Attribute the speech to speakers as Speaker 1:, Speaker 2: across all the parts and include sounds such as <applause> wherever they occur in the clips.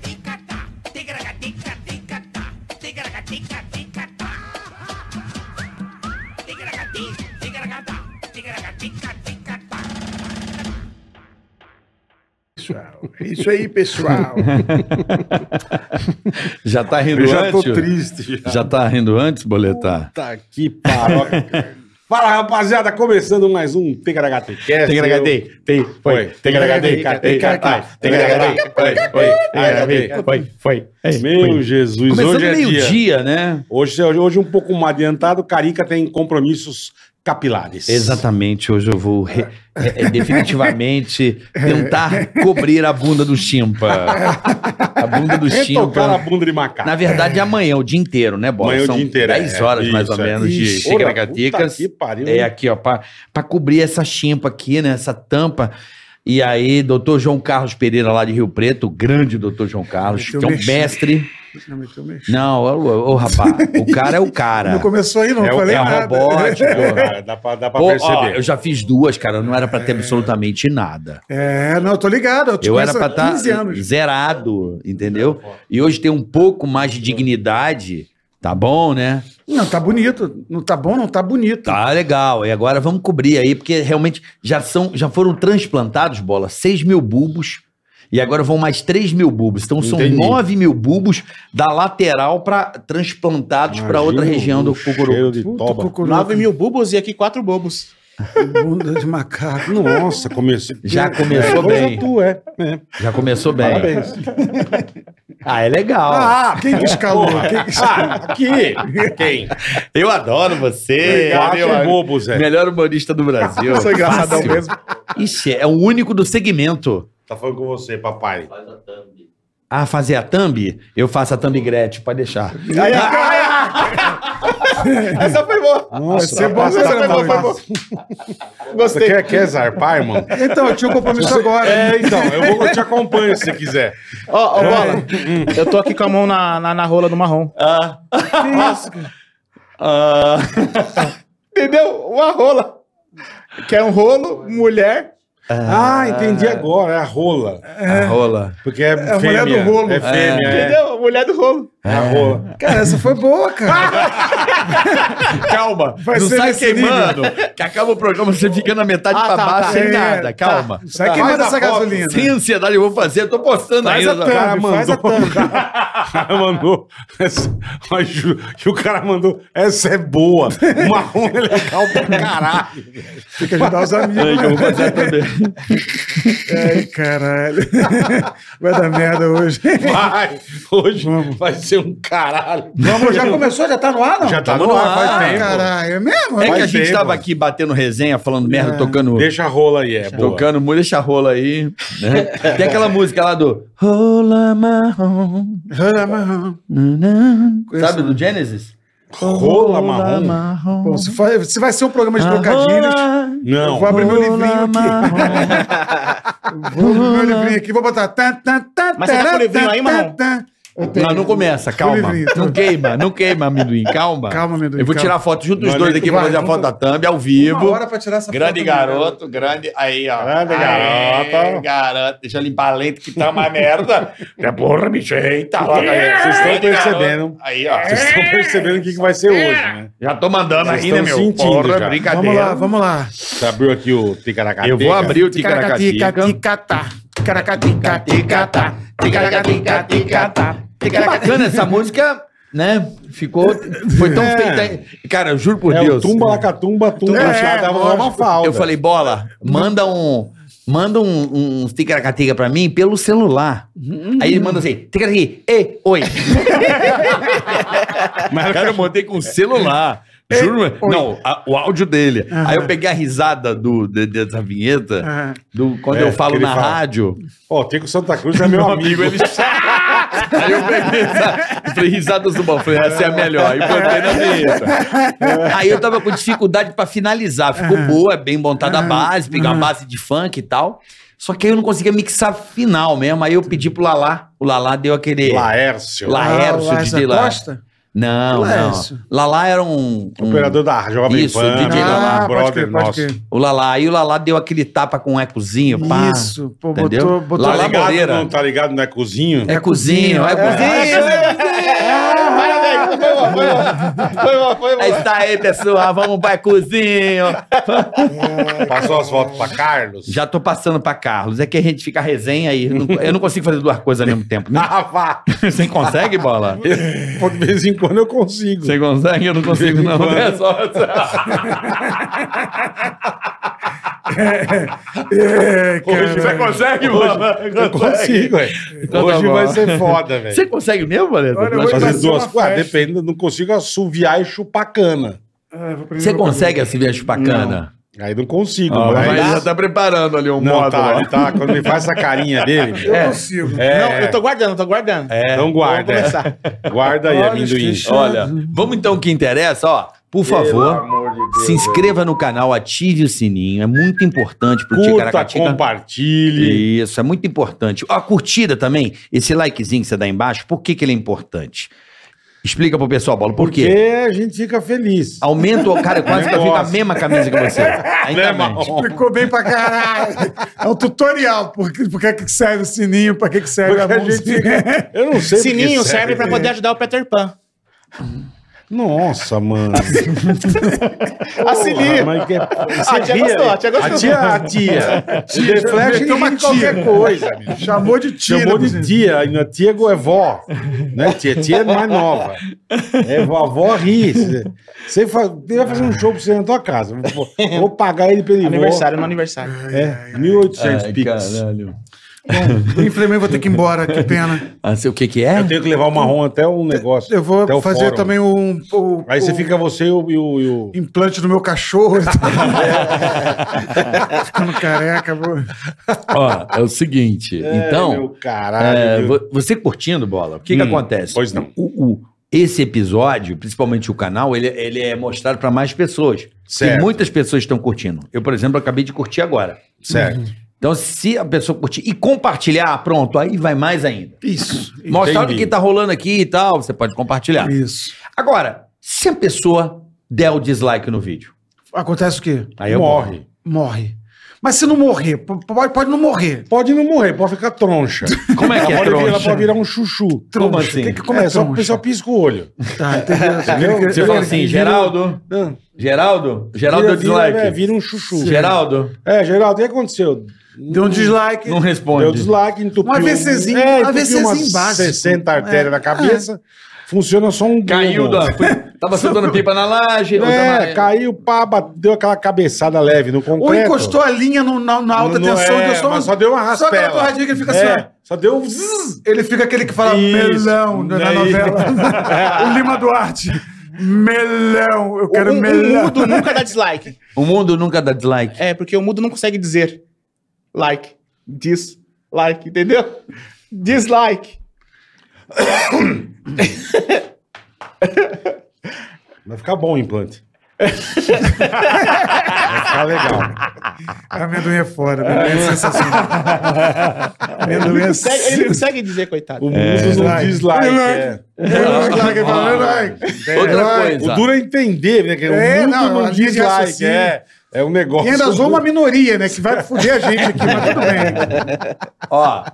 Speaker 1: ticatá. Tigaracatica, ticatá. Tigaracatica, ticatá. Tigaracati, tigaracatá. Tigaracatica, ticatá.
Speaker 2: pessoal. É Isso aí, pessoal.
Speaker 3: Já tá rindo
Speaker 2: <laughs> Eu já tô
Speaker 3: tio? <laughs>
Speaker 2: triste. Já.
Speaker 3: Já tá rindo antes, boletar?
Speaker 2: Tá que paroca. <laughs> Fala, rapaziada, começando mais um Tegaragaticast.
Speaker 4: Tegragadei, tem, foi, tegragadei, catei, catai, tegragadei, foi, foi, tegragadei, foi, foi. Ei,
Speaker 2: Meu Jesus,
Speaker 3: Começando
Speaker 2: hoje é dia.
Speaker 3: meio-dia, né?
Speaker 2: Hoje, é- hoje é um pouco mais adiantado, Carica tem compromissos capilares.
Speaker 3: Exatamente, hoje eu vou re- é- é
Speaker 2: <laughs>
Speaker 3: definitivamente tentar cobrir a bunda do chimpa. A bunda do
Speaker 2: Retocar a
Speaker 3: chimpa. um
Speaker 2: bunda de macaco.
Speaker 3: é. Na verdade, é amanhã, o dia inteiro, né, Bola?
Speaker 2: Amanhã o
Speaker 3: São
Speaker 2: dia inteiro,
Speaker 3: 10
Speaker 2: é.
Speaker 3: horas, mais ou
Speaker 2: Isso, é.
Speaker 3: menos, de
Speaker 2: Isso. Puta
Speaker 3: xegracaticas.
Speaker 2: que pariu,
Speaker 3: É
Speaker 2: hein?
Speaker 3: aqui, ó, pra, pra cobrir essa chimpa aqui, né, essa tampa. E aí, doutor João Carlos Pereira, lá de Rio Preto, o grande doutor João Carlos, que é
Speaker 4: Meteu
Speaker 3: um
Speaker 4: mexe.
Speaker 3: mestre.
Speaker 4: Não meteu mexer.
Speaker 3: Não, ô, ô, ô, rapaz, o cara é o cara.
Speaker 4: <laughs> Não começou aí, não
Speaker 2: É o-
Speaker 4: falei
Speaker 2: é o
Speaker 4: nada.
Speaker 2: <laughs>
Speaker 3: robótico.
Speaker 2: É, dá pra, dá pra
Speaker 3: Pô,
Speaker 2: perceber.
Speaker 3: ó, eu já fiz duas, cara, não era pra ter absolutamente nada.
Speaker 4: É, não, eu tô ligado. Eu, te
Speaker 3: Eu era
Speaker 4: conheço
Speaker 3: pra
Speaker 4: há
Speaker 2: tá-
Speaker 3: estar
Speaker 4: 15 anos.
Speaker 3: zerado, entendeu? E hoje tem um pouco mais de dignidade, tá bom, né?
Speaker 4: Não, tá bonito. Não tá bom, não tá bonito.
Speaker 3: Tá legal. E agora vamos cobrir aí, porque realmente já são, já foram transplantados, bola, 6 mil bulbos. E agora vão mais 3 mil bulbos. Então são
Speaker 2: Entendi.
Speaker 3: 9 mil bulbos da lateral para transplantados para outra
Speaker 2: Imagina
Speaker 3: região do
Speaker 2: o cheiro
Speaker 3: Cucuru.
Speaker 2: de
Speaker 4: Puta,
Speaker 2: toba.
Speaker 4: cocô,
Speaker 5: mil bubos e aqui quatro bobos.
Speaker 4: Bunda de macaco.
Speaker 2: Nossa, começou.
Speaker 3: Já começou
Speaker 2: hoje
Speaker 3: bem.
Speaker 2: Tu é. é.
Speaker 3: Já começou bem.
Speaker 2: Parabéns.
Speaker 3: <laughs> Ah, é legal.
Speaker 4: Ah, quem que escalou? Quem
Speaker 2: Ah,
Speaker 4: que escalou?
Speaker 2: Aqui. Quem?
Speaker 3: eu adoro você. meu
Speaker 2: é? Quatro
Speaker 3: amigo.
Speaker 2: bobos, é.
Speaker 3: Melhor humorista do Brasil.
Speaker 4: Eu sou engraçadão
Speaker 3: Fácil.
Speaker 4: mesmo.
Speaker 3: Ixi, é o único do segmento.
Speaker 2: Tá falando com você, papai.
Speaker 3: Ah, fazer a thumb? Eu faço a thumb Gretchen, pode deixar.
Speaker 5: Essa foi boa.
Speaker 4: Vai ser bom
Speaker 2: Nossa, tá
Speaker 4: essa
Speaker 2: foi
Speaker 4: não,
Speaker 2: bom, foi
Speaker 4: mas-
Speaker 2: Você quer, quer zarpar, irmão?
Speaker 4: Então, eu tinha um compromisso agora.
Speaker 2: É, então, eu vou eu te acompanho se você quiser.
Speaker 5: Ó, ó, bola. Eu tô aqui com a mão na, na, na rola do marrom. Entendeu? Uma rola. Que é um rolo, mulher.
Speaker 2: Ah, entendi agora, é a rola.
Speaker 3: A <laughs> rola.
Speaker 2: Porque é,
Speaker 4: a
Speaker 2: fêmea.
Speaker 4: mulher do rolo.
Speaker 2: É fêmea, é.
Speaker 5: Entendeu? A Mulher do rolo.
Speaker 2: É a rola.
Speaker 4: Cara, essa foi boa, cara.
Speaker 3: Calma,
Speaker 4: <laughs> Vai
Speaker 3: não
Speaker 4: ser
Speaker 3: sai
Speaker 4: nesse
Speaker 3: queimando, que acaba o programa, você fica na metade
Speaker 5: Ah,
Speaker 3: pra
Speaker 5: tá,
Speaker 3: baixo
Speaker 5: tá.
Speaker 3: sem
Speaker 4: É,
Speaker 3: nada, calma. Tá.
Speaker 4: Sai queimando essa gasolina.
Speaker 3: Sem ansiedade eu vou fazer, eu tô postando
Speaker 4: Faz
Speaker 3: ainda.
Speaker 4: a thumb,
Speaker 2: cara
Speaker 4: faz a
Speaker 2: mandou. <laughs>
Speaker 4: thumb.
Speaker 2: O cara mandou. essa- Ó, Ju- E o cara mandou. Essa é boa. O marrom é legal pra
Speaker 4: <laughs>
Speaker 2: caralho.
Speaker 4: Tem que ajudar os amigos. né?
Speaker 3: Eu vou fazer
Speaker 2: <laughs>
Speaker 3: a thumb.
Speaker 4: Ai, caralho. <laughs> Vai dar merda hoje.
Speaker 2: Vai. Hoje vai ser um caralho.
Speaker 4: Vamos, já começou? Já tá no ar, não?
Speaker 2: Já tá
Speaker 3: Tamo
Speaker 2: no
Speaker 3: no
Speaker 2: ar,
Speaker 3: ar,
Speaker 2: faz tempo.
Speaker 4: Caralho, é mesmo?
Speaker 3: É que a
Speaker 2: Faz
Speaker 3: gente
Speaker 2: tempo.
Speaker 3: tava aqui batendo resenha,
Speaker 4: É.
Speaker 3: falando merda, tocando...
Speaker 2: Deixa a rola aí, é boa.
Speaker 3: Tocando, muda deixa a rola aí. né? Tem aquela música lá do Rola Marrom. Sabe do Genesis?
Speaker 2: Rola marrom.
Speaker 4: Bom, se, for- se vai ser um programa de trocadilhos,
Speaker 2: Não.
Speaker 4: eu vou abrir meu livrinho aqui. Vou abrir meu livrinho aqui, vou botar. Tá, tá, tá,
Speaker 5: Mas você tá com o livrinho aí, Marrom?
Speaker 3: Não, não começa, calma.
Speaker 4: livrinho, tô.
Speaker 3: Não queima, não queima, amendoim, calma.
Speaker 4: Calma, amendoim,
Speaker 3: Eu vou
Speaker 4: calma.
Speaker 3: tirar foto junto dos
Speaker 2: Não,
Speaker 3: dois
Speaker 2: nem-
Speaker 3: aqui pra
Speaker 4: vai,
Speaker 3: fazer a
Speaker 4: vamos-
Speaker 3: foto da thumb ao vivo.
Speaker 4: pra tirar essa
Speaker 5: Grande
Speaker 4: foto, né, cara?
Speaker 5: garoto, grande. Aí, ó.
Speaker 2: Grande
Speaker 5: Aê,
Speaker 2: garota.
Speaker 5: Garoto. Deixa eu limpar a lente que tá uma merda. Tá É porra, bicho. Eita, lá, galera.
Speaker 2: Tá Vocês estão
Speaker 5: Grande
Speaker 2: percebendo.
Speaker 5: garoto. Aí, ó.
Speaker 2: Vocês estão percebendo o que, que vai ser hoje, né?
Speaker 5: Já tô mandando
Speaker 2: Vocês
Speaker 5: aí, né, meu?
Speaker 2: estão sentindo
Speaker 5: Porra,
Speaker 2: já.
Speaker 5: brincadeira.
Speaker 4: Vamos lá, vamos lá.
Speaker 2: Você abriu aqui o Ticaracateca.
Speaker 3: Eu vou abrir o
Speaker 5: Ticaracatica.
Speaker 3: ticaracatica.
Speaker 5: Ticaracatica, ticatá. Ticaracatica, ticatá.
Speaker 1: Que bacana, essa música, né? Ficou. Foi tão feita. Cara, eu juro por
Speaker 6: É o
Speaker 1: Deus.
Speaker 6: tumba, lacatumba, tumba,
Speaker 1: É,
Speaker 6: chá,
Speaker 3: um
Speaker 6: dava uma falda.
Speaker 1: Alda.
Speaker 3: Eu falei, bola, manda um. Manda um, um ticaracatica pra mim pelo celular. Aí ele manda assim, ticaraqui, e, oi. <laughs> Mas, cara, eu mandei com o celular. Juro, não, a- o áudio dele. Aí eu peguei a risada do, de- dessa vinheta, do, quando
Speaker 2: É,
Speaker 3: eu falo
Speaker 2: que ele
Speaker 3: na
Speaker 2: fala.
Speaker 3: rádio.
Speaker 2: Ó, tem que o Santa Cruz é meu amigo.
Speaker 3: ele. <laughs> Aí eu peguei essa. eu Falei, risada do bom. Falei, essa é a melhor. Aí botei na vinheta. Aí eu tava com dificuldade pra finalizar. Ficou boa, bem montada a base, peguei uma base de funk e tal. Só que aí eu não conseguia mixar final mesmo. Aí eu pedi pro Lalá. O Lalá deu aquele.
Speaker 2: Laércio.
Speaker 3: Laércio
Speaker 4: Ah, o
Speaker 3: de
Speaker 4: Laércio
Speaker 3: DJ Lalá.
Speaker 4: Costa?
Speaker 3: Não,
Speaker 4: Laércio.
Speaker 3: não. Lalá era um. um-
Speaker 2: Operador da Jovem
Speaker 3: Isso,
Speaker 2: Pan.
Speaker 3: DJ Lalá.
Speaker 4: Ah, pode
Speaker 2: brother
Speaker 4: crer, pode
Speaker 2: nosso.
Speaker 4: crer.
Speaker 3: O Lalá. Aí o Lalá deu aquele tapa com um ecozinho. Pá.
Speaker 4: Isso, pô,
Speaker 3: Entendeu?
Speaker 4: botou, botou
Speaker 3: Lá
Speaker 2: Tá ligado,
Speaker 3: Moreira.
Speaker 2: não tá ligado, não é cozinho?
Speaker 3: É cozinho, é cozinho. Aí está É aí, pessoal. Vamos pra cozinho.
Speaker 2: Passou as fotos pra Carlos.
Speaker 3: Já tô passando pra Carlos. É que a gente fica resenha aí. Não- Eu não consigo fazer duas coisas ao mesmo tempo. né?
Speaker 2: <laughs> Ah, vá.
Speaker 3: Você consegue, bola?
Speaker 2: De vez em quando eu consigo.
Speaker 3: Você consegue? Eu não consigo, não. É só-
Speaker 2: Hoje vai
Speaker 3: consegue, bola?
Speaker 2: Eu consigo, velho.
Speaker 3: Então tá
Speaker 2: Hoje
Speaker 3: bom.
Speaker 2: vai ser foda, velho.
Speaker 3: Você consegue mesmo, Valeta?
Speaker 4: Olha, eu vou-
Speaker 2: Fazer
Speaker 4: fazer
Speaker 2: duas.
Speaker 4: uma
Speaker 2: Ué,
Speaker 4: festa.
Speaker 2: depende, não consigo assoviar e chupar cana.
Speaker 4: É,
Speaker 3: Você consegue assim ver a chupacana?
Speaker 2: Aí não consigo,
Speaker 3: Ó,
Speaker 2: mas.
Speaker 3: mas já tá preparando ali um
Speaker 2: Não,
Speaker 3: modo.
Speaker 2: tá,
Speaker 3: ó.
Speaker 2: ele tá. Quando ele faz essa carinha dele,
Speaker 3: <laughs>
Speaker 4: Eu consigo.
Speaker 2: É.
Speaker 4: Não, eu tô guardando, tô guardando.
Speaker 2: então guarda.
Speaker 4: Vamos
Speaker 2: é. <laughs> Guarda aí,
Speaker 4: Olha,
Speaker 2: amendoim.
Speaker 4: gente.
Speaker 3: Olha, vamos então ao que interessa, ó. Por favor, se inscreva no canal, ative o sininho. É muito importante pro
Speaker 2: Curta,
Speaker 3: Ticaracatica.
Speaker 2: compartilhe.
Speaker 3: Isso, é muito importante. A curtida também, esse likezinho que você dá embaixo, por que, que ele é importante? Explica pro pessoal, Bola, por quê?
Speaker 2: a gente fica feliz.
Speaker 3: Aumenta o cara quase que eu fico com a
Speaker 2: Negócio.
Speaker 3: mesma camisa que você. Ainda
Speaker 2: <laughs> Né,
Speaker 3: bem.
Speaker 2: Marrom?
Speaker 4: Ficou bem pra caralho. É um tutorial. Por que, por que que serve o sininho? Pra que, que serve
Speaker 2: Porque
Speaker 4: a
Speaker 2: a gente
Speaker 4: música?
Speaker 2: <laughs> Eu não sei porque
Speaker 7: Sininho serve pra poder ajudar o Peter Pan.
Speaker 2: Nossa, <laughs> mano.
Speaker 7: A sininho.
Speaker 2: Ah, Mas que... é
Speaker 7: A tia gostou, a tia
Speaker 2: A
Speaker 7: gostou.
Speaker 2: tia, a tia. <laughs> The Flash
Speaker 4: meteu uma
Speaker 2: ri de qualquer
Speaker 4: tia.
Speaker 2: coisa, amigo.
Speaker 4: Chamou de tira.
Speaker 2: Chamou de
Speaker 4: gente.
Speaker 2: tia, ainda tia é vó, né? Tia, tia é mais nova. É vovó ri. Você fa- ele vai fazer um show pra você na tua casa. Vou, vou pagar ele pra ele ir.
Speaker 7: Aniversário no aniversário.
Speaker 2: É, 1800
Speaker 3: Ai,
Speaker 2: pix.
Speaker 3: caralho.
Speaker 4: Infelizmente vou ter que ir embora, que pena.
Speaker 3: Ah, sei o que que é?
Speaker 2: Eu tenho que levar o marrom até um negócio.
Speaker 4: Eu vou
Speaker 2: até o
Speaker 4: fazer
Speaker 2: fórum.
Speaker 4: também um, o-
Speaker 2: Aí você
Speaker 4: o
Speaker 2: fica você e o. E o, e o-
Speaker 4: implante no meu cachorro. <laughs> Ficando careca, vou.
Speaker 3: Ó, é o seguinte.
Speaker 2: É, meu
Speaker 3: então,
Speaker 2: caralho.
Speaker 3: é,
Speaker 2: meu-
Speaker 3: vo- você curtindo, Bola, o que que
Speaker 2: Hum,
Speaker 3: acontece?
Speaker 2: Pois não.
Speaker 3: O- o- esse episódio, principalmente o canal, ele, ele é mostrado pra mais pessoas.
Speaker 2: Certo.
Speaker 3: E muitas pessoas estão curtindo. Eu, por exemplo, acabei de curtir agora.
Speaker 2: Certo.
Speaker 3: Então, se a pessoa curtir e compartilhar, pronto, aí vai mais ainda.
Speaker 4: Isso.
Speaker 3: Mostrar o
Speaker 2: Entendi.
Speaker 3: que tá rolando aqui e tal, você pode compartilhar.
Speaker 4: Isso.
Speaker 3: Agora, se a pessoa der o dislike no vídeo,
Speaker 4: Acontece o quê?
Speaker 3: aí eu
Speaker 2: morre.
Speaker 4: Morre. Mas se não morrer, p- pode, pode não morrer.
Speaker 2: Pode não morrer, pode ficar troncha.
Speaker 3: morro. <laughs> Como é que é
Speaker 2: Ela pode, virar, ela
Speaker 3: troncha?
Speaker 2: pode virar um chuchu.
Speaker 3: Como
Speaker 4: Troncha.
Speaker 3: assim?
Speaker 4: Tem que comer
Speaker 2: É, só o
Speaker 4: troncha.
Speaker 2: pessoal pisca o olho.
Speaker 4: Tá,
Speaker 2: é
Speaker 4: entendeu?
Speaker 2: Entendeu?
Speaker 4: Aquele-
Speaker 3: Você fala assim, Geraldo,
Speaker 2: Não,
Speaker 3: Geraldo, Geraldo
Speaker 2: vira,
Speaker 3: deu dislike.
Speaker 2: Vira, é, vira um chuchu.
Speaker 3: Geraldo,
Speaker 2: É, Geraldo, o que aconteceu?
Speaker 4: Deu um dislike.
Speaker 3: não
Speaker 2: Deu
Speaker 3: responde.
Speaker 2: dislike, entupiu.
Speaker 4: Um AVCzinho,
Speaker 2: é, entupiu
Speaker 4: AVCzinho
Speaker 2: umas
Speaker 4: básico.
Speaker 2: 60 artérias
Speaker 4: É.
Speaker 2: na cabeça. Funciona só um.
Speaker 3: Caiu
Speaker 2: um-
Speaker 3: da. foi- tava soltando pipa na laje.
Speaker 2: É, caiu, pá, bate- deu aquela cabeçada leve no concreto.
Speaker 4: Ou encostou a linha no- na, na alta
Speaker 2: No- no-
Speaker 4: tensão
Speaker 2: é,
Speaker 4: deu só,
Speaker 2: mas
Speaker 4: um-
Speaker 2: só deu uma
Speaker 4: Só aquela
Speaker 2: raspela.
Speaker 4: torradinha que ele fica assim, ó.
Speaker 2: É, só deu um zzz.
Speaker 4: Ele fica aquele que fala
Speaker 2: Isso, é
Speaker 4: melão na
Speaker 2: daí-
Speaker 4: novela. <laughs> o Lima Duarte. Melão, eu
Speaker 7: O,
Speaker 2: um,
Speaker 4: quero
Speaker 7: o- o
Speaker 4: melão.
Speaker 7: mudo nunca dá dislike.
Speaker 3: O mundo nunca dá dislike.
Speaker 7: É, porque o mudo não consegue dizer like, dislike, entendeu? Dislike.
Speaker 2: Vai ficar bom o implante. <laughs> Vai ficar legal.
Speaker 4: A amendoim é fora, amendoim é
Speaker 2: <laughs>
Speaker 4: sensacional. amendoim é
Speaker 7: Consegue- Ele não consegue dizer, coitado.
Speaker 2: O mundo não dislike. é.
Speaker 4: sensacional.
Speaker 3: Outra
Speaker 2: O
Speaker 3: coisa.
Speaker 2: duro é entender, né? Que o
Speaker 4: É,
Speaker 2: mundo
Speaker 4: não,
Speaker 2: não,
Speaker 4: a gente
Speaker 2: dislike.
Speaker 4: acha assim.
Speaker 2: É, é um negócio.
Speaker 4: E ainda zoou uma minoria, né? Que vai foder a gente aqui, mas tudo bem.
Speaker 3: Ó,
Speaker 2: é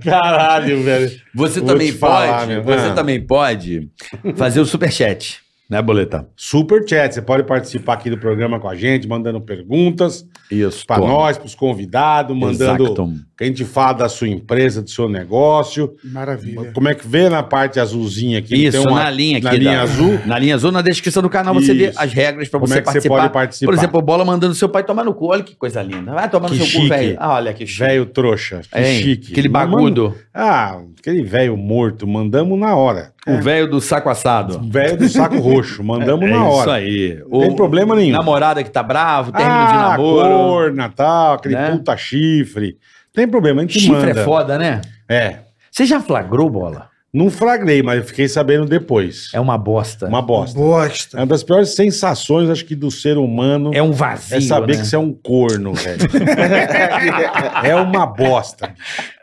Speaker 2: <laughs> Caralho, velho.
Speaker 3: você
Speaker 2: Vou
Speaker 3: também
Speaker 2: te falar,
Speaker 3: pode.
Speaker 2: meu
Speaker 3: Você
Speaker 2: mano.
Speaker 3: também pode fazer o superchat. Né, Boleta?
Speaker 2: Super chat. Você pode participar aqui do programa com a gente, mandando perguntas
Speaker 3: Isso.
Speaker 2: pra nós, pros convidados, mandando
Speaker 3: Mandando.
Speaker 2: que a gente fala da sua empresa, do seu negócio.
Speaker 4: Maravilha.
Speaker 2: Como é que vê na parte azulzinha aqui?
Speaker 8: Isso,
Speaker 2: tem uma-
Speaker 8: na linha aqui.
Speaker 2: Na linha
Speaker 8: da-
Speaker 2: azul.
Speaker 8: Na linha azul, na descrição do canal você vê
Speaker 2: Isso.
Speaker 8: as regras pra
Speaker 2: Como
Speaker 8: você
Speaker 2: é que você
Speaker 8: participar.
Speaker 2: pode participar?
Speaker 8: Por exemplo, o Bola mandando seu pai tomar no cu. Olha que coisa linda. Vai tomar no
Speaker 2: Que
Speaker 8: seu
Speaker 2: chique.
Speaker 8: cu, velho. Ah, olha que chique.
Speaker 2: Velho trouxa. Que
Speaker 8: Hein?
Speaker 2: chique.
Speaker 8: Aquele
Speaker 2: Não manda-
Speaker 8: bagudo.
Speaker 2: Ah, aquele velho morto, mandamos na hora.
Speaker 8: O velho do saco assado. É
Speaker 2: Velho do
Speaker 8: <laughs>
Speaker 2: saco roxo, mandamos na
Speaker 8: Isso
Speaker 2: hora.
Speaker 8: aí.
Speaker 2: Não tem problema nenhum.
Speaker 8: Namorada que tá bravo, término de
Speaker 2: Ah,
Speaker 8: namoro.
Speaker 2: cor, Natal, aquele
Speaker 8: Né?
Speaker 2: puta chifre. Tem problema, a gente
Speaker 8: Chifre
Speaker 2: manda.
Speaker 8: é foda, né?
Speaker 2: É,
Speaker 8: Você já flagrou bola?
Speaker 2: não flagrei, mas eu fiquei sabendo depois.
Speaker 8: É uma bosta.
Speaker 2: Uma bosta.
Speaker 4: Bosta.
Speaker 2: É uma das piores sensações, acho que, do ser humano
Speaker 8: É um vazio.
Speaker 2: é saber
Speaker 8: né?
Speaker 2: que você é um corno,
Speaker 8: <laughs>
Speaker 2: velho. é uma bosta.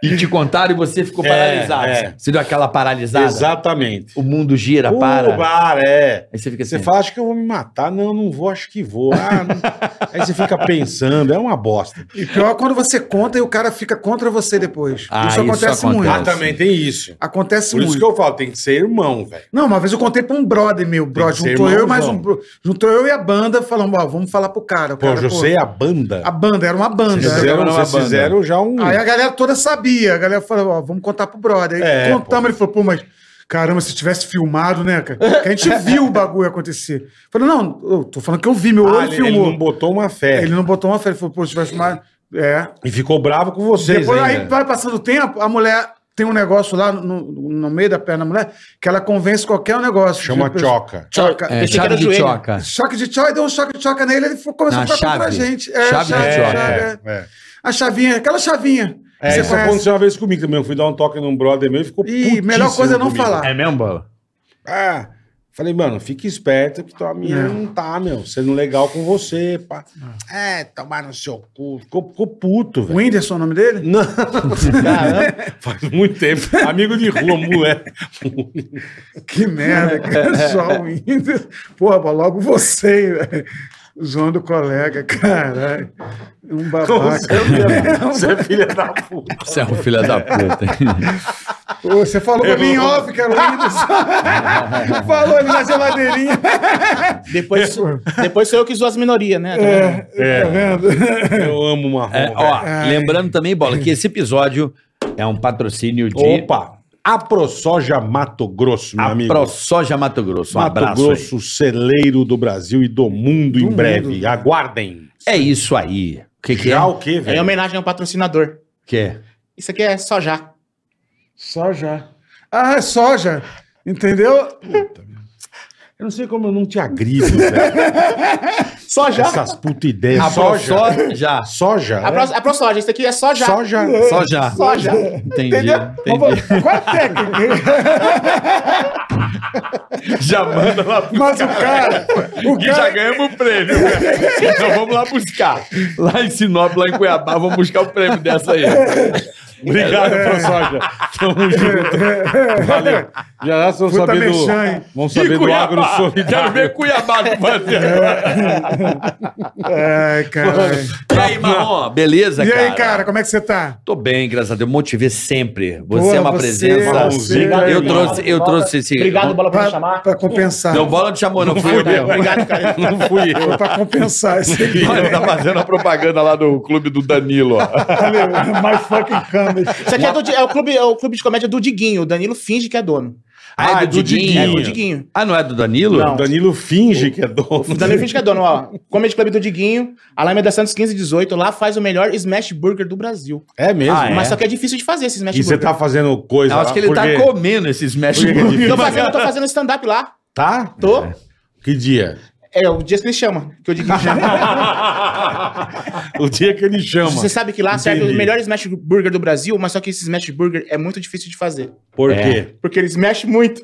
Speaker 8: E te contaram e você ficou
Speaker 2: É,
Speaker 8: paralisado.
Speaker 2: é.
Speaker 8: Você deu aquela paralisada.
Speaker 2: Exatamente.
Speaker 8: O mundo gira,
Speaker 2: Pô,
Speaker 8: para.
Speaker 2: para, é.
Speaker 8: Aí você fica assim.
Speaker 2: Você fala, acho que eu vou me matar. Não, não vou, acho que vou. Ah, não- Aí você fica pensando, é uma bosta.
Speaker 4: E pior é quando você conta e o cara fica contra você depois.
Speaker 8: Ah,
Speaker 4: isso,
Speaker 8: isso
Speaker 4: acontece
Speaker 8: acontece.
Speaker 4: muito.
Speaker 8: Ah, tá.
Speaker 2: tem isso.
Speaker 4: Acontece
Speaker 2: Por
Speaker 4: muito.
Speaker 2: isso que eu falo, tem que ser irmão, velho.
Speaker 4: Não, uma vez eu contei pra um brother meu, bro,
Speaker 2: que ser
Speaker 4: juntou eu e
Speaker 2: irmãozão.
Speaker 4: mais um. bro- Juntou eu e a banda, falando, ó, vamos falar pro cara. O
Speaker 2: Pô,
Speaker 4: cara,
Speaker 2: José, a banda.
Speaker 4: A banda, era uma banda.
Speaker 2: Vocês
Speaker 4: né?
Speaker 2: fizeram,
Speaker 8: Jogaram numa
Speaker 2: vocês
Speaker 8: banda.
Speaker 2: fizeram já um.
Speaker 4: Aí a galera toda sabia. A galera falou, ó, vamos contar pro brother. Aí
Speaker 2: É,
Speaker 4: contamos, ele falou, pô, mas caramba, se tivesse filmado, né, cara?
Speaker 2: <laughs>
Speaker 4: Porque a gente viu o bagulho acontecer. Falou, não, eu tô falando que eu vi, meu
Speaker 2: Ah,
Speaker 4: olho
Speaker 2: ele, ele
Speaker 4: filmou.
Speaker 2: não botou uma fé.
Speaker 4: Ele não botou uma fé, ele falou, pô, se tivesse filmado. É.
Speaker 2: E ficou bravo com vocês.
Speaker 4: Depois
Speaker 2: ainda.
Speaker 4: aí vai passando o tempo, a mulher tem um negócio lá no, no meio da perna da mulher que ela convence qualquer negócio.
Speaker 2: Chama
Speaker 4: Tipo,
Speaker 2: choca.
Speaker 4: Choca.
Speaker 8: É, chave de choca.
Speaker 4: Choque de choca, deu um choque de choca nele, ele ficou- começou
Speaker 8: Não,
Speaker 4: a ficar
Speaker 8: chave.
Speaker 4: contra a gente.
Speaker 8: Chave de choca.
Speaker 4: é. A chavinha, aquela chavinha.
Speaker 2: É,
Speaker 4: que
Speaker 2: isso aconteceu uma vez comigo também. Eu fui dar um toque num brother meu e ficou
Speaker 4: Ih, melhor
Speaker 2: putíssimo
Speaker 4: coisa é não
Speaker 2: comigo.
Speaker 4: falar.
Speaker 8: É mesmo, bola?
Speaker 2: Ah, falei, mano, fica esperto que tua
Speaker 4: É.
Speaker 2: mina não tá, meu. Sendo legal com você, pá. É, tomar no seu cu. Ficou, ficou puto,
Speaker 4: O
Speaker 2: velho.
Speaker 4: Whindersson é o nome dele?
Speaker 2: Não, Caramba, <laughs> faz muito tempo. Amigo de rua, moleque.
Speaker 4: Que merda, cara. Só o Whindersson. Porra, mas logo você, hein, velho. Zoando o colega, caralho. Um babaca.
Speaker 2: Você é filha da puta.
Speaker 8: Você é um filho da puta.
Speaker 2: <laughs>
Speaker 4: Ô, Você falou pra mim em off que era o Whindersson. falou ali na geladeirinha.
Speaker 7: Depois, depois sou eu que zoo as minorias, né? É.
Speaker 4: Tá vendo?
Speaker 2: Eu amo uma rua.
Speaker 8: É, ó, lembrando também, bola, que esse episódio é um patrocínio de
Speaker 2: Opa! A ProSoja Mato Grosso, meu
Speaker 8: a
Speaker 2: amigo.
Speaker 8: ProSoja Mato Grosso. Um
Speaker 2: Mato
Speaker 8: abraço. aí.
Speaker 2: Grosso, celeiro do Brasil e do mundo em
Speaker 4: mundo.
Speaker 2: breve. Aguardem.
Speaker 8: É isso aí. O que, que é?
Speaker 2: Já
Speaker 8: O
Speaker 2: o quê,
Speaker 7: É em
Speaker 2: velho?
Speaker 7: homenagem ao patrocinador.
Speaker 8: que é?
Speaker 7: Isso aqui é só já.
Speaker 4: Soja. Ah, é soja. Entendeu?
Speaker 2: Eu não sei como eu não te agrido, É velho.
Speaker 7: Só já.
Speaker 2: Essas puta ideias.
Speaker 8: A
Speaker 2: soja.
Speaker 8: ProSoja.
Speaker 2: Soja?
Speaker 7: A, pro, a ProSoja, isso aqui é só já.
Speaker 2: Soja.
Speaker 8: Só já.
Speaker 7: Só já.
Speaker 8: Entendi. entendi.
Speaker 4: Qual a técnica?
Speaker 8: Já manda lá pro
Speaker 4: Mas o cara. O
Speaker 8: E já
Speaker 4: cara
Speaker 8: ganhamos o prêmio. velho. então vamos lá buscar. Lá em Sinop, lá em Cuiabá, vamos buscar o prêmio <laughs> dessa
Speaker 2: <laughs>
Speaker 8: aí.
Speaker 2: Obrigado, ProSoja. Tamo junto. Valeu. Já já vão
Speaker 4: Puta
Speaker 2: saber do...
Speaker 4: merchan, hein?
Speaker 2: Vamos
Speaker 8: E
Speaker 2: saber do agro
Speaker 8: Cuiabá. Quero
Speaker 2: solidário.
Speaker 8: ver Cuiabá no Pantera.
Speaker 4: Ai, cara.
Speaker 8: <laughs> E aí, Marrom? Beleza,
Speaker 4: E
Speaker 8: cara?
Speaker 4: aí, cara, como é que você tá?
Speaker 8: Tô bem, graças a Deus. Motivei sempre. Você
Speaker 4: Boa,
Speaker 8: é uma
Speaker 4: você,
Speaker 2: um
Speaker 8: presença.
Speaker 4: você,
Speaker 8: eu
Speaker 7: Obrigado,
Speaker 8: trouxe, eu
Speaker 7: Bola.
Speaker 8: trouxe esse.
Speaker 7: Obrigado, Bola, por me
Speaker 4: Pra,
Speaker 7: chamar.
Speaker 4: pra compensar.
Speaker 8: Não, bola de chamou, não, fui eu.
Speaker 7: Obrigado,
Speaker 8: <laughs>
Speaker 7: cara.
Speaker 2: Não fui eu.
Speaker 4: Foi pra compensar isso aqui.
Speaker 8: Ele tá fazendo a propaganda lá do clube do Danilo, ó.
Speaker 4: Valeu. My fucking comedy.
Speaker 7: Isso aqui é, do Di- é o clube, é o clube de comédia do Diguinho. O Danilo finge que é dono.
Speaker 8: Ah,
Speaker 7: É
Speaker 8: é do
Speaker 7: do
Speaker 8: Diguinho.
Speaker 7: Diguinho.
Speaker 8: Ah, não é do Danilo?
Speaker 7: Não.
Speaker 2: Danilo finge que é dono.
Speaker 7: O Danilo finge que é dono, ó. Comedy Club do Diguinho, Alameda Santos 1518. Lá faz o melhor smash burger do Brasil.
Speaker 2: É mesmo?
Speaker 8: Ah, é?
Speaker 7: Mas só que é difícil de fazer esse smash
Speaker 2: E você
Speaker 7: burger.
Speaker 2: tá fazendo coisa
Speaker 8: Eu acho
Speaker 2: lá
Speaker 8: que ele
Speaker 2: porque-
Speaker 8: tá comendo esses mesh
Speaker 2: Por que que é
Speaker 7: Tô
Speaker 2: difícil?
Speaker 7: fazendo, tô fazendo stand-up lá.
Speaker 2: Tá?
Speaker 7: Tô.
Speaker 2: Que dia?
Speaker 7: É, o dia que ele chama. Que
Speaker 2: <laughs>
Speaker 7: o Diguinho chama.
Speaker 2: O dia que ele chama.
Speaker 7: Você sabe que lá serve
Speaker 2: Entendi.
Speaker 7: o melhor smash burger do Brasil, mas só que esse smash burger é muito difícil de fazer.
Speaker 2: Por
Speaker 8: É.
Speaker 2: quê?
Speaker 7: Porque eles mexem muito.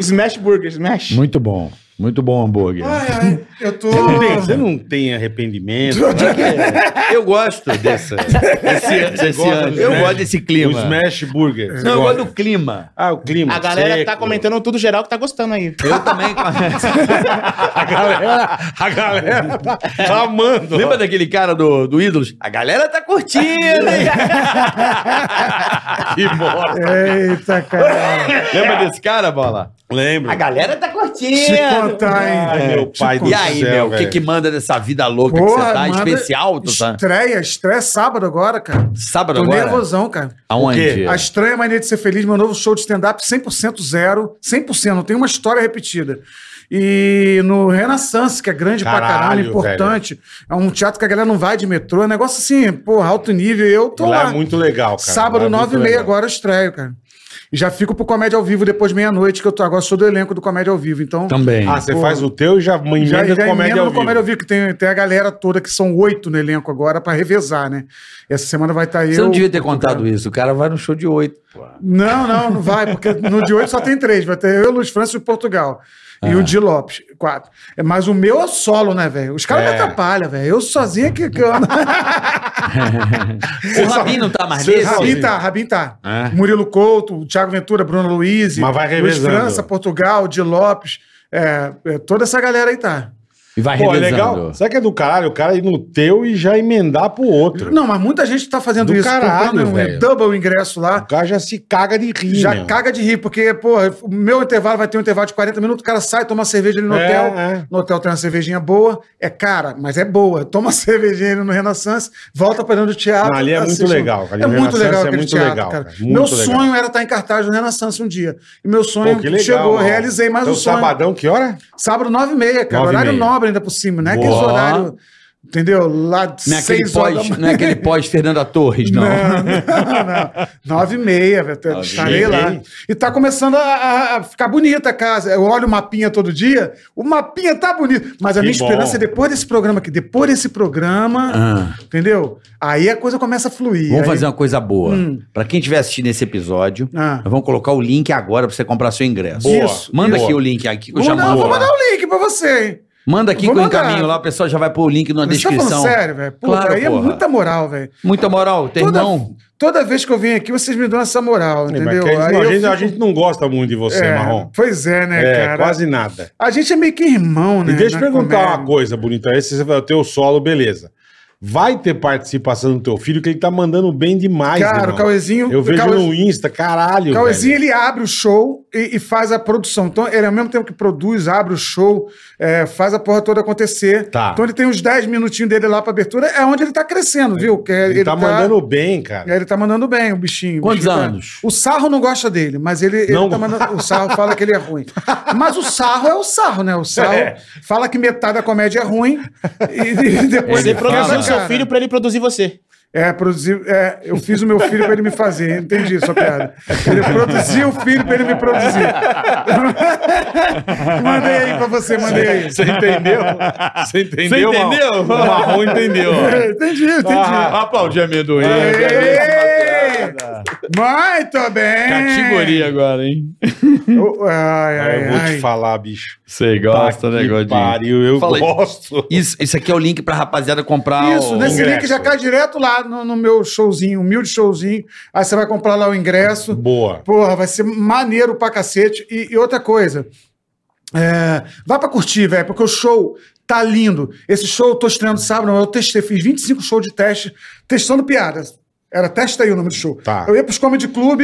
Speaker 7: Smash burger, smash.
Speaker 8: Muito bom. Muito bom hambúrguer.
Speaker 4: Ai, ai, eu tô.
Speaker 2: Você não tem- Você não tem arrependimento. né?
Speaker 8: Eu gosto dessa, desse, desse
Speaker 2: gosta
Speaker 8: ano.
Speaker 2: do
Speaker 8: Eu
Speaker 2: Smash?
Speaker 8: gosto desse
Speaker 2: O
Speaker 8: clima.
Speaker 2: Smash Burger.
Speaker 8: Não, eu gosto do clima.
Speaker 2: Ah, o clima.
Speaker 7: A galera tá
Speaker 2: seco.
Speaker 7: comentando tudo geral que tá gostando aí.
Speaker 8: Eu também.
Speaker 2: A galera, a galera tá, <laughs> tá amando.
Speaker 8: Lembra daquele cara do, do Ídolos? A galera tá curtindo,
Speaker 4: é
Speaker 8: hein?
Speaker 2: Que bosta.
Speaker 4: Eita, cara.
Speaker 8: Lembra desse cara, Bola?
Speaker 2: Lembro.
Speaker 8: A galera tá curtindo.
Speaker 4: Se contar, hein?
Speaker 2: Ai, meu pai do
Speaker 8: E aí,
Speaker 2: céu, tá
Speaker 8: meu, o que
Speaker 2: velho.
Speaker 8: que manda dessa vida louca que você tá?
Speaker 4: manda-
Speaker 8: Especial, tu tá?
Speaker 4: Estreia, estreia sábado agora, cara.
Speaker 8: Sábado
Speaker 4: Tô
Speaker 8: agora?
Speaker 4: nervosão, cara.
Speaker 8: Aonde?
Speaker 4: A Estranha Mania de Ser Feliz, meu novo show de stand-up 100% zero, 100%, não tem uma história repetida. E no Renaissance, que é grande pra
Speaker 2: Caralho,
Speaker 4: caralho, importante. É um teatro que a galera não vai de metrô, é um negócio assim, porra, alto nível. e Eu tô
Speaker 2: Lá
Speaker 4: lá.
Speaker 2: é muito legal, cara.
Speaker 4: Sábado,
Speaker 2: Lá é muito
Speaker 4: nove e meia
Speaker 2: legal.
Speaker 4: agora eu estreio, cara. E já fico pro Comédia ao Vivo depois de meia-noite, que eu tô agora, sou do elenco do Comédia ao Vivo, então...
Speaker 8: Também.
Speaker 2: Ah, você
Speaker 4: Pô.
Speaker 2: faz o teu e já emenda
Speaker 4: Já, já
Speaker 2: comédia
Speaker 4: emenda
Speaker 2: ao
Speaker 4: no
Speaker 2: vivo.
Speaker 4: Comédia ao Vivo, que tem, tem a galera toda, que são oito no elenco agora, pra revezar, né? Essa semana vai estar tá eu...
Speaker 8: Você não devia ter contado isso. O cara vai no show de oito.
Speaker 4: Não, não, não vai, porque no de hoje só tem três. Vai ter eu, Luiz França e o Portugal. E
Speaker 2: Ah.
Speaker 4: o Di Lopes, quatro. É, Mas o meu é solo, né, velho? Os caras
Speaker 2: É.
Speaker 4: me atrapalham, velho. Eu sozinho é que, que
Speaker 2: <laughs>
Speaker 4: eu ando.
Speaker 8: O Rabin não tá mais
Speaker 2: Você
Speaker 8: nesse?
Speaker 2: sabe-
Speaker 4: Rabin tá, Rabin tá.
Speaker 2: É.
Speaker 4: Murilo Couto, Thiago Ventura, Bruno Luiz.
Speaker 2: Mas vai
Speaker 4: Luiz
Speaker 2: revezando.
Speaker 4: França, Portugal, Di Lopes. É, é, toda essa galera aí tá.
Speaker 8: E vai
Speaker 2: Pô, é
Speaker 8: revezando.
Speaker 2: legal. Será que é do caralho o cara ir no teu e já emendar pro outro?
Speaker 4: Não, mas muita gente tá fazendo
Speaker 2: Do
Speaker 4: isso.
Speaker 2: caralho,
Speaker 4: comprando
Speaker 2: velho.
Speaker 4: um double ingresso lá.
Speaker 2: O cara já se caga de rir,
Speaker 4: Já
Speaker 2: meu.
Speaker 4: caga de rir, porque, pô, o meu intervalo vai ter um intervalo de 40 minutos, o cara sai, toma uma cerveja ali no
Speaker 2: É,
Speaker 4: hotel.
Speaker 2: é.
Speaker 4: No hotel tem uma cervejinha boa, é cara, mas é boa. Toma <laughs> uma cervejinha ali no Renaissance, volta pra dentro do teatro.
Speaker 2: Não, ali é muito
Speaker 4: assiste um-
Speaker 2: legal, cara. Ali
Speaker 4: É
Speaker 2: no
Speaker 4: muito
Speaker 2: Renaissance
Speaker 4: legal
Speaker 2: é
Speaker 4: aquele
Speaker 2: muito
Speaker 4: teatro,
Speaker 2: legal,
Speaker 4: cara.
Speaker 2: cara.
Speaker 4: Meu
Speaker 2: Muito legal.
Speaker 4: sonho era estar em cartaz no Renaissance um dia. E meu sonho
Speaker 2: Pô, que legal.
Speaker 4: chegou,
Speaker 2: ó.
Speaker 4: realizei mais
Speaker 2: Então,
Speaker 4: um sonho.
Speaker 2: sabadão, que hora?
Speaker 4: Sábado, 9 e meia, cara.
Speaker 2: 9 e
Speaker 4: horário
Speaker 2: meia.
Speaker 4: nobre ainda por cima, né? Aqueles
Speaker 8: Boa.
Speaker 4: horário, entendeu? Lá de
Speaker 8: Não é aquele
Speaker 4: 6 horas da
Speaker 8: pós, não é aquele pós Fernanda Torres, não.
Speaker 4: não, não. Nove e meia, velho. Eu Estarei lá. E tá começando a, a- a ficar bonita a casa. Eu olho o mapinha todo dia, o mapinha tá bonito. Mas a
Speaker 2: Que
Speaker 4: minha
Speaker 2: bom.
Speaker 4: esperança é depois desse programa aqui, depois desse programa,
Speaker 8: Ah,
Speaker 4: entendeu? Aí a coisa começa a fluir.
Speaker 8: vamos
Speaker 4: Aí-
Speaker 8: fazer uma coisa Tá boa.
Speaker 4: Hum.
Speaker 8: Pra quem estiver assistindo esse episódio,
Speaker 4: Ah.
Speaker 8: nós vamos colocar o link agora pra você comprar seu ingresso.
Speaker 2: Boa,
Speaker 8: Isso. Manda
Speaker 2: boa.
Speaker 8: aqui o link aqui que eu
Speaker 4: Vou
Speaker 8: já
Speaker 4: mandar,
Speaker 8: mando.
Speaker 4: vou mandar o link pra você, hein?
Speaker 8: Manda aqui
Speaker 4: Vou
Speaker 8: com o
Speaker 4: mandar.
Speaker 8: encaminho lá, o pessoal já vai pôr o link na
Speaker 4: Você tá
Speaker 8: descrição.
Speaker 4: falando sério, velho? Puta,
Speaker 8: Claro,
Speaker 4: aí
Speaker 8: porra.
Speaker 4: é muita moral, velho.
Speaker 8: Muita moral, tem
Speaker 4: Toda,
Speaker 8: irmão.
Speaker 4: toda vez que eu venho aqui, vocês me dão essa moral, entendeu?
Speaker 2: Porque é a, gente,
Speaker 4: Aí eu
Speaker 2: a gente- a
Speaker 4: fico-
Speaker 2: gente não gosta muito de você,
Speaker 4: É,
Speaker 2: Marrom.
Speaker 4: Pois é, né,
Speaker 2: É,
Speaker 4: cara?
Speaker 2: quase nada.
Speaker 4: A gente é meio que irmão, né?
Speaker 2: e deixa eu
Speaker 4: na
Speaker 2: perguntar
Speaker 4: comédia.
Speaker 2: uma coisa, bonita. Esse você vai ter o solo, beleza. Vai ter participação do teu filho, que ele tá mandando <laughs> bem demais,
Speaker 4: Cara,
Speaker 2: irmão.
Speaker 4: o Cauezinho-
Speaker 2: Eu vejo
Speaker 4: o Cauê-
Speaker 2: no Insta, caralho,
Speaker 4: O Cauezinho,
Speaker 2: velho.
Speaker 4: ele abre o show e, e faz a produção. Então, ele ao mesmo tempo que produz, abre o show, é, faz a porra toda acontecer.
Speaker 2: Tá.
Speaker 4: Então, ele tem uns 10 minutinhos dele lá pra abertura. É onde ele tá crescendo, viu? Que é-
Speaker 2: Ele, tá, mandando bem, cara.
Speaker 4: Ele tá mandando bem, o bichinho. O
Speaker 8: Quantos
Speaker 4: bichinho tá-
Speaker 8: anos?
Speaker 4: O Sarro não gosta dele, mas ele, ele
Speaker 2: Não
Speaker 4: tá mandando... O Sarro fala que ele é ruim. Mas o Sarro é o Sarro, né? O Sarro
Speaker 2: É.
Speaker 4: fala que metade da comédia é ruim e, e depois...
Speaker 8: Ele
Speaker 4: ele fala, é
Speaker 8: produziu o
Speaker 7: Produzindo seu
Speaker 4: cara.
Speaker 7: filho pra ele produzir você.
Speaker 4: É, produziu. É, eu fiz o meu filho pra ele me fazer. Entendi sua piada. Ele produziu o filho pra ele me produzir.
Speaker 2: <laughs>
Speaker 4: mandei aí pra você, mandei aí.
Speaker 2: Você
Speaker 4: <laughs>
Speaker 2: entendeu? Você entendeu? Marrom?
Speaker 3: entendeu?
Speaker 2: O Marrom entendeu.
Speaker 4: É, Entendi, entendi.
Speaker 2: Ah,
Speaker 3: Aplaudir amendoim.
Speaker 8: É.
Speaker 4: Ei! Muito bem!
Speaker 3: Categoria agora, hein?
Speaker 4: Oh, ai, ai,
Speaker 2: É, eu vou
Speaker 4: ai.
Speaker 2: te falar, bicho.
Speaker 3: Você
Speaker 2: Tá
Speaker 3: gosta,
Speaker 2: que
Speaker 3: né, Godinho?
Speaker 2: Pariu, eu
Speaker 8: Fala aí.
Speaker 2: gosto.
Speaker 8: Isso, isso aqui é o link pra rapaziada comprar
Speaker 4: Isso,
Speaker 8: o...
Speaker 4: nesse
Speaker 2: ingresso.
Speaker 4: link já cai direto lá no, no meu showzinho, humilde showzinho. Aí você vai comprar lá o ingresso.
Speaker 2: Boa.
Speaker 4: Porra, vai ser maneiro pra cacete. E, e outra coisa, é, vai pra curtir, velho, porque o show tá lindo. Esse show eu tô estreando sábado, não, eu testei, fiz 25 shows de teste, testando piadas. Era testa aí o nome do show.
Speaker 2: Tá.
Speaker 4: Eu ia pros comedy club,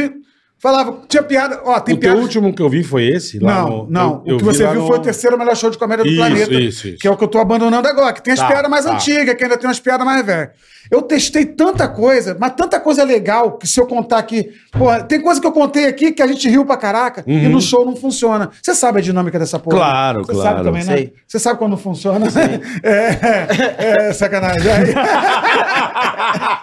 Speaker 4: falava, tinha piada, ó, tem
Speaker 2: o teu
Speaker 4: piada.
Speaker 2: último que eu vi foi esse? Lá
Speaker 4: Não,
Speaker 2: no- <laughs>
Speaker 4: não.
Speaker 2: eu- eu
Speaker 4: o que você
Speaker 2: lá
Speaker 4: viu
Speaker 2: no-
Speaker 4: foi o terceiro melhor show de comédia do
Speaker 2: Isso,
Speaker 4: planeta.
Speaker 2: isso, isso.
Speaker 4: Que é o que eu tô abandonando agora, que tem as
Speaker 2: Tá,
Speaker 4: piadas mais
Speaker 2: tá.
Speaker 4: antigas, que ainda tem umas piadas mais velhas. Eu testei tanta coisa, mas tanta coisa legal, que se eu contar aqui. Porra, tem coisa que eu contei aqui que a gente riu pra caraca
Speaker 2: Uhum.
Speaker 4: e no show não funciona. Você sabe a dinâmica dessa porra?
Speaker 3: Claro,
Speaker 4: Você
Speaker 3: claro.
Speaker 4: sabe também, né?
Speaker 7: Sei.
Speaker 4: Você sabe quando não funciona? <laughs> É, é, sacanagem. Aí- <laughs>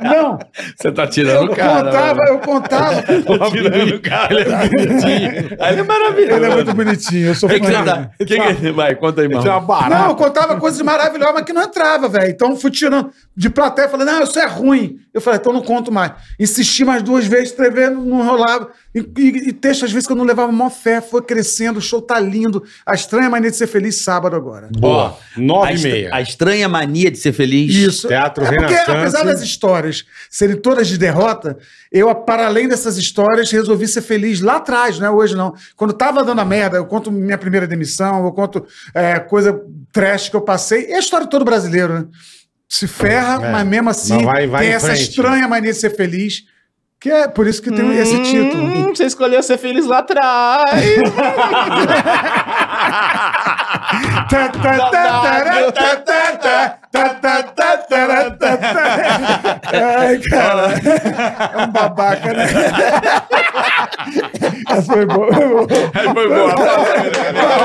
Speaker 4: não,
Speaker 3: Você tá
Speaker 4: eu
Speaker 2: um
Speaker 3: tirando o cara.
Speaker 4: contava,
Speaker 2: né?
Speaker 4: eu
Speaker 2: <laughs>
Speaker 4: contava.
Speaker 3: Tá tirando o cara. Ele é bonitinho. Ele é maravilhoso.
Speaker 4: Ele é muito bonitinho, eu sou
Speaker 3: Que que
Speaker 4: fã
Speaker 3: você
Speaker 4: dele.
Speaker 3: tá- que que- Vai, conta aí,
Speaker 2: Isso é uma
Speaker 3: mano.
Speaker 2: barata.
Speaker 4: Não, eu contava coisas maravilhosas, mas que não entrava, velho. Então fui tirando de plateia, falei, não, isso é ruim. Eu falei, então não conto mais. Insisti mais duas vezes, três vezes, não rolava. E, e, e texto, às vezes, que eu não levava mó fé, foi crescendo, o show tá lindo. A estranha mania de ser feliz sábado agora.
Speaker 2: Boa.
Speaker 8: a,
Speaker 2: Nove e
Speaker 8: estra-
Speaker 2: meia.
Speaker 8: a estranha mania de ser feliz.
Speaker 4: Isso.
Speaker 2: Teatro
Speaker 4: é porque,
Speaker 2: Renaissance.
Speaker 4: apesar das histórias serem todas de derrota, eu, para além dessas histórias, resolvi ser feliz lá atrás, não é hoje não. Quando tava dando a merda, eu conto minha primeira demissão, eu conto é, coisa trash que eu passei. É a história de todo brasileiro, né? Se ferra,
Speaker 2: É.
Speaker 4: mas mesmo assim
Speaker 2: Mas vai- vai
Speaker 4: tem
Speaker 2: em
Speaker 4: essa
Speaker 2: frente.
Speaker 4: estranha mania de ser feliz. Que é por isso que tem esse título.
Speaker 7: Hum, você escolheu ser feliz lá atrás.
Speaker 4: Tá, tá, tá, tá, tá, tá, tá, tá, tá, tá, tá, tá, tá. Ai, cara. É um babaca, né? Essa foi boa. foi boa.
Speaker 8: Foi boa.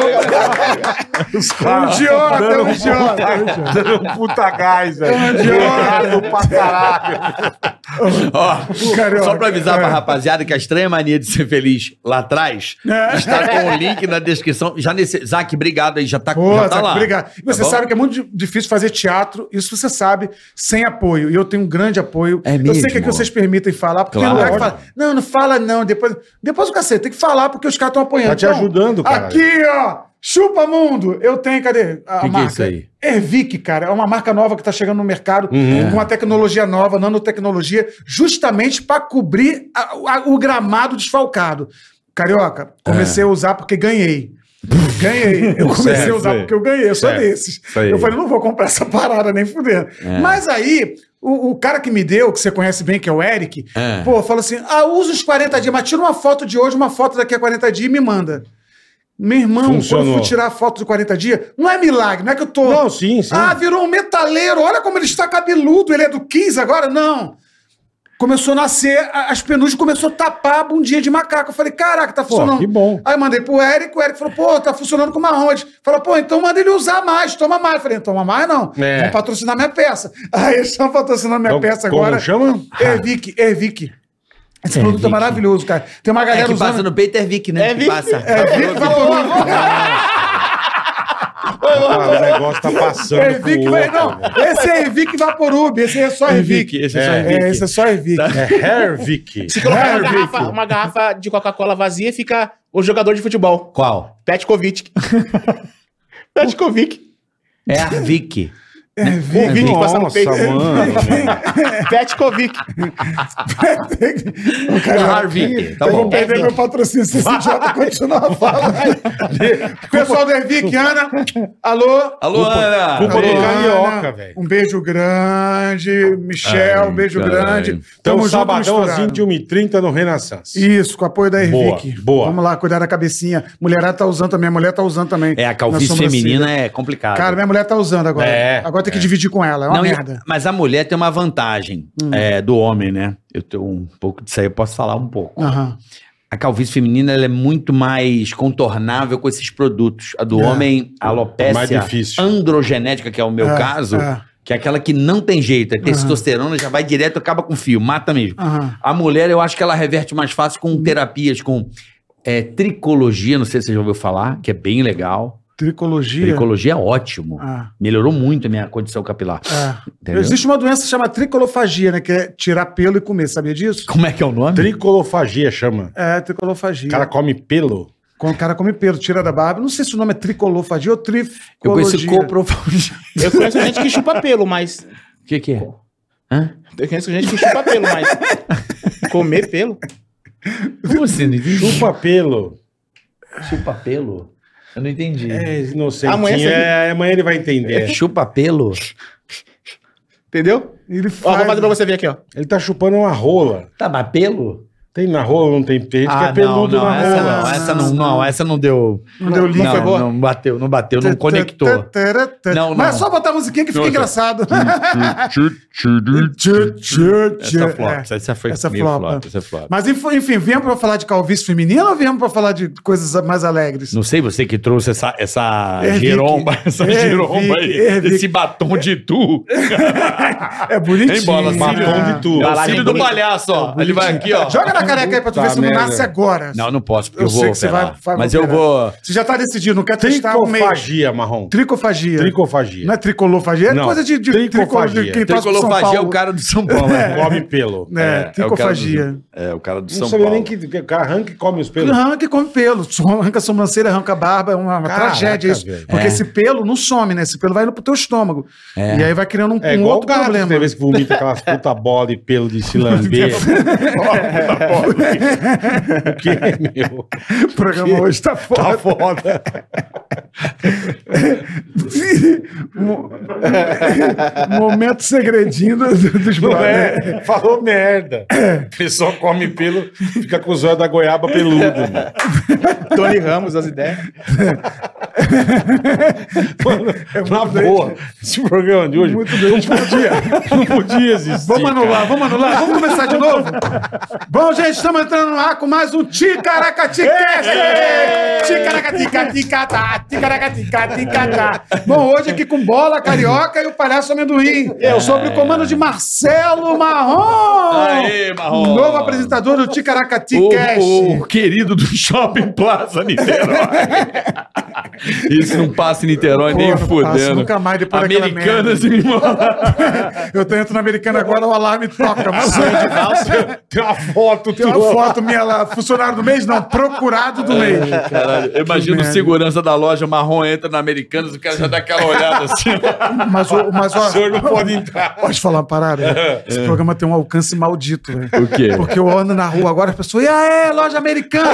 Speaker 4: É um idiota, é um idiota.
Speaker 2: <laughs>
Speaker 6: Dando um puta gás, velho.
Speaker 2: Tá
Speaker 6: Errado pra caralho.
Speaker 3: Ó,
Speaker 4: Carioca. É.
Speaker 3: só pra avisar pra rapaziada que a estranha mania de ser feliz lá atrás
Speaker 4: É.
Speaker 3: está com o link na descrição. Já nesse. Zac, obrigado aí, já tá,
Speaker 4: Pô,
Speaker 3: já tá
Speaker 4: Zac,
Speaker 3: lá.
Speaker 4: obrigado. E você
Speaker 3: bom?
Speaker 4: sabe que é muito di- difícil fazer teatro, isso você sabe, sem apoio. E eu tenho um grande apoio.
Speaker 3: É
Speaker 4: Eu
Speaker 3: mesmo?
Speaker 4: sei que aqui vocês permitem falar, porque
Speaker 3: Claro.
Speaker 4: tem lugar que fala. Não, não fala, não. Depois, depois o cacete, tem que falar porque os caras estão apoiando. Então,
Speaker 6: Tá te ajudando, cara.
Speaker 4: Aqui, ó. Chupa mundo! Eu tenho, cadê?
Speaker 3: Que
Speaker 4: A
Speaker 3: que é
Speaker 4: marca.
Speaker 3: isso aí?
Speaker 4: Ervic, cara, é uma marca nova que tá chegando no mercado,
Speaker 3: Uhum. É.
Speaker 4: com uma tecnologia nova, nanotecnologia, justamente para cobrir a- a- o gramado desfalcado. Carioca,
Speaker 3: É.
Speaker 4: comecei a usar porque ganhei. Ganhei. Eu comecei
Speaker 6: Certo,
Speaker 4: a usar
Speaker 6: isso aí.
Speaker 4: porque eu ganhei, eu sou desses.
Speaker 6: aí. É.
Speaker 4: Eu falei, não vou comprar essa parada nem fudendo. Mas aí, o, o cara que me deu, que você conhece bem, que é o Eric,
Speaker 3: É.
Speaker 4: pô, falou assim: ah, usa os 40 dias, mas tira uma foto de hoje, uma foto daqui a 40 dias e me manda. Meu irmão,
Speaker 6: Funcionou.
Speaker 4: quando eu fui tirar a foto de 40 dias, não é milagre, não é que eu tô.
Speaker 6: Não, sim, sim.
Speaker 4: Ah, virou um metaleiro. Olha como ele está cabeludo. Ele é do 15 agora? Não. Começou a nascer, a- as penugem começou a tapar a bundinha de macaco. Eu falei, caraca, tá funcionando.
Speaker 6: que bom.
Speaker 4: Aí eu mandei pro Eric, o Eric falou, pô, tá funcionando com marronde. Falou, pô, então manda ele usar mais, toma mais. Eu falei, não toma mais não,
Speaker 6: É.
Speaker 4: vão patrocinar minha peça. <laughs> Aí eles estão patrocinando minha
Speaker 6: Então,
Speaker 4: peça
Speaker 6: como
Speaker 4: agora. É
Speaker 6: chama?
Speaker 4: Ervic, Ervic. Esse produto é maravilhoso, cara. Tem uma
Speaker 3: É
Speaker 4: galera
Speaker 3: que
Speaker 4: usando...
Speaker 3: passa no Peter Vick, né?
Speaker 7: É
Speaker 3: Que
Speaker 7: Vick.
Speaker 3: Passa.
Speaker 4: Ervic, falou,
Speaker 6: Ah, o negócio tá passando.
Speaker 4: Ervic,
Speaker 6: pro
Speaker 4: É, vai-
Speaker 6: outro,
Speaker 4: não, esse é Ervic Vaporub, esse é só Ervic.
Speaker 3: né? Esse é só Tá,
Speaker 4: É, esse é só Ervic.
Speaker 6: velho. É Hervik.
Speaker 7: Se colocar uma garrafa, uma garrafa de Coca-Cola vazia, fica o jogador de futebol.
Speaker 3: Qual?
Speaker 7: Petkovic. Petkovic.
Speaker 3: É a Vick.
Speaker 4: Ervic.
Speaker 7: Vic passando
Speaker 6: Nossa,
Speaker 7: peito.
Speaker 6: mano.
Speaker 4: <laughs>
Speaker 7: Petkovic.
Speaker 3: É a Harvick. Tá
Speaker 4: eu
Speaker 3: bom.
Speaker 4: vou perder meu patrocínio
Speaker 3: <laughs>
Speaker 4: se esse idiota continuar a falar. Pessoal do Ervic, Ana, alô.
Speaker 3: Alô, Ana.
Speaker 6: culpa
Speaker 4: Alô,
Speaker 6: do
Speaker 4: Ana.
Speaker 6: Carioca, velho.
Speaker 4: Um beijo grande, Michel, um beijo
Speaker 3: caralho.
Speaker 4: grande.
Speaker 6: Então,
Speaker 4: Tamo junto,
Speaker 6: sabadão às
Speaker 4: misturado.
Speaker 6: 21h30 no Renaissance.
Speaker 3: um-
Speaker 4: Isso, com apoio da Ervic.
Speaker 6: Boa, boa.
Speaker 4: Vamos lá, cuidar da cabecinha. Mulherada tá usando também, a mulher tá usando também.
Speaker 3: É, a
Speaker 4: Na
Speaker 3: calvície
Speaker 4: sobrancelha.
Speaker 3: feminina é complicada.
Speaker 4: assim, né? Cara, minha mulher tá usando agora.
Speaker 6: É,
Speaker 4: agora tem que dividir com ela, é uma
Speaker 3: Não, e-
Speaker 4: merda. Hum.
Speaker 3: mas a mulher tem uma vantagem é, do homem, né? Eu tenho um pouco disso aí, eu posso falar um pouco.
Speaker 4: Aham.
Speaker 3: A calvície feminina ela é muito mais contornável com esses produtos. A do
Speaker 4: É.
Speaker 3: homem, a alopecia
Speaker 6: Mais difícil.
Speaker 3: androgenética, que é o meu
Speaker 4: É,
Speaker 3: caso,
Speaker 4: é.
Speaker 3: que é aquela que não tem jeito. É testosterona, já vai direto, acaba com fio, mata mesmo.
Speaker 4: Aham.
Speaker 3: A mulher, eu acho que ela reverte mais fácil
Speaker 4: Uhum.
Speaker 3: com terapias, com é, tricologia, não sei se você já ouviu falar, que é bem legal.
Speaker 4: Tricologia.
Speaker 3: Tricologia é ótimo.
Speaker 4: Ah,
Speaker 3: Melhorou muito a minha condição capilar.
Speaker 4: ah.
Speaker 3: Entendeu?
Speaker 4: Existe uma doença chamada tricolofagia, né? Que é tirar pelo e comer, sabia disso?
Speaker 3: Como é que é o nome?
Speaker 6: Tricolofagia chama.
Speaker 4: É,
Speaker 6: O
Speaker 4: tricolofagia.
Speaker 6: cara come pelo.
Speaker 4: Quando o cara come pelo, tira da barba. Não sei se o nome é tricolofagia ou tricologia.
Speaker 3: Eu conheci coprofagia.
Speaker 7: Eu conheço gente que chupa pelo, mas.
Speaker 3: O que, que é? Hã?
Speaker 7: Eu conheço gente que chupa pelo, mas. Comer pelo?
Speaker 3: Como assim? Não entendi.
Speaker 6: Chupa pelo.
Speaker 3: Chupa pelo? Eu não entendi.
Speaker 6: É inocentinho.
Speaker 7: Amanhã você-
Speaker 6: É, amanhã ele vai entender.
Speaker 3: Chupa pelo?
Speaker 7: Entendeu?
Speaker 4: Ele
Speaker 7: Ó, vou
Speaker 4: faz...
Speaker 7: fazer pra você ver aqui, ó.
Speaker 6: Ele tá chupando uma rola.
Speaker 3: Tá, mas pelo?
Speaker 6: Tem na rola, não tem? Tem gente que é peludo
Speaker 3: Ah, não,
Speaker 6: na
Speaker 3: essa
Speaker 6: rola.
Speaker 3: não, essa não, não, essa não deu.
Speaker 4: Não deu link
Speaker 3: não,
Speaker 4: agora?
Speaker 3: Não bateu, não bateu, não conectou. Não, não.
Speaker 4: Mas é só botar a musiquinha que fica engraçado.
Speaker 3: Essa é flop, essa foi
Speaker 4: É. Essa
Speaker 3: meio
Speaker 4: flopa.
Speaker 3: flop, essa é flop.
Speaker 4: Mas enfim, enfim, viemos pra falar de calvície feminina ou viemos pra falar de coisas mais alegres?
Speaker 3: Não sei você que trouxe essa, essa
Speaker 4: É, Vicky.
Speaker 3: giromba, essa
Speaker 4: É,
Speaker 3: giromba aí,
Speaker 4: Vicky, é, Vicky.
Speaker 3: esse batom de
Speaker 4: <laughs>
Speaker 3: tu.
Speaker 4: É bonitinho.
Speaker 3: Hein, bola,
Speaker 6: Batom de
Speaker 3: É
Speaker 6: tudo.
Speaker 3: o
Speaker 7: Embalagem
Speaker 3: cílio do
Speaker 7: bonita.
Speaker 3: palhaço, ó. Ele vai aqui, ó.
Speaker 4: É Joga na careca aí pra tu ver
Speaker 6: Puta
Speaker 4: se não
Speaker 6: merda.
Speaker 4: nasce agora.
Speaker 3: Não, não posso, porque
Speaker 4: Eu
Speaker 3: eu,
Speaker 4: sei
Speaker 3: vou
Speaker 4: que você
Speaker 3: operar.
Speaker 4: vai- vai
Speaker 3: Mas eu
Speaker 4: operar.
Speaker 3: vou...
Speaker 4: Você já tá decidido, não quer testar o meio.
Speaker 6: Tricofagia, Marrom.
Speaker 4: Tricofagia.
Speaker 6: Tricofagia.
Speaker 4: Não é tricolofagia, é
Speaker 6: Não,
Speaker 4: coisa de, de
Speaker 6: tricofagia.
Speaker 4: tricolo- de quem tá pro São
Speaker 3: Tricolofagia é
Speaker 4: Paulo.
Speaker 3: o cara do São
Speaker 4: <laughs>
Speaker 3: Paulo. né?
Speaker 6: Come pelo.
Speaker 4: É,
Speaker 3: o cara do-
Speaker 4: tricofagia.
Speaker 3: É, o cara do
Speaker 4: Um
Speaker 6: Não
Speaker 3: São
Speaker 6: sabia
Speaker 3: Paulo.
Speaker 6: nem que, que que arranca e come os pelos.
Speaker 4: Arranca e come pelo. <laughs> Arranca a sobrancelha, arranca a barba. É uma uma
Speaker 6: Caraca,
Speaker 4: tragédia isso.
Speaker 6: velho.
Speaker 4: Porque
Speaker 3: É.
Speaker 4: esse pelo não some, né? Esse pelo vai indo pro teu estômago. E aí vai criando um,
Speaker 6: É
Speaker 4: um
Speaker 6: igual o
Speaker 4: outro
Speaker 6: cara que
Speaker 4: problema.
Speaker 6: tem vez que vomita aquelas puta bola de pelo de se
Speaker 4: <laughs>
Speaker 6: lamber. o que, meu?
Speaker 4: <laughs> O programa hoje tá foda.
Speaker 6: Tá foda.
Speaker 4: <laughs> Mo- <laughs> Momento segredinho do- do- dos
Speaker 2: Não
Speaker 4: brothers.
Speaker 2: é? Falou merda. A pessoa come pelo, fica com os olhos da goiaba peludo. meu.
Speaker 7: Tony Ramos, as ideias.
Speaker 2: Na boa. Esse programa de hoje.
Speaker 4: É Muito bem.
Speaker 2: Não podia existir.
Speaker 4: Vamos anular, vamos anular, vamos começar de novo? Bom, gente, estamos entrando no ar com mais um Ticaracatiquest! tá,
Speaker 5: Ticaracatica-ticatá, ticaracatica-ticatá.
Speaker 4: Bom, hoje aqui com Bola Carioca e o Palhaço Amendoim, sobre o comando de Marcelo Marrom!
Speaker 8: Aê, Marrom. Uh,
Speaker 4: Novo apresentador do Ticaracatiquest!
Speaker 8: O, o querido do Shopping Plaza
Speaker 4: <laughs>
Speaker 8: Niterói. Isso não passa em Niterói nem
Speaker 4: Porra, não passa
Speaker 8: fudendo.
Speaker 4: nunca mais depois daquela
Speaker 8: Americanas e
Speaker 4: <laughs> Eu tô entrando na Americana agora, o alarme
Speaker 8: <laughs>
Speaker 4: toca. Mas
Speaker 2: Tem uma foto
Speaker 4: tem uma foto minha lá, funcionário do mês? Não, procurado do mês.
Speaker 8: Caralho, imagina o segurança da loja marrom entra na Americanas, o cara já dá aquela olhada assim.
Speaker 4: Mas, o- mas ó,
Speaker 2: O senhor não pode entrar.
Speaker 4: Pode falar uma parada? Esse programa tem um alcance maldito, velho.
Speaker 8: É. O quê?
Speaker 4: Porque eu ando na rua agora, as pessoas, e aí, loja americana?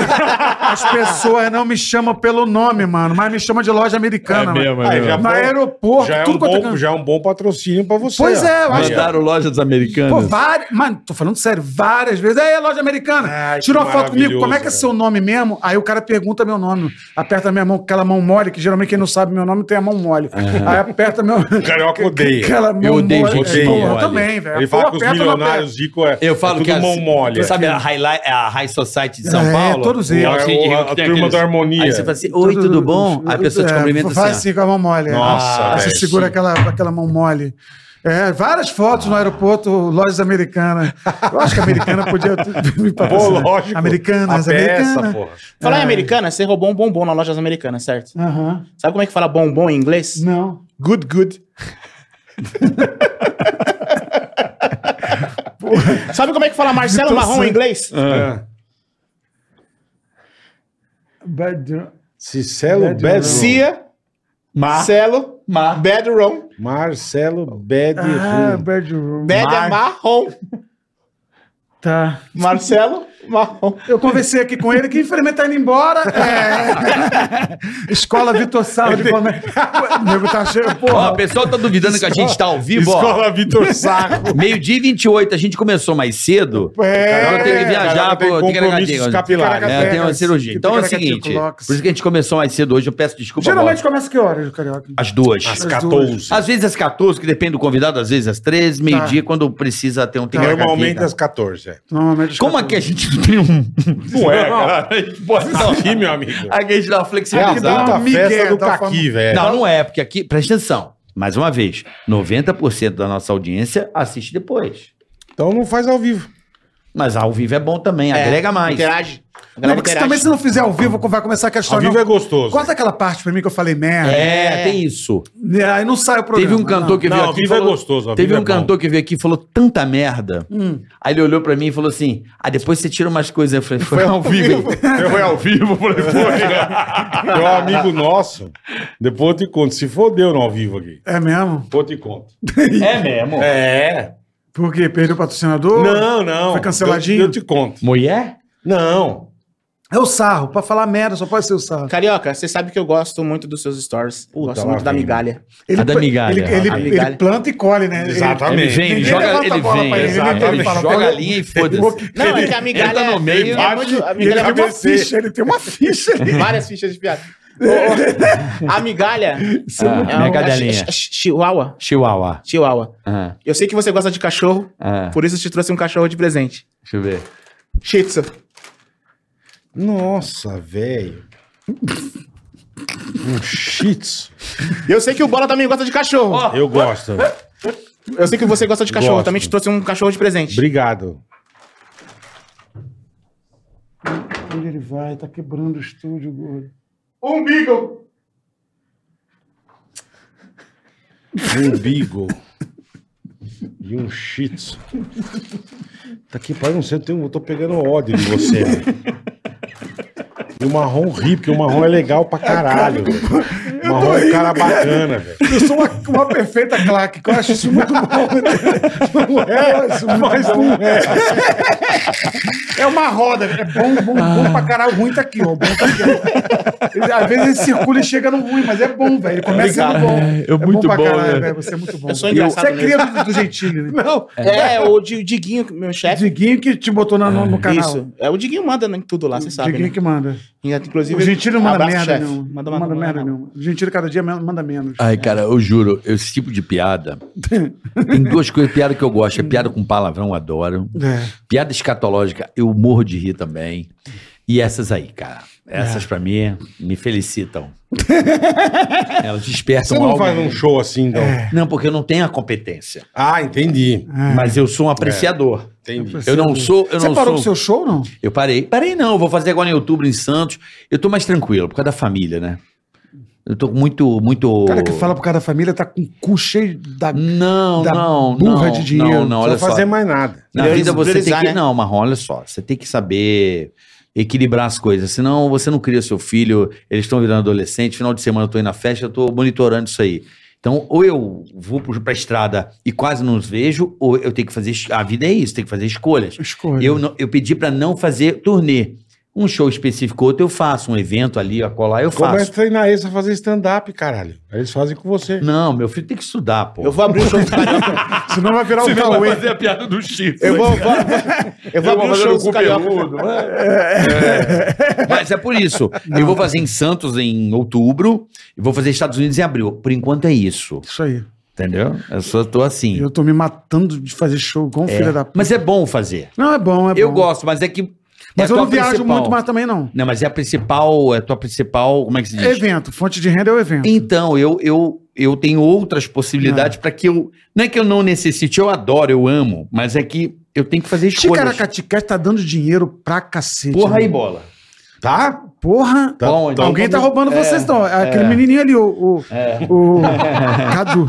Speaker 4: As pessoas não me chamam pelo nome, mano, mas me chamam de loja americana. mano.
Speaker 8: mesmo, é
Speaker 2: Aí, já
Speaker 4: No
Speaker 2: foi-
Speaker 4: aeroporto,
Speaker 2: já, é
Speaker 4: tudo
Speaker 2: um
Speaker 4: quanto é
Speaker 2: bom,
Speaker 4: canto.
Speaker 2: já é um bom patrocínio pra você.
Speaker 4: Pois
Speaker 2: ó.
Speaker 4: é, eu acho
Speaker 8: Mandaram lojas
Speaker 4: Pô,
Speaker 8: americanas.
Speaker 4: várias. Mano, tô falando sério, várias vezes. Aí, loja americana,
Speaker 2: Ai,
Speaker 4: tirou
Speaker 2: que
Speaker 4: uma foto comigo,
Speaker 2: maravilhoso,
Speaker 4: como é que é
Speaker 2: cara.
Speaker 4: seu nome mesmo? Aí o cara pergunta meu nome. Aperta minha mão, com aquela mão mole, que geralmente quem não sabe meu nome tem a mão mole. Aí aperta meu.
Speaker 2: Carioca odeia.
Speaker 4: Aquela mão
Speaker 8: Eu odeio
Speaker 4: mole.
Speaker 8: gente
Speaker 4: Pô,
Speaker 8: mole.
Speaker 4: Eu também, velho.
Speaker 2: Ele
Speaker 4: Pô,
Speaker 2: fala que os
Speaker 4: aperta, não
Speaker 2: milionários, Zico, é,
Speaker 8: Eu falo
Speaker 2: é
Speaker 8: que
Speaker 2: tudo
Speaker 8: as-
Speaker 2: mão mole.
Speaker 8: Sabe a High, Li- a High Society de São
Speaker 4: É,
Speaker 8: Paulo?
Speaker 4: todos
Speaker 8: O
Speaker 4: eles.
Speaker 8: Wall Street
Speaker 2: A- a-
Speaker 8: Hill, que
Speaker 2: a
Speaker 8: tem
Speaker 2: turma da harmonia.
Speaker 8: Aí você fala assim, oi, tudo bom? Aí a pessoa te
Speaker 4: É,
Speaker 8: cumprimenta assim.
Speaker 4: Faz
Speaker 8: ó.
Speaker 4: assim com a mão mole. é.
Speaker 2: Nossa,
Speaker 4: Aí Você
Speaker 2: velho,
Speaker 4: segura
Speaker 2: sim.
Speaker 4: aquela, aquela mão mole. É, várias fotos no aeroporto, lojas americanas. Eu acho que a americana podia me
Speaker 2: Pô,
Speaker 4: patrocinar.
Speaker 2: lógico.
Speaker 4: Americanas,
Speaker 2: A peça,
Speaker 4: americanas.
Speaker 2: porra.
Speaker 7: Falar em americana, você roubou um bombom nas lojas americanas, certo?
Speaker 4: Aham.
Speaker 7: Sabe como é que fala bombom em inglês?
Speaker 4: Não.
Speaker 7: Good, good. Sabe como é que fala Marcelo Marrom em inglês?
Speaker 4: Bad- É
Speaker 2: Cicelo Bedron.
Speaker 7: Cia, Marcelo, Bedroom,
Speaker 2: Marcelo Bedron.
Speaker 4: Ah, bedroom.
Speaker 7: Beda Marrom,
Speaker 4: Tá.
Speaker 7: Marcelo Marrom.
Speaker 4: Eu conversei aqui com ele que infelizmente tá indo embora. É. Escola Vitor Sala de Comércio. O nego tá cheio,
Speaker 8: Ó,
Speaker 4: porra.
Speaker 8: o pessoal tá duvidando que a gente tá ao vivo, ó.
Speaker 2: Escola Vitor Sarro.
Speaker 8: Meio-dia e 28, a gente começou mais cedo.
Speaker 4: É.
Speaker 8: Agora eu tenho que viajar
Speaker 2: Caraca, É, tem
Speaker 8: pro
Speaker 2: compromissos
Speaker 8: Ticaracatica.
Speaker 2: capilares. né?
Speaker 8: É, tem uma cirurgia.
Speaker 4: Que
Speaker 8: Então é o
Speaker 4: Ticaracatica
Speaker 8: seguinte,
Speaker 4: Clocks.
Speaker 8: por isso que a gente começou mais cedo hoje, eu peço desculpa.
Speaker 4: Geralmente
Speaker 8: Geralmente...
Speaker 4: começa que horas, Carioca?
Speaker 8: Às duas.
Speaker 2: Às 14.
Speaker 8: Às vezes às 14, que depende do convidado, às vezes às 13, meio-dia, quando precisa ter um Ticaracatica.
Speaker 2: Tá. Normalmente às 14. é.
Speaker 4: Normalmente.
Speaker 8: Como aqui a gente não tem um... <laughs>
Speaker 2: Não é, cara. <laughs> Aqui, meu amigo.
Speaker 8: Aqui a gente dá
Speaker 2: É
Speaker 8: uma
Speaker 2: a
Speaker 8: flexibilizada.
Speaker 2: data
Speaker 4: Miguel,
Speaker 2: festa do
Speaker 4: tá
Speaker 2: caqui,
Speaker 4: falando-
Speaker 2: velho.
Speaker 8: Não, não é, porque aqui, presta atenção, mais uma vez, 90% da nossa audiência assiste depois.
Speaker 2: Então não faz ao vivo.
Speaker 8: Mas ao vivo é bom também,
Speaker 7: É,
Speaker 8: agrega mais.
Speaker 7: Interage. A
Speaker 4: Não,
Speaker 7: galera
Speaker 4: porque se
Speaker 7: interage.
Speaker 4: também se não fizer ao vivo, vai começar aquela
Speaker 2: Ao
Speaker 4: história.
Speaker 2: vivo
Speaker 4: não.
Speaker 2: é gostoso.
Speaker 4: Corta aquela parte pra mim que eu falei merda.
Speaker 8: É, tem isso.
Speaker 4: E Aí não sai o programa.
Speaker 8: Teve um cantor que
Speaker 2: Não,
Speaker 8: veio
Speaker 2: ao
Speaker 8: aqui.
Speaker 2: vivo é
Speaker 8: falou-
Speaker 2: gostoso, ao
Speaker 8: Teve
Speaker 2: vivo
Speaker 8: um
Speaker 2: é bom.
Speaker 8: cantor que veio aqui e falou tanta merda. Aí ele olhou pra mim e falou assim: Ah, depois você tira umas coisas. Eu falei: Foi ao vivo.
Speaker 2: Eu fui ao vivo, falei, pô, Meu amigo nosso, depois eu te conto. Se fodeu no ao vivo aqui.
Speaker 4: É mesmo?
Speaker 2: Depois eu te conto.
Speaker 8: é mesmo?
Speaker 2: É.
Speaker 4: Por quê? Perdeu o patrocinador?
Speaker 2: Não, não.
Speaker 4: Foi canceladinho?
Speaker 2: Eu, eu te conto.
Speaker 8: Mulher?
Speaker 2: Não.
Speaker 4: É o sarro. Pra falar merda, só pode ser o sarro.
Speaker 7: Carioca, você sabe que eu gosto muito dos seus stories. gosto
Speaker 2: lá
Speaker 7: muito da
Speaker 2: vem.
Speaker 7: migalha.
Speaker 8: A da migalha.
Speaker 4: Ele, ele-
Speaker 7: A
Speaker 4: ele
Speaker 7: migalha.
Speaker 4: planta e colhe, né? Ele-
Speaker 8: Ele
Speaker 2: Exatamente.
Speaker 8: vem, ele
Speaker 4: Ninguém
Speaker 8: joga,
Speaker 4: levanta a
Speaker 8: ele
Speaker 4: bola
Speaker 8: vem.
Speaker 4: pra ele,
Speaker 8: exatamente.
Speaker 4: ninguém
Speaker 8: Ele
Speaker 4: fala,
Speaker 8: joga
Speaker 4: "Pô,
Speaker 8: a linha e foda-se.
Speaker 7: Não, é que a migalha
Speaker 8: entra no
Speaker 7: é-
Speaker 8: meio,
Speaker 7: é
Speaker 2: bate,
Speaker 7: muito- a
Speaker 4: Ele,
Speaker 7: migalha é
Speaker 4: tem uma
Speaker 7: muito-
Speaker 4: ficha, ele tem uma ficha ali.
Speaker 7: várias fichas de piada. Ô, ô, a
Speaker 4: <laughs>
Speaker 7: migalha.
Speaker 4: é
Speaker 7: é um-
Speaker 8: Ah, minha cadelinha.
Speaker 7: chi- chi- Chihuahua.
Speaker 8: Chihuahua.
Speaker 7: Chihuahua.
Speaker 8: Ah,
Speaker 7: Eu sei que você gosta de cachorro,
Speaker 8: ah,
Speaker 7: por isso eu te trouxe um cachorro de presente.
Speaker 8: deixa eu ver.
Speaker 7: Shih Tzu.
Speaker 2: Nossa, velho. Um shih tzu.
Speaker 7: Eu sei que o Bola também gosta de cachorro.
Speaker 2: Eu gosto.
Speaker 7: Eu sei que você gosta de cachorro.
Speaker 2: Gosto.
Speaker 7: Também te trouxe um cachorro de presente.
Speaker 2: Obrigado.
Speaker 4: Onde ele vai? Tá quebrando o estúdio, gordo.
Speaker 7: Um Beagle.
Speaker 2: Um beagle. E um shih tzu. Tá aqui, pai, não sei, eu, tenho, eu tô pegando ódio de você.
Speaker 6: né?
Speaker 2: velho. E o marrom ri, porque o marrom é legal pra caralho. velho.
Speaker 4: Eu tô
Speaker 6: Marrom é um
Speaker 4: rindo,
Speaker 6: cara
Speaker 4: cara.
Speaker 6: bacana, velho.
Speaker 4: Eu sou uma, uma perfeita claque, que eu acho isso muito bom. né? Não é, isso mas
Speaker 3: um,
Speaker 4: não é. <laughs> É uma roda, é bom, bom,
Speaker 3: Ah.
Speaker 4: bom pra caralho, ruim tá aqui, ó. Bom tá aqui, ó. Ele- Às vezes ele circula e chega no ruim, mas é bom, velho. Ele começa sendo bom.
Speaker 9: É, eu muito bom,
Speaker 3: né?
Speaker 9: velho.
Speaker 4: Você é muito bom.
Speaker 7: Eu sou
Speaker 4: velho.
Speaker 7: engraçado
Speaker 4: Você é
Speaker 7: mesmo.
Speaker 4: cria do, do jeitinho. né? Não,
Speaker 7: É, o Di- o Diguinho, meu chefe.
Speaker 4: Diguinho que te botou na- no, no canal.
Speaker 7: Isso. É, o Diguinho manda em tudo lá, você sabe.
Speaker 4: Diguinho
Speaker 7: né?
Speaker 4: que manda.
Speaker 7: E, Inclusive,
Speaker 4: O Gentili não manda
Speaker 7: abraço,
Speaker 4: merda, né?
Speaker 7: chefe.
Speaker 4: não.
Speaker 7: Manda, um
Speaker 4: Não
Speaker 7: manda,
Speaker 4: merda,
Speaker 7: não.
Speaker 4: não. O Gentili cada dia men- manda menos.
Speaker 3: Ai, cara, eu juro, esse tipo de piada. Tem duas coisas, piada que eu gosto. É piada com palavrão, eu adoro. Piada escatológica, eu morro de rir também. E essas aí, cara. Essas pra mim me felicitam. Elas
Speaker 6: Você
Speaker 3: despertam
Speaker 6: não
Speaker 3: algo.
Speaker 6: faz um show assim, então.
Speaker 3: Não, porque eu não tenho a competência.
Speaker 6: Ah, entendi.
Speaker 3: Mas eu sou um apreciador.
Speaker 6: Entendi.
Speaker 3: Eu não sou. Eu
Speaker 4: É. Você
Speaker 3: não sou...
Speaker 4: parou
Speaker 3: um
Speaker 4: com o seu show, não?
Speaker 3: Eu parei. Parei não, eu vou fazer agora em outubro em Santos. Eu tô mais tranquilo, por causa da família, né? Eu tô muito, muito...
Speaker 4: O cara que fala por causa da família tá com o cu cheio da.
Speaker 3: Hum. Não,
Speaker 4: da
Speaker 3: não,
Speaker 4: burra
Speaker 3: não,
Speaker 4: de dinheiro.
Speaker 3: Não, não,
Speaker 6: Não
Speaker 3: olha
Speaker 6: vai
Speaker 3: só.
Speaker 6: fazer mais nada.
Speaker 3: Na vida você tem
Speaker 7: priorizar,
Speaker 3: que...
Speaker 7: né?
Speaker 3: Não, Marrom, olha só. Você tem que saber equilibrar as coisas. Senão você não cria seu filho, eles estão virando adolescente. Final de semana eu tô indo na festa, eu tô monitorando isso aí. Então, ou eu vou pro- pra estrada e quase não os vejo, ou eu tenho que fazer... es- A vida é isso, tem que fazer escolhas.
Speaker 4: Escolha.
Speaker 3: Eu, não- eu pedi pra não fazer turnê. Um show específico outro eu faço, um evento ali, acolá eu
Speaker 6: Como é
Speaker 3: faço.
Speaker 6: que treinar eles a fazer stand-up, caralho? Aí Eles fazem com você.
Speaker 3: Não, meu filho tem que estudar, pô.
Speaker 7: Eu vou abrir o show do Carioca.
Speaker 4: <laughs> Senão vai virar um Cauê.
Speaker 3: é, a piada do chifre.
Speaker 7: Eu vou, vou- eu vou abrir o show do Carioca.
Speaker 3: <laughs> Mas é por isso. Eu vou fazer em Santos em outubro e vou fazer Estados Unidos em abril. Por enquanto é isso,
Speaker 4: Isso aí.
Speaker 3: entendeu? Eu só tô assim.
Speaker 4: Eu tô me matando de fazer show com filha da puta.
Speaker 3: Mas é bom fazer.
Speaker 4: Não, é bom, é bom.
Speaker 3: Eu gosto, mas é que... é
Speaker 4: Mas
Speaker 3: a
Speaker 4: eu
Speaker 3: tua
Speaker 4: não viajo
Speaker 3: principal.
Speaker 4: muito mais também, não.
Speaker 3: Não, mas é a principal, é a tua principal, como é que se diz?
Speaker 4: É evento. Fonte de renda é o evento.
Speaker 3: Então, eu, eu, eu tenho outras possibilidades para que eu. Não é que eu não necessite, eu adoro, eu amo, mas é que eu tenho que fazer escolhas.
Speaker 4: Ticaracaticás tá dando dinheiro pra cacete.
Speaker 3: Porra
Speaker 4: né?
Speaker 3: aí, bola.
Speaker 6: Tá?
Speaker 4: Porra.
Speaker 6: Tá-
Speaker 3: Bom, é. então
Speaker 4: Alguém tá
Speaker 3: vamos-
Speaker 4: roubando vocês, não. Aquele menininho ali, o. o,
Speaker 3: <laughs>
Speaker 4: o Cadu.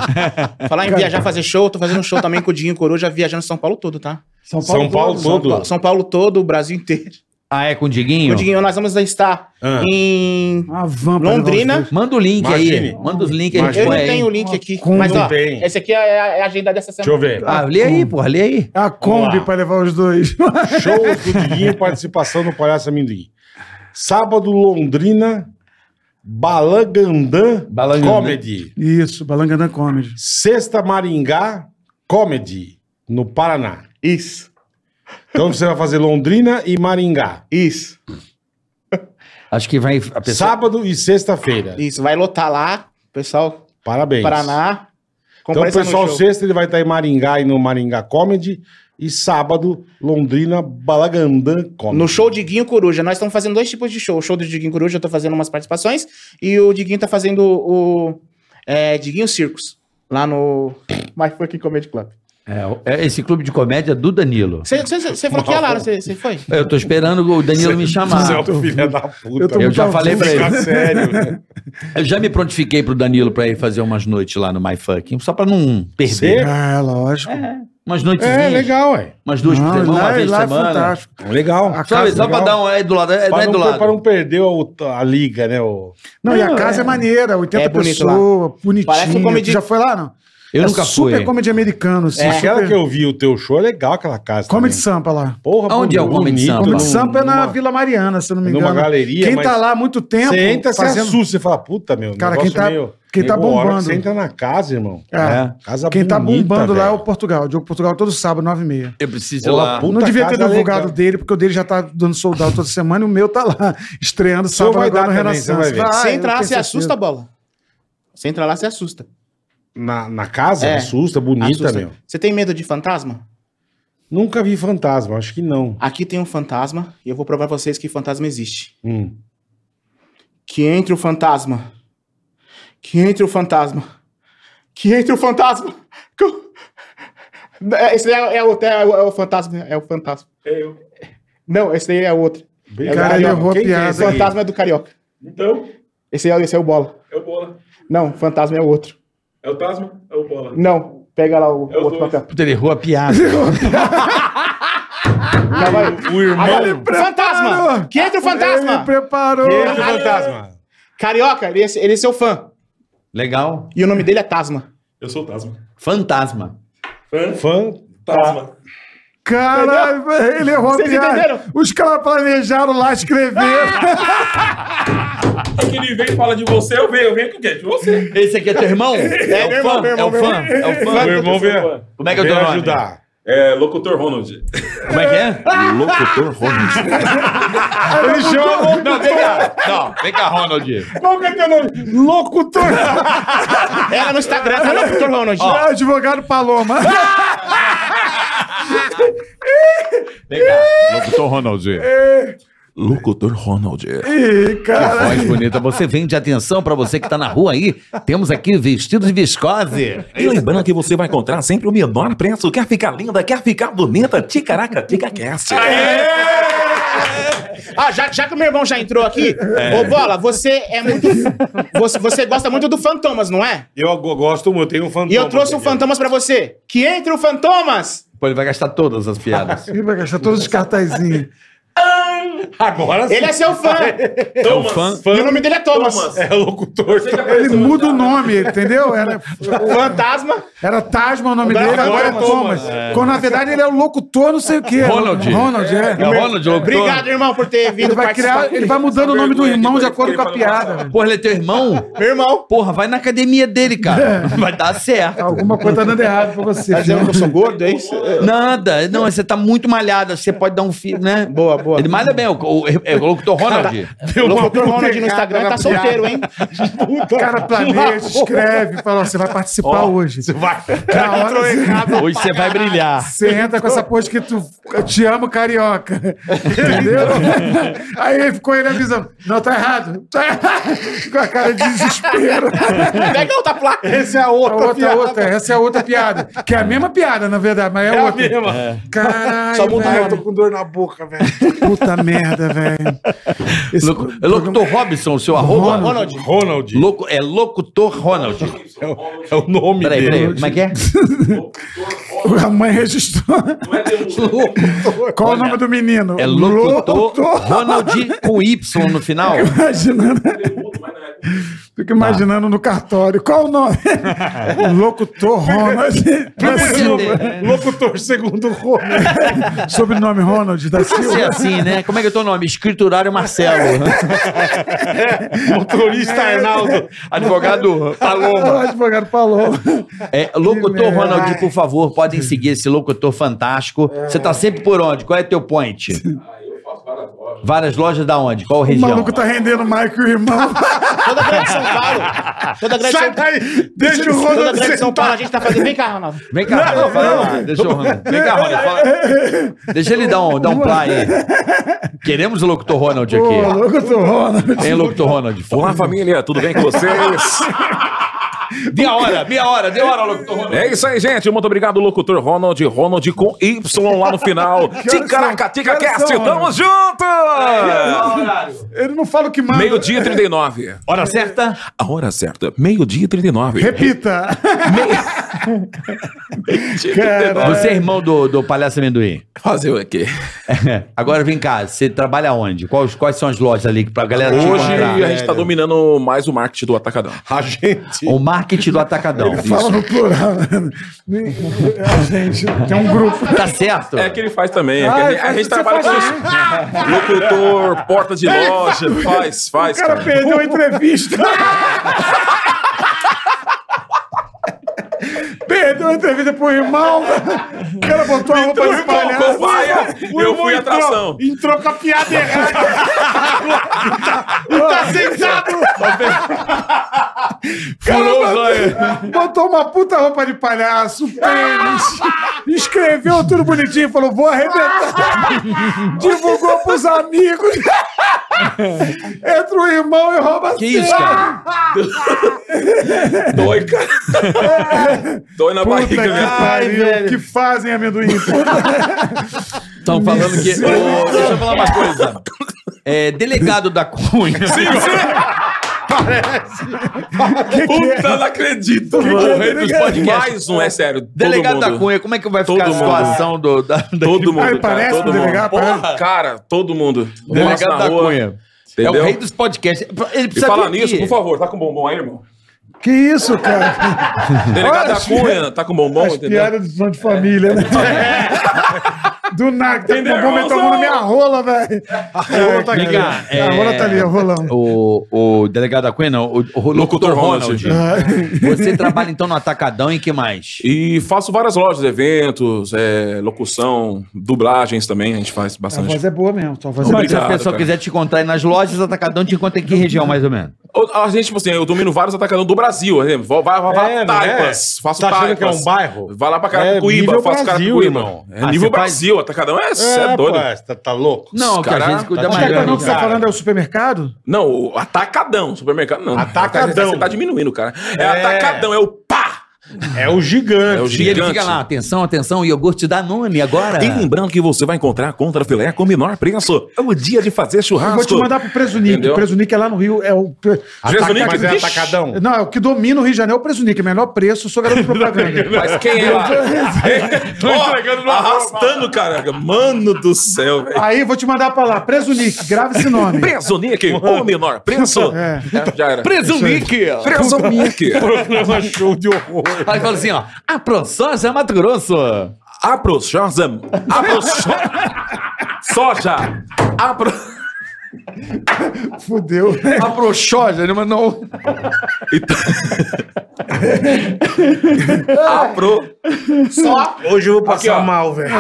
Speaker 7: Falar em viajar, fazer show, eu tô fazendo um show também com o Dinho Coruja, viajando São Paulo todo, tá?
Speaker 6: São Paulo todo.
Speaker 7: São Paulo todo, o
Speaker 6: <laughs>
Speaker 7: Brasil inteiro.
Speaker 3: Ah, é com o
Speaker 7: Com
Speaker 3: Diguinho?
Speaker 7: o Diguinho, nós vamos estar
Speaker 6: Ah.
Speaker 7: em
Speaker 4: Uma van pra levar
Speaker 7: Londrina.
Speaker 3: Manda o link aí.
Speaker 6: Imagine.
Speaker 3: Manda os links aí.
Speaker 6: Imagine.
Speaker 7: Eu não
Speaker 3: põe aí.
Speaker 7: tenho o link aqui,
Speaker 4: Como
Speaker 7: mas ó,
Speaker 6: não tem?
Speaker 7: esse aqui é a- é a agenda dessa
Speaker 6: Deixa eu
Speaker 7: semana.
Speaker 6: ver.
Speaker 3: Ah, lê aí, porra, lê aí.
Speaker 4: os dois. É A Kombi
Speaker 6: Vamos lá.
Speaker 4: pra levar os dois. <laughs>
Speaker 6: Show do Diguinho, participação do Palhaço Amendoim. Sábado, Londrina, Balangandã,
Speaker 3: Balangandã.
Speaker 6: Comedy.
Speaker 4: Isso, Balangandã Comedy.
Speaker 6: Sexta, Maringá, Comedy, no Paraná.
Speaker 7: Isso,
Speaker 6: Então você vai fazer Londrina e Maringá.
Speaker 7: isso,
Speaker 3: Acho que vai. A pessoa...
Speaker 6: Sábado e sexta-feira.
Speaker 7: isso. Vai lotar lá, pessoal,
Speaker 6: Parabéns.
Speaker 7: Paraná.
Speaker 6: É Então,
Speaker 7: Compareça no
Speaker 6: pessoal,
Speaker 7: show.
Speaker 6: sexta ele vai estar em Maringá e no Maringá Comedy. E sábado, Londrina, Balagandã Comedy.
Speaker 7: No show Diguinho Coruja, nós estamos fazendo dois tipos de show. O show do Diguinho Coruja, eu tô fazendo umas participações, e o Diguinho tá fazendo o é, Diguinho Circos,
Speaker 6: <laughs>
Speaker 7: lá no My Fucking Comedy Club.
Speaker 3: É, é esse clube de comédia do Danilo.
Speaker 7: Você falou que ia lá, você foi?
Speaker 3: é, Eu tô esperando o Danilo me
Speaker 6: Você é
Speaker 3: chamar.
Speaker 6: um filho da puta.
Speaker 4: eu tô
Speaker 3: Eu
Speaker 4: muito
Speaker 3: já falei pra
Speaker 6: Fica
Speaker 3: ele.
Speaker 6: sério.
Speaker 3: Eu já me prontifiquei pro Danilo pra ir fazer umas noites lá no My Fucking, só pra não perder.
Speaker 6: Você-
Speaker 4: Ah, lógico.
Speaker 3: Umas noitezinhas.
Speaker 6: É, legal, ué.
Speaker 3: Umas duas por
Speaker 4: Não,
Speaker 3: semana, uma
Speaker 4: lá,
Speaker 3: vez por
Speaker 4: lá é
Speaker 3: semana.
Speaker 4: fantástico.
Speaker 6: Legal.
Speaker 4: A
Speaker 3: Sabe,
Speaker 4: casa,
Speaker 3: só pra
Speaker 4: legal.
Speaker 3: dar um. É do lado. É, não
Speaker 6: Pra
Speaker 3: é do
Speaker 6: não,
Speaker 3: lado.
Speaker 6: pra não perder o- a liga, né? O...
Speaker 4: Não, e a casa é, maneira, 80
Speaker 7: É bonito lá.
Speaker 4: pessoas,
Speaker 7: Parece
Speaker 4: bonitinha.
Speaker 7: um comedy-
Speaker 4: Tu já foi lá, não?
Speaker 3: Eu
Speaker 4: É
Speaker 3: nunca fui.
Speaker 4: Super comedy americano, assim.
Speaker 7: É.
Speaker 6: Aquela
Speaker 4: super-
Speaker 6: que eu vi o teu show é legal, aquela casa.
Speaker 4: Comedy
Speaker 6: também.
Speaker 4: Sampa lá.
Speaker 6: Porra,
Speaker 3: Onde é o
Speaker 6: bonito,
Speaker 3: Comedy Sampa?
Speaker 6: num-
Speaker 4: Comedy Sampa é na
Speaker 6: numa-
Speaker 4: Vila Mariana, se eu não me
Speaker 6: numa
Speaker 4: engano.
Speaker 6: galeria,
Speaker 4: Quem
Speaker 6: mas-
Speaker 4: tá lá há muito tempo.
Speaker 6: Você entra, você
Speaker 4: fazendo...
Speaker 6: assusta, você fala, puta, meu.
Speaker 4: Cara,
Speaker 6: negócio
Speaker 4: quem tá- quem tá
Speaker 6: Pô, a hora que
Speaker 4: bombando.
Speaker 6: Você entra na casa, irmão.
Speaker 4: É.
Speaker 6: Casa
Speaker 4: Quem tá
Speaker 6: bonita,
Speaker 4: bombando lá é o
Speaker 6: velho.
Speaker 4: Portugal. O Diogo Portugal todo sábado, 9h30.
Speaker 3: Eu preciso ir
Speaker 6: Pô,
Speaker 3: lá.
Speaker 6: puta
Speaker 4: Não devia ter
Speaker 6: casa
Speaker 4: divulgado
Speaker 6: legal.
Speaker 4: o dele, porque o dele já tá dando soldado toda semana e o meu tá lá, <laughs> estreando
Speaker 6: senhor
Speaker 4: sábado
Speaker 6: vai
Speaker 4: agora
Speaker 6: dar
Speaker 4: no
Speaker 6: também, você vai
Speaker 4: Renascença.
Speaker 6: ver.
Speaker 4: Ah,
Speaker 7: Você
Speaker 4: eu
Speaker 7: entra lá,
Speaker 4: tenho
Speaker 7: você
Speaker 4: certeza.
Speaker 7: assusta a bola. Você entra lá, você assusta.
Speaker 6: Na, na casa,
Speaker 7: É.
Speaker 6: assusta, bonita,
Speaker 7: Assusta.
Speaker 6: meu.
Speaker 7: Você tem medo de fantasma?
Speaker 6: Nunca vi fantasma, acho que não.
Speaker 7: Aqui tem um fantasma, e eu vou provar pra vocês que fantasma existe.
Speaker 6: Hum.
Speaker 7: Que entre o fantasma. Que entre o fantasma. Que entre o fantasma. Co- É, Esse é, é, outro, é, o- é o fantasma. É o fantasma. É eu. Não, esse daí é outro.
Speaker 6: Bem,
Speaker 7: É o
Speaker 4: Cara, ele
Speaker 7: Carioca.
Speaker 4: errou a
Speaker 6: Quem que é
Speaker 4: piada.
Speaker 7: O fantasma é do carioca.
Speaker 2: Então,
Speaker 7: Esse é, esse é o bola.
Speaker 2: é o bola.
Speaker 7: Não, fantasma é o outro.
Speaker 2: É o Tasma? É o bola.
Speaker 7: Não, pega lá o,
Speaker 2: É os
Speaker 7: outro
Speaker 2: dois.
Speaker 7: papel.
Speaker 3: Puta, ele errou a piada.
Speaker 7: Já vai.
Speaker 6: O irmão.
Speaker 2: Ah,
Speaker 7: Agora, fantasma! Que entre o
Speaker 4: Ele
Speaker 7: fantasma!
Speaker 4: preparou.
Speaker 6: Quem é o fantasma?
Speaker 7: Carioca, ele ia ser, ele ia ser o fã.
Speaker 3: Legal.
Speaker 7: E o nome dele é Tasma.
Speaker 10: Eu sou o Tasma.
Speaker 3: Fantasma.
Speaker 10: Fantasma.
Speaker 4: Caralho, ele errou a
Speaker 7: Vocês
Speaker 4: piada.
Speaker 7: entenderam?
Speaker 4: Os caras planejaram lá escrever.
Speaker 10: É que ele vem e fala de você, eu venho. Eu venho com o quê? De você.
Speaker 3: Esse aqui é teu irmão? É, o fã, é o fã, é o fã.
Speaker 2: Meu irmão veio,
Speaker 3: Como é que é o
Speaker 2: veio
Speaker 3: teu nome?
Speaker 2: ajudar.
Speaker 10: É, locutor Ronald.
Speaker 3: Como é que é?
Speaker 11: Locutor Ronald.
Speaker 3: Ele chama... Não, vem cá. Não, vem cá, Ronald.
Speaker 4: Qual que é teu nome? Locutor.
Speaker 7: <laughs> Ela no Instagram, tá no Dr. Ronald.
Speaker 4: é Advogado Paloma. <laughs>
Speaker 3: Vem cá.
Speaker 11: Locutor Ronald. Locutor Ronald.
Speaker 4: Ih, cara.
Speaker 3: Voz bonita. Você vende atenção pra você que tá na rua aí. Temos aqui vestido de viscose.
Speaker 11: E lembrando que você vai encontrar sempre o menor preço. Quer ficar linda, quer ficar bonita? Ticaraca, tica cast.
Speaker 7: Ah, já, já que o meu irmão já entrou aqui, ô Bola, você é muito. Você, você gosta muito do Fantomas, não é?
Speaker 2: Eu go- gosto muito, eu tenho um fantoma.
Speaker 7: E eu trouxe um
Speaker 2: aqui.
Speaker 7: Fantomas pra você. Que entre o Fantomas!
Speaker 3: Pô, ele vai gastar todas as piadas.
Speaker 4: Ele vai gastar todos os cartazinhos.
Speaker 2: Agora sim.
Speaker 7: Ele é seu fã! um
Speaker 10: Thomas.
Speaker 7: E o nome dele é Thomas.
Speaker 10: Thomas.
Speaker 2: É locutor.
Speaker 10: Você que
Speaker 4: Ele
Speaker 10: apareceu no
Speaker 4: muda o
Speaker 10: Instagram.
Speaker 4: nome, entendeu? Era,
Speaker 7: Fantasma.
Speaker 4: era Tasma o nome dele, agora é Thomas. Quando na verdade ele é o locutor, não sei o quê.
Speaker 3: Ronald.
Speaker 4: Ronald, é.
Speaker 3: É o Ronald, o locutor.
Speaker 7: Obrigado, irmão, por ter vindo
Speaker 4: Ele vai,
Speaker 7: participar
Speaker 4: criar,
Speaker 7: aqui.
Speaker 4: ele vai mudando o nome do
Speaker 10: vergonha
Speaker 4: irmão
Speaker 10: que
Speaker 4: de
Speaker 10: eu
Speaker 4: acordo com a
Speaker 10: queria falar.
Speaker 4: piada. velho.
Speaker 3: Porra, ele é teu irmão?
Speaker 7: Meu irmão.
Speaker 3: Porra, vai na academia dele, cara. Vai dar certo.
Speaker 4: Alguma coisa tá dando errado pra você.
Speaker 7: Tá dizendo
Speaker 4: filho.
Speaker 7: que eu sou gordo, é isso?
Speaker 3: Nada. Não, você tá muito malhado. Você pode dar um fio, né?
Speaker 7: Boa, boa.
Speaker 3: Ele malha bem. O, o, é o locutor Ronald.
Speaker 7: O um Dr. Ronald no Instagram
Speaker 4: na
Speaker 7: tá solteiro, hein?
Speaker 4: O cara planeja, escreve, fala, ó, você vai participar hoje. Você vai.
Speaker 2: <laughs>
Speaker 4: Na hora, você,
Speaker 3: Hoje você vai
Speaker 4: <laughs>
Speaker 3: brilhar.
Speaker 4: você entra com essa pose que tu eu te amo carioca.
Speaker 2: <laughs>
Speaker 4: Entendeu? Aí ele ficou ele avisando. Não, tá errado. Tá errado. Com a cara de desespero.
Speaker 7: Pega outra placa.
Speaker 2: Essa é a
Speaker 4: A
Speaker 2: outra,
Speaker 4: outra,
Speaker 2: piada.
Speaker 4: outra, essa é a outra piada. Que é a mesma piada, na verdade, mas é,
Speaker 2: É a
Speaker 4: outra.
Speaker 2: mesma.
Speaker 4: Caralho.
Speaker 7: Só muda o
Speaker 4: velho.
Speaker 2: Eu tô com dor na boca, velho.
Speaker 4: Puta merda, velho. Esse
Speaker 3: Locu-
Speaker 4: pro-
Speaker 3: é locutor Robson, o seu arroba?
Speaker 7: Ronald.
Speaker 2: É Ronald.
Speaker 3: Loco, é locutor Ronald.
Speaker 2: É o, é o nome
Speaker 3: Peraí,
Speaker 2: dele.
Speaker 3: peraí. Como é que é?
Speaker 4: programa- A mãe registrou.
Speaker 2: é
Speaker 4: Qual o nome do menino?
Speaker 3: É locutor Ronald com Y no
Speaker 4: <laughs>
Speaker 3: final.
Speaker 4: Imaginando. Fico imaginando no cartório. Qual o nome? Locutor Ronald da Silva. é.
Speaker 7: É.
Speaker 2: Locutor segundo Ronald.
Speaker 4: Sobrenome Ronald da
Speaker 3: Tem que Ser
Speaker 4: Silva.
Speaker 3: assim, né? Como é que é o teu nome? Escriturário Marcelo. né?
Speaker 2: Motorista
Speaker 7: É,
Speaker 2: Arnaldo.
Speaker 3: Advogado
Speaker 4: O
Speaker 3: Paloma.
Speaker 4: Ah, advogado falou.
Speaker 3: É, locutor
Speaker 4: Que
Speaker 3: Ronald,
Speaker 4: merda.
Speaker 3: por favor, podem seguir esse locutor fantástico. Você tá sempre por onde? Qual é teu point? Várias lojas da onde? Qual
Speaker 4: O
Speaker 3: região?
Speaker 4: maluco tá rendendo mais que o irmão.
Speaker 7: Toda grande São Paulo. Toda grande São Paulo.
Speaker 2: daí. Deixa o
Speaker 7: Toda
Speaker 2: Ronald
Speaker 7: grande São Paulo, a
Speaker 2: sentar.
Speaker 7: gente tá fazendo. Vem cá, Ronaldo.
Speaker 3: Vem cá, Ronald, fala lá. Deixa eu, Ronald. Vem cá, Ronald. fala. Deixa ele dar um, dar um play aí. Queremos o locutor Ronald
Speaker 4: Pô,
Speaker 3: aqui.
Speaker 4: locutor Ronald.
Speaker 3: Hein, locutor Ronald?
Speaker 11: Olá, família, tudo bem com vocês?
Speaker 3: Meia hora, meia hora, deu hora, locutor Ronald.
Speaker 11: É isso aí, gente. Muito obrigado, locutor Ronald. Ronald com Y lá no final. Ticaraca, TicaCast.
Speaker 4: Que horas são,
Speaker 11: Tamo junto!
Speaker 4: Ele não fala o que manda.
Speaker 11: Meio-dia e 39.
Speaker 3: Hora certa?
Speaker 11: A hora certa. Meio-dia e 39.
Speaker 4: Repita.
Speaker 3: Você é irmão do, do Palhaço Amendoim. <laughs>
Speaker 11: Fazer o quê?
Speaker 3: Agora vem cá, você trabalha onde? Quais, quais são as lojas ali pra galera te
Speaker 11: Hoje
Speaker 3: encontrar?
Speaker 11: a gente tá dominando mais o marketing do Atacadão.
Speaker 2: A gente.
Speaker 3: O marketing do Atacadão.
Speaker 4: Fala no plural. né? A gente tem um grupo.
Speaker 3: Tá certo?
Speaker 11: É que ele faz também. é que
Speaker 4: Ah,
Speaker 11: a gente, a
Speaker 4: faz-
Speaker 11: gente
Speaker 4: você
Speaker 11: trabalha com
Speaker 4: faz
Speaker 11: isso. <laughs> Locutor, porta de loja, faz,
Speaker 4: O
Speaker 11: faz.
Speaker 4: cara
Speaker 11: Cara.
Speaker 4: perdeu a entrevista. perdeu a entrevista pro irmão. O cara botou a roupa de palhaço.
Speaker 11: cobaia, eu fui atração.
Speaker 4: Entrou com a piada errada. e tá sentado. Furou Botou uma puta roupa de palhaço, um tênis. Escreveu tudo bonitinho, falou, vou arrebentar. Divulgou pros amigos. Entra o irmão e rouba
Speaker 3: Que isso, cara?
Speaker 11: Dói, cara. Dói na
Speaker 4: Puta que
Speaker 11: barriga, Ah, velho.
Speaker 4: pariu, que fazem amendoim.
Speaker 3: Estão falando que. Ô, deixa eu falar uma coisa. É, delegado da Cunha.
Speaker 11: Puta, não acredito.
Speaker 4: que é
Speaker 11: o rei dos
Speaker 4: delegado?
Speaker 11: podcasts. Mais um, é sério. todo
Speaker 3: Delegado da
Speaker 11: mundo.
Speaker 3: Cunha, como é que vai ficar a
Speaker 11: Todo mundo.
Speaker 3: situação do, da, da-
Speaker 11: Todo mundo,
Speaker 4: ele
Speaker 11: cara,
Speaker 4: parece
Speaker 11: todo
Speaker 4: um
Speaker 11: mundo.
Speaker 4: delegado,
Speaker 11: Porra,
Speaker 4: parece.
Speaker 11: cara, todo mundo. Passa
Speaker 3: Delegado
Speaker 11: na
Speaker 3: da
Speaker 11: rua,
Speaker 3: Cunha? É
Speaker 11: Entendeu?
Speaker 3: o rei dos podcasts. Ele
Speaker 11: E
Speaker 3: precisa
Speaker 11: falar
Speaker 3: vir
Speaker 11: nisso,
Speaker 3: aqui.
Speaker 11: por favor, tá com bombom aí, irmão?
Speaker 4: Que isso, cara?
Speaker 11: Delegado
Speaker 4: Olha,
Speaker 11: da Cunha, tá com bombom,
Speaker 4: As
Speaker 11: entendeu?
Speaker 4: piadas do som de família, né? <laughs> Do nada, tem
Speaker 11: Entendeu,
Speaker 4: bombom me
Speaker 11: irmãozão?
Speaker 4: tomando minha rola, velho. A rola tá
Speaker 3: Vem cá,
Speaker 4: aqui. A rola tá ali, o rolão.
Speaker 3: O, o delegado da Cunha, não, o, o locutor
Speaker 11: Ronald.
Speaker 3: Ronald. Você trabalha então no Atacadão e que mais?
Speaker 11: E faço várias lojas, eventos, é, locução, dublagens também, a gente faz
Speaker 4: A
Speaker 11: bastante.
Speaker 4: voz é boa mesmo, só a voz é
Speaker 11: Não,
Speaker 4: boa.
Speaker 3: Mas se a
Speaker 11: Obrigado,
Speaker 3: pessoa
Speaker 11: cara.
Speaker 3: quiser te encontrar aí nas lojas, Atacadão te encontra em que região, mais ou menos?
Speaker 11: Ou- A gente, tipo assim, eu domino vários atacadão do Brasil, por exemplo. Vou, vai, vai, vai,
Speaker 2: É,
Speaker 11: taipas.
Speaker 2: é.
Speaker 11: Faço
Speaker 2: Tá achando
Speaker 11: taipas.
Speaker 2: que é um bairro?
Speaker 11: Vai lá pra
Speaker 2: É
Speaker 11: Carapicuíba,
Speaker 2: nível Brasil,
Speaker 11: faço Carapicuíba.
Speaker 2: irmão. Ah,
Speaker 11: É
Speaker 3: você
Speaker 11: nível
Speaker 3: faz-
Speaker 11: Brasil, atacadão é, cê é
Speaker 2: É,
Speaker 11: doido.
Speaker 2: pô, tá, tá louco?
Speaker 3: Não, que a
Speaker 11: cara-
Speaker 3: gente cuida
Speaker 2: tá
Speaker 3: mais.
Speaker 4: Atacadão que você tá
Speaker 2: cara.
Speaker 4: falando é o supermercado?
Speaker 11: Não, o atacadão, supermercado não.
Speaker 2: Atacadão.
Speaker 11: Você tá diminuindo, cara. É,
Speaker 2: É.
Speaker 11: atacadão, é o pá!
Speaker 2: É o gigante.
Speaker 11: É o
Speaker 3: E ele
Speaker 11: gigante.
Speaker 3: fica lá, atenção, atenção, iogurte da Nune agora.
Speaker 11: E lembrando que você vai encontrar contra filé com menor preço. É o dia de fazer
Speaker 4: Eu
Speaker 11: churrasco.
Speaker 4: vou te mandar pro Presunique.
Speaker 11: Entendeu?
Speaker 4: O Presunique é lá no Rio. É o... pre-
Speaker 11: Presunique,
Speaker 2: mas é
Speaker 11: vixe.
Speaker 2: atacadão.
Speaker 4: Não, é o que domina o Rio de Janeiro é o Presunique. Melhor preço, eu sou garoto de propaganda.
Speaker 11: Mas quem é lá? <laughs> Tô entregando no Arrastando, caraca. Mano do céu, velho.
Speaker 4: Aí eu vou te mandar pra lá. Presunique, grava esse nome.
Speaker 11: <laughs> Presunique, o menor preço.
Speaker 4: É.
Speaker 11: É, já era.
Speaker 3: Presunique!
Speaker 11: <laughs> Presunique.
Speaker 2: programa show de horror.
Speaker 3: Aí fala assim, ó, a
Speaker 11: é
Speaker 3: ProSoja Mato Grosso.
Speaker 11: Apro soja. Apro soja. Soja. Apro...
Speaker 4: Fudeu.
Speaker 3: A ProSoja, né, mas não...
Speaker 11: Apro...
Speaker 2: Hoje eu vou
Speaker 11: Aqui, ó.
Speaker 2: passar mal, velho.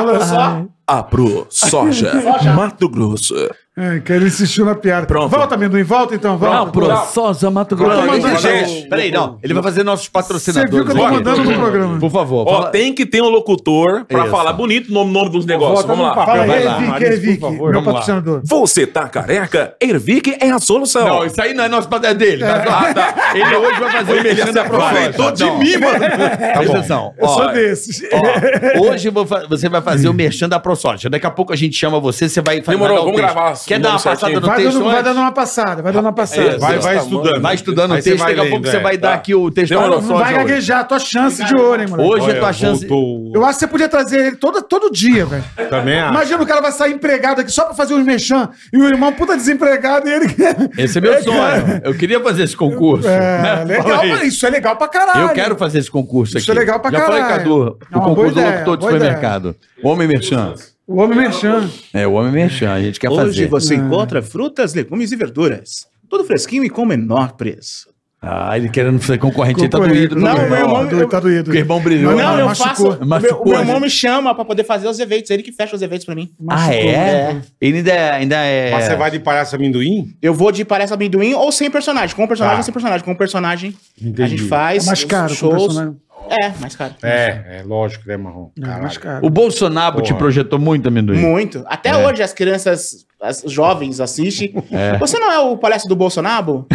Speaker 11: Apro soja. Mato Grosso.
Speaker 4: É, que ele insistiu na piada.
Speaker 11: Pronto.
Speaker 4: Volta, amendoim, volta então,
Speaker 3: A
Speaker 4: volta.
Speaker 3: ProSoja Mato Grosso.
Speaker 11: Não,
Speaker 3: Ele-
Speaker 11: gente.
Speaker 3: Peraí, não, ele vai fazer nossos
Speaker 4: um Você
Speaker 3: patrocinadores.
Speaker 4: viu que eu tô
Speaker 3: aqui.
Speaker 4: mandando no programa.
Speaker 3: Por favor,
Speaker 11: Ó,
Speaker 3: fala-
Speaker 11: tem que ter um locutor pra
Speaker 3: Isso.
Speaker 11: falar bonito o nome, nome dos negócios. Vamos lá.
Speaker 4: Fala
Speaker 3: Vai lá,
Speaker 4: aí, Evic,
Speaker 2: Maris,
Speaker 4: Evic,
Speaker 2: por favor,
Speaker 4: meu
Speaker 2: vamos lá.
Speaker 4: patrocinador.
Speaker 11: Você tá careca? Ervic é a solução.
Speaker 3: Não, isso aí não é nosso padrão dele.
Speaker 11: Ah, tá.
Speaker 3: Ele hoje vai fazer o merchan da
Speaker 11: Aproveitou
Speaker 3: ProSoja.
Speaker 11: de
Speaker 3: Não,
Speaker 11: mim, mano.
Speaker 3: Presta atenção.
Speaker 4: Eu
Speaker 3: Ó,
Speaker 4: sou desses.
Speaker 3: Ó, hoje eu vou fa- você vai fazer o merchan da ProSoja. Daqui a pouco a gente chama você, você vai fazer.
Speaker 11: Demorou, vamos gravar os
Speaker 3: Quer dar uma
Speaker 11: nomes
Speaker 3: passada
Speaker 11: certinho.
Speaker 3: no
Speaker 4: Vai
Speaker 3: texto?
Speaker 4: dando, vai
Speaker 3: antes?
Speaker 4: dando uma passada, vai dando uma passada.
Speaker 11: Vai,
Speaker 2: Vai, vai
Speaker 11: Deus,
Speaker 2: estudando.
Speaker 3: Vai estudando o
Speaker 2: Aí você
Speaker 3: texto,
Speaker 2: vai
Speaker 3: daqui a pouco
Speaker 2: lendo,
Speaker 3: você
Speaker 2: é.
Speaker 3: vai dar aqui o texto tá da
Speaker 11: Demorou.
Speaker 4: Não
Speaker 3: ProSoja.
Speaker 4: vai
Speaker 3: hoje.
Speaker 4: gaguejar, tua chance de ouro, hein, moleque.
Speaker 3: Hoje é
Speaker 2: Olha,
Speaker 3: tua chance.
Speaker 2: voltou.
Speaker 4: Eu acho que você podia trazer ele todo, todo dia, velho.
Speaker 2: Também é. acho.
Speaker 4: Imagina o cara vai sair empregado aqui só pra fazer um mexão e o irmão puta desempregado e ele.
Speaker 3: Esse é meu sonho. Eu queria fazer esse concurso.
Speaker 4: <laughs>
Speaker 8: <laughs>
Speaker 4: É, legal,
Speaker 2: aí.
Speaker 4: mas isso é legal pra caralho.
Speaker 3: Eu quero fazer esse concurso aqui.
Speaker 4: Isso é legal pra
Speaker 3: Já falei,
Speaker 4: caralho.
Speaker 3: Cadu,
Speaker 4: É
Speaker 3: o
Speaker 4: uma boa
Speaker 3: concurso do
Speaker 4: ideia,
Speaker 3: locutor de
Speaker 4: boa ideia.
Speaker 3: supermercado. Homem merchan.
Speaker 4: O homem mexendo.
Speaker 3: É, o homem merchan, a gente quer
Speaker 7: Hoje
Speaker 3: fazer.
Speaker 7: você encontra frutas, legumes e verduras. Tudo fresquinho e com o menor preço.
Speaker 3: Ah, ele querendo ser concorrente, ele tá doído.
Speaker 7: Não,
Speaker 3: meu
Speaker 7: meu irmão-
Speaker 4: doido, tá doído.
Speaker 3: Porque o irmão brilhou.
Speaker 4: Não,
Speaker 3: né?
Speaker 4: eu machucou.
Speaker 7: o meu-
Speaker 3: Machucou,
Speaker 7: o meu irmão
Speaker 3: né?
Speaker 7: me chama pra poder fazer os eventos. Ele que fecha os eventos pra mim.
Speaker 3: Ah, é?
Speaker 4: né?
Speaker 3: Ele ainda, ainda é.
Speaker 2: Mas você vai de palhaço amendoim?
Speaker 7: Eu vou de Parece Amendoim ou sem personagem. Com personagem
Speaker 2: Tá.
Speaker 7: ou sem personagem. Com personagem
Speaker 2: Entendi.
Speaker 7: a gente faz.
Speaker 4: É mais caro,
Speaker 7: os
Speaker 4: com
Speaker 7: shows.
Speaker 4: personagem.
Speaker 7: É, mais caro.
Speaker 2: É, é lógico, né, Marrom?
Speaker 4: É mais
Speaker 2: Caralho.
Speaker 4: caro.
Speaker 3: O Bolsonaro te
Speaker 2: Porra.
Speaker 3: projetou muito, amendoim.
Speaker 7: Muito. Até hoje as crianças, as jovens assistem. Você não é o palestra do Bolsonaro?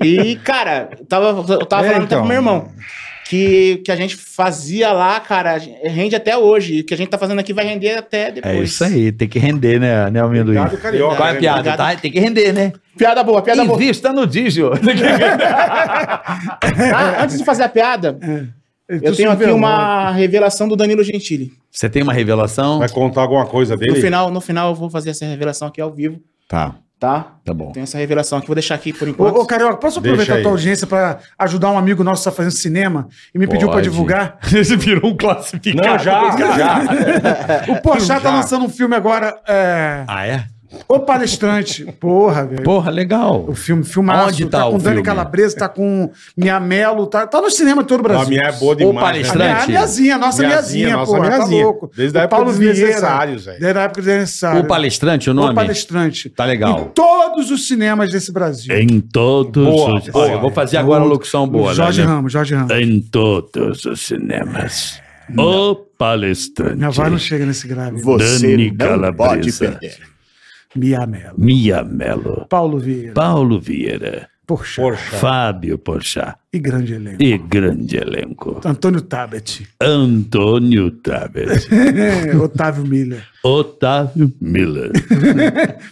Speaker 7: e, cara, eu tava, eu tava
Speaker 2: É,
Speaker 7: falando até
Speaker 2: então.
Speaker 7: pro meu irmão. Que, que a gente fazia lá, cara, rende até hoje. E O que a gente tá fazendo aqui vai render até depois.
Speaker 3: É isso aí, tem que render, né, né amendoim?
Speaker 2: Obrigado, carioca.
Speaker 3: Qual é a
Speaker 2: né?
Speaker 3: piada, tá? Tem que render, né?
Speaker 7: Piada boa,
Speaker 8: Tá
Speaker 7: piada boa.
Speaker 3: Invista no Digio.
Speaker 7: Ah, antes de fazer a piada, eu tenho aqui uma revelação do Danilo Gentili.
Speaker 3: Você tem uma <laughs> revelação?
Speaker 2: Vai contar alguma coisa
Speaker 7: No
Speaker 2: dele?
Speaker 7: final, no final eu vou fazer essa revelação aqui ao vivo,
Speaker 3: Tá,
Speaker 7: tá?
Speaker 3: tá bom.
Speaker 7: Tenho essa revelação aqui, vou deixar aqui por
Speaker 4: Ô,
Speaker 7: enquanto.
Speaker 4: ô, Carioca, posso
Speaker 2: Deixa
Speaker 4: aproveitar a
Speaker 2: aí.
Speaker 4: tua audiência pra ajudar um amigo nosso que tá fazendo cinema e me pediu pra
Speaker 3: Pode.
Speaker 4: divulgar?
Speaker 3: Esse virou um classificado.
Speaker 2: Não, já, já.
Speaker 4: O Porchat tá
Speaker 2: Já.
Speaker 4: lançando um filme agora, é...
Speaker 3: Ah, é?
Speaker 4: O Palestrante. Porra, velho.
Speaker 3: Porra, legal.
Speaker 4: O filme, filmaço.
Speaker 3: Onde tá
Speaker 4: com
Speaker 3: o
Speaker 4: Dani
Speaker 3: filme?
Speaker 4: Calabresa, tá com Minha Melo, tá, tá no cinema todo o
Speaker 2: A
Speaker 4: Brasil.
Speaker 2: minha é boa
Speaker 3: Ô,
Speaker 2: demais.
Speaker 3: palestra-
Speaker 2: né?
Speaker 4: A minha, a minhazinha, a nossa
Speaker 2: Minhazinha,
Speaker 4: minhazinha,
Speaker 2: nossa
Speaker 4: pô, tá
Speaker 2: minhazinha.
Speaker 4: louco.
Speaker 2: Desde a
Speaker 4: O
Speaker 2: época
Speaker 4: Paulo
Speaker 2: dos
Speaker 4: Vieira,
Speaker 2: Desnecessários, velho.
Speaker 4: Desde a época dos necessários.
Speaker 3: O palestrante, o
Speaker 4: O
Speaker 3: nome?
Speaker 4: palestrante.
Speaker 3: Tá legal.
Speaker 4: Em todos os cinemas desse Brasil.
Speaker 3: Em todos
Speaker 2: Boa,
Speaker 3: os...
Speaker 2: boa.
Speaker 3: Ó, eu vou fazer agora a locução boa,
Speaker 4: Jorge
Speaker 3: né?
Speaker 4: Ramos, Jorge Ramos.
Speaker 8: Em todos os cinemas. O palestrante.
Speaker 4: Minha voz não chega nesse grave.
Speaker 8: Você
Speaker 7: Dani
Speaker 8: não pode
Speaker 7: perder.
Speaker 4: Mia Mello.
Speaker 8: Mia Mello,
Speaker 4: Paulo Vieira.
Speaker 8: Paulo Vieira,
Speaker 4: Porchat.
Speaker 8: Tá.
Speaker 2: Porra.
Speaker 8: Fábio Porchat
Speaker 4: E grande elenco.
Speaker 8: e grande elenco.
Speaker 4: Antônio Tabet. <laughs>
Speaker 8: Antônio <laughs> Tabet,
Speaker 4: Otávio Miller.
Speaker 8: Otávio Miller,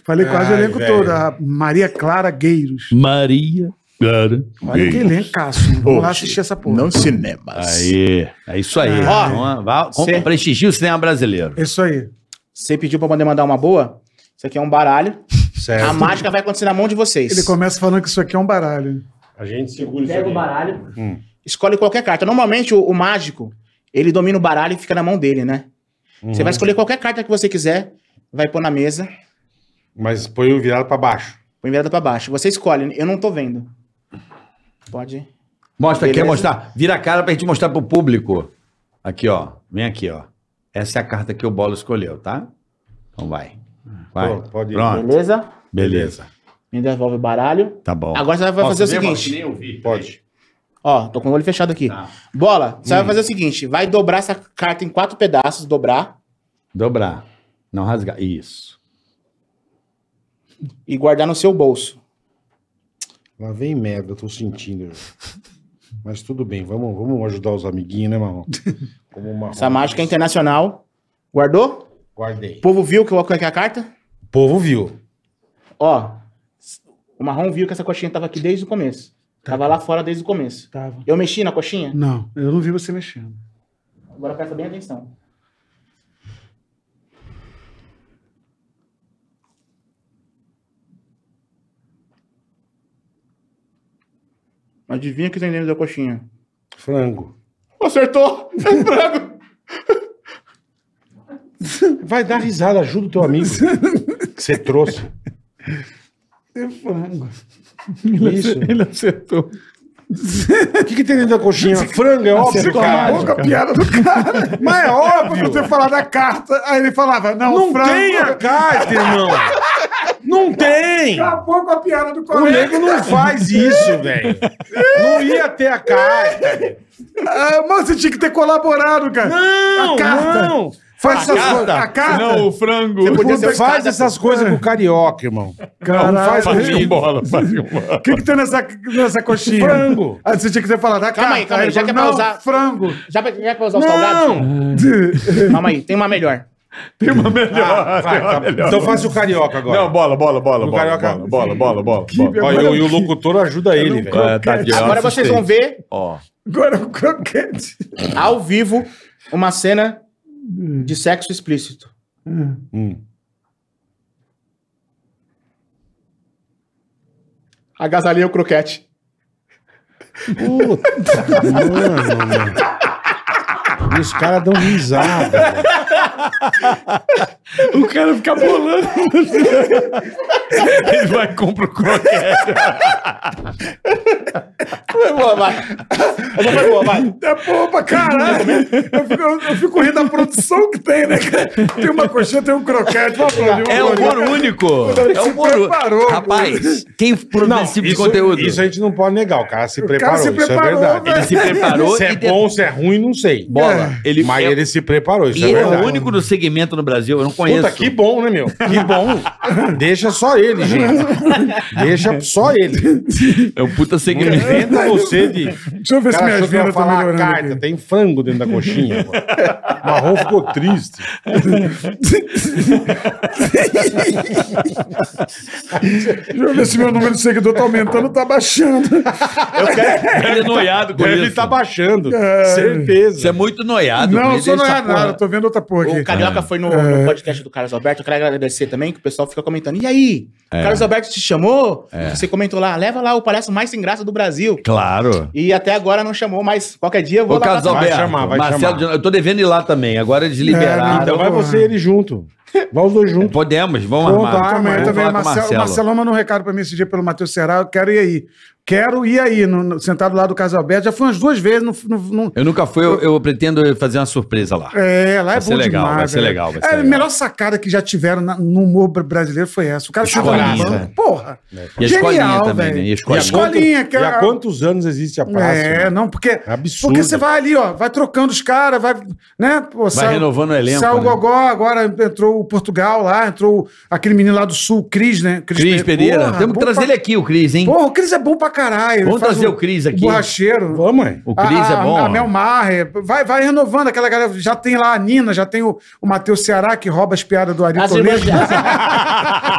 Speaker 4: Falei quase o
Speaker 2: Ai,
Speaker 4: elenco
Speaker 2: velho.
Speaker 4: todo. A Maria Clara Gueiros.
Speaker 8: Maria Cara.
Speaker 4: Olha que elencaço. hein? Vamos lá assistir essa porra.
Speaker 7: Não cinemas.
Speaker 3: Aí, é isso aí.
Speaker 7: Ah.
Speaker 3: Então, vá- com-
Speaker 7: Cê-
Speaker 3: Prestigia o cinema brasileiro.
Speaker 4: É Isso aí.
Speaker 7: Você pediu pra poder mandar uma boa? Isso aqui é um baralho.
Speaker 2: Certo.
Speaker 7: A mágica vai acontecer na mão de vocês.
Speaker 4: Ele começa falando que isso aqui é um baralho.
Speaker 6: A gente segura isso
Speaker 3: Pega o
Speaker 6: aqui.
Speaker 3: baralho.
Speaker 7: Escolhe qualquer carta. Normalmente, o, o mágico, ele domina o baralho e fica na mão dele, né? Você vai escolher qualquer carta que você quiser, vai pôr na mesa,
Speaker 2: Mas põe o virado pra baixo.
Speaker 7: põe virada pra baixo. Você escolhe, eu não tô vendo. Pode.
Speaker 8: Mostra, quer
Speaker 7: Beleza.
Speaker 8: mostrar? Vira a cara pra gente mostrar pro público. Aqui, ó. Vem aqui, ó. Essa é a carta que o Bolo escolheu, tá? Então vai. Vai.
Speaker 2: Pô, pode ir.
Speaker 8: Pronto.
Speaker 7: Beleza?
Speaker 8: Beleza.
Speaker 7: Me devolve o baralho.
Speaker 8: Tá bom.
Speaker 7: Agora você vai fazer o seguinte.
Speaker 2: Pode.
Speaker 7: Ó, tô com o olho fechado aqui.
Speaker 8: Tá.
Speaker 7: Bola, você vai fazer o seguinte: vai dobrar essa carta em quatro pedaços, dobrar
Speaker 8: Dobrar. Não rasgar. Isso.
Speaker 7: e guardar no seu bolso.
Speaker 2: Lá vem merda, eu tô sentindo. Mas tudo bem, vamos, vamos ajudar os amiguinhos, né, Marrom? Como uma
Speaker 7: Essa mágica é internacional. Guardou?
Speaker 2: Guardei.
Speaker 7: O povo viu que eu coloquei a carta?
Speaker 2: O povo viu.
Speaker 7: Ó, o marrom viu que essa coxinha tava aqui desde o começo. Tava lá fora desde o começo.
Speaker 4: Tava.
Speaker 7: Eu mexi na coxinha?
Speaker 4: Não, eu não vi você mexendo.
Speaker 7: Agora presta bem atenção. Adivinha o que tem dentro da coxinha?
Speaker 2: Frango.
Speaker 7: Acertou! É frango!
Speaker 2: Vai dar risada, ajuda o teu amigo. que você <laughs> trouxe.
Speaker 4: É frango. <laughs>
Speaker 2: Isso.
Speaker 3: Ele acertou.
Speaker 2: O que, que tem dentro da coxinha? Frango, é óbvio,
Speaker 4: Acertou a
Speaker 2: cara.
Speaker 4: mágica. Pouca piada
Speaker 2: <laughs>
Speaker 4: do cara. Mas é óbvio você falar da carta. Aí ele falava, não,
Speaker 2: Não
Speaker 4: frango.
Speaker 2: tem a carta, irmão. Não tem.
Speaker 4: Acabou com a piada do
Speaker 2: O
Speaker 4: colega.
Speaker 2: nego não faz isso, velho. Não ia ter a carta.
Speaker 4: Ah, mano, você tinha que ter colaborado, cara.
Speaker 2: Não,
Speaker 4: A carta.
Speaker 2: não.
Speaker 4: Faz essas coisas. A carta.
Speaker 3: Não, o frango.
Speaker 4: podia
Speaker 2: Você
Speaker 4: ser
Speaker 2: faz
Speaker 4: cada-
Speaker 2: essas coisas com o carioca, <laughs> irmão.
Speaker 4: Caralho.
Speaker 2: Não faz
Speaker 3: Fazia um
Speaker 2: comigo.
Speaker 3: bola, fazia um bola.
Speaker 4: <laughs> O que, que tem nessa, nessa coxinha?
Speaker 2: Frango.
Speaker 4: Aí você tinha que ter falado da
Speaker 7: Calma
Speaker 4: carta.
Speaker 7: aí, calma aí,
Speaker 4: ele
Speaker 7: já
Speaker 4: falou,
Speaker 7: que é pra
Speaker 4: não,
Speaker 7: usar-
Speaker 4: frango.
Speaker 7: Já pra, já pra usar o salgado? Calma aí, tem uma melhor.
Speaker 3: Tem uma melhor.
Speaker 2: Vai,
Speaker 3: tem uma
Speaker 2: tá bom.
Speaker 3: melhor.
Speaker 2: Então faz o carioca agora.
Speaker 3: Não, bola, bola, bola,
Speaker 2: O
Speaker 3: bola,
Speaker 2: carioca-
Speaker 3: bola, bola, bola, bola. bola.
Speaker 2: Ó, e, o, e o locutor ajuda ele, velho.
Speaker 8: É, tá de-
Speaker 7: Agora vocês vão ver,
Speaker 8: Ó.
Speaker 4: Agora o croquete.
Speaker 7: ao vivo, uma cena
Speaker 2: Hum.
Speaker 7: de sexo explícito.
Speaker 8: Hum.
Speaker 7: Agasalhei o croquete.
Speaker 2: Puta, mano, mano. E os caras dão risada. velho.
Speaker 3: O cara fica bolando. Ele vai e compra o croquete.
Speaker 7: Foi boa, vai. Essa foi boa, vai.
Speaker 4: É boa pra caralho. Eu fico, eu- eu fico rindo da produção que tem, né? cara? Tem uma coxinha, tem um croquete. Uma flor,
Speaker 8: É humor único. É
Speaker 4: se
Speaker 8: humor único.
Speaker 4: preparou,
Speaker 8: Rapaz, quem produz esse tipo de
Speaker 2: Isso-
Speaker 8: conteúdo?
Speaker 2: Isso a gente não pode negar. O cara se preparou.
Speaker 4: se
Speaker 2: isso é
Speaker 4: preparou,
Speaker 2: verdade.
Speaker 4: velho.
Speaker 8: Ele se preparou
Speaker 2: Se é
Speaker 8: e de-
Speaker 2: bom, se é ruim, não sei.
Speaker 8: Bola. Ele-
Speaker 2: Mas
Speaker 8: é-
Speaker 2: ele se preparou, isso
Speaker 8: E
Speaker 2: é
Speaker 8: ele é
Speaker 2: verdade.
Speaker 8: o único do segmento no Brasil, eu não conheço.
Speaker 2: Puta, que bom, né,
Speaker 4: Então
Speaker 2: meu? Que bom. Deixa só ele, gente. Deixa só ele.
Speaker 8: É um puta
Speaker 2: Não
Speaker 8: segmento.
Speaker 2: inventa você de...
Speaker 4: Deixa eu ver se
Speaker 2: cara
Speaker 4: minha
Speaker 2: achou que
Speaker 4: agenda
Speaker 2: ia
Speaker 4: tá
Speaker 2: falar a
Speaker 4: melhorando.
Speaker 2: carta,
Speaker 4: aqui.
Speaker 2: tem frango dentro da coxinha. pô. Marrom ficou triste.
Speaker 4: Deixa eu ver se meu número de seguidor tá aumentando ou tá baixando.
Speaker 8: <laughs> Ele é noiado com
Speaker 2: Deve
Speaker 8: isso.
Speaker 2: tá baixando.
Speaker 4: É.
Speaker 2: Certeza.
Speaker 8: Você é muito noiado.
Speaker 4: Não, eu
Speaker 8: Ele
Speaker 4: sou não
Speaker 8: deixa
Speaker 4: é
Speaker 8: essa porra-
Speaker 4: nada. Tô vendo outra porra aqui.
Speaker 7: O
Speaker 8: Ah.
Speaker 7: Carioca foi no,
Speaker 2: É.
Speaker 7: no podcast do Carlos Alberto. Eu quero agradecer também, que o pessoal fica comentando. E aí?
Speaker 8: É.
Speaker 7: O Carlos Alberto te chamou? Você comentou lá, leva lá o palhaço mais sem graça do Brasil.
Speaker 8: Claro.
Speaker 7: E até agora não chamou, mas qualquer dia eu vou
Speaker 8: Ô, Carlos
Speaker 7: pra-
Speaker 8: Alberto,
Speaker 2: Vai chamar, vai
Speaker 8: Marcelo,
Speaker 2: chamar.
Speaker 8: de- eu tô devendo ir lá também. Agora eles
Speaker 4: não,
Speaker 8: liberaram.
Speaker 2: Então vai
Speaker 4: Porra.
Speaker 2: você e ele junto. Vai os dois juntos.
Speaker 8: Podemos, vamos
Speaker 2: Pô, vai,
Speaker 8: armar. Vamos
Speaker 4: Amanhã
Speaker 2: Amanhã
Speaker 4: também,
Speaker 8: falar com o
Speaker 4: Marcelo. Marcelo manda um recado pra mim esse dia pelo Matheus Será. Eu quero ir aí. Quero ir aí, no, no- sentado lá do Casa Alberto. Já fui umas duas vezes. No, no- no-
Speaker 8: Eu nunca fui, eu, eu pretendo fazer uma surpresa lá.
Speaker 4: É, lá é
Speaker 8: Vai ser
Speaker 4: bom
Speaker 8: legal,
Speaker 4: demais.
Speaker 8: vai ser
Speaker 4: velho.
Speaker 8: legal, vai ser
Speaker 4: é, A
Speaker 8: legal.
Speaker 4: melhor sacada que já tiveram na- no humor br- brasileiro foi essa. O cara senta no
Speaker 8: Escolinha. né?
Speaker 4: banco. Porra.
Speaker 8: E a escolinha também, né? E a
Speaker 4: E a
Speaker 8: escolinha.
Speaker 4: escolinha, que é
Speaker 2: E há
Speaker 4: era-
Speaker 2: quantos anos existe a praça?
Speaker 8: né?
Speaker 4: É, não, porque.
Speaker 2: Absurdo.
Speaker 4: Porque você vai ali, ó, vai trocando os caras, vai. Né, pô, saiu-
Speaker 8: renovando o elenco,
Speaker 4: Saiu o
Speaker 8: né?
Speaker 4: Gogó, agora entrou o Portugal lá, entrou aquele menino lá do Sul, o Cris, né?
Speaker 8: Cris Pereira.
Speaker 4: Porra,
Speaker 8: Temos que
Speaker 4: bom
Speaker 8: trazer
Speaker 4: pra-
Speaker 8: ele aqui, o Cris, hein?
Speaker 4: Porra, o Cris é bom pra caralho.
Speaker 8: Vamos
Speaker 4: Ele faz
Speaker 8: trazer o Cris aqui.
Speaker 4: Borracheiro.
Speaker 2: Vamos, mãe.
Speaker 8: o Cris
Speaker 4: A-
Speaker 2: Ah,
Speaker 8: é bom.
Speaker 4: A, a Mel Maher. Vai, vai renovando aquela galera. Já tem lá a Nina, já tem o, o Matheus Ceará, que rouba as piadas do Ari
Speaker 7: As
Speaker 4: Toledo.
Speaker 7: irmãs de-
Speaker 4: <laughs>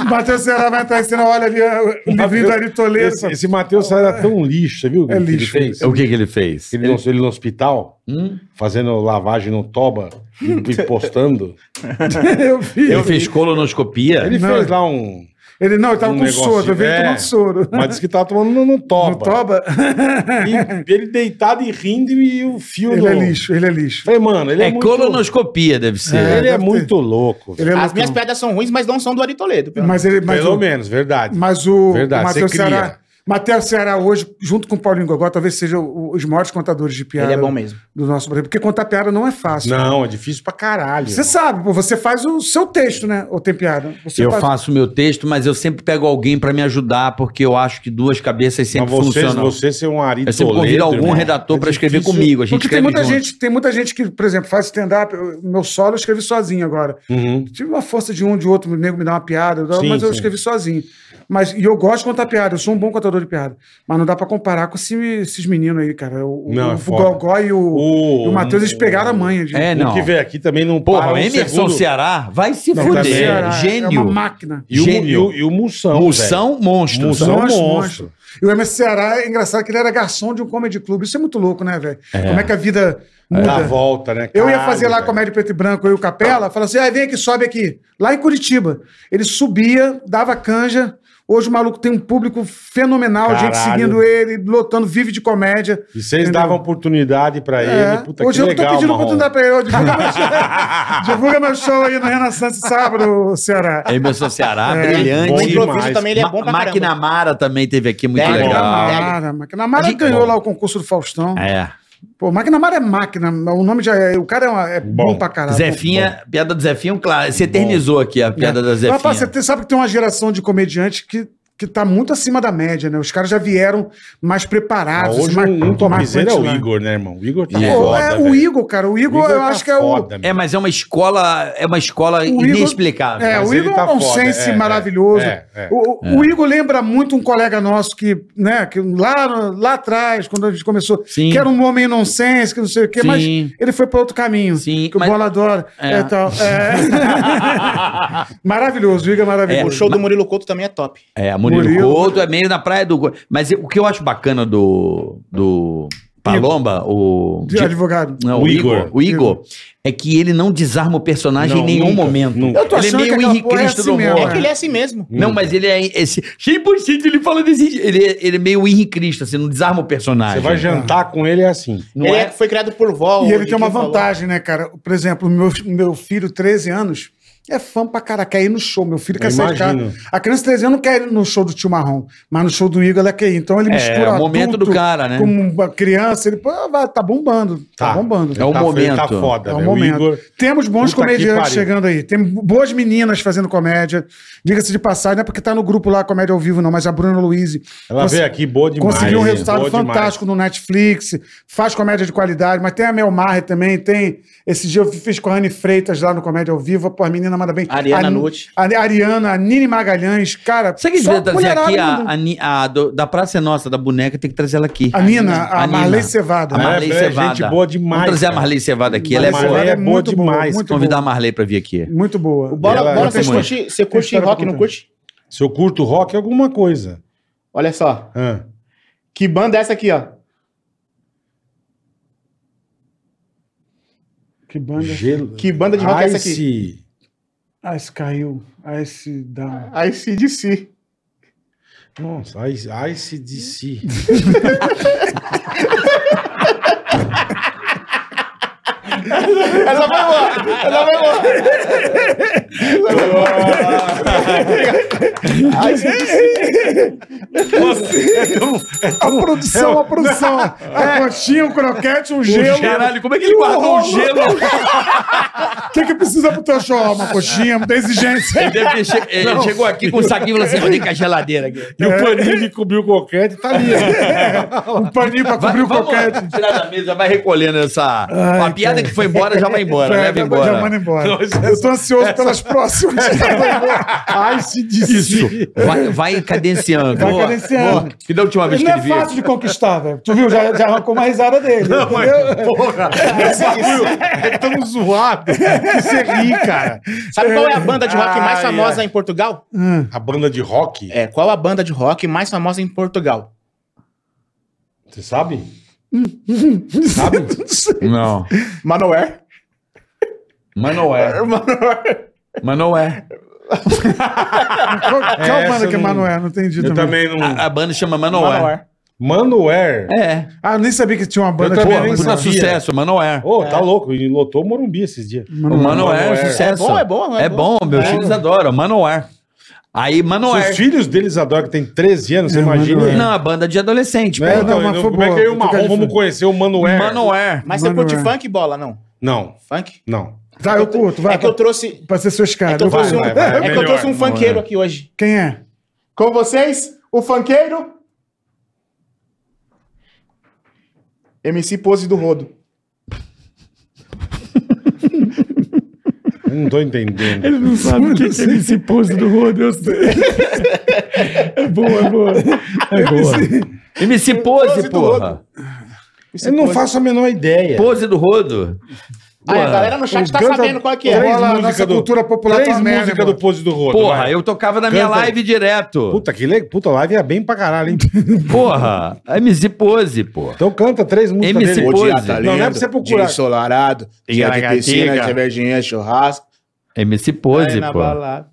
Speaker 4: O Matheus Ceará vai entrar ensinando, olha ali ó, o livrinho do Ari Toledo.
Speaker 2: Esse, esse Matheus Sá era tão lixo, você viu? o que
Speaker 4: É
Speaker 2: ele
Speaker 4: lixo.
Speaker 2: fez?
Speaker 8: O que que ele fez?
Speaker 2: Ele, no, ele no hospital,
Speaker 8: Hum?
Speaker 2: fazendo lavagem no
Speaker 8: <laughs>
Speaker 2: toba e e postando.
Speaker 4: <laughs> Eu vi.
Speaker 8: Eu fiz colonoscopia.
Speaker 2: Ele
Speaker 4: Não.
Speaker 8: é.
Speaker 2: fez lá um.
Speaker 4: Ele, não, ele tava
Speaker 2: Um
Speaker 4: com
Speaker 2: negocinho,
Speaker 4: soro, eu vi ele
Speaker 2: é.
Speaker 4: tomando soro.
Speaker 2: Mas disse que tava tomando no, no toba.
Speaker 4: No
Speaker 2: <laughs>
Speaker 4: <laughs> toba?
Speaker 2: E ele deitado e rindo e o fio
Speaker 4: ele
Speaker 2: do...
Speaker 4: é lixo, ele é lixo.
Speaker 2: Falei, mano, ele é,
Speaker 8: É
Speaker 2: muito...
Speaker 8: colonoscopia, deve ser.
Speaker 2: Ele é
Speaker 4: deve ter.
Speaker 2: muito louco. velho.
Speaker 4: Ele é um-
Speaker 7: As
Speaker 4: loucão.
Speaker 7: minhas pedras são ruins, mas não são do Ari Toledo. pelo
Speaker 4: Mas ele, mas
Speaker 2: Pelo
Speaker 4: o,
Speaker 2: menos, verdade.
Speaker 4: mas o
Speaker 2: Verdade,
Speaker 4: o Matheus
Speaker 2: você cria.
Speaker 4: Ceará, Matheus Ceará hoje, junto com o Paulinho Gogó, talvez seja o- os maiores contadores de
Speaker 7: menos.
Speaker 4: piada
Speaker 7: Ele é bom mesmo.
Speaker 4: do nosso Brasil. Porque contar piada não é fácil.
Speaker 2: Não, é difícil pra caralho.
Speaker 4: Você sabe, pô, você faz o seu texto, né? Ou tem piada. Você
Speaker 8: eu
Speaker 2: É.
Speaker 4: faz-
Speaker 8: faço meu texto, mas eu sempre pego alguém pra me ajudar, porque eu acho que duas cabeças sempre
Speaker 2: Mas você,
Speaker 8: funcionam.
Speaker 2: você ser um Ari
Speaker 8: eu sempre
Speaker 2: Toledo,
Speaker 8: convido algum
Speaker 2: irmão,
Speaker 8: redator
Speaker 2: é
Speaker 8: pra escrever
Speaker 2: difícil.
Speaker 8: comigo. A gente
Speaker 4: Porque tem
Speaker 8: escreve
Speaker 4: muita,
Speaker 8: junto.
Speaker 4: gente, tem muita gente que, por exemplo, faz stand-up. eu- Meu solo eu escrevi sozinho agora.
Speaker 2: Uhum.
Speaker 4: Tive uma força de um, de outro, o nego me dá uma piada, eu dou-
Speaker 2: Sim,
Speaker 4: mas eu
Speaker 2: sim.
Speaker 4: escrevi sozinho. Mas, e eu gosto de contar piada, eu sou um bom contador de piada. Mas não dá pra comparar com esse- esses meninos aí, cara. O, o-
Speaker 2: Não, é
Speaker 4: o
Speaker 2: foda.
Speaker 4: Gogó e o,
Speaker 2: O-
Speaker 4: e o Matheus, eles pegaram a manha. gente.
Speaker 8: É,
Speaker 2: O
Speaker 8: não.
Speaker 2: que veio aqui também não
Speaker 8: Porra,
Speaker 2: para um
Speaker 8: Emerson
Speaker 2: segundo.
Speaker 8: Ceará vai se
Speaker 2: Não,
Speaker 8: fuder.
Speaker 2: também
Speaker 4: Ceará, É
Speaker 8: Gênio.
Speaker 4: uma máquina.
Speaker 2: E o, e
Speaker 8: Gênio.
Speaker 2: o, e o Mussão,
Speaker 8: Moção, monstro.
Speaker 2: Moção.
Speaker 8: Moção.
Speaker 2: um
Speaker 4: Monstro,
Speaker 2: monstro.
Speaker 4: monstro. E o MS Ceará é engraçado que ele era garçom de um comedy clube. Isso é muito louco, né, velho? Como é que a vida
Speaker 2: velho.
Speaker 4: muda.
Speaker 2: Dá a volta, né?
Speaker 4: Eu ia
Speaker 2: Caralho,
Speaker 4: fazer lá
Speaker 2: velho.
Speaker 4: comédia preto e branco, eu e o Capela, falava assim: ah, vem aqui, sobe aqui. Lá em Curitiba. Ele subia, dava canja. Hoje o maluco tem um público fenomenal, gente
Speaker 2: Caralho.
Speaker 4: seguindo ele, lotando, vive de comédia.
Speaker 2: E vocês
Speaker 4: Entendeu?
Speaker 2: davam oportunidade pra
Speaker 4: É.
Speaker 2: ele. Puta,
Speaker 4: Hoje
Speaker 2: que
Speaker 4: eu
Speaker 2: legal,
Speaker 4: tô pedindo
Speaker 2: Marrom.
Speaker 4: oportunidade pra ele. ó, Divulga
Speaker 2: <laughs>
Speaker 4: meu, show, divulga meu show aí no Renaissance sábado, Ceará.
Speaker 8: Emerson Ceará,
Speaker 4: É,
Speaker 8: brilhante.
Speaker 2: bom
Speaker 7: O improviso
Speaker 2: demais.
Speaker 7: também ele é bom pra
Speaker 8: Ma-
Speaker 7: caramba.
Speaker 8: McNamara também teve aqui, muito
Speaker 4: É,
Speaker 7: Deve,
Speaker 8: legal.
Speaker 7: deve.
Speaker 4: Maquinamara, Maquinamara
Speaker 8: Gente,
Speaker 4: ganhou
Speaker 8: bom.
Speaker 4: lá o concurso do Faustão.
Speaker 8: É.
Speaker 4: Pô, Maquinamara é máquina, o nome já é. O cara é, uma- é bom,
Speaker 2: Bom.
Speaker 4: pra caralho.
Speaker 8: Zefinha, piada do Zefinha, claro, se eternizou aqui a piada da Zefinha.
Speaker 4: Rapaz, você tem- sabe que tem uma geração de comediantes que, que tá muito acima da média, né? Os caras já vieram mais
Speaker 2: Ah,
Speaker 4: preparados.
Speaker 2: hoje
Speaker 4: mais,
Speaker 2: um, um topzera é o
Speaker 4: punchline.
Speaker 2: Igor, né, irmão? O Igor tá
Speaker 4: Pô,
Speaker 2: foda,
Speaker 4: é,
Speaker 2: velho.
Speaker 4: o Igor, cara. O Igor, eu
Speaker 2: tá
Speaker 4: acho que é o.
Speaker 2: foda, meu.
Speaker 8: É, mas é uma escola, é uma escola
Speaker 4: Igor-
Speaker 8: inexplicável.
Speaker 4: É,
Speaker 2: Mas
Speaker 4: o
Speaker 2: ele
Speaker 4: Igor
Speaker 2: tá
Speaker 4: é um
Speaker 2: foda,
Speaker 4: sense
Speaker 2: é, é,
Speaker 4: maravilhoso.
Speaker 2: é, é.
Speaker 4: o, o Igor lembra muito um colega nosso que, né, que lá, no- lá atrás, quando a gente começou,
Speaker 8: Sim.
Speaker 4: que era um homem nonsense, que não sei o quê, mas
Speaker 8: Sim.
Speaker 4: ele foi para outro caminho.
Speaker 8: Sim,
Speaker 4: que
Speaker 8: mas-
Speaker 4: o Bola adora.
Speaker 8: É.
Speaker 4: É, tal, é. maravilhoso, o Igor é maravilhoso.
Speaker 7: O show do Murilo Couto também é top.
Speaker 8: É, a Murilo,
Speaker 4: Murilo.
Speaker 8: Couto é meio na praia do. Go- Mas o que eu acho bacana do. do Palomba, o.
Speaker 4: De advogado.
Speaker 8: Não,
Speaker 2: O
Speaker 8: o Igor.
Speaker 2: Igor.
Speaker 8: O Igor é que ele não desarma o personagem
Speaker 2: Não,
Speaker 8: em nenhum
Speaker 2: nunca,
Speaker 8: momento.
Speaker 2: nunca.
Speaker 4: Eu tô
Speaker 8: ele é
Speaker 4: achando
Speaker 8: meio
Speaker 4: que
Speaker 8: Henrique
Speaker 4: aquela porra é
Speaker 8: Cristo
Speaker 4: assim
Speaker 8: do
Speaker 4: mesmo,
Speaker 8: humor.
Speaker 7: É que ele é assim mesmo.
Speaker 8: Não, mas ele é esse. 100% ele fala desse. jeito. Ele, é- ele é meio Henrique Cristo, assim, não desarma o personagem.
Speaker 2: Você vai jantar com ele é assim.
Speaker 8: Não
Speaker 7: ele
Speaker 8: é?
Speaker 7: é- foi criado por Vol.
Speaker 4: E ele tem uma vantagem, né, cara? Por exemplo, meu, meu filho, 13 anos, é fã pra cara, quer ir no show. Meu filho
Speaker 2: Eu
Speaker 4: quer sair de casa.
Speaker 2: imagino.
Speaker 4: A criança de 13 anos não quer ir no show do tio Marrom, mas no show do Igor ela quer ir. Então ele
Speaker 8: É,
Speaker 4: mistura
Speaker 8: é o momento do cara, né?
Speaker 4: com uma criança. Ele, pô, vai, tá bombando. Tá, bombando.
Speaker 8: É o
Speaker 2: Ele tá- ele Tá
Speaker 8: momento.
Speaker 2: foda,
Speaker 4: É um
Speaker 2: velho.
Speaker 4: momento.
Speaker 2: Igor-
Speaker 4: Temos bons
Speaker 2: Puta que
Speaker 4: comediantes
Speaker 2: pariu.
Speaker 4: chegando aí. Tem boas meninas fazendo comédia. Diga-se de passagem, não é porque tá no grupo lá, Comédia ao Vivo, não, mas a Bruna Luiz.
Speaker 2: Ela veio aqui boa demais.
Speaker 4: Conseguiu um
Speaker 2: boa
Speaker 4: resultado
Speaker 2: demais.
Speaker 4: fantástico no Netflix, faz comédia de qualidade, mas tem a Mel Maher também, tem. Esse dia eu fiz com a Anne Freitas lá no Comédia ao Vivo, pô, a menina manda bem.
Speaker 7: Ariana
Speaker 4: a,
Speaker 7: Nutt.
Speaker 4: A, a Ariana, a Nini Magalhães, cara.
Speaker 8: Você que
Speaker 4: só
Speaker 8: devia trazer
Speaker 4: mulherada
Speaker 8: aqui a,
Speaker 4: mandando.
Speaker 8: a Ni- a do- da Praça é Nossa, da boneca, tem que trazer ela aqui.
Speaker 4: A Nina, a
Speaker 8: Nina.
Speaker 4: Marley Cevada.
Speaker 8: A Marley
Speaker 2: É, é,
Speaker 8: Cevada.
Speaker 2: gente boa demais,
Speaker 8: Vamos trazer a
Speaker 2: cara.
Speaker 8: Marley Cevada aqui. Ela é
Speaker 2: Marley
Speaker 8: boa.
Speaker 2: é boa
Speaker 4: boa,
Speaker 2: demais.
Speaker 4: muito
Speaker 8: Convidar a
Speaker 4: boa.
Speaker 8: Marley pra vir aqui.
Speaker 4: Muito boa.
Speaker 7: Bola,
Speaker 2: Ela-
Speaker 7: bola
Speaker 2: ela
Speaker 7: você,
Speaker 8: tem é muito.
Speaker 7: curte, você curte
Speaker 4: história
Speaker 7: rock,
Speaker 4: pra
Speaker 7: não
Speaker 4: contar.
Speaker 7: curte?
Speaker 2: Se eu curto rock, é alguma coisa.
Speaker 7: Olha só.
Speaker 2: Ah.
Speaker 7: Que banda é essa aqui, ó?
Speaker 4: Que banda.
Speaker 2: Gelo.
Speaker 7: Que banda de rock é essa aqui?
Speaker 2: Ice.
Speaker 4: Ice Ah, caiu. Ah, Ice down.
Speaker 7: Aí se de si.
Speaker 2: Nossa, Ice, Ice DC.
Speaker 7: Essa foi boa! Essa foi boa!
Speaker 4: A produção, a produção. É <laughs> A coxinha, o croquete, um gelo.
Speaker 8: Caralho, como é que ele guardou o gelo?
Speaker 4: <laughs> O que, que precisa pro teu show? Uma coxinha, muita exigência.
Speaker 8: Ele, deve ter che- ele chegou aqui com um saquinho e falou assim: olha que a geladeira aqui.
Speaker 2: E
Speaker 4: É,
Speaker 2: o paninho de cobrir o coquete tá ali.
Speaker 4: Um paninho pra
Speaker 8: Vai,
Speaker 4: cobrir o
Speaker 8: vamos
Speaker 4: croquete.
Speaker 8: tirar da mesa, vai recolhendo essa. a piada que foi embora já vai embora, né,
Speaker 4: É,
Speaker 8: leva
Speaker 4: já-
Speaker 8: embora.
Speaker 4: Já manda embora. Eu tô ansioso pelas próximas.
Speaker 2: Ice DC. Isso.
Speaker 8: Vai, vai cadenciando.
Speaker 4: Vai
Speaker 8: Boa,
Speaker 4: cadenciando.
Speaker 8: boa. Que da última vez
Speaker 4: Ele
Speaker 8: que
Speaker 4: não
Speaker 8: ele
Speaker 4: é
Speaker 8: veio.
Speaker 4: fácil de conquistar, velho. Tu viu? Já, já arrancou uma risada dele. entendeu?
Speaker 2: É tão zoado
Speaker 4: É,
Speaker 2: que você ri, cara.
Speaker 7: Sabe qual é a banda de rock mais
Speaker 2: Ai,
Speaker 7: famosa em Portugal?
Speaker 4: Hum.
Speaker 2: A banda de rock,
Speaker 7: É, qual a banda de rock mais famosa em Portugal?
Speaker 2: você sabe? sabe?
Speaker 4: <laughs>
Speaker 8: Não.
Speaker 7: Manowar.
Speaker 8: Mas não é. <laughs>
Speaker 7: Manowar.
Speaker 8: Mas não é.
Speaker 4: Qual, qual
Speaker 2: Essa
Speaker 4: banda que é
Speaker 2: eu não-
Speaker 4: Manoel? Não entendi
Speaker 2: Eu
Speaker 4: também.
Speaker 2: também
Speaker 8: A,
Speaker 2: não.
Speaker 8: a banda chama Manowar.
Speaker 7: Manoel.
Speaker 2: Manoel.
Speaker 8: É.
Speaker 4: Ah, eu nem sabia que tinha uma banda
Speaker 2: também
Speaker 4: que
Speaker 2: nem
Speaker 8: Pô,
Speaker 4: Manoel.
Speaker 8: puta
Speaker 2: sabia.
Speaker 8: sucesso, Manowar.
Speaker 2: Ô,
Speaker 4: É.
Speaker 2: tá louco. E lotou o Morumbi esses dias.
Speaker 8: O Manoel é um
Speaker 2: Manoel.
Speaker 8: sucesso.
Speaker 7: É bom, é bom, não é
Speaker 8: É bom, meus filhos adoram. Manoel. Aí, Manoel.
Speaker 2: Os filhos deles adoram, que tem 13 anos, você imagina?
Speaker 4: É, Manoel.
Speaker 8: Não, a banda de adolescente,
Speaker 2: Né?
Speaker 8: pô.
Speaker 2: Então,
Speaker 4: não, mas
Speaker 2: não-
Speaker 4: foi
Speaker 2: como é
Speaker 4: boa,
Speaker 2: que eu e o
Speaker 4: fica
Speaker 2: Marrom vamos
Speaker 4: diferente.
Speaker 2: conhecer o Manoel?
Speaker 8: Manoel.
Speaker 7: Mas você curte
Speaker 4: Manoel.
Speaker 7: funk bola, não?
Speaker 2: Não.
Speaker 7: Funk?
Speaker 2: Não.
Speaker 4: Tá, eu curto. Vai,
Speaker 7: é que eu trouxe.
Speaker 4: pra ser seus
Speaker 7: É
Speaker 4: caras.
Speaker 7: que eu
Speaker 4: Eu
Speaker 7: trouxe
Speaker 4: curto.
Speaker 7: um,
Speaker 2: vai, vai,
Speaker 7: é que eu
Speaker 2: melhor.
Speaker 7: trouxe um funkeiro aqui hoje.
Speaker 4: Quem é?
Speaker 7: Com vocês, o funkeiro. MC Pose do Rodo.
Speaker 2: Eu não tô entendendo.
Speaker 3: Não sabe o que que é esse pose do Rodo, eu sei. É boa, é boa. É boa.
Speaker 8: MC
Speaker 7: Pose
Speaker 8: Pose,
Speaker 7: do
Speaker 8: porra.
Speaker 2: Eu não faço a menor ideia.
Speaker 8: Pose do rodo.
Speaker 7: Ah, a
Speaker 8: Porra.
Speaker 7: galera no chat tá
Speaker 2: Canta
Speaker 7: sabendo qual é que é.
Speaker 2: Três
Speaker 4: Olha a
Speaker 2: músicas
Speaker 4: nossa
Speaker 2: do...
Speaker 4: cultura popular tá
Speaker 2: Três
Speaker 4: uma merda,
Speaker 2: músicas do
Speaker 4: mano.
Speaker 2: Pose do Rodo.
Speaker 8: Porra,
Speaker 2: vai.
Speaker 8: eu tocava na minha
Speaker 2: Canta aí.
Speaker 8: live direto.
Speaker 2: Puta, que legal. Puta, live é bem pra caralho, hein?
Speaker 8: Porra. MC Pose, porra.
Speaker 2: Então canta três músicas
Speaker 8: MC
Speaker 2: dele.
Speaker 8: Pose.
Speaker 7: tá
Speaker 2: Não, não é pra você procurar.
Speaker 7: Solarado, dia de piscina, cervejinha, churrasco.
Speaker 8: MC Pose,
Speaker 7: Aí na
Speaker 8: porra.
Speaker 7: balada.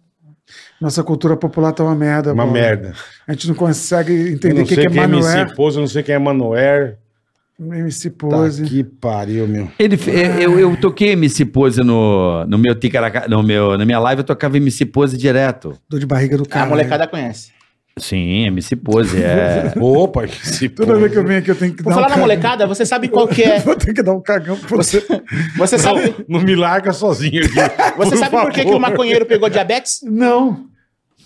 Speaker 4: Nossa cultura popular tá uma merda.
Speaker 2: Uma
Speaker 4: mano.
Speaker 2: merda.
Speaker 4: A gente não consegue
Speaker 2: Eu
Speaker 4: entender
Speaker 2: não
Speaker 4: o que,
Speaker 2: sei
Speaker 4: que é
Speaker 2: quem é
Speaker 4: Manoel.
Speaker 2: MC Pose, eu não sei quem é Manoel.
Speaker 4: MC
Speaker 2: Tá
Speaker 4: Pose.
Speaker 2: que pariu, meu.
Speaker 8: Ele, fe- é, eu, eu toquei MC Pose no, no meu ticaraca, no meu, na minha live eu tocava MC Pose direto.
Speaker 4: Dor de barriga do
Speaker 7: Ah, A
Speaker 4: cara.
Speaker 7: molecada conhece.
Speaker 8: Sim, MC Pose é.
Speaker 2: Opa,
Speaker 4: <laughs>
Speaker 2: MC
Speaker 4: Toda
Speaker 2: Pose.
Speaker 4: vez que eu venho aqui eu tenho que
Speaker 7: Por
Speaker 4: dar um
Speaker 7: falar na
Speaker 4: cagão.
Speaker 7: molecada, você sabe qual que é.
Speaker 4: <laughs> Eu tenho que dar um cagão pra você.
Speaker 7: Você sabe,
Speaker 2: Não me larga sozinho aqui.
Speaker 4: <laughs>
Speaker 7: você sabe por que, que o maconheiro pegou diabetes?
Speaker 4: Não,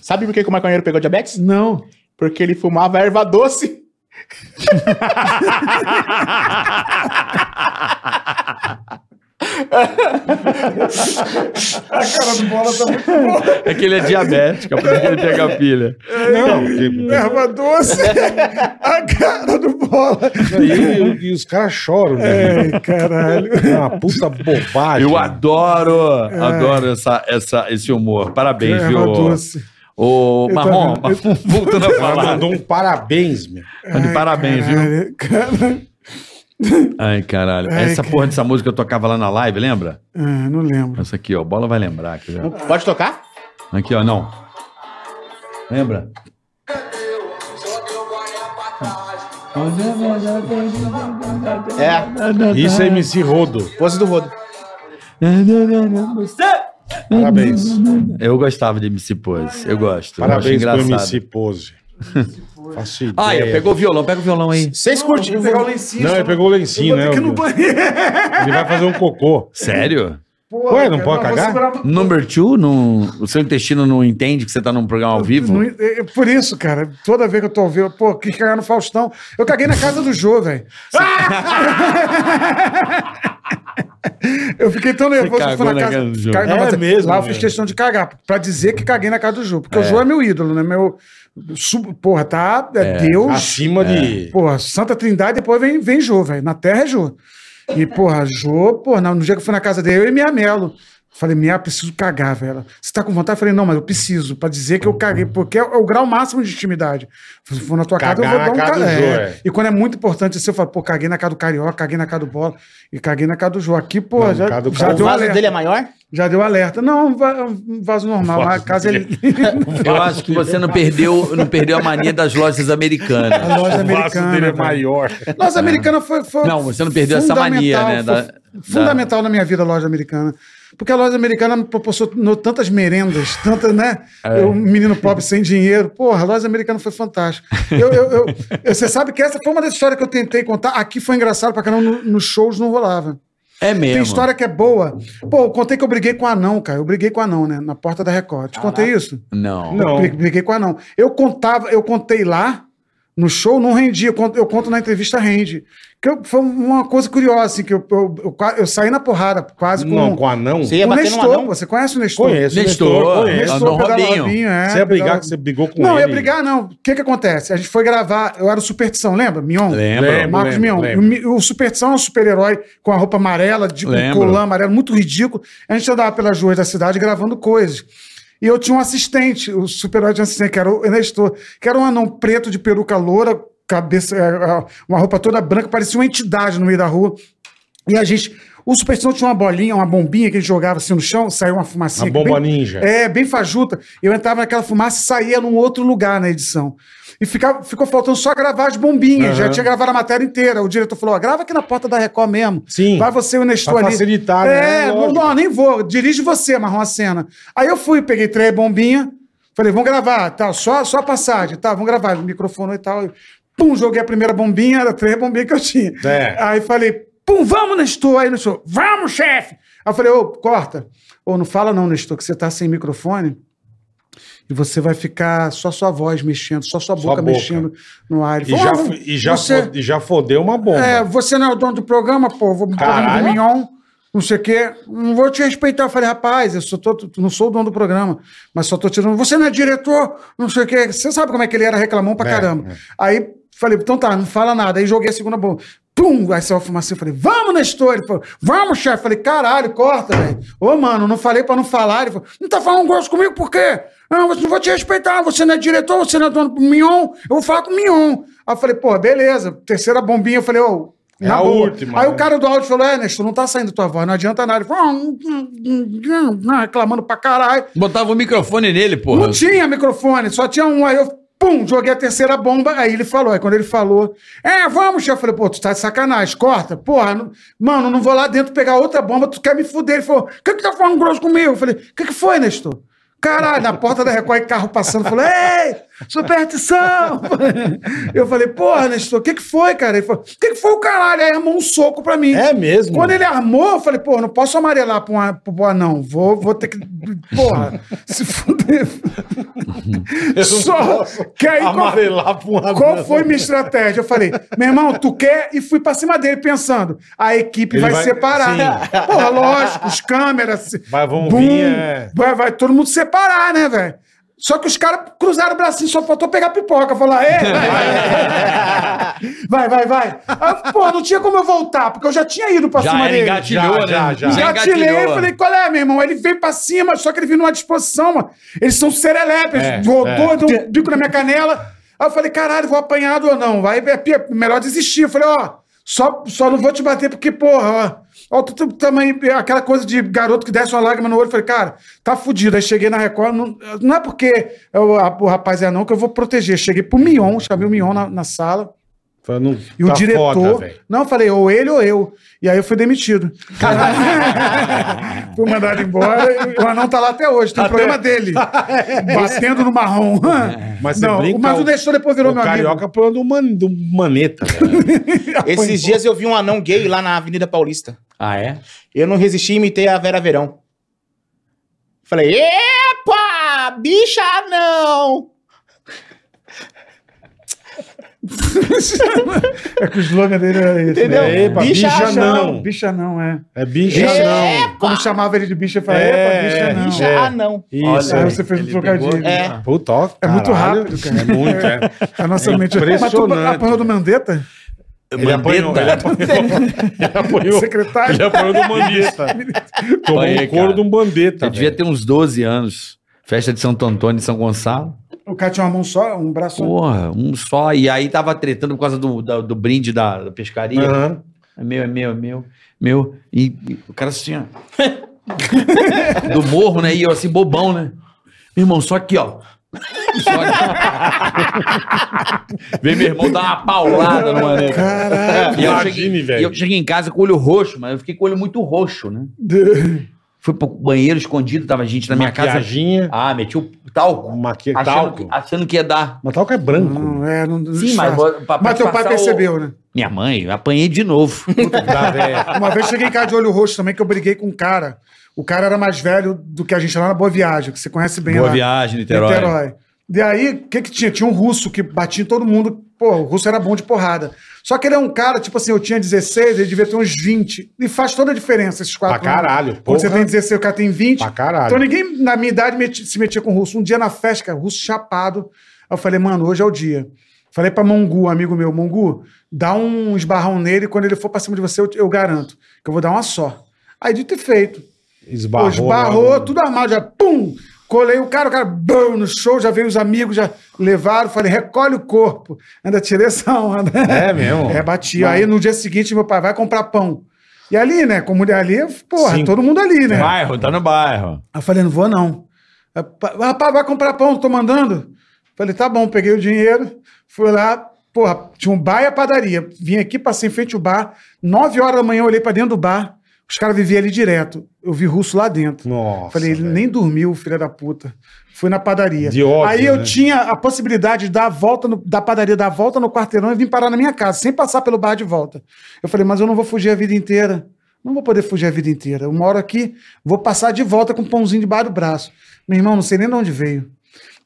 Speaker 7: Sabe por que, que o maconheiro pegou diabetes?
Speaker 4: não.
Speaker 7: Porque ele fumava erva doce.
Speaker 8: <laughs> É que ele é diabético, é por isso que ele pega a pilha.
Speaker 2: Não, porque-
Speaker 4: Erva doce. A cara do bola.
Speaker 2: e, e- e os caras choram, né?
Speaker 4: Ai, caralho.
Speaker 2: É uma puta bobagem.
Speaker 8: Eu adoro, adoro essa, essa, esse humor. Parabéns,
Speaker 4: Erva
Speaker 8: viu?
Speaker 4: doce.
Speaker 8: Ô,
Speaker 4: Eu
Speaker 8: Marrom,
Speaker 4: tava- eu-
Speaker 8: voltando a
Speaker 2: Ela
Speaker 8: falar.
Speaker 2: mandou um parabéns, meu.
Speaker 8: Tá de parabéns, viu?
Speaker 4: Caralho, cara.
Speaker 8: Ai, caralho.
Speaker 4: Ai,
Speaker 8: Essa
Speaker 4: cara.
Speaker 8: porra dessa música eu tocava lá na live, lembra?
Speaker 4: Ah, não lembro.
Speaker 8: Essa aqui, ó. Bola vai lembrar. Aqui, ó.
Speaker 7: Pode tocar?
Speaker 8: aqui, ó não. Lembra?
Speaker 7: É,
Speaker 2: Isso é MC Rodo.
Speaker 7: pose do rodo.
Speaker 2: Parabéns.
Speaker 8: Eu gostava de MC Pose. Eu gosto. eu acho
Speaker 2: Parabéns pro
Speaker 8: engraçado.
Speaker 2: MC Pose. Faço ideia.
Speaker 8: Ah, ele pegou o violão. Pega o violão aí.
Speaker 7: Vocês curtem?
Speaker 2: Não, ele pegou o lencinho,
Speaker 4: é
Speaker 2: né? Ele vai fazer um cocô.
Speaker 8: Sério?
Speaker 2: Ué, não pode cagar?
Speaker 8: Number two, não- o seu intestino não entende que você tá num programa ao vivo?
Speaker 4: Não- é- é por isso, cara, toda vez que eu tô ouvindo, pô, que cagar no Faustão. Eu caguei na casa do Jô,
Speaker 8: <laughs>
Speaker 4: velho. eu fiquei tão nervoso que eu fui
Speaker 8: cagou
Speaker 4: na
Speaker 8: na
Speaker 4: casa.
Speaker 8: casa do Jô.
Speaker 4: Cara, não,
Speaker 2: É
Speaker 4: mas
Speaker 2: mesmo,
Speaker 4: Lá eu
Speaker 2: velho.
Speaker 4: fiz questão de cagar, pra dizer que caguei na casa do Jô. Porque o Jô é meu ídolo, né? Meu. sub- porra, tá. É, Deus.
Speaker 2: Acima de.
Speaker 4: Porra, Santa Trindade depois vem, vem Jô, velho. Na terra é Jô. E, porra, Jô, porra, no dia que eu fui na casa dele, eu e Mia Melo. Falei, Mia, preciso cagar, velho. Ela, Você tá com vontade? Eu falei, não, mas eu preciso, pra dizer que eu caguei, porque é o é o grau máximo de intimidade. Se for na tua casa, eu
Speaker 2: Cagar
Speaker 4: vou
Speaker 2: na
Speaker 4: dar um
Speaker 2: casa do
Speaker 4: cagão.
Speaker 2: Jô, é.
Speaker 4: E quando é muito importante, assim, eu falo, pô, caguei na casa do Carioca, caguei na casa do Bola, e caguei na casa do Jô. Aqui, pô,
Speaker 2: Não,
Speaker 4: já,
Speaker 2: casa do
Speaker 4: já
Speaker 2: Carioca.
Speaker 7: O
Speaker 4: deu
Speaker 7: vaso
Speaker 4: alerta.
Speaker 7: dele é maior?
Speaker 4: Já deu alerta. Não, um va- um vaso normal, a casa é... <laughs>
Speaker 8: Eu acho que você não perdeu, não perdeu a mania das lojas
Speaker 4: A loja
Speaker 8: americanas.
Speaker 2: O vaso
Speaker 4: americana.
Speaker 2: dele é
Speaker 4: velho.
Speaker 2: maior.
Speaker 4: Loja americana foi, foi
Speaker 8: Não, você não perdeu essa mania, né,
Speaker 4: fundamental,
Speaker 8: da-
Speaker 4: foi fundamental na minha vida, a loja americana. Porque a loja americana me proporcionou tantas merendas, tantas, né?
Speaker 8: É.
Speaker 4: Eu, um menino pobre sem dinheiro. Porra, a loja americana foi fantástica. Eu, eu- eu- eu- você sabe que essa foi uma das histórias que eu tentei contar. Aqui foi engraçado pra caramba, no- nos shows não rolava.
Speaker 8: É mesmo.
Speaker 4: Tem história que é boa. Pô, eu contei que eu briguei com o anão, cara. Eu briguei com o anão, né? Na porta da Record. Te contei isso?
Speaker 8: Não.
Speaker 2: Não.
Speaker 4: Bri- Briguei com o anão. é, Eu contava, eu contei lá no show, não rendia. Eu conto, eu conto na entrevista, rende. Que eu- foi uma coisa curiosa, assim, que eu, eu, eu qua- eu saí na porrada, quase com,
Speaker 2: Não, com anão?
Speaker 7: Você
Speaker 4: com
Speaker 7: ia
Speaker 4: o
Speaker 7: bater num
Speaker 4: Nestor.
Speaker 7: anão?
Speaker 4: Você conhece o Nestor?
Speaker 2: Conheço.
Speaker 8: Nestor,
Speaker 2: conheço.
Speaker 8: Anão
Speaker 4: pedala
Speaker 8: Robinho.
Speaker 4: Robinho, é,
Speaker 2: Você ia brigar
Speaker 4: pedala-
Speaker 2: que você brigou com ele?
Speaker 4: Não, ia brigar, não. O que que acontece? A gente foi gravar, eu era o Superstição, lembra? Mion?
Speaker 8: Lembro.
Speaker 2: Lembro.
Speaker 4: Marcos Mion.
Speaker 2: lembro.
Speaker 4: E o Mi- O, Superstição é um super-herói com a roupa amarela, de com
Speaker 8: Lembro.
Speaker 4: colã amarelo, muito ridículo. A gente andava pelas ruas da cidade gravando coisas. E eu tinha um assistente, o super-herói de assistente, que era o Nestor, que era um anão preto de peruca loura, cabeça, é, é, uma roupa toda branca, parecia uma entidade no meio da rua. E a gente, O Superstição tinha uma bolinha, uma bombinha que ele jogava assim no chão, saiu uma fumacinha.
Speaker 2: Uma
Speaker 4: que
Speaker 2: bomba
Speaker 4: bem-
Speaker 2: ninja.
Speaker 4: É, bem fajuta. Eu entrava naquela fumaça e saía num outro lugar na edição. E ficava, ficou faltando só gravar as bombinhas. Já tinha gravado a matéria inteira. O diretor falou: ó, grava aqui na porta da Record mesmo.
Speaker 2: Sim.
Speaker 4: Vai você e o Nestor
Speaker 2: Pra
Speaker 4: ali.
Speaker 2: facilitar, né?
Speaker 4: É, não,
Speaker 2: Lógico.
Speaker 4: não, nem vou. Dirige você, Marrom a cena. Aí eu fui, peguei três bombinhas. Falei, vamos gravar, tal, só, só a passagem, tá, vamos gravar, microfone e tal. E, pum, joguei a primeira bombinha, era três bombinhas que eu tinha.
Speaker 2: É.
Speaker 4: Aí falei, pum, vamos, Nestor. Aí o Nestor, vamos, chefe. Aí eu falei, ô, corta. Ô, não fala não, Nestor, que você tá sem microfone e você vai ficar só sua voz mexendo, só sua
Speaker 2: boca.
Speaker 4: boca, mexendo no ar. Ele
Speaker 2: E já,
Speaker 4: falou, "Ah,
Speaker 2: e, já
Speaker 4: você-
Speaker 2: fode- e já fodeu uma bomba.
Speaker 4: é, você não é o dono do programa, pô. Vou me pôr
Speaker 2: Caralho.
Speaker 4: no mignon, não sei o quê. Não vou te respeitar. Eu falei, rapaz, eu só tô, tu- não sou o dono do programa, mas só tô tirando. Você não é diretor, não sei o quê. Você sabe como é que ele era reclamão pra
Speaker 2: É,
Speaker 4: caramba.
Speaker 2: é.
Speaker 4: Aí falei, então tá, não fala nada. Aí joguei a segunda bomba. Pum! Aí saiu a fumaça. Eu falei, vamos, Nestor. Ele falou, vamos, chefe. Eu Falei, caralho, corta, velho. Ô, mano, não falei pra não falar. Ele falou, não tá falando grosso comigo por quê? Não, você não vou te respeitar. Você não é diretor, você não é dono do Mignon. Eu vou falar com o Mignon. Aí eu falei, pô, beleza. Terceira bombinha. Eu falei, ô,
Speaker 2: É
Speaker 4: na
Speaker 2: a
Speaker 4: boa.
Speaker 2: última,
Speaker 4: Aí
Speaker 2: né?
Speaker 4: o cara do áudio falou: É, Nestor, não tá saindo tua voz, não adianta nada. Ele falou: "Ah, hum, hum, hum, hum", reclamando pra caralho.
Speaker 8: Botava o microfone nele, porra.
Speaker 4: Não tinha microfone, só tinha um. Aí eu, pum, joguei a terceira bomba. Aí ele falou. Aí quando ele falou, é, vamos, chefe. Eu falei, pô, tu tá de sacanagem, corta. Porra, não- mano, não vou lá dentro pegar outra bomba, tu quer me fuder. Ele falou, o que que tá falando grosso comigo? Eu falei, o que que foi, Nestor? Caralho, na porta da Record, carro passando, falou, ei, superstição! <laughs> Eu falei, porra, Nestor, o que que foi, cara? Ele falou, o que que foi o caralho? Aí armou um soco pra mim.
Speaker 2: É mesmo?
Speaker 4: Quando ele armou, eu falei, pô, não posso amarelar pro, a- pro anão. Vou, vou ter que. Porra, <laughs> se fuder. Só que aí. Qual,
Speaker 2: Amarelar pra uma
Speaker 4: qual foi minha estratégia? Eu falei, meu irmão, tu quer? E fui pra cima dele pensando, a equipe
Speaker 2: Ele
Speaker 4: vai,
Speaker 2: vai-
Speaker 4: separar. Porra, lógico, os câmeras.
Speaker 2: Vai, vão
Speaker 4: bum,
Speaker 2: vir, é.
Speaker 4: vai, vai todo mundo separar, né, velho? Só que os caras cruzaram o bracinho, só faltou pegar pipoca, falar, "É, vai, vai, vai, vai, vai. Aí, pô, não tinha como eu voltar, porque eu já tinha ido pra
Speaker 8: Já
Speaker 4: cima
Speaker 8: era
Speaker 4: dele.
Speaker 8: engatilhou,
Speaker 2: Já,
Speaker 8: né?
Speaker 2: já, já.
Speaker 4: Engatilhei e
Speaker 8: engatilhou.
Speaker 4: falei, qual é, meu irmão? Ele veio pra cima, só que ele veio numa disposição, mano. Eles são serelepes,
Speaker 2: É,
Speaker 4: voltou,
Speaker 2: é.
Speaker 4: deu um bico na minha canela. Aí eu falei, caralho, vou apanhado ou não? Aí é pi- melhor desistir. Eu falei, ó, só, só não vou te bater porque, porra, ó, ó tu, tu, também, aquela coisa de garoto que desce uma lágrima no olho. Eu falei, cara, tá fudido. Aí cheguei na Record, não, não é porque eu- a- o rapaz é não que eu vou proteger. Cheguei pro Mion, chamei o Mion na- na sala.
Speaker 2: Falei, não,
Speaker 4: E o
Speaker 2: tá
Speaker 4: diretor.
Speaker 2: foda, velho.
Speaker 4: não, eu falei, ou ele ou eu. E aí eu fui demitido. <laughs> fui mandado embora. e O anão tá lá até hoje, tem um problema
Speaker 2: <laughs>
Speaker 4: dele. Batendo no marrom.
Speaker 2: É. Mas você
Speaker 4: não,
Speaker 2: brinca,
Speaker 4: mas o Nestor depois virou
Speaker 2: o
Speaker 4: meu amigo.
Speaker 2: carioca pulando do, man, do maneta, velho.
Speaker 4: <laughs>
Speaker 7: Esses dias eu vi um anão gay lá na Avenida Paulista.
Speaker 8: Ah, é?
Speaker 7: Eu não resisti e imitei a Vera Verão. Falei, epa, bicha não!
Speaker 4: É que o slogan dele era esse.
Speaker 7: Entendeu?
Speaker 4: né?
Speaker 2: É, Epa, bicha não.
Speaker 4: Bicha não, é.
Speaker 2: É bicha,
Speaker 4: Bicha
Speaker 2: não.
Speaker 4: não. Como chamava ele de bicha, eu falei,
Speaker 2: É,
Speaker 4: epa, bicha não.
Speaker 7: Bicha
Speaker 2: é.
Speaker 7: anão.
Speaker 2: Isso.
Speaker 4: Aí você fez um trocadilho.
Speaker 7: É.
Speaker 2: Puta, ó,
Speaker 4: É muito
Speaker 2: caralho.
Speaker 4: rápido, cara.
Speaker 2: É muito,
Speaker 3: <laughs>
Speaker 2: é.
Speaker 4: A nossa mente. Mas tu
Speaker 2: impressionante.
Speaker 4: apanhou do Mandetta?
Speaker 2: Ele apanhou, ele apanhou. Ele apanhou.
Speaker 4: Secretário?
Speaker 2: Ele apanhou do bandeta. Tomou
Speaker 8: Apanhei,
Speaker 2: um couro
Speaker 8: cara.
Speaker 2: de um bandeta.
Speaker 8: Eu devia
Speaker 2: velho.
Speaker 8: ter uns 12 anos. Festa de Santo Antônio e São Gonçalo.
Speaker 4: O cara tinha uma mão só, um braço só.
Speaker 8: Porra, um só. E aí tava tretando por causa do, da- do brinde da, da pescaria.
Speaker 2: Aham.
Speaker 8: É meu, é meu, é meu, meu. E, e o cara assim, ó. Do morro, né? E eu assim, bobão, né? Meu irmão, só aqui, ó. Só aqui. Vem meu irmão dar uma paulada no
Speaker 2: É.
Speaker 8: mané. E eu
Speaker 2: imagine,
Speaker 8: cheguei,
Speaker 2: velho.
Speaker 8: e eu cheguei em casa com o olho roxo, mas eu fiquei com o olho muito roxo, né? Fui pro banheiro escondido, tava gente na minha casa.
Speaker 2: Maquiaginha,
Speaker 8: Ah, meti o talco.
Speaker 2: maqui...
Speaker 8: Achando que,
Speaker 2: talco.
Speaker 8: achando que ia dar.
Speaker 2: Mas talco é branco.
Speaker 4: Não, é, não, não
Speaker 8: Sim,
Speaker 4: disfarça.
Speaker 8: mas. pra- pra
Speaker 4: Mas teu pai
Speaker 8: disfarçar o-
Speaker 4: percebeu, né?
Speaker 8: Minha mãe, eu apanhei de
Speaker 6: <laughs>
Speaker 8: novo.
Speaker 2: Tá, velho.
Speaker 4: Uma vez cheguei em casa de olho roxo também, que eu briguei com um cara. O cara era mais velho do que a gente lá na Boa Viagem, que você conhece bem lá.
Speaker 8: viagem,
Speaker 4: Niterói. E aí, o que que tinha? Tinha um russo que batia em todo mundo. Pô, o russo era bom de porrada. Só que ele é um cara, tipo assim, eu tinha 16, ele devia ter uns 20. E faz toda a diferença esses quatro.
Speaker 2: Pra
Speaker 4: anos.
Speaker 2: caralho,
Speaker 4: Quando
Speaker 2: porra.
Speaker 4: você tem 16, o cara tem 20.
Speaker 2: Pra caralho.
Speaker 4: Então ninguém na minha idade meti- se metia com russo. Um dia na festa, cara, russo chapado. Aí eu falei, mano, hoje é o dia. Falei pra Mongu, amigo meu, Mongu, dá um esbarrão nele, quando ele for pra cima de você, eu, eu garanto, que eu vou dar uma só. Aí dito e feito.
Speaker 2: Esbarrou.
Speaker 4: Esbarrou,
Speaker 2: lá no-
Speaker 4: tudo armado, já pum! Colei o cara, o cara, bum, no show, já veio os amigos, já levaram, falei, recolhe o corpo. Ainda tirei essa né? onda.
Speaker 2: É mesmo?
Speaker 4: É, bati. Aí no dia seguinte, meu pai vai comprar pão. E ali, né? Como ali, porra, todo mundo ali, né?
Speaker 3: Bairro, tá no bairro.
Speaker 4: Aí eu falei, não vou não. Aí, pa- Rapaz, vai comprar pão, tô mandando. Falei, tá bom, peguei o dinheiro, fui lá, porra, tinha um bar e a padaria. Vim aqui, passei em frente ao bar, nove horas da manhã eu olhei pra dentro do bar, os caras viviam ali direto. Eu vi russo lá dentro.
Speaker 6: Nossa.
Speaker 4: Falei, ele
Speaker 6: velho.
Speaker 4: nem dormiu, filha da puta. Fui na padaria.
Speaker 6: De ódio,
Speaker 4: Aí eu
Speaker 6: né?
Speaker 4: tinha a possibilidade de dar a volta no- da padaria, dar a volta no quarteirão e vim parar na minha casa, sem passar pelo bar de volta. Eu falei, mas eu não vou fugir a vida inteira. Não vou poder fugir a vida inteira. Eu moro aqui, vou passar de volta com um pãozinho debaixo do braço. Meu irmão, não sei nem de onde veio.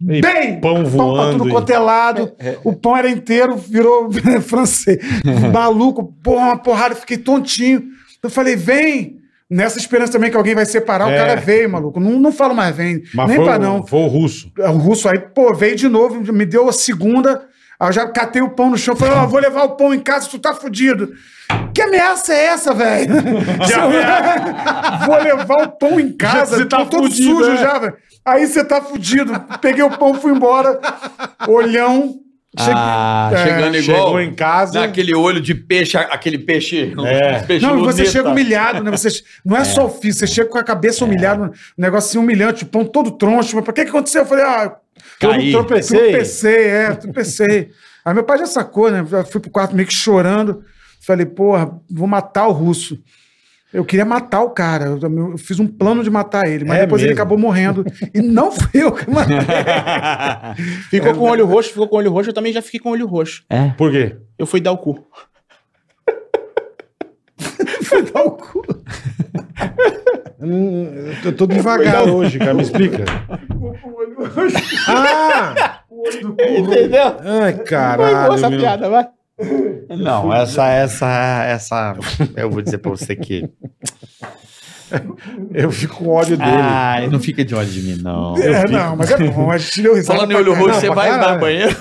Speaker 6: E
Speaker 4: Bem!
Speaker 6: pão
Speaker 4: pra
Speaker 6: voando
Speaker 4: tudo
Speaker 6: e-
Speaker 4: cotelado.
Speaker 6: É,
Speaker 4: O pão era inteiro, virou <laughs> francês.
Speaker 6: Uhum.
Speaker 4: Maluco, porra, uma porrada, eu fiquei tontinho. Eu falei, vem! Nessa esperança também que alguém vai separar,
Speaker 6: É.
Speaker 4: o cara veio, maluco. Não, não falo mais, vem.
Speaker 6: Mas
Speaker 4: Nem
Speaker 6: foi,
Speaker 2: um-
Speaker 6: um
Speaker 4: pra
Speaker 6: o-
Speaker 4: não.
Speaker 6: foi o russo.
Speaker 4: É, O russo aí, pô, veio de novo, me deu a segunda. Aí eu já catei o pão no chão, falei, ó, vou levar o pão em casa, tu tá fudido. Que ameaça é essa, velho?
Speaker 6: <laughs>
Speaker 4: Se eu- <laughs> vou levar o pão em casa,
Speaker 6: Você tá
Speaker 4: tô todo
Speaker 6: fudido,
Speaker 4: sujo
Speaker 6: é.
Speaker 4: já, velho. Aí você tá fudido. Peguei o pão, fui embora. Olhão. cheguei-
Speaker 3: Ah,
Speaker 4: É,
Speaker 3: chegando igual.
Speaker 6: Chegou em casa.
Speaker 3: Naquele olho de peixe, aquele peixe. tá.
Speaker 6: É.
Speaker 3: os peixes
Speaker 4: Não, e você
Speaker 3: luneta.
Speaker 4: chega humilhado, né? Você, não é, só o fim, você chega com a cabeça
Speaker 3: É.
Speaker 4: humilhada, um negócio assim, humilhante, o pão todo troncho. Mas pra que que aconteceu? Eu falei, ah,
Speaker 3: Caí.
Speaker 4: eu
Speaker 2: <laughs>
Speaker 4: tropecei. Tropecei, é, tropecei. <laughs> Aí meu pai já sacou, né? Eu fui pro quarto meio que chorando. Falei, porra, vou matar o russo. Eu queria matar o cara. Eu, eu fiz um plano de matar ele, mas
Speaker 6: É
Speaker 4: depois ele
Speaker 6: mesmo?
Speaker 4: acabou morrendo. E não fui eu que matei.
Speaker 6: <laughs>
Speaker 7: Ficou com o olho roxo, ficou com o olho roxo, eu também já fiquei com o olho roxo.
Speaker 6: Por quê?
Speaker 7: Eu fui dar o cu.
Speaker 6: Hum, Eu tô devagar hoje, cara. Me explica. Ah!
Speaker 7: Entendeu?
Speaker 6: Ai,
Speaker 7: Foi boa essa
Speaker 6: caralho. meu.
Speaker 7: piada, vai.
Speaker 12: Não, essa, essa, essa. Eu vou dizer pra você que.
Speaker 6: Eu fico com ódio dele.
Speaker 12: Ai, não fica de ódio de mim, não.
Speaker 4: É, não, mas é bom. A gente deu risada.
Speaker 3: Falando em
Speaker 4: pra
Speaker 3: olho
Speaker 4: caralho.
Speaker 3: roxo, você
Speaker 4: Não,
Speaker 3: vai
Speaker 4: pra
Speaker 6: "Ah,
Speaker 3: no banheiro?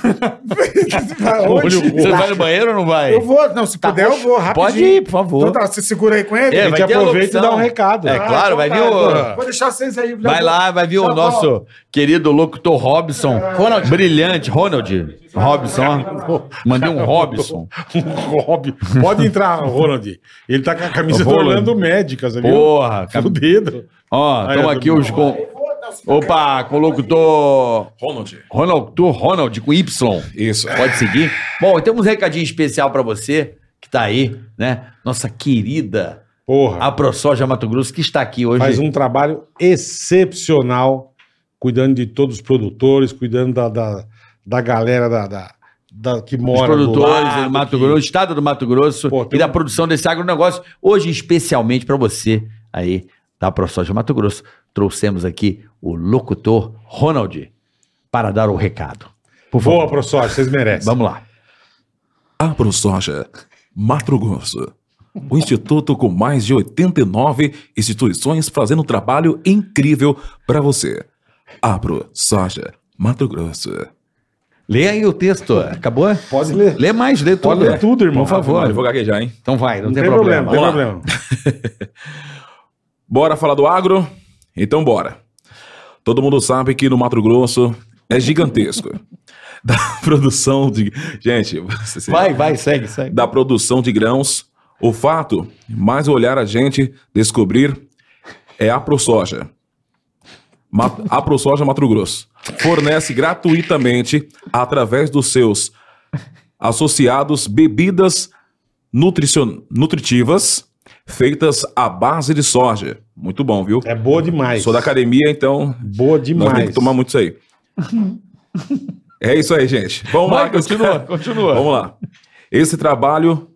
Speaker 3: <laughs>
Speaker 4: caralho. Hoje?
Speaker 3: Você vai no banheiro ou não vai?
Speaker 4: Eu vou, não, se puder, eu vou rapidinho.
Speaker 3: Tá, Pode ir, por favor.
Speaker 4: Então tá, você segura aí com ele?
Speaker 3: É,
Speaker 6: A gente
Speaker 3: vai ter a
Speaker 6: aproveita e dá
Speaker 3: opção.
Speaker 6: um recado.
Speaker 3: É claro, vai vir o.
Speaker 4: Vou deixar vocês aí.
Speaker 3: Vai lá, vai vir o
Speaker 4: Já
Speaker 3: nosso
Speaker 4: volto.
Speaker 3: querido locutor Robson. Ronald. Brilhante, Ronald. Robson. ó. Mandei um Robson.
Speaker 6: Rob. Pode entrar, Ronald. Ele tá com a camisa do
Speaker 3: Roland.
Speaker 6: Orlando Médica, você viu?
Speaker 3: Porra,
Speaker 6: O
Speaker 3: cara.
Speaker 6: dedo.
Speaker 3: Ó,
Speaker 6: Aí,
Speaker 3: estão
Speaker 6: é
Speaker 3: aqui
Speaker 6: do-
Speaker 3: os. Com... Opa, com o locutor.
Speaker 13: Ronald.
Speaker 3: Ronald, tu, Ronald com Y.
Speaker 13: Isso.
Speaker 3: Pode seguir. Bom, temos um recadinho especial pra você que tá aí, né? Nossa querida
Speaker 6: Porra.
Speaker 3: a ProSoja Mato Grosso que está aqui Ah, hoje.
Speaker 6: Faz um trabalho excepcional, cuidando de todos os produtores, cuidando da, da, da galera da, da, da- que
Speaker 3: Os
Speaker 6: mora do
Speaker 3: produtores
Speaker 6: lado,
Speaker 3: do Mato
Speaker 6: que-
Speaker 3: Grosso, estado do Mato Grosso
Speaker 6: Pô,
Speaker 3: e
Speaker 6: tem
Speaker 3: da
Speaker 6: um-
Speaker 3: produção desse agronegócio. Hoje, especialmente pra você aí da ProSoja Mato Grosso, trouxemos aqui o locutor Ronald para dar o recado. Por favor,
Speaker 6: Boa, professor, vocês merecem.
Speaker 3: vamos lá.
Speaker 11: AproSoja, Mato Grosso. O instituto com mais de 89 instituições fazendo um trabalho incrível para você. AproSoja, Mato Grosso.
Speaker 3: Lê aí o texto. Acabou?
Speaker 6: Pode ler.
Speaker 3: Lê mais, lê tudo.
Speaker 6: Pode ler tudo, irmão.
Speaker 3: Por favor.
Speaker 11: Ah, Eu vou gaguejar, hein?
Speaker 3: Então vai, não,
Speaker 6: Não
Speaker 3: tem,
Speaker 6: tem
Speaker 3: problema.
Speaker 6: problema,
Speaker 3: Vamos
Speaker 6: não
Speaker 3: lá.
Speaker 6: tem problema.
Speaker 11: Bora falar do agro? Então bora. Todo mundo sabe que no Mato Grosso é gigantesco. <laughs> Da produção de. Gente, você-
Speaker 3: Vai, vai, segue, segue.
Speaker 11: da produção de grãos, o fato mais olhar a gente descobrir é a ProSoja. Ma- A ProSoja Mato Grosso fornece gratuitamente, através dos seus associados, bebidas nutricion- nutritivas feitas à base de soja. Muito bom, viu?
Speaker 6: É boa demais.
Speaker 11: Sou da academia, então
Speaker 6: Boa
Speaker 11: nós temos
Speaker 6: demais.
Speaker 11: que tomar muito isso aí. É isso aí, gente. Vamos lá. Continua, continua. Vamos lá. Esse trabalho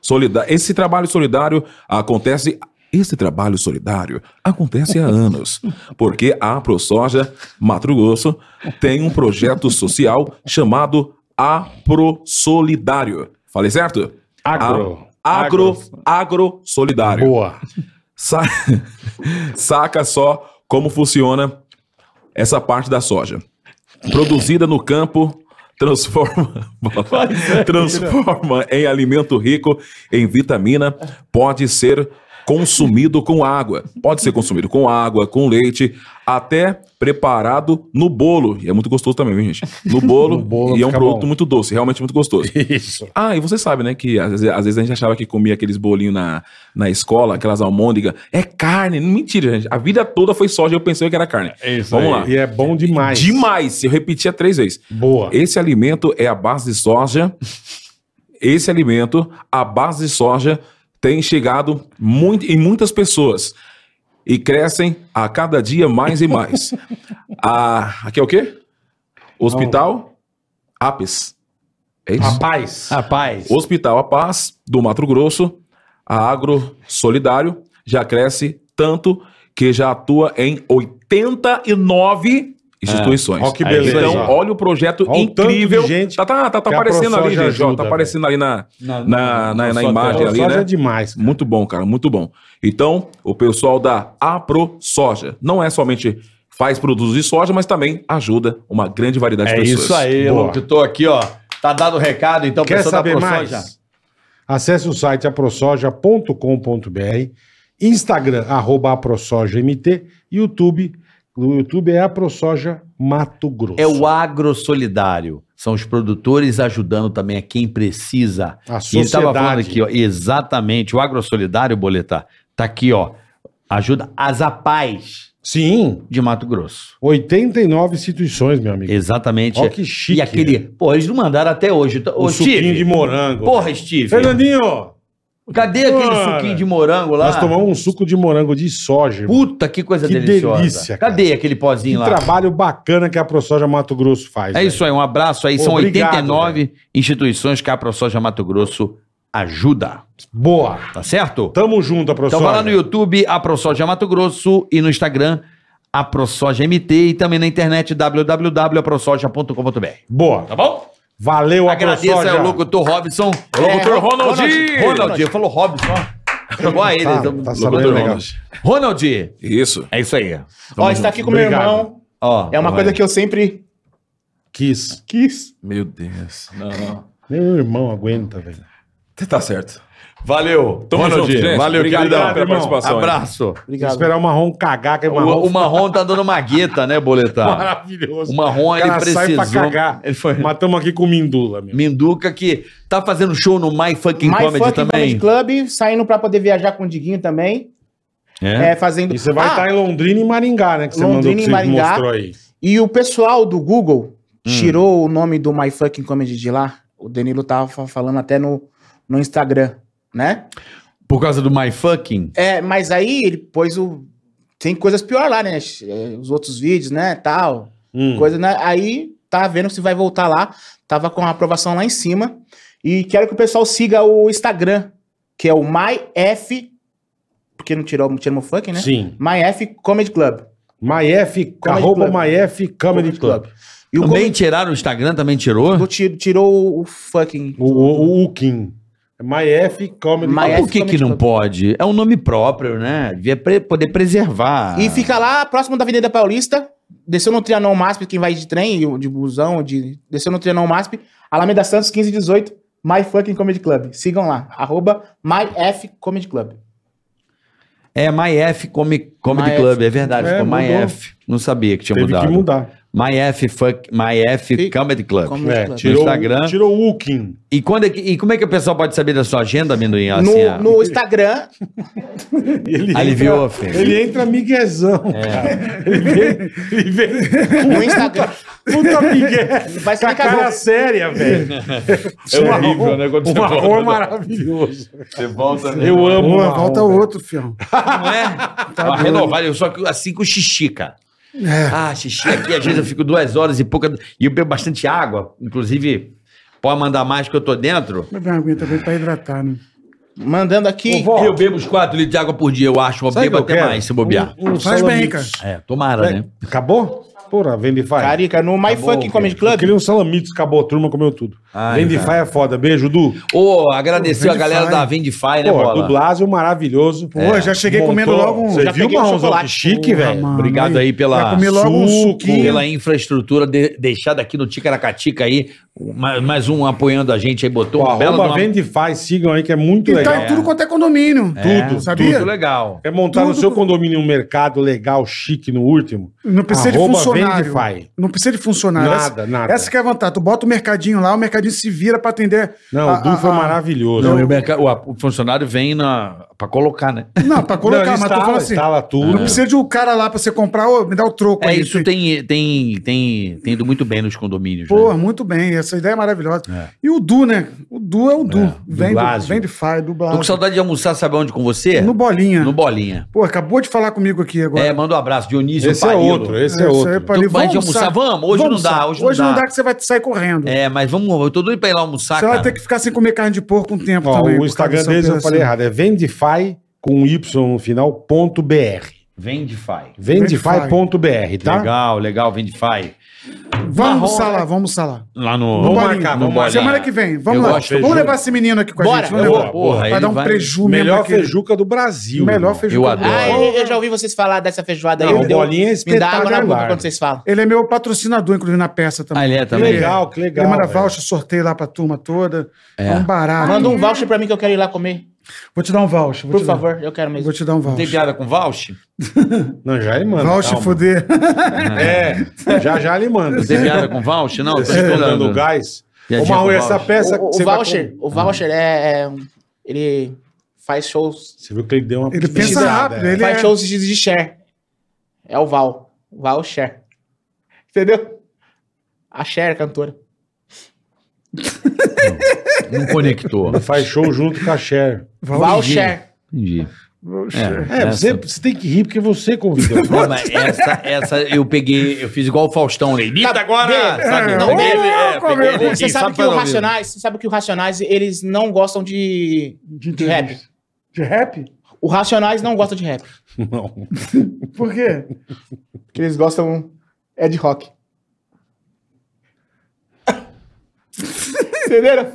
Speaker 11: solida- esse trabalho solidário acontece esse trabalho solidário acontece há anos, porque a ProSoja Mato Grosso tem um projeto social chamado AproSolidário. Falei certo?
Speaker 6: Agro.
Speaker 11: A- agro, agro Solidário.
Speaker 6: Boa.
Speaker 11: Sa- <laughs> Saca só como funciona essa parte da soja. Produzida no campo, transforma, <laughs> transforma em alimento rico em vitamina, pode ser consumido com água. Pode ser consumido com água, com leite, até preparado no bolo. E é muito gostoso também, viu, gente? No bolo.
Speaker 6: <laughs> No bolo
Speaker 11: e é um
Speaker 6: fica
Speaker 11: produto
Speaker 6: bom.
Speaker 11: muito doce, realmente muito gostoso.
Speaker 6: Isso.
Speaker 11: Ah, e você sabe, né, que às vezes, às vezes a gente achava que comia aqueles bolinhos na, na escola, aquelas almôndegas. É carne. Mentira, gente. A vida toda foi soja, eu pensei que era carne.
Speaker 6: isso
Speaker 11: Vamos
Speaker 6: aí.
Speaker 11: lá.
Speaker 6: E é bom demais.
Speaker 11: Demais. Eu repetia três vezes.
Speaker 6: Boa.
Speaker 11: Esse alimento é a base de soja. Esse alimento, a base de soja, tem chegado muito, em muitas pessoas. E crescem a cada dia mais e mais. a, aqui é o quê? Hospital Apes. É isso?
Speaker 6: Rapaz.
Speaker 8: Rapaz.
Speaker 11: Hospital A Paz do Mato Grosso, a Agro Solidário, já cresce tanto que já atua em 89 instituições.
Speaker 6: É. Ó, que beleza.
Speaker 11: Então, olha o projeto
Speaker 6: Ó, o tanto de
Speaker 11: incrível.
Speaker 6: gente
Speaker 11: tá, tá, tá, tá
Speaker 6: que a
Speaker 11: aparecendo ali, gente.
Speaker 6: ProSoja
Speaker 11: ó,
Speaker 6: ajuda,
Speaker 11: tá aparecendo ali na,
Speaker 8: Na-
Speaker 11: na, na, na
Speaker 8: ProSoja.
Speaker 11: imagem ali,
Speaker 6: soja
Speaker 11: né?
Speaker 6: é demais. cara.
Speaker 11: Muito bom, cara, muito bom. Então, o pessoal da Apro Soja não é somente faz produtos de soja, mas também ajuda uma grande variedade
Speaker 8: É
Speaker 11: de pessoas.
Speaker 8: isso aí,
Speaker 6: Boa.
Speaker 8: locutor aqui, ó. Tá dado o recado, então,
Speaker 6: Quer
Speaker 8: pessoal da
Speaker 6: saber mais?
Speaker 8: ProSoja.
Speaker 6: Acesse o site aprosoja.com.br, Instagram, arroba aprosojamt, YouTube, o YouTube é aprosoja Mato Grosso.
Speaker 8: É o agro solidário. São os produtores ajudando também a quem precisa.
Speaker 6: A
Speaker 8: E ele estava
Speaker 6: sociedade.
Speaker 8: falando aqui, ó, exatamente, o agrosolidário, Boletar, tá aqui, ó, ajuda as APAES
Speaker 6: Sim,
Speaker 8: de Mato Grosso.
Speaker 6: 89 instituições, meu amigo.
Speaker 8: Exatamente.
Speaker 6: Ó que chique. né?
Speaker 8: e aquele, pô, eles não mandaram até hoje.
Speaker 6: O
Speaker 8: Ô,
Speaker 6: suquinho
Speaker 8: Steve,
Speaker 6: de morango.
Speaker 8: porra, Steve,
Speaker 6: Fernandinho,
Speaker 8: cadê aquele
Speaker 6: Cara,
Speaker 8: suquinho de morango lá?
Speaker 6: nós tomamos um suco de morango de soja. irmão.
Speaker 8: Puta, que coisa
Speaker 6: Que
Speaker 8: deliciosa.
Speaker 6: delícia, cara.
Speaker 8: cadê aquele
Speaker 6: Que
Speaker 8: pozinho lá?
Speaker 6: trabalho bacana que a ProSoja Mato Grosso faz.
Speaker 8: É
Speaker 6: velho.
Speaker 8: isso aí, um abraço aí. São
Speaker 6: Obrigado,
Speaker 8: 89 instituições que a ProSoja Mato Grosso ajuda,
Speaker 6: Boa.
Speaker 8: tá certo?
Speaker 6: Tamo junto, a
Speaker 8: Então
Speaker 6: ProSoja.
Speaker 8: vai lá no YouTube, a ProSoja Mato Grosso, e no Instagram, a ProSoja MT, e também na internet, www.aprosoja.com.br.
Speaker 6: Boa.
Speaker 8: Tá bom?
Speaker 6: Valeu, a
Speaker 8: Agradeço é
Speaker 6: ProSoja.
Speaker 8: ao locutor Robson.
Speaker 11: Locutor
Speaker 8: Ro-
Speaker 11: Ronaldinho.
Speaker 8: É, Ronaldinho, falou Robson. ó. Igual a ele.
Speaker 6: Tá,
Speaker 8: então,
Speaker 6: tá
Speaker 8: locutor
Speaker 6: sabendo legal.
Speaker 8: Ronald. Ronaldinho.
Speaker 11: Isso.
Speaker 8: É isso aí.
Speaker 7: Ó, está aqui com meu
Speaker 6: Obrigado.
Speaker 7: irmão.
Speaker 8: Ó,
Speaker 7: É uma coisa que eu sempre
Speaker 6: Quis.
Speaker 7: quis.
Speaker 11: Meu Deus. Não, não.
Speaker 6: Meu irmão aguenta, velho.
Speaker 11: Você tá certo.
Speaker 8: Valeu.
Speaker 11: Tamo junto, gente.
Speaker 8: Valeu,
Speaker 11: Obrigado
Speaker 8: queridão.
Speaker 11: pela
Speaker 8: Irmão,
Speaker 11: participação, hein?
Speaker 8: Abraço.
Speaker 6: Tem que
Speaker 7: Obrigado.
Speaker 6: Esperar o marrom cagar, que é marrom.
Speaker 8: O, o Marrom tá dando uma gueta,
Speaker 6: <laughs>
Speaker 8: né, Boletar?
Speaker 6: Maravilhoso.
Speaker 8: O Marrom, ele
Speaker 6: cara sai pra
Speaker 8: precisou...
Speaker 6: cagar.
Speaker 8: Ele foi...
Speaker 6: Matamos aqui com mindula, meu.
Speaker 8: Minduca, que tá fazendo show no My Fucking
Speaker 7: My
Speaker 8: Comedy
Speaker 7: Funky Comedy
Speaker 8: também.
Speaker 7: Club, saindo pra poder viajar com o Diguinho também. É, fazendo.
Speaker 6: E você vai
Speaker 7: Ah,
Speaker 2: tá
Speaker 6: estar em Londrina e Maringá, né? Que você
Speaker 7: Londrina
Speaker 6: mandou que
Speaker 7: e
Speaker 6: você
Speaker 7: Maringá.
Speaker 6: mostrou aí.
Speaker 7: E o pessoal do Google
Speaker 6: Hum.
Speaker 7: tirou o nome do My Fucking Comedy de lá. O Danilo tava fa- falando até no, no Instagram, né?
Speaker 8: Por causa do My Fucking?
Speaker 7: É, mas aí ele pôs o. Tem coisas pior lá, né? Eh, Os outros vídeos, né? Tal.
Speaker 6: Hum.
Speaker 7: Coisa, né? Aí tá vendo se vai voltar lá. Tava com a aprovação lá em cima. E quero que o pessoal siga o Instagram, que é o MyF. Porque não tirou, tirou o funk, né?
Speaker 6: Sim.
Speaker 7: MyF Comedy Club.
Speaker 6: Maef,
Speaker 7: Comedy
Speaker 6: arroba
Speaker 7: Club.
Speaker 6: Maef Comedy Club.
Speaker 7: E o
Speaker 8: também
Speaker 7: Comedy
Speaker 8: tiraram o Instagram, também tirou?
Speaker 7: Club ti- tirou o fucking.
Speaker 6: O, o, o Kim. Maef Comedy
Speaker 7: Maef.
Speaker 8: Mas por que,
Speaker 7: Comedy
Speaker 8: que não
Speaker 7: Club.
Speaker 8: pode? É um nome próprio, né? Devia pre- poder preservar.
Speaker 7: E fica lá, próximo da Avenida Paulista. Desceu no Trianon MASP, quem vai de trem, de busão, de... desceu no Trianon MASP. Alameda Santos, 1518. My Fucking Comedy Club. Sigam lá. Arroba MyF Comedy Club.
Speaker 8: É MyF Comi- Comedy
Speaker 7: My
Speaker 8: Club, é verdade.
Speaker 6: É,
Speaker 8: ficou
Speaker 6: mudou.
Speaker 8: MyF. Não sabia que tinha
Speaker 6: Teve
Speaker 8: mudado.
Speaker 6: que mudar.
Speaker 8: MyF fuck, MyF
Speaker 7: Fi-
Speaker 8: Comedy Club.
Speaker 7: Comedy
Speaker 6: É,
Speaker 7: Club.
Speaker 6: tirou,
Speaker 8: Instagram.
Speaker 6: tirou o Kim.
Speaker 8: E, quando é que- e como é que o pessoal pode saber da sua agenda, amendoim?
Speaker 7: no,
Speaker 8: Assim, a-
Speaker 7: no Instagram,
Speaker 6: Ele
Speaker 8: Aliviou a
Speaker 6: entra,
Speaker 8: ofensa.
Speaker 6: Ele entra miguezão, cara.
Speaker 8: É.
Speaker 6: <laughs> Ele vem, ele vem
Speaker 7: no Instagram.
Speaker 11: <laughs>
Speaker 6: puta migué.
Speaker 7: Vai
Speaker 6: Com a
Speaker 7: ser
Speaker 6: cara
Speaker 2: é
Speaker 7: cara...
Speaker 6: séria, velho.
Speaker 11: É horrível, né?
Speaker 2: Um
Speaker 11: Quando
Speaker 6: O
Speaker 11: você
Speaker 6: marrom é
Speaker 11: volta.
Speaker 6: maravilhoso.
Speaker 8: Você volta, né?
Speaker 6: Eu amo o
Speaker 2: um
Speaker 4: Boa,
Speaker 6: marrom,
Speaker 4: volta
Speaker 6: velho.
Speaker 4: outro, fião.
Speaker 8: Não é? Tá renovar, eu só que assim com xixi, cara. Ah, xixi aqui, às vezes eu fico duas horas e pouca. E eu bebo bastante água. Inclusive, pode mandar mais que eu tô dentro.
Speaker 4: Bebe uma aguinha também pra hidratar, né?
Speaker 7: Mandando aqui.
Speaker 8: Eu bebo uns 4 litros de água por dia, eu acho. Eu
Speaker 6: Sabe
Speaker 8: bebo
Speaker 6: o que eu
Speaker 8: até
Speaker 6: quero?
Speaker 8: mais, se bobear.
Speaker 6: Um, um
Speaker 4: Faz bem,
Speaker 6: salamitos.
Speaker 4: cara.
Speaker 8: É, tomara, né?
Speaker 6: Acabou?
Speaker 2: Porra, Vendify.
Speaker 7: Carica, no My
Speaker 2: Acabou,
Speaker 7: Fucking Comedy
Speaker 2: velho.
Speaker 7: Club.
Speaker 2: Eu queria um salamitos, acabou, a turma comeu tudo.
Speaker 8: Ai,
Speaker 2: Vendify
Speaker 8: cara.
Speaker 2: é foda. Beijo, Du.
Speaker 8: Ô, agradeceu a
Speaker 2: Vendify.
Speaker 8: galera da Vendify, né,
Speaker 2: Pô, do
Speaker 8: Bola?
Speaker 2: Blasio, maravilhoso.
Speaker 4: Pô, eu já cheguei comendo logo um-
Speaker 2: Você
Speaker 7: já
Speaker 2: viu,
Speaker 7: peguei um
Speaker 2: Marronzão? Que
Speaker 7: chocolate.
Speaker 2: chique, velho.
Speaker 8: Obrigado aí
Speaker 4: Vai
Speaker 8: pela,
Speaker 4: comer logo um suquinho.
Speaker 8: pela infraestrutura de- deixada aqui no Ticaracatica aí. Mais, mais um apoiando a gente aí, botou um
Speaker 2: Pô,
Speaker 8: uma bela...
Speaker 2: arroba
Speaker 8: numa-
Speaker 2: Vendify, sigam aí, que é muito
Speaker 4: E
Speaker 2: legal.
Speaker 4: tá em tudo quanto é condomínio.
Speaker 8: É,
Speaker 4: tudo, sabia?
Speaker 8: Tudo legal.
Speaker 2: Quer montar no
Speaker 4: tudo
Speaker 2: seu
Speaker 4: com-
Speaker 2: condomínio um mercado legal, chique, no último?
Speaker 4: Não precisa de
Speaker 2: Arroba
Speaker 4: funcionário.
Speaker 2: Vendify.
Speaker 4: Não precisa de funcionário.
Speaker 2: Nada,
Speaker 4: essa,
Speaker 2: nada.
Speaker 4: Essa que é a vantagem. Tu bota o mercadinho lá, o mercadinho se vira pra atender.
Speaker 2: Não,
Speaker 4: a-
Speaker 2: o Du
Speaker 4: a-
Speaker 2: foi
Speaker 4: a-
Speaker 2: maravilhoso.
Speaker 8: Não, e o, merca- o- o funcionário vem na... pra colocar, né?
Speaker 4: Não, pra
Speaker 2: Não, ele
Speaker 4: colocar, mas tu
Speaker 2: instala,
Speaker 4: fala assim.
Speaker 2: instala tudo.
Speaker 4: Não precisa de um cara lá pra você comprar, ô, me dá o troco
Speaker 8: É,
Speaker 4: aí.
Speaker 8: isso tem, tem, tem, tem ido muito bem nos condomínios,
Speaker 4: Pô,
Speaker 8: né?
Speaker 4: muito bem, essa ideia é maravilhosa. E o Du, né? O Du é o Du. vem, do,
Speaker 2: Blasio.
Speaker 4: vem de Fai, do
Speaker 8: Tô com
Speaker 4: Blasio.
Speaker 8: saudade de almoçar, sabe onde com você?
Speaker 4: No Bolinha.
Speaker 8: No Bolinha.
Speaker 4: Pô, acabou de falar comigo aqui agora.
Speaker 8: É, manda um abraço, Dionísio
Speaker 2: Esse é
Speaker 8: Parilo.
Speaker 2: outro, esse é
Speaker 4: Isso
Speaker 2: outro.
Speaker 4: aí, Paulinho,
Speaker 8: Então, vai de almoçar? Vamos? Hoje não dá,
Speaker 4: almoçar.
Speaker 8: hoje não dá.
Speaker 4: que você vai sair correndo.
Speaker 8: É, mas vamos, eu tô doido pra ir lá almoçar,
Speaker 4: você vai
Speaker 8: cara.
Speaker 4: ter que ficar sem comer carne de porco um tempo
Speaker 2: Ó,
Speaker 4: também. assim.
Speaker 2: o
Speaker 4: por
Speaker 2: Instagram
Speaker 4: causa dessa
Speaker 2: deles eu
Speaker 4: operação.
Speaker 2: falei errado. É Vendify com Y no final, ponto BR.
Speaker 8: Vendify.
Speaker 2: Vendify.br, tá?
Speaker 8: Legal, legal, Vendify.
Speaker 4: Vamos almoçar lá, vamos almoçar lá.
Speaker 8: Lá no...
Speaker 2: Vamos
Speaker 4: Bolinha.
Speaker 2: marcar, vamos
Speaker 8: Bolinha.
Speaker 2: marcar.
Speaker 4: Semana que vem, vamos
Speaker 8: Eu
Speaker 4: lá.
Speaker 8: gosto de
Speaker 4: vamos
Speaker 8: feiju.
Speaker 4: levar esse menino aqui com
Speaker 7: Bora,
Speaker 4: a gente. Vamos
Speaker 8: eu
Speaker 4: levar.
Speaker 8: vou, porra,
Speaker 4: vai
Speaker 8: ele
Speaker 4: dar um
Speaker 8: vai-
Speaker 4: preju mesmo.
Speaker 2: Melhor
Speaker 4: daquele-
Speaker 2: feijuca do Brasil.
Speaker 4: Melhor
Speaker 2: irmão.
Speaker 4: feiju.
Speaker 8: Eu
Speaker 4: que
Speaker 8: adoro.
Speaker 7: Ah,
Speaker 8: Bom.
Speaker 7: eu, eu já ouvi vocês falar dessa feijoada aí.
Speaker 2: Não,
Speaker 7: me
Speaker 2: o
Speaker 7: deu-
Speaker 2: bolinha é
Speaker 7: me dá água na boca
Speaker 2: espetacular.
Speaker 7: quando vocês falam.
Speaker 4: Ele é meu patrocinador, inclusive, na peça também.
Speaker 8: Ah, ele é
Speaker 2: Que
Speaker 8: também?
Speaker 2: legal, que legal.
Speaker 4: Ele manda
Speaker 2: velho.
Speaker 4: voucher, sorteio lá pra turma toda.
Speaker 8: É.
Speaker 4: É, um barato.
Speaker 7: Manda um voucher pra mim que eu quero ir lá comer.
Speaker 4: Vou te dar um voucher. vou
Speaker 7: Por
Speaker 4: te dar.
Speaker 7: favor, eu quero
Speaker 4: Vou
Speaker 7: mesmo.
Speaker 4: te dar um
Speaker 8: Tem
Speaker 4: voucher.
Speaker 8: piada com Valsh?
Speaker 2: Não, já ele manda.
Speaker 4: Voucher
Speaker 2: calma.
Speaker 4: foder. <laughs>
Speaker 2: É, <laughs> já já ele manda. tá
Speaker 8: Tem piada com Valsh? Não, tô
Speaker 2: Vocês estão dando
Speaker 8: esperando.
Speaker 2: gás?
Speaker 8: Já
Speaker 2: é Ô,
Speaker 8: tinha
Speaker 2: Marrom,
Speaker 8: com
Speaker 2: essa
Speaker 8: voucher.
Speaker 2: peça...
Speaker 7: o, o
Speaker 2: você vai
Speaker 7: voucher,
Speaker 2: com-
Speaker 7: o voucher é, é um- Ele faz shows.
Speaker 2: Você viu que ele deu uma...
Speaker 4: Ele pensa
Speaker 2: pesquisada,
Speaker 4: rápido.
Speaker 2: é.
Speaker 4: Ele
Speaker 7: faz
Speaker 4: é...
Speaker 7: shows de, de share. É o Val. Val Cher. Entendeu? A Cher, é cantora.
Speaker 8: Não conectou.
Speaker 2: Ele né? faz show junto com a Cher.
Speaker 7: Val Cher.
Speaker 8: Entendi.
Speaker 2: É, você, você tem que rir porque você convidou.
Speaker 8: Não, mas essa, essa eu peguei, eu fiz igual o Faustão ali. Dita agora! É, Sabe?
Speaker 7: Não,
Speaker 8: Peguei
Speaker 7: dele,
Speaker 8: ele, é, peguei ele
Speaker 7: Você
Speaker 8: aqui,
Speaker 7: sabe que
Speaker 8: pra
Speaker 7: o
Speaker 8: não ouvir.
Speaker 7: Racionais, você sabe que o Racionais, eles não gostam de, de, rap.
Speaker 4: De rap?
Speaker 7: O Racionais não gosta de rap.
Speaker 2: Não.
Speaker 4: Por quê?
Speaker 7: Porque eles gostam é de rock. Entenderam?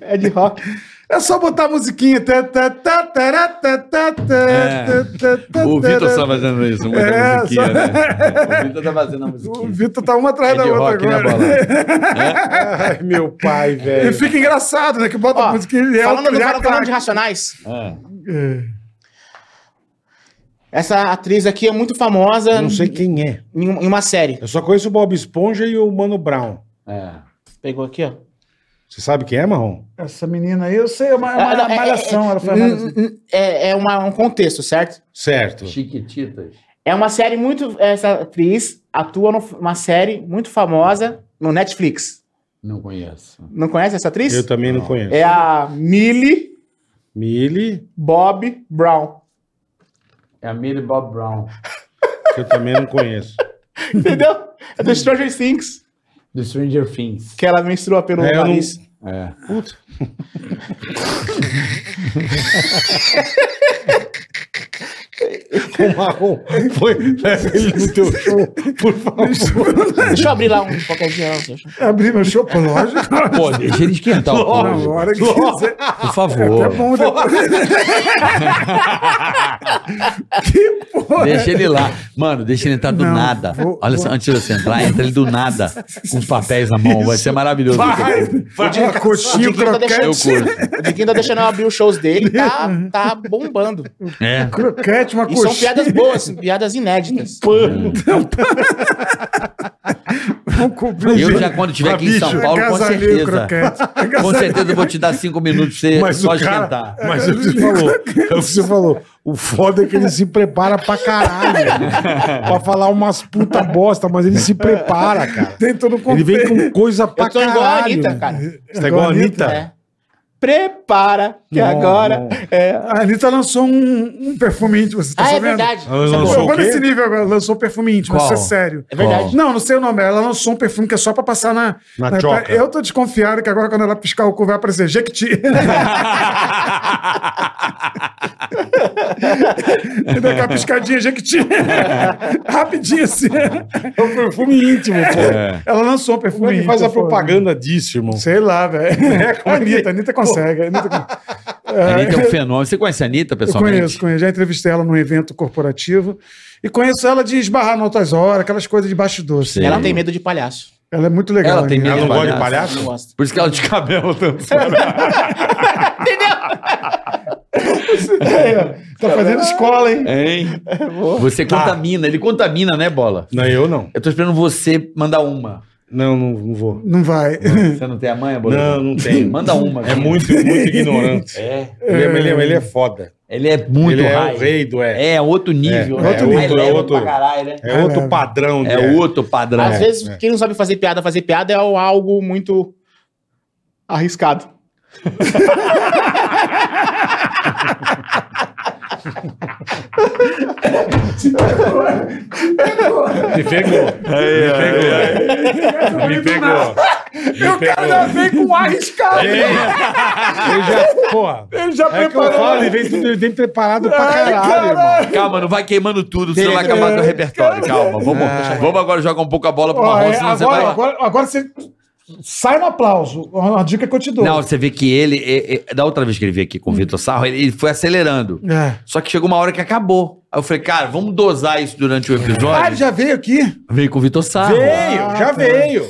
Speaker 7: É de rock.
Speaker 4: É só botar a musiquinha. Tá, tá, tá, tará, tá, tá, tá,
Speaker 8: É.
Speaker 4: tá, tá,
Speaker 8: O
Speaker 4: tá,
Speaker 8: Vitor
Speaker 4: tá.
Speaker 8: tá fazendo isso, muita
Speaker 4: É,
Speaker 8: musiquinha,
Speaker 4: só-
Speaker 8: né? O Vitor tá fazendo a
Speaker 4: O
Speaker 8: musiquinha.
Speaker 4: Vitor tá uma atrás
Speaker 8: É
Speaker 4: da
Speaker 8: de
Speaker 4: outra
Speaker 8: rock, né,
Speaker 4: agora.
Speaker 8: Bola?
Speaker 2: Ai, meu pai,
Speaker 4: E
Speaker 2: velho.
Speaker 4: fica engraçado, né? Que bota a
Speaker 7: É. Ó,
Speaker 4: musiquinha. e É né?
Speaker 7: falando,
Speaker 4: outro
Speaker 7: do-
Speaker 4: já
Speaker 7: falando, falando de
Speaker 4: craque.
Speaker 7: Racionais,
Speaker 8: É.
Speaker 7: essa atriz aqui é muito famosa
Speaker 2: Eu não sei quem é.
Speaker 7: em, em uma série.
Speaker 2: Eu só conheço o Bob Esponja e o Mano Brown.
Speaker 8: É.
Speaker 7: Pegou aqui, ó.
Speaker 2: Você sabe quem é, Marrom?
Speaker 4: Essa menina aí, eu sei, é uma,
Speaker 7: Ah,
Speaker 4: uma
Speaker 7: não, é-
Speaker 4: malhação. Ela foi uma <laughs> malhação.
Speaker 7: É, é, é uma- um contexto, certo?
Speaker 2: Certo.
Speaker 8: Chiquititas.
Speaker 7: É uma série muito. Essa atriz atua numa série muito famosa no Netflix.
Speaker 8: Não conheço.
Speaker 7: Não conhece essa atriz?
Speaker 2: Eu também não, conheço.
Speaker 7: É a Millie
Speaker 2: Millie,
Speaker 7: Bob
Speaker 2: <laughs>
Speaker 7: Brown.
Speaker 8: É a Millie Bob Brown.
Speaker 2: que eu também não conheço.
Speaker 7: Entendeu? É do Stranger Things.
Speaker 8: Do Stranger Things.
Speaker 7: Que ela menstrua pelo
Speaker 2: É, eu não-
Speaker 7: nariz.
Speaker 8: É.
Speaker 2: o Marrom foi. Leva ele no teu show, por favor.
Speaker 7: Deixa eu abrir lá um qualquer dia. não, deixa eu-
Speaker 4: Abri meu show, pô, lógico.
Speaker 7: <laughs>
Speaker 8: Pô, deixa ele esquentar o
Speaker 4: Na
Speaker 8: povo.
Speaker 4: hora que quiser. É
Speaker 8: Por favor.
Speaker 4: Bom, depois... que porra.
Speaker 8: Deixa ele lá. Mano, deixa ele entrar do
Speaker 4: Não,
Speaker 8: nada.
Speaker 4: vou-
Speaker 8: Olha só, antes de você entrar, entra ele do nada. Com os papéis na mão. Vai ser maravilhoso.
Speaker 4: Uma coxinha,
Speaker 7: O Diguinho tá
Speaker 4: croquete.
Speaker 8: Eu
Speaker 7: deixando,
Speaker 8: curto.
Speaker 7: o Diguinho tá deixando eu abrir os shows dele.
Speaker 2: <laughs>
Speaker 7: Tá, tá bombando.
Speaker 8: É.
Speaker 4: Croquete, uma
Speaker 7: E são
Speaker 4: coxinha.
Speaker 7: piadas boas, piadas inéditas.
Speaker 4: Vamos cobrir.
Speaker 8: Eu já, quando estiver aqui em São
Speaker 4: Bicho,
Speaker 8: Paulo, com
Speaker 4: agasalhei o
Speaker 8: certeza.
Speaker 4: croquete.
Speaker 7: <laughs>
Speaker 8: Com certeza eu vou te dar cinco minutos pra você
Speaker 2: Mas
Speaker 8: só
Speaker 2: o cara,
Speaker 8: esquentar.
Speaker 2: mas é o que você falou, é o que você falou. O foda é que ele se prepara pra caralho. né? pra falar umas puta bosta, mas ele se prepara, <laughs> cara.
Speaker 4: Tem todo um
Speaker 2: Ele
Speaker 4: contexto.
Speaker 2: vem com coisa pra
Speaker 7: Eu tô
Speaker 2: caralho.
Speaker 7: igual a Anitta, cara.
Speaker 2: Você tá igual a Anitta?
Speaker 7: É. Prepara, que agora é.
Speaker 4: A Anitta lançou um, um perfume íntimo, você tá
Speaker 7: Ah, é
Speaker 4: sabendo?
Speaker 7: verdade.
Speaker 4: Ela
Speaker 7: Você
Speaker 4: lançou
Speaker 7: falou.
Speaker 4: Chegou nesse nível agora, lançou um perfume íntimo,
Speaker 7: Qual?
Speaker 4: isso é sério.
Speaker 7: É verdade.
Speaker 4: Não, não sei o nome, ela lançou um perfume que é só pra passar na...
Speaker 7: Na choca.
Speaker 4: Eu tô desconfiado que agora quando ela piscar o cu vai aparecer Jequiti. <laughs> E daqui a piscadinha Jequiti. <laughs> Rapidinho assim. É um perfume íntimo, pô.
Speaker 2: É.
Speaker 4: Ela lançou um perfume
Speaker 2: Como é que
Speaker 4: íntimo.
Speaker 2: faz a
Speaker 4: pô.
Speaker 2: propaganda disso, irmão?
Speaker 4: Sei lá, velho. <laughs> É com a Anitta, a Anitta consegue. a Anitta consegue.
Speaker 8: A Anitta é um fenômeno. Você conhece a Anitta
Speaker 4: Eu
Speaker 8: pessoalmente?
Speaker 4: conheço, conheço. Já entrevistei ela num evento corporativo. E conheço ela de esbarrar em altas horas, aquelas coisas de bastidor. doce.
Speaker 7: Ela tem medo de palhaço.
Speaker 4: Ela é muito legal.
Speaker 8: Ela tem
Speaker 4: Anitta.
Speaker 8: medo de palhaço.
Speaker 7: Não gosta.
Speaker 8: Por isso que ela é de cabelo tanto.
Speaker 4: Tá fazendo escola, hein?
Speaker 8: Hein?
Speaker 7: boa.
Speaker 8: Você
Speaker 2: tá.
Speaker 8: contamina. Ele contamina, né, Bola?
Speaker 2: Não, eu não.
Speaker 8: Eu tô esperando você mandar uma.
Speaker 2: Não, não, não vou.
Speaker 4: Não vai.
Speaker 8: Você não tem a manha, Bola?
Speaker 2: Não, não tenho.
Speaker 8: Manda uma.
Speaker 2: É muito, muito ignorante.
Speaker 8: É.
Speaker 2: Ele é, ele é- ele é foda.
Speaker 8: Ele é muito
Speaker 2: Ele é
Speaker 8: high.
Speaker 2: o rei do é.
Speaker 8: É, é outro nível.
Speaker 2: É,
Speaker 8: né?
Speaker 2: é outro
Speaker 8: High
Speaker 2: nível, é
Speaker 8: level
Speaker 2: outro-
Speaker 8: pra caralho, né?
Speaker 2: É outro padrão. de
Speaker 8: É outro padrão.
Speaker 7: Às
Speaker 8: É.
Speaker 7: vezes,
Speaker 2: é.
Speaker 7: quem não sabe fazer piada, fazer piada é algo muito arriscado.
Speaker 2: Me pegou. Me pegou. Me pegou. Me pegou.
Speaker 4: vem com arriscado.
Speaker 2: Eu já, porra.
Speaker 4: Ele <laughs> já
Speaker 2: É que eu falo, ele vem, tudo- ele vem preparado pra caralho, irmão.
Speaker 8: Calma, não vai queimando tudo, senão vai acabar com o repertório. Calma, vamos, vamos agora jogar um pouco a bola pro
Speaker 4: Ó,
Speaker 8: Marrom,
Speaker 4: é,
Speaker 8: senão você
Speaker 4: agora,
Speaker 8: vai...
Speaker 4: agora, agora você sai no aplauso. Uma dica que eu te dou.
Speaker 8: Não, você vê que ele, é- é- da outra vez que ele veio aqui com o Vitor Sarro, ele, ele foi acelerando.
Speaker 4: É.
Speaker 8: Só que chegou uma hora que acabou. Aí eu falei, cara, vamos dosar isso durante o
Speaker 4: Ah, ele
Speaker 8: episódio.
Speaker 4: já veio aqui?
Speaker 8: Veio com o Vitor Sarro.
Speaker 2: Veio,
Speaker 4: Ah, tá.
Speaker 2: já veio.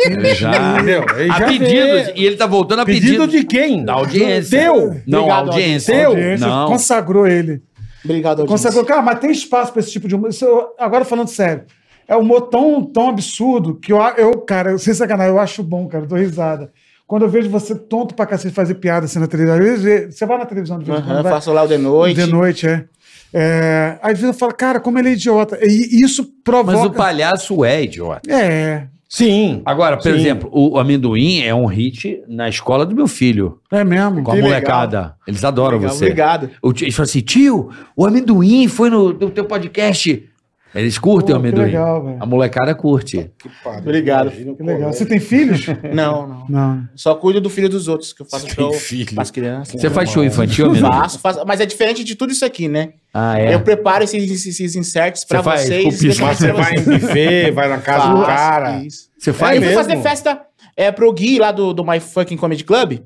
Speaker 8: Ele já.
Speaker 2: Entendeu? Ele
Speaker 8: A
Speaker 2: já
Speaker 8: pedidos,
Speaker 2: veio.
Speaker 8: e ele tá voltando a
Speaker 2: Pedido
Speaker 8: pedido.
Speaker 2: de quem?
Speaker 8: Da audiência.
Speaker 2: Teu.
Speaker 8: Não,
Speaker 7: Obrigado,
Speaker 8: audiência.
Speaker 2: Teu?
Speaker 4: Audiência,
Speaker 8: Não.
Speaker 4: Consagrou ele.
Speaker 7: Obrigado, audiência.
Speaker 4: Consagrou. Cara, Ah, mas tem espaço pra esse tipo de humor. Isso eu- agora falando sério. É um humor tão, tão absurdo que eu, eu, cara, eu- sem sacanagem, eu acho bom, cara. Eu dou risada. Quando eu vejo você tonto pra cacete fazer piada assim na televisão. Às vezes vê- você vai na televisão de vez em
Speaker 7: Aham,
Speaker 4: quando, vai?
Speaker 7: faço lá o de noite.
Speaker 4: De noite, é. É, Às vezes eu falo, cara, como ele é idiota. E isso provoca.
Speaker 8: Mas o palhaço é idiota.
Speaker 4: É,
Speaker 2: Sim.
Speaker 8: Agora, por
Speaker 2: Sim.
Speaker 8: exemplo, o amendoim é um hit na escola do meu filho,
Speaker 4: é mesmo.
Speaker 8: com a
Speaker 7: Que legal.
Speaker 8: molecada. Eles adoram
Speaker 7: Legal,
Speaker 8: você.
Speaker 7: Obrigado.
Speaker 8: O tio- eles falam assim: tio, o amendoim foi no, no teu podcast. Eles curtem
Speaker 4: Pô,
Speaker 8: o
Speaker 4: que
Speaker 8: amendoim.
Speaker 4: legal, velho.
Speaker 8: A molecada curte.
Speaker 2: <laughs>
Speaker 7: Obrigado.
Speaker 4: Que legal. Você tem filhos?
Speaker 7: Não, não.
Speaker 4: Não.
Speaker 7: Só cuido do filho dos outros, que eu faço show
Speaker 2: filho?
Speaker 7: pras crianças.
Speaker 8: Você faz show infantil, amendoim?
Speaker 7: Faço, faço, mas é diferente de tudo isso aqui, né?
Speaker 8: Ah, é.
Speaker 7: Eu preparo esses, esses- esses inserts pra
Speaker 8: Você faz
Speaker 7: vocês.
Speaker 8: com pisco,
Speaker 7: depois
Speaker 2: Mas você
Speaker 7: pra
Speaker 2: vai em buffet, vai na casa do
Speaker 7: Faço,
Speaker 2: cara.
Speaker 7: Isso.
Speaker 8: Você faz
Speaker 7: eu fui
Speaker 8: mesmo?
Speaker 7: fazer festa é, pro Gui lá do, do My Fucking Comedy Club.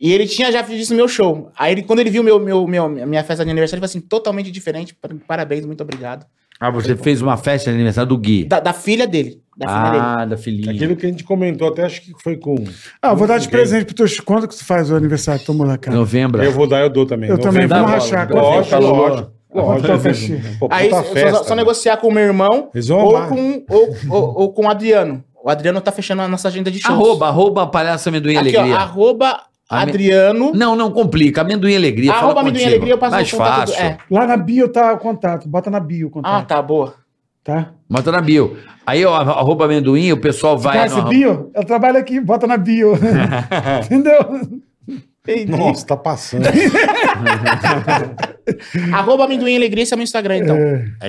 Speaker 7: E ele tinha já visto meu show. Aí ele, quando ele viu meu, meu, meu, minha festa de aniversário, ele falou assim: totalmente diferente. par- Parabéns, muito obrigado.
Speaker 8: Ah, você fez uma festa de aniversário do Gui.
Speaker 7: Da, da filha dele. Da filha dele.
Speaker 8: ah, da filhinha.
Speaker 2: Aquilo que a gente comentou, até acho que foi com.
Speaker 4: Ah, eu vou dar de
Speaker 2: Ninguém.
Speaker 4: presente pro teus. Quando que tu faz o aniversário do teu moleque? cara?
Speaker 8: Novembro.
Speaker 2: Eu vou dar, eu dou também.
Speaker 4: Eu
Speaker 2: Não
Speaker 4: também,
Speaker 2: vem-
Speaker 4: vamos
Speaker 8: Dá
Speaker 4: rachar.
Speaker 8: bola, dá
Speaker 2: Lógico,
Speaker 8: bola.
Speaker 2: lógico.
Speaker 4: Vamos tocar
Speaker 2: Lógico.
Speaker 4: xixi.
Speaker 2: Pô,
Speaker 7: Aí
Speaker 2: puta
Speaker 7: só-
Speaker 2: festa,
Speaker 7: só, só
Speaker 2: velho.
Speaker 7: negociar com o meu irmão
Speaker 2: Eles vão
Speaker 7: ou
Speaker 2: amar.
Speaker 7: com, ou, ou, ou com o Adriano. O Adriano tá fechando a nossa agenda de shows.
Speaker 8: Arroba, arroba palhaço amendoim
Speaker 7: Aqui, ó,
Speaker 8: alegria.
Speaker 7: arroba
Speaker 8: Ame-
Speaker 7: Adriano.
Speaker 8: Não, não complica. Amendoim alegria. fala
Speaker 7: arroba Amendoim
Speaker 8: contigo.
Speaker 7: Alegria, eu passo
Speaker 8: Mais
Speaker 7: o contato do-
Speaker 8: fácil.
Speaker 7: é.
Speaker 4: Lá na bio tá o contato. Bota na bio o
Speaker 7: Ah,
Speaker 4: contato.
Speaker 7: tá, boa.
Speaker 4: Tá?
Speaker 8: Bota na bio. Aí, ó, arroba amendoim, o pessoal vai.
Speaker 4: Cara, esse
Speaker 8: no-
Speaker 4: bio? Eu trabalho aqui, bota na
Speaker 8: <laughs>
Speaker 4: bio. Entendeu?
Speaker 2: Nossa, tá passando.
Speaker 7: Arroba Amendoim Alegria, esse é meu Instagram, então.
Speaker 8: É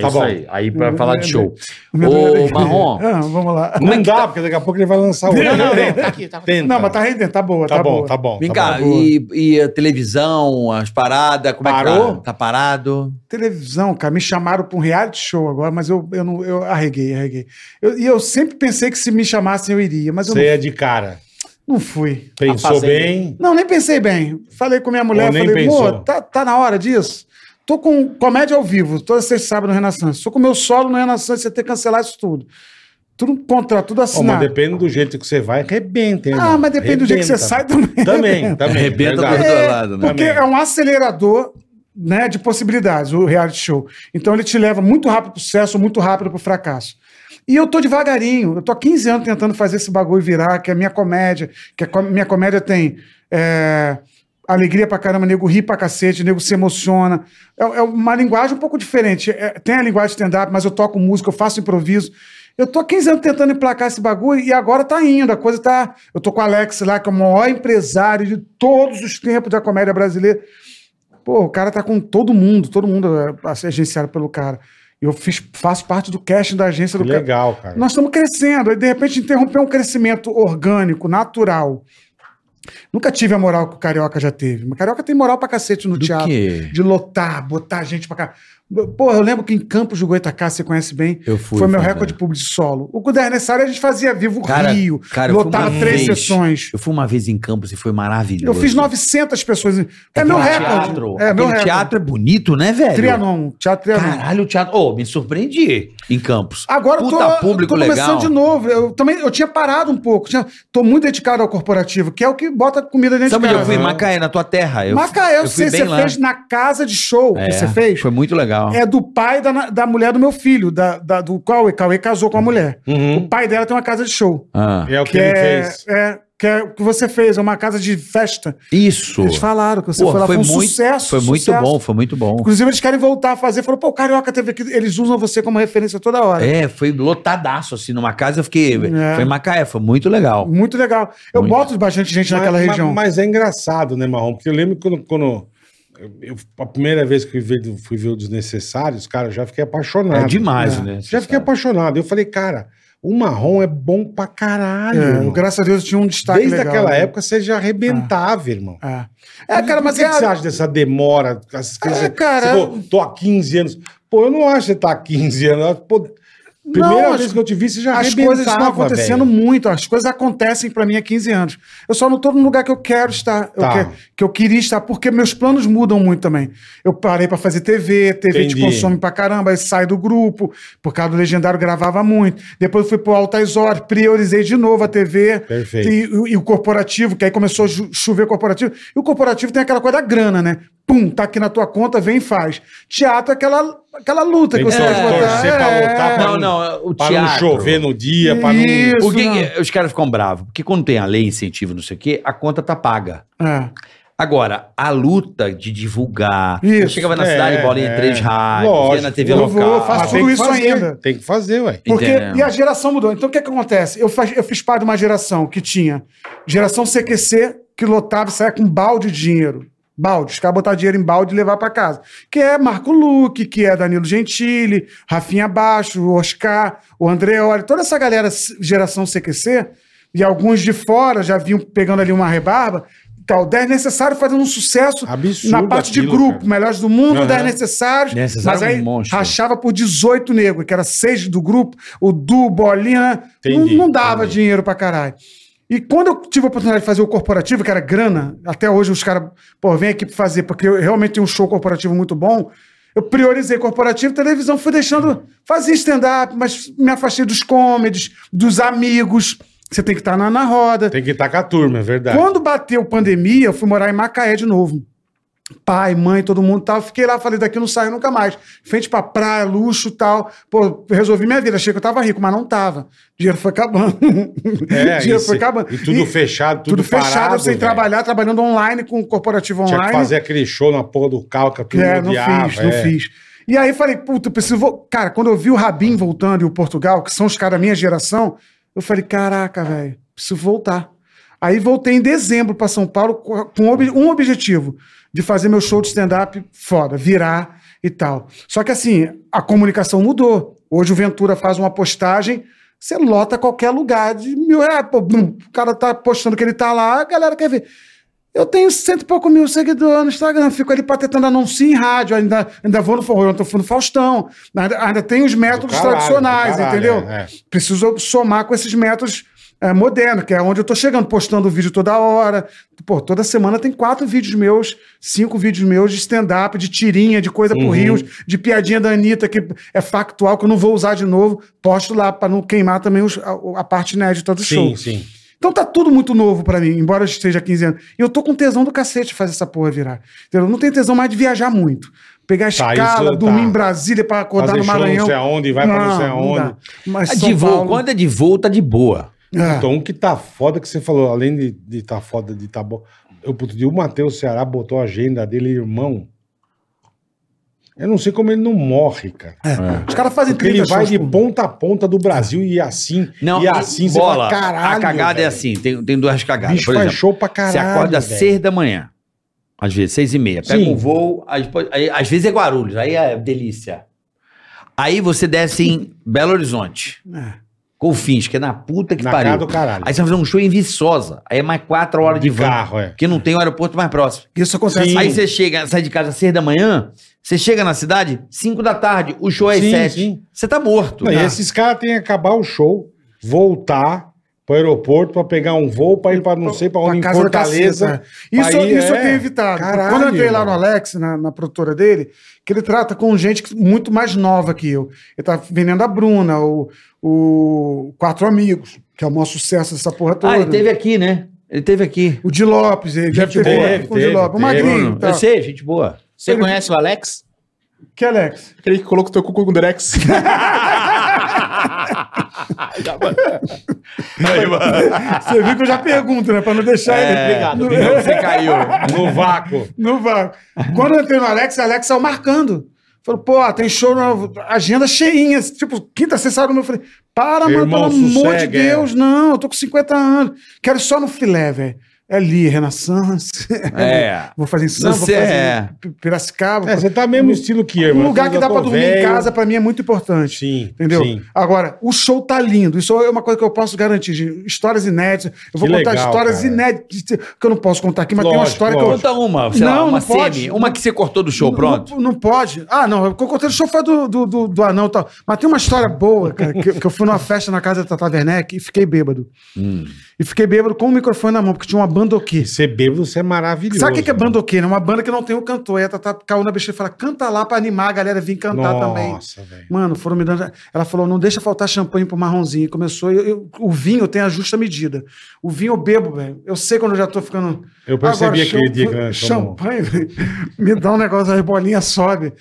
Speaker 2: Tá
Speaker 8: isso
Speaker 2: bom.
Speaker 8: aí. Aí pra falar de show.
Speaker 4: Amendoim.
Speaker 8: Ô, Marrom.
Speaker 4: Ah, vamos lá.
Speaker 8: Como é
Speaker 2: Não
Speaker 8: que
Speaker 2: dá,
Speaker 8: tá?
Speaker 2: porque daqui a pouco ele vai lançar o.
Speaker 7: Não, não, não. Tá aqui, tá aqui.
Speaker 8: Então.
Speaker 2: Tenta.
Speaker 4: Não, mas tá rendendo, tá boa,
Speaker 2: Tá,
Speaker 4: tá,
Speaker 2: bom,
Speaker 4: boa.
Speaker 2: tá bom.
Speaker 8: Vem
Speaker 2: tá
Speaker 8: cá,
Speaker 2: bom.
Speaker 8: e, e a televisão, as paradas, como é que
Speaker 2: Parou?
Speaker 8: tá? Tá parado?
Speaker 4: televisão, cara. Me chamaram para um reality show agora, mas eu, eu, não, eu arreguei, arreguei. Eu- e eu sempre pensei que se me chamassem eu iria, mas eu
Speaker 2: Você é de cara.
Speaker 4: não, não fui.
Speaker 2: Pensou
Speaker 7: fazenda.
Speaker 2: bem.
Speaker 4: Não, nem pensei bem. Falei com minha
Speaker 2: Ou
Speaker 4: mulher,
Speaker 2: nem
Speaker 4: falei,
Speaker 2: pensou.
Speaker 4: amor, tá, tá na hora disso? Tô com comédia ao vivo, toda sexta e sábado no Renaissance. Tô com meu solo no Renaissance, você tem que cancelar isso tudo. Tudo um contrato, tudo
Speaker 2: Ó, mas
Speaker 4: assinado.
Speaker 2: depende do jeito que você vai, arrebenta, hein,
Speaker 4: ah,
Speaker 2: irmão?
Speaker 4: mas depende do dia que você
Speaker 2: Arrebenta.
Speaker 4: sai também.
Speaker 2: Também, também.
Speaker 8: Arrebenta
Speaker 2: verdade.
Speaker 8: do outro lado, né?
Speaker 4: Porque é um acelerador né, de possibilidades, o reality show. Então ele te leva muito rápido pro sucesso, muito rápido pro fracasso. E eu tô devagarinho, eu tô há 15 anos tentando fazer esse bagulho virar, que é a minha comédia, que a co- minha comédia tem é, alegria pra caramba, nego ri pra cacete, nego se emociona. É, é uma linguagem um pouco diferente. É, tem a linguagem stand-up, mas eu toco música, eu faço improviso. Eu tô há 15 anos tentando emplacar esse bagulho e agora tá indo. A coisa tá. Eu tô com o Alex lá, que é o maior empresário de todos os tempos da comédia brasileira. Pô, o cara tá com todo mundo, todo mundo é agenciado pelo cara. Eu fiz, faço parte do casting da agência do
Speaker 2: Que
Speaker 4: cara.
Speaker 2: legal, cara.
Speaker 4: Nós estamos crescendo, aí de repente interromper um crescimento orgânico, natural. Nunca tive a moral que o Carioca já teve. Mas Carioca tem moral pra cacete no teatro.
Speaker 8: quê?
Speaker 4: De lotar, botar gente pra cá. Porra, eu lembro que em Campos do Goitacá, você conhece bem,
Speaker 8: Eu fui,
Speaker 4: foi meu
Speaker 8: foi,
Speaker 4: recorde público de solo. O Guder Necessário a gente fazia Vivo
Speaker 8: Cara,
Speaker 4: Rio,
Speaker 8: cara, eu fui
Speaker 4: lotava
Speaker 8: uma
Speaker 4: três
Speaker 8: vez.
Speaker 4: sessões.
Speaker 8: Eu fui uma vez em Campos e foi maravilhoso.
Speaker 4: Eu fiz 900 pessoas. É, meu
Speaker 8: Aquele
Speaker 4: recorde. É
Speaker 8: Teatro,
Speaker 4: meu
Speaker 8: aquele
Speaker 4: recorde.
Speaker 8: teatro é bonito, né, velho?
Speaker 4: Trianon, Teatro Trianon.
Speaker 8: Caralho, o teatro. Ô, me surpreendi em Campos.
Speaker 4: Agora eu tô,
Speaker 8: Puta público
Speaker 4: tô começando de
Speaker 8: legal.
Speaker 4: novo. Eu também eu tinha parado um pouco. Tinha, tô muito dedicado ao corporativo, que é o que bota comida dentro de
Speaker 8: Sabe onde
Speaker 4: casa.
Speaker 8: eu fui? Em Macaé, na tua terra. Eu,
Speaker 4: Macaé, eu, sei,
Speaker 8: fui
Speaker 4: você
Speaker 8: bem lá.
Speaker 4: fez na casa de show
Speaker 8: É,
Speaker 4: que você fez.
Speaker 8: Foi muito legal.
Speaker 4: É do pai da, na- da mulher do meu filho, da, da- do Cauê. Cauê casou com a mulher.
Speaker 8: Hum. Uhum.
Speaker 4: O pai dela tem uma casa de show.
Speaker 8: Ah.
Speaker 2: É o que, ele
Speaker 4: é,
Speaker 2: fez.
Speaker 4: é- que é o que você fez, é uma casa de festa.
Speaker 8: Isso.
Speaker 4: Eles falaram que você
Speaker 8: Pô,
Speaker 4: foi lá, foi um
Speaker 8: muito,
Speaker 4: sucesso.
Speaker 8: Foi muito
Speaker 4: sucesso.
Speaker 8: bom, foi muito bom.
Speaker 4: Inclusive, eles querem voltar a fazer. Falou, pô, Carioca teve aqui. Eles usam você como referência toda hora.
Speaker 8: É, foi lotadaço, assim, numa casa. Eu fiquei.
Speaker 4: É.
Speaker 8: Foi em Macaé, foi muito legal.
Speaker 4: Muito legal. Eu
Speaker 8: Muito.
Speaker 4: boto bastante gente
Speaker 2: Mas-
Speaker 4: naquela
Speaker 2: mas-
Speaker 4: região.
Speaker 2: Mas é engraçado, né, Marrom? Porque eu lembro quando. quando eu- a primeira vez que eu fui ver, fui ver o Desnecessários, cara, eu já fiquei apaixonado.
Speaker 8: É demais, né?
Speaker 2: Já fiquei apaixonado. Eu falei, cara, o marrom é bom pra caralho.
Speaker 4: É,
Speaker 2: irmão.
Speaker 4: graças a Deus tinha um destaque
Speaker 2: Desde
Speaker 4: legal,
Speaker 2: aquela
Speaker 4: né?
Speaker 2: época você já arrebentava, irmão.
Speaker 4: É, é cara, mas
Speaker 2: o que,
Speaker 4: é
Speaker 2: que você
Speaker 4: a- Ah,
Speaker 2: acha dessa demora? As coisas-
Speaker 4: cara,
Speaker 2: você, pô, tô há 15 anos. Pô, eu não acho que você tá há 15 anos. Pô, primeira
Speaker 4: as-
Speaker 2: vez que eu te vi, você já
Speaker 4: As coisas estão
Speaker 2: arrebentava,
Speaker 4: acontecendo muito, as coisas acontecem pra mim há 15 anos. Eu só não tô no lugar que eu quero estar, eu
Speaker 2: Tá.
Speaker 4: que, que eu queria estar, porque meus planos mudam muito também. Eu parei pra fazer TV, TV te
Speaker 2: Entendi.
Speaker 4: consome pra caramba, aí sai do grupo, por causa do Legendário gravava muito. Depois eu fui pro Altas Horas, priorizei de novo a TV.
Speaker 2: Perfeito.
Speaker 4: E, e o corporativo, que aí começou a chu- chover corporativo. E o corporativo tem aquela coisa da grana, né? Pum, tá aqui na tua conta, vem e faz. Teatro é aquela, aquela luta
Speaker 2: Tem
Speaker 4: que
Speaker 2: que um
Speaker 4: você tem que botar.
Speaker 2: torcer pra
Speaker 4: É.
Speaker 2: lotar, pra
Speaker 8: Ah, Não, não, o
Speaker 2: Pra não
Speaker 8: teatro.
Speaker 2: um chover no dia, pra não.
Speaker 4: Isso.
Speaker 8: Por que
Speaker 4: não.
Speaker 8: que os caras ficam bravos? Porque quando tem a lei, incentivo, não sei o quê, a conta tá paga.
Speaker 4: É.
Speaker 8: Agora, a luta de divulgar.
Speaker 4: Isso,
Speaker 8: eu chegava na
Speaker 2: é,
Speaker 8: cidade, bolinha em
Speaker 2: é.
Speaker 8: três rádios, ia na
Speaker 2: Lógico,
Speaker 8: TV
Speaker 4: eu
Speaker 8: local.
Speaker 4: vou, eu faço
Speaker 2: Ah, Mas tem
Speaker 4: tudo
Speaker 2: que
Speaker 4: isso
Speaker 2: fazer,
Speaker 4: ainda.
Speaker 2: Tem que fazer, ué.
Speaker 4: Porque,
Speaker 8: Entendeu?
Speaker 4: e a geração mudou. Então o que, que acontece? Eu, faz- eu fiz parte de uma geração que tinha geração CQC, que lotava e saia com balde de dinheiro. Balde, os caras botavam dinheiro em balde e levar pra casa. Que é Marco Luque, que é Danilo Gentili, Rafinha Baixo, o Oscar, o Andreoli, toda essa galera s- geração CQC, e alguns de fora já vinham pegando ali uma rebarba. Então, 10 necessário fazendo um sucesso
Speaker 2: Absurdo
Speaker 4: na parte de
Speaker 2: aquilo,
Speaker 4: grupo,
Speaker 2: cara.
Speaker 4: melhores do mundo,
Speaker 2: Aham.
Speaker 4: 10 necessários.
Speaker 8: Necessário
Speaker 4: mas
Speaker 8: é um
Speaker 4: aí
Speaker 8: monstro.
Speaker 4: rachava por 18 negros, que era seis do grupo, o Du, Bolina. Não,
Speaker 2: Entendi,
Speaker 4: não dava dinheiro pra caralho. E quando eu tive a oportunidade de fazer o corporativo, que era grana, até hoje os caras, pô, vem aqui pra fazer, porque eu realmente tenho um show corporativo muito bom. Eu priorizei corporativo, televisão, fui deixando. Fazia stand-up, mas me afastei dos comedies, dos amigos. Você tem que estar na, na roda.
Speaker 2: Tem que estar com a turma, é verdade.
Speaker 4: Quando bateu pandemia, eu fui morar em Macaé de novo. Pai, mãe, todo mundo tal. Fiquei lá, falei, daqui eu não saio nunca mais. Frente pra praia, luxo tal. Pô, resolvi minha vida. Achei que eu tava rico, mas não tava. Dinheiro foi acabando.
Speaker 2: É,
Speaker 4: <laughs> Dinheiro
Speaker 2: isso.
Speaker 4: foi acabando.
Speaker 2: E tudo fechado, tudo,
Speaker 4: tudo fechado,
Speaker 2: parado,
Speaker 4: sem
Speaker 2: velho.
Speaker 4: trabalhar, trabalhando online com o corporativo
Speaker 2: Tinha
Speaker 4: online.
Speaker 2: que fazer aquele show na porra do carro que a turma
Speaker 4: É, não
Speaker 2: odiava,
Speaker 4: fiz, não
Speaker 2: é.
Speaker 4: fiz. E aí falei, puta, eu preciso. vo- Cara, quando eu vi o Rabin voltando e o Portugal, que são os caras da minha geração, eu falei, caraca, velho, preciso voltar. Aí voltei em dezembro pra São Paulo co- com ob- um objetivo: de fazer meu show de stand-up foda, virar e tal. Só que assim, a comunicação mudou. Hoje o Ventura faz uma postagem. Você lota qualquer lugar de mil reais. pô, bum, o cara tá postando que ele tá lá, a galera quer ver. Eu tenho cento e pouco mil seguidores no Instagram, fico ali patetando anúncio em rádio, ainda, ainda vou no forró, eu tô fui no Faustão, ainda, ainda tem os métodos
Speaker 2: caralho,
Speaker 4: tradicionais,
Speaker 2: do caralho,
Speaker 4: entendeu?
Speaker 2: é, é.
Speaker 4: Preciso somar com esses métodos é, modernos, que é onde eu tô chegando, postando vídeo toda hora. Pô, toda semana tem quatro vídeos meus, cinco vídeos meus de stand-up, de tirinha, de coisa
Speaker 2: Uhum.
Speaker 4: por rios, de piadinha da Anitta, que é factual, que eu não vou usar de novo, posto lá pra não queimar também os- a, a parte inédita do show.
Speaker 2: Sim, sim.
Speaker 4: Então tá tudo muito novo pra mim, embora eu esteja há 15 anos. E eu tô com tesão do cacete de fazer essa porra virar. Entendeu? Eu Não tenho tesão mais de viajar muito. Pegar a
Speaker 2: Tá,
Speaker 4: escala,
Speaker 2: isso
Speaker 4: dormir
Speaker 2: tá.
Speaker 4: em Brasília pra acordar
Speaker 2: Fazer
Speaker 4: no
Speaker 2: show
Speaker 4: Maranhão.
Speaker 2: não sei aonde, vai pra não sei aonde.
Speaker 4: dá. Mas
Speaker 8: É
Speaker 4: São
Speaker 8: de voo.
Speaker 4: Paulo...
Speaker 8: Quando é de voo, tá de boa.
Speaker 4: É.
Speaker 2: Então, um que tá foda que você falou, além de, de tá foda, de tá bom. Eu, outro dia, o Matheus Ceará botou a agenda dele, irmão. Eu não sei como ele não morre, cara.
Speaker 4: Os caras fazem
Speaker 2: Porque ele
Speaker 4: 30
Speaker 2: vai
Speaker 4: É, shows
Speaker 2: de
Speaker 4: por-
Speaker 2: ponta <laughs> a Tá, ponta do Brasil e assim,
Speaker 8: Não,
Speaker 2: e assim, você fala,
Speaker 8: bola,
Speaker 2: caralho.
Speaker 8: a cagada é
Speaker 2: velho.
Speaker 8: assim, tem, tem duas cagadas.
Speaker 2: Bicho faz show pra caralho,
Speaker 8: Você acorda às
Speaker 2: velho.
Speaker 8: seis da manhã, às vezes, seis e meia. Pega
Speaker 2: Sim.
Speaker 8: um voo, às, po- aí- às vezes é Guarulhos, aí é delícia. Aí você desce em Belo Horizonte. Confins, que é na puta que
Speaker 2: Na
Speaker 8: pariu.
Speaker 2: cara do caralho.
Speaker 8: Aí você vai fazer um show em Viçosa. Aí é mais quatro horas de,
Speaker 2: De
Speaker 8: van,
Speaker 2: carro, é.
Speaker 8: Porque não tem o aeroporto mais próximo.
Speaker 4: Isso acontece.
Speaker 8: Aí você chega, sai de casa às seis da manhã, você chega na cidade, cinco da tarde, o show é às
Speaker 2: Sim,
Speaker 8: sete.
Speaker 2: sim.
Speaker 8: Você tá morto.
Speaker 2: Não, e
Speaker 4: Ah.
Speaker 8: Tá.
Speaker 2: esses caras têm que acabar o show, voltar pro aeroporto pra pegar um voo pra ir pra não sei pra onde, em
Speaker 4: da
Speaker 2: Fortaleza.
Speaker 4: caceta. Isso,
Speaker 2: Aí
Speaker 4: isso
Speaker 2: é.
Speaker 4: eu tenho evitado.
Speaker 2: Caralho,
Speaker 4: Quando eu entrei lá no
Speaker 2: irmão.
Speaker 4: Alex, na, na produtora dele, que ele trata com gente que- muito mais nova que eu. Ele tá vendendo a Bruna, o, o Quatro Amigos, que é o maior sucesso dessa porra toda.
Speaker 8: Ah, ele teve aqui, né? Ele teve aqui.
Speaker 4: O Di Lopes, ele deve ter
Speaker 2: boa,
Speaker 4: feito com o Di
Speaker 2: teve,
Speaker 4: Lopes. O
Speaker 2: teve.
Speaker 4: Magrinho. tá.
Speaker 8: Eu sei, gente boa.
Speaker 7: Você conhece o Alex?
Speaker 4: Que Alex?
Speaker 7: Aquele que colocou teu cu com o Durex.
Speaker 4: Você viu que eu já pergunto, né? Pra não deixar ele.
Speaker 7: É, Obrigado.
Speaker 4: No,
Speaker 8: Você caiu.
Speaker 2: No vácuo.
Speaker 4: <laughs> no vácuo. Quando eu entrei no Alex, o Alex saiu marcando. Falou, pô, tem show na agenda cheinha. Tipo, quinta, sexta, sábado. Eu falei, para,
Speaker 2: Irmão,
Speaker 4: mano, pelo amor de
Speaker 2: sossega, é.
Speaker 4: Deus, não, eu tô com 50 anos. Quero só no filé, velho. É ali, Renaissance. <laughs>
Speaker 8: É.
Speaker 4: Vou fazer em Santos, vou
Speaker 8: Você
Speaker 4: fazer
Speaker 8: é.
Speaker 4: em P- Piracicaba.
Speaker 2: É, você tá mesmo estilo que eu,
Speaker 4: Um
Speaker 2: irmão.
Speaker 4: lugar que
Speaker 2: Eu
Speaker 4: dá
Speaker 2: tô
Speaker 4: pra dormir em
Speaker 2: velho.
Speaker 4: casa, pra mim, é muito importante.
Speaker 2: Sim,
Speaker 4: Entendeu?
Speaker 2: sim.
Speaker 4: Agora, o show tá lindo. Isso é uma coisa que eu posso garantir. gente. Histórias inéditas. Eu vou
Speaker 2: Que
Speaker 4: contar
Speaker 2: legal,
Speaker 4: histórias
Speaker 2: cara.
Speaker 4: inéditas que eu não posso contar aqui, mas tem uma
Speaker 2: Lógico,
Speaker 4: história que eu.
Speaker 8: Conta uma, sei lá,
Speaker 4: Não,
Speaker 8: uma
Speaker 4: não pode.
Speaker 8: semi, uma que você cortou do show,
Speaker 4: Não-
Speaker 8: pronto.
Speaker 4: Não, não pode. Ah, não. O que eu contei do show foi do, do, do, do anão e tal. Mas tem uma história boa, cara, que, que eu fui numa festa na casa da Tata Werneck e fiquei bêbado.
Speaker 2: Hum.
Speaker 4: E fiquei bêbado com o microfone na mão, porque tinha uma bandoquê.
Speaker 2: Ser bêbado, você é maravilhoso.
Speaker 4: Sabe o que, que é
Speaker 2: irmão.
Speaker 4: bandoquê? né? Uma banda que não tem um cantor. E a Tata caiu na bexiga e fala: canta lá pra animar a galera a vir cantar também.
Speaker 2: Nossa, velho.
Speaker 4: Mano, foram me dando. Ela falou: não deixa faltar champanhe pro marronzinho. E Começou. eu- eu- o vinho tem a justa medida. O vinho eu bebo, velho. Eu sei quando eu já tô ficando.
Speaker 2: Eu percebi aquele
Speaker 4: champa-
Speaker 2: dia que nós tomamos.
Speaker 4: Champanhe, velho. Me dá um negócio, as bolinhas sobe.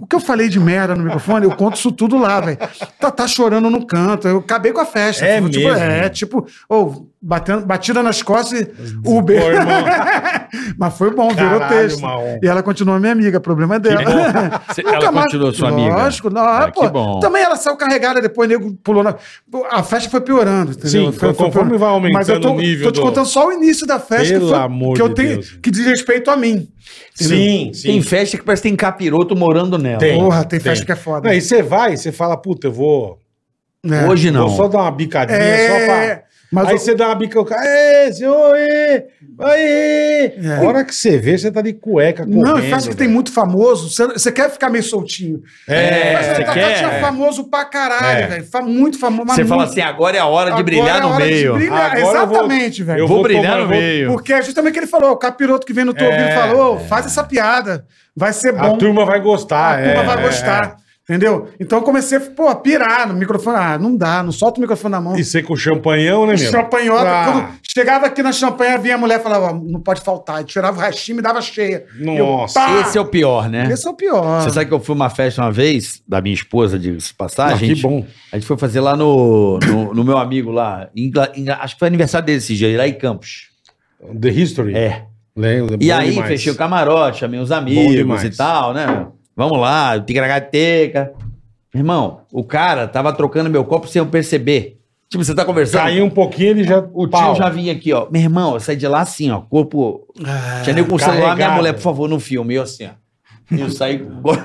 Speaker 4: O que eu falei de merda no microfone, eu conto isso tudo lá, velho. Tá, tá chorando no canto. Eu acabei com a festa.
Speaker 2: É
Speaker 4: tipo,
Speaker 2: mesmo?
Speaker 4: é, tipo, ou batendo, batida nas costas e Uber.
Speaker 2: Pô, irmão.
Speaker 4: <laughs> Mas foi bom, virou
Speaker 2: Caralho,
Speaker 4: texto.
Speaker 2: Marrom.
Speaker 4: E ela continua minha amiga, problema dela. <laughs>
Speaker 8: Cê-
Speaker 4: Nunca
Speaker 8: ela continua sua amiga?
Speaker 4: Lógico, não. é,
Speaker 8: Ah,
Speaker 4: pô, tá-
Speaker 8: que bom.
Speaker 4: Também ela saiu carregada, depois o nego pulou na. Pô, A festa foi piorando, entendeu?
Speaker 2: Sim,
Speaker 4: Foi- foi
Speaker 2: conforme
Speaker 4: piorando.
Speaker 2: vai aumentando
Speaker 4: Mas eu tô,
Speaker 2: o nível
Speaker 4: tô te
Speaker 2: do-
Speaker 4: contando só o início da festa
Speaker 2: Pelo
Speaker 4: que, foi-
Speaker 2: amor
Speaker 4: que eu
Speaker 2: de
Speaker 4: tenho
Speaker 2: Deus.
Speaker 4: que diz respeito a mim.
Speaker 2: Sim, sim.
Speaker 8: Tem festa que parece que tem capiroto morando nela.
Speaker 2: Tem,
Speaker 4: Porra, tem festa que é foda.
Speaker 2: Não, e você vai, você fala, puta, eu vou,
Speaker 4: É.
Speaker 8: Hoje não.
Speaker 2: vou só dar uma bicadinha,
Speaker 4: É,
Speaker 2: só pra...
Speaker 4: mas
Speaker 2: aí
Speaker 4: eu-
Speaker 2: você dá uma bica, o cara, "Ê, senhor, ê, aê, A hora que você vê, você tá de cueca correndo.
Speaker 4: É. Não, e festa que tem
Speaker 2: velho.
Speaker 4: muito famoso, você- você quer ficar meio soltinho.
Speaker 2: É,
Speaker 4: Mas
Speaker 2: você
Speaker 4: o Tata
Speaker 2: quer?
Speaker 4: tinha famoso pra caralho,
Speaker 2: É.
Speaker 4: velho. Fa- Muito famoso. mas
Speaker 8: Você fala
Speaker 4: muito.
Speaker 8: assim, agora é a hora de
Speaker 4: Agora
Speaker 8: brilhar
Speaker 4: é
Speaker 8: no
Speaker 4: hora de
Speaker 8: meio.
Speaker 4: brilhar,
Speaker 2: Agora eu vou-
Speaker 4: Exatamente, velho.
Speaker 2: Eu
Speaker 8: vou brilhar
Speaker 2: tomar-
Speaker 8: no
Speaker 2: vou-
Speaker 8: meio.
Speaker 4: Porque é justamente o que ele falou. O capiroto que vem no teu
Speaker 2: É,
Speaker 4: ouvido falou, faz essa piada, vai ser É bom.
Speaker 2: A turma vai gostar.
Speaker 4: A turma
Speaker 2: é,
Speaker 4: vai
Speaker 2: é.
Speaker 4: gostar. Entendeu? Então eu comecei, pô, a pirar no microfone. Ah, não dá, não solta o microfone na mão.
Speaker 2: E você com o champanhão, né, meu?
Speaker 4: Champanhota,
Speaker 2: Ah,
Speaker 4: quando chegava aqui na champanhe, vinha a mulher e falava, ó, não pode faltar. E tirava o restinho e me dava cheia.
Speaker 2: Nossa.
Speaker 4: Eu, pá!
Speaker 8: Esse é o pior, né?
Speaker 4: Esse é o pior.
Speaker 8: Você sabe que eu fui uma festa uma vez, da minha esposa, de
Speaker 2: Ah,
Speaker 8: passagem.
Speaker 2: que bom.
Speaker 8: A gente foi fazer lá no, no, no meu amigo lá. em Ingla- em- acho que foi aniversário dele esse dia, lá em Campos.
Speaker 2: The History.
Speaker 8: É.
Speaker 2: Lembro,
Speaker 8: E
Speaker 2: bom
Speaker 8: aí,
Speaker 2: demais.
Speaker 8: fechei o camarote, chamei os
Speaker 2: Bom
Speaker 8: amigos
Speaker 2: demais.
Speaker 8: e tal, né? Vamos lá, ticaracateca. Irmão, o cara tava trocando meu copo sem eu perceber. Tipo, você tá conversando.
Speaker 2: Caiu um pouquinho, ele já...
Speaker 8: O tio já vinha aqui, ó. Meu irmão, eu saí de lá assim, ó. Corpo. Tinha nego com o celular, minha
Speaker 2: Ah, carregado.
Speaker 8: mulher, por favor, no filme. E eu assim, ó. E eu saí. igual-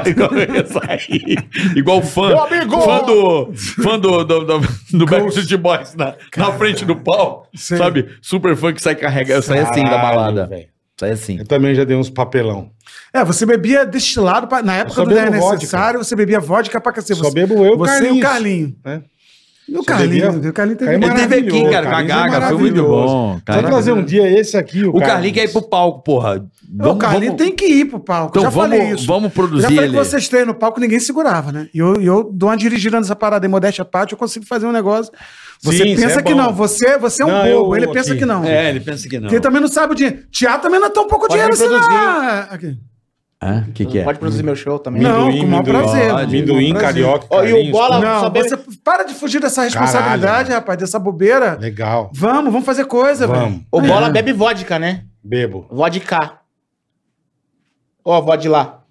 Speaker 8: <laughs> igual eu saí. Igual fã.
Speaker 7: Meu amigo!
Speaker 8: Fã do. Fã do, do, do, do Backstreet Boys na, na frente do pau. Sabe? Super fã que sai carregado. Eu saí assim da balada. Saí assim.
Speaker 2: Eu também já dei uns papelão.
Speaker 4: É, você bebia destilado, pra- na
Speaker 2: só
Speaker 4: época do é
Speaker 2: bebo vodka.
Speaker 4: necessário, você bebia vodka pra cacete.
Speaker 2: Só
Speaker 4: Você-
Speaker 2: bebo eu e o
Speaker 4: Você e o
Speaker 2: Carlinhos.
Speaker 4: Carlinho.
Speaker 2: É.
Speaker 4: E o
Speaker 2: Só bebia- é
Speaker 4: Carlinho, o Carlinho teve
Speaker 2: Carlinho
Speaker 8: Ele teve aqui, cara, com a
Speaker 2: Carlinhos é
Speaker 8: Gaga. Foi muito
Speaker 2: maravilhoso.
Speaker 8: bom.
Speaker 2: Só
Speaker 8: cara.
Speaker 2: trazer um dia esse aqui,
Speaker 8: né? O Carlinho quer ir pro palco, porra.
Speaker 4: o
Speaker 8: Vamos-
Speaker 4: Carlinho
Speaker 8: vamos-
Speaker 4: tem que ir pro palco.
Speaker 8: Então
Speaker 4: já
Speaker 8: vamos-
Speaker 4: falei isso.
Speaker 8: vamos produzir
Speaker 4: Já falei
Speaker 8: ele.
Speaker 4: que vocês três no palco, ninguém segurava, né? E eu, e eu dou uma dirigida nessa parada em modéstia à parte, eu consigo fazer um negócio. Você
Speaker 2: Sim, isso
Speaker 4: pensa
Speaker 2: é
Speaker 4: que
Speaker 2: bom.
Speaker 4: não. Você, você é um
Speaker 2: Não,
Speaker 4: bobo.
Speaker 2: eu
Speaker 4: Ele
Speaker 2: aqui.
Speaker 4: pensa que não.
Speaker 8: É, ele pensa que não.
Speaker 4: Porque ele também não sabe o dinheiro. Teatro também não é tão pouco
Speaker 7: Pode
Speaker 4: dinheiro assim.
Speaker 7: reproduzir.
Speaker 4: não. Aqui.
Speaker 8: Hã? O que, que é?
Speaker 7: Pode produzir meu show também.
Speaker 4: Não, com o maior prazer.
Speaker 8: Pode,
Speaker 2: Minduim,
Speaker 4: com o maior prazer.
Speaker 2: carioca,
Speaker 7: Ó, e o
Speaker 2: Carlinhos,
Speaker 7: Bola-
Speaker 2: tudo.
Speaker 4: Não,
Speaker 7: Só bebe-
Speaker 4: você para de fugir dessa responsabilidade,
Speaker 2: Caralho.
Speaker 4: rapaz, dessa bobeira.
Speaker 2: Legal.
Speaker 4: Vamos, vamos fazer coisa,
Speaker 2: Vamos.
Speaker 4: velho.
Speaker 7: O Bola bebe vodka, né?
Speaker 2: Bebo.
Speaker 7: Vodka. Ó, vodka lá.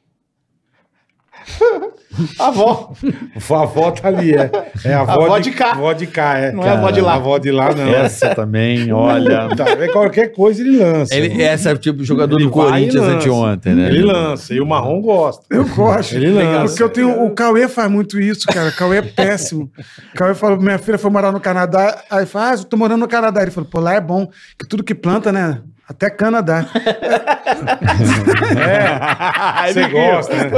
Speaker 7: <laughs> A avó.
Speaker 2: A avó tá ali, é. É a avó,
Speaker 7: avó
Speaker 2: de,
Speaker 7: de cá.
Speaker 2: avó de cá, é.
Speaker 7: Não é a avó de lá.
Speaker 2: A avó de lá, não.
Speaker 8: É,
Speaker 3: Essa também, olha.
Speaker 2: Tá, é qualquer coisa ele lança.
Speaker 8: Ele, esse é o tipo de jogador
Speaker 2: Ele
Speaker 8: do
Speaker 2: vai e
Speaker 8: Corinthians
Speaker 2: lança.
Speaker 3: anteontem, né?
Speaker 2: Ele lança. E o marrom gosta.
Speaker 4: Eu gosto.
Speaker 2: Ele lança.
Speaker 4: Porque eu tenho. O Cauê faz muito isso, cara. O Cauê é
Speaker 2: <laughs>
Speaker 4: péssimo. O Cauê falou: minha filha foi morar no Canadá. Aí fala, ah, eu tô morando no Canadá. Ele falou, pô, lá é bom. Que tudo que planta, né? Até Canadá.
Speaker 2: <laughs>
Speaker 8: É. <laughs>
Speaker 2: Você gosta, né?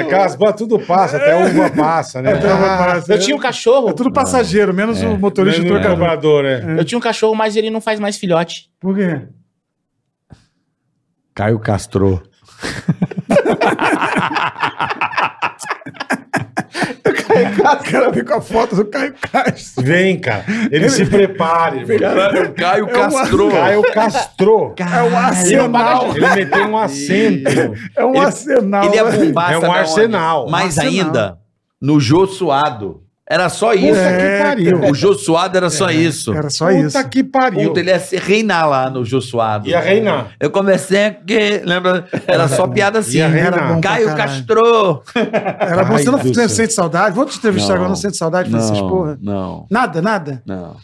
Speaker 2: Aquelas bandas tudo passa, até uva passa, né?
Speaker 7: Eu tinha um cachorro.
Speaker 4: É tudo passageiro, menos o motorista e
Speaker 2: É.
Speaker 4: o
Speaker 2: Menos o
Speaker 4: trocador.
Speaker 2: cobrador, né?
Speaker 7: Eu tinha um cachorro, mas ele não faz mais filhote.
Speaker 4: Por quê?
Speaker 3: Caio
Speaker 4: <laughs>
Speaker 3: Castro.
Speaker 4: O cara vem com a foto do Caio Castro.
Speaker 2: Vem, cara. Ele se
Speaker 8: <laughs>
Speaker 2: prepare.
Speaker 8: Caralho, Caio Castro.
Speaker 2: Caio Castrou.
Speaker 4: É um arsenal.
Speaker 2: Ele meteu um acento.
Speaker 4: É um
Speaker 8: Ele-
Speaker 4: arsenal.
Speaker 8: Ele é bombado.
Speaker 2: É um arsenal.
Speaker 8: Mais
Speaker 4: Arsenal.
Speaker 8: ainda, no Jô Suado. Era só isso.
Speaker 2: que pariu.
Speaker 8: O Jô Suado era só isso.
Speaker 4: Era É, só
Speaker 2: Puta
Speaker 4: isso.
Speaker 2: que pariu.
Speaker 8: Puta, ele ia se reinar lá no Jô Suado.
Speaker 2: Ia reinar.
Speaker 8: Eu comecei aqui, lembra? Era só piada assim.
Speaker 2: Ia reinar.
Speaker 8: Era bom pra Caio
Speaker 4: caralho.
Speaker 8: Castro.
Speaker 4: Era bom. Você não
Speaker 2: Ai, do céu.
Speaker 4: sente saudade? Vou te entrevistar
Speaker 8: Não.
Speaker 4: agora, não sente saudade dessas porra?
Speaker 8: não,
Speaker 4: Nada, nada?
Speaker 8: não.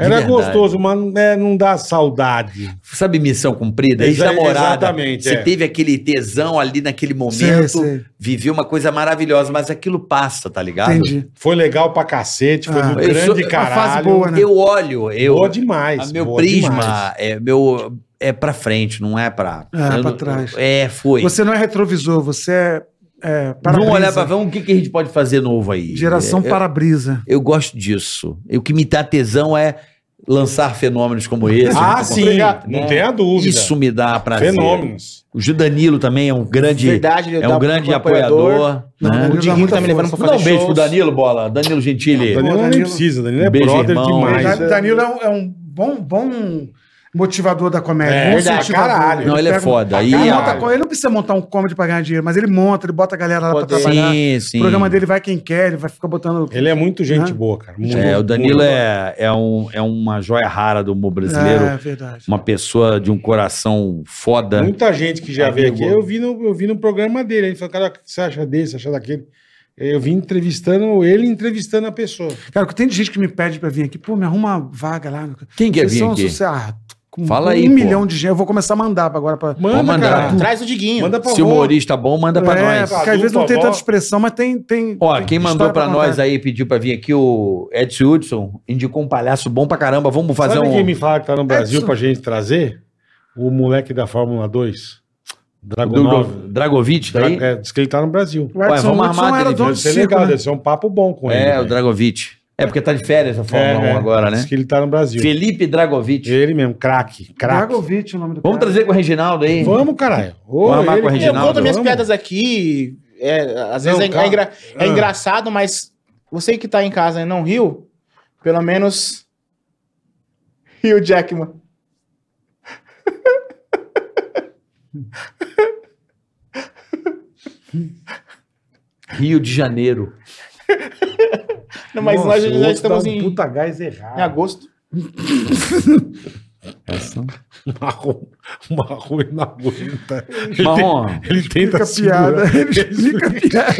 Speaker 2: Era
Speaker 8: é verdade.
Speaker 2: gostoso, mas não é- não dá saudade.
Speaker 8: Sabe missão cumprida?
Speaker 2: Exa-
Speaker 8: Ex-namorada.
Speaker 2: exatamente,
Speaker 8: Você
Speaker 2: é.
Speaker 8: teve aquele tesão ali naquele momento,
Speaker 4: Sei, sei.
Speaker 8: viveu uma coisa maravilhosa, mas aquilo passa, tá ligado?
Speaker 4: Entendi.
Speaker 2: Foi legal pra cacete,
Speaker 6: Tipo, é um
Speaker 2: foi
Speaker 4: Ah,
Speaker 2: do
Speaker 8: eu
Speaker 2: grande
Speaker 8: sou- uma
Speaker 2: caralho.
Speaker 4: fase boa, né?
Speaker 8: Eu olho, eu.
Speaker 2: Boa demais.
Speaker 8: a Ah, meu
Speaker 2: boa demais.
Speaker 8: prisma, é, meu é pra frente, não é pra.
Speaker 4: É,
Speaker 8: eu
Speaker 4: pra
Speaker 8: não-
Speaker 4: trás.
Speaker 8: É, foi.
Speaker 4: Você não é retrovisor, você é, é
Speaker 8: Vamos
Speaker 4: para-brisa.
Speaker 8: olhar pra ver o que, que a gente pode fazer novo aí.
Speaker 4: Geração
Speaker 8: É, eu,
Speaker 4: para-brisa.
Speaker 8: eu gosto disso. E o que me dá tesão é lançar fenômenos como esse.
Speaker 2: Ah, sim. Não tem a dúvida.
Speaker 8: Isso me dá prazer.
Speaker 2: Fenômenos.
Speaker 8: O Gil Danilo também é um grande,
Speaker 7: Verdade, ele
Speaker 8: é
Speaker 7: dá
Speaker 8: um
Speaker 7: pro
Speaker 8: grande
Speaker 7: apoiador.
Speaker 8: apoiador.
Speaker 4: Não,
Speaker 8: né?
Speaker 4: Danilo
Speaker 7: O
Speaker 4: dá
Speaker 7: Diguinho
Speaker 4: muita
Speaker 7: tá me levando pra
Speaker 4: força.
Speaker 8: Dá
Speaker 7: fazer
Speaker 8: um beijo pro
Speaker 7: shows.
Speaker 8: Danilo, bola. Danilo Gentili.
Speaker 2: Danilo
Speaker 4: Pô,
Speaker 2: não
Speaker 4: Danilo-
Speaker 2: precisa, Danilo é
Speaker 8: Um Beijo,
Speaker 2: brother
Speaker 8: irmão.
Speaker 2: demais.
Speaker 4: Da- Danilo é um, é um bom, bom motivador da comédia.
Speaker 2: É,
Speaker 4: bom
Speaker 2: verdade,
Speaker 4: incentivador.
Speaker 2: caralho.
Speaker 8: Não, ele é
Speaker 4: pega- um
Speaker 8: foda. Aí,
Speaker 4: Ele,
Speaker 2: caralho.
Speaker 4: monta co- ele não precisa montar um comedy pra ganhar dinheiro, mas ele monta, ele bota a galera lá pra trabalhar.
Speaker 8: sim, sim.
Speaker 4: O programa dele vai quem quer, ele vai ficar botando.
Speaker 2: Ele é <laughs> muito gente
Speaker 4: Hã?
Speaker 2: boa, cara. Muito,
Speaker 8: É, o Danilo
Speaker 2: muito.
Speaker 8: é, é, um, é uma joia rara do humor brasileiro.
Speaker 4: É verdade.
Speaker 8: Uma pessoa de um coração foda.
Speaker 2: Muita gente que
Speaker 8: É,
Speaker 2: já veio aqui, eu vi, no, eu vi no programa dele. Ele falou, cara, o que você acha desse, você acha daquele? Eu vim entrevistando ele, entrevistando a pessoa.
Speaker 4: Cara, que tem gente que me pede pra vir aqui, pô, me arruma uma vaga lá.
Speaker 8: Quem quer
Speaker 4: Vocês
Speaker 8: vir
Speaker 4: são um
Speaker 8: aqui?
Speaker 4: sucesso. Ah, com
Speaker 8: Fala
Speaker 4: um
Speaker 8: aí, pô.
Speaker 4: milhão de gente. Eu vou começar a mandar pra agora pra.
Speaker 8: Vou
Speaker 2: Manda,
Speaker 8: mandar.
Speaker 2: cara.
Speaker 7: Traz o Diguinho.
Speaker 2: Manda pra
Speaker 8: Se o
Speaker 2: vó.
Speaker 8: humorista bom, manda pra
Speaker 4: é,
Speaker 8: nós.
Speaker 4: porque às vezes não tem tanta expressão, mas tem. tem
Speaker 8: Ó,
Speaker 4: tem
Speaker 8: quem mandou
Speaker 4: história
Speaker 8: pra nós é-
Speaker 4: contar.
Speaker 8: aí, pediu pra vir aqui, o Edson Hudson, indicou um palhaço bom pra caramba. Vamos fazer
Speaker 2: Sabe
Speaker 8: um.
Speaker 2: quem me fala que tá no Brasil
Speaker 4: Edson.
Speaker 2: pra gente trazer? O moleque da Fórmula 2. Dragunov.
Speaker 8: Drago- Dragovic, tá
Speaker 2: Dra
Speaker 8: aí?
Speaker 2: é, diz que ele tá no Brasil.
Speaker 4: O Edson
Speaker 8: vamos
Speaker 4: Hudson
Speaker 8: armar
Speaker 4: era
Speaker 8: dele,
Speaker 4: dono
Speaker 2: Deve
Speaker 4: de
Speaker 2: ser
Speaker 4: circo,
Speaker 2: legal,
Speaker 4: né?
Speaker 2: deve ser um papo bom com ele.
Speaker 8: É, o
Speaker 6: né?
Speaker 2: velho.
Speaker 8: Dragovic. É porque tá de férias a Fórmula
Speaker 2: É,
Speaker 8: 1
Speaker 2: é.
Speaker 8: agora, né?
Speaker 2: Diz que ele tá no Brasil.
Speaker 8: Felipe Dragovic.
Speaker 2: Ele mesmo, craque, craque.
Speaker 4: Dragovic, é o nome do
Speaker 8: Vamos
Speaker 4: cara.
Speaker 8: trazer com o Reginaldo aí?
Speaker 2: Vamos, caralho. Ô,
Speaker 8: Vamos armar
Speaker 2: ele-
Speaker 8: com a
Speaker 7: Eu
Speaker 8: Reginaldo,
Speaker 7: conto minhas
Speaker 2: vamos.
Speaker 7: piadas aqui. é, às vezes
Speaker 2: Não,
Speaker 7: é,
Speaker 2: calma.
Speaker 7: é engra- é engraçado, mas você que tá em casa e não riu, pelo menos. <laughs> Rio Jackman.
Speaker 8: Rio de Janeiro.
Speaker 7: Não, mas
Speaker 2: Nossa,
Speaker 7: nós
Speaker 2: o
Speaker 7: já- já
Speaker 2: outro
Speaker 7: estamos
Speaker 6: tá
Speaker 8: tá
Speaker 2: dá um
Speaker 7: em,
Speaker 2: Puta gás
Speaker 7: em
Speaker 2: errado.
Speaker 7: agosto.
Speaker 2: Marrom, marrom e na um aguenta.
Speaker 8: Marrom,
Speaker 2: Ele tenta
Speaker 4: Explica a piada.
Speaker 2: segurar.
Speaker 4: Ele <laughs>
Speaker 8: né?
Speaker 4: explica a piada.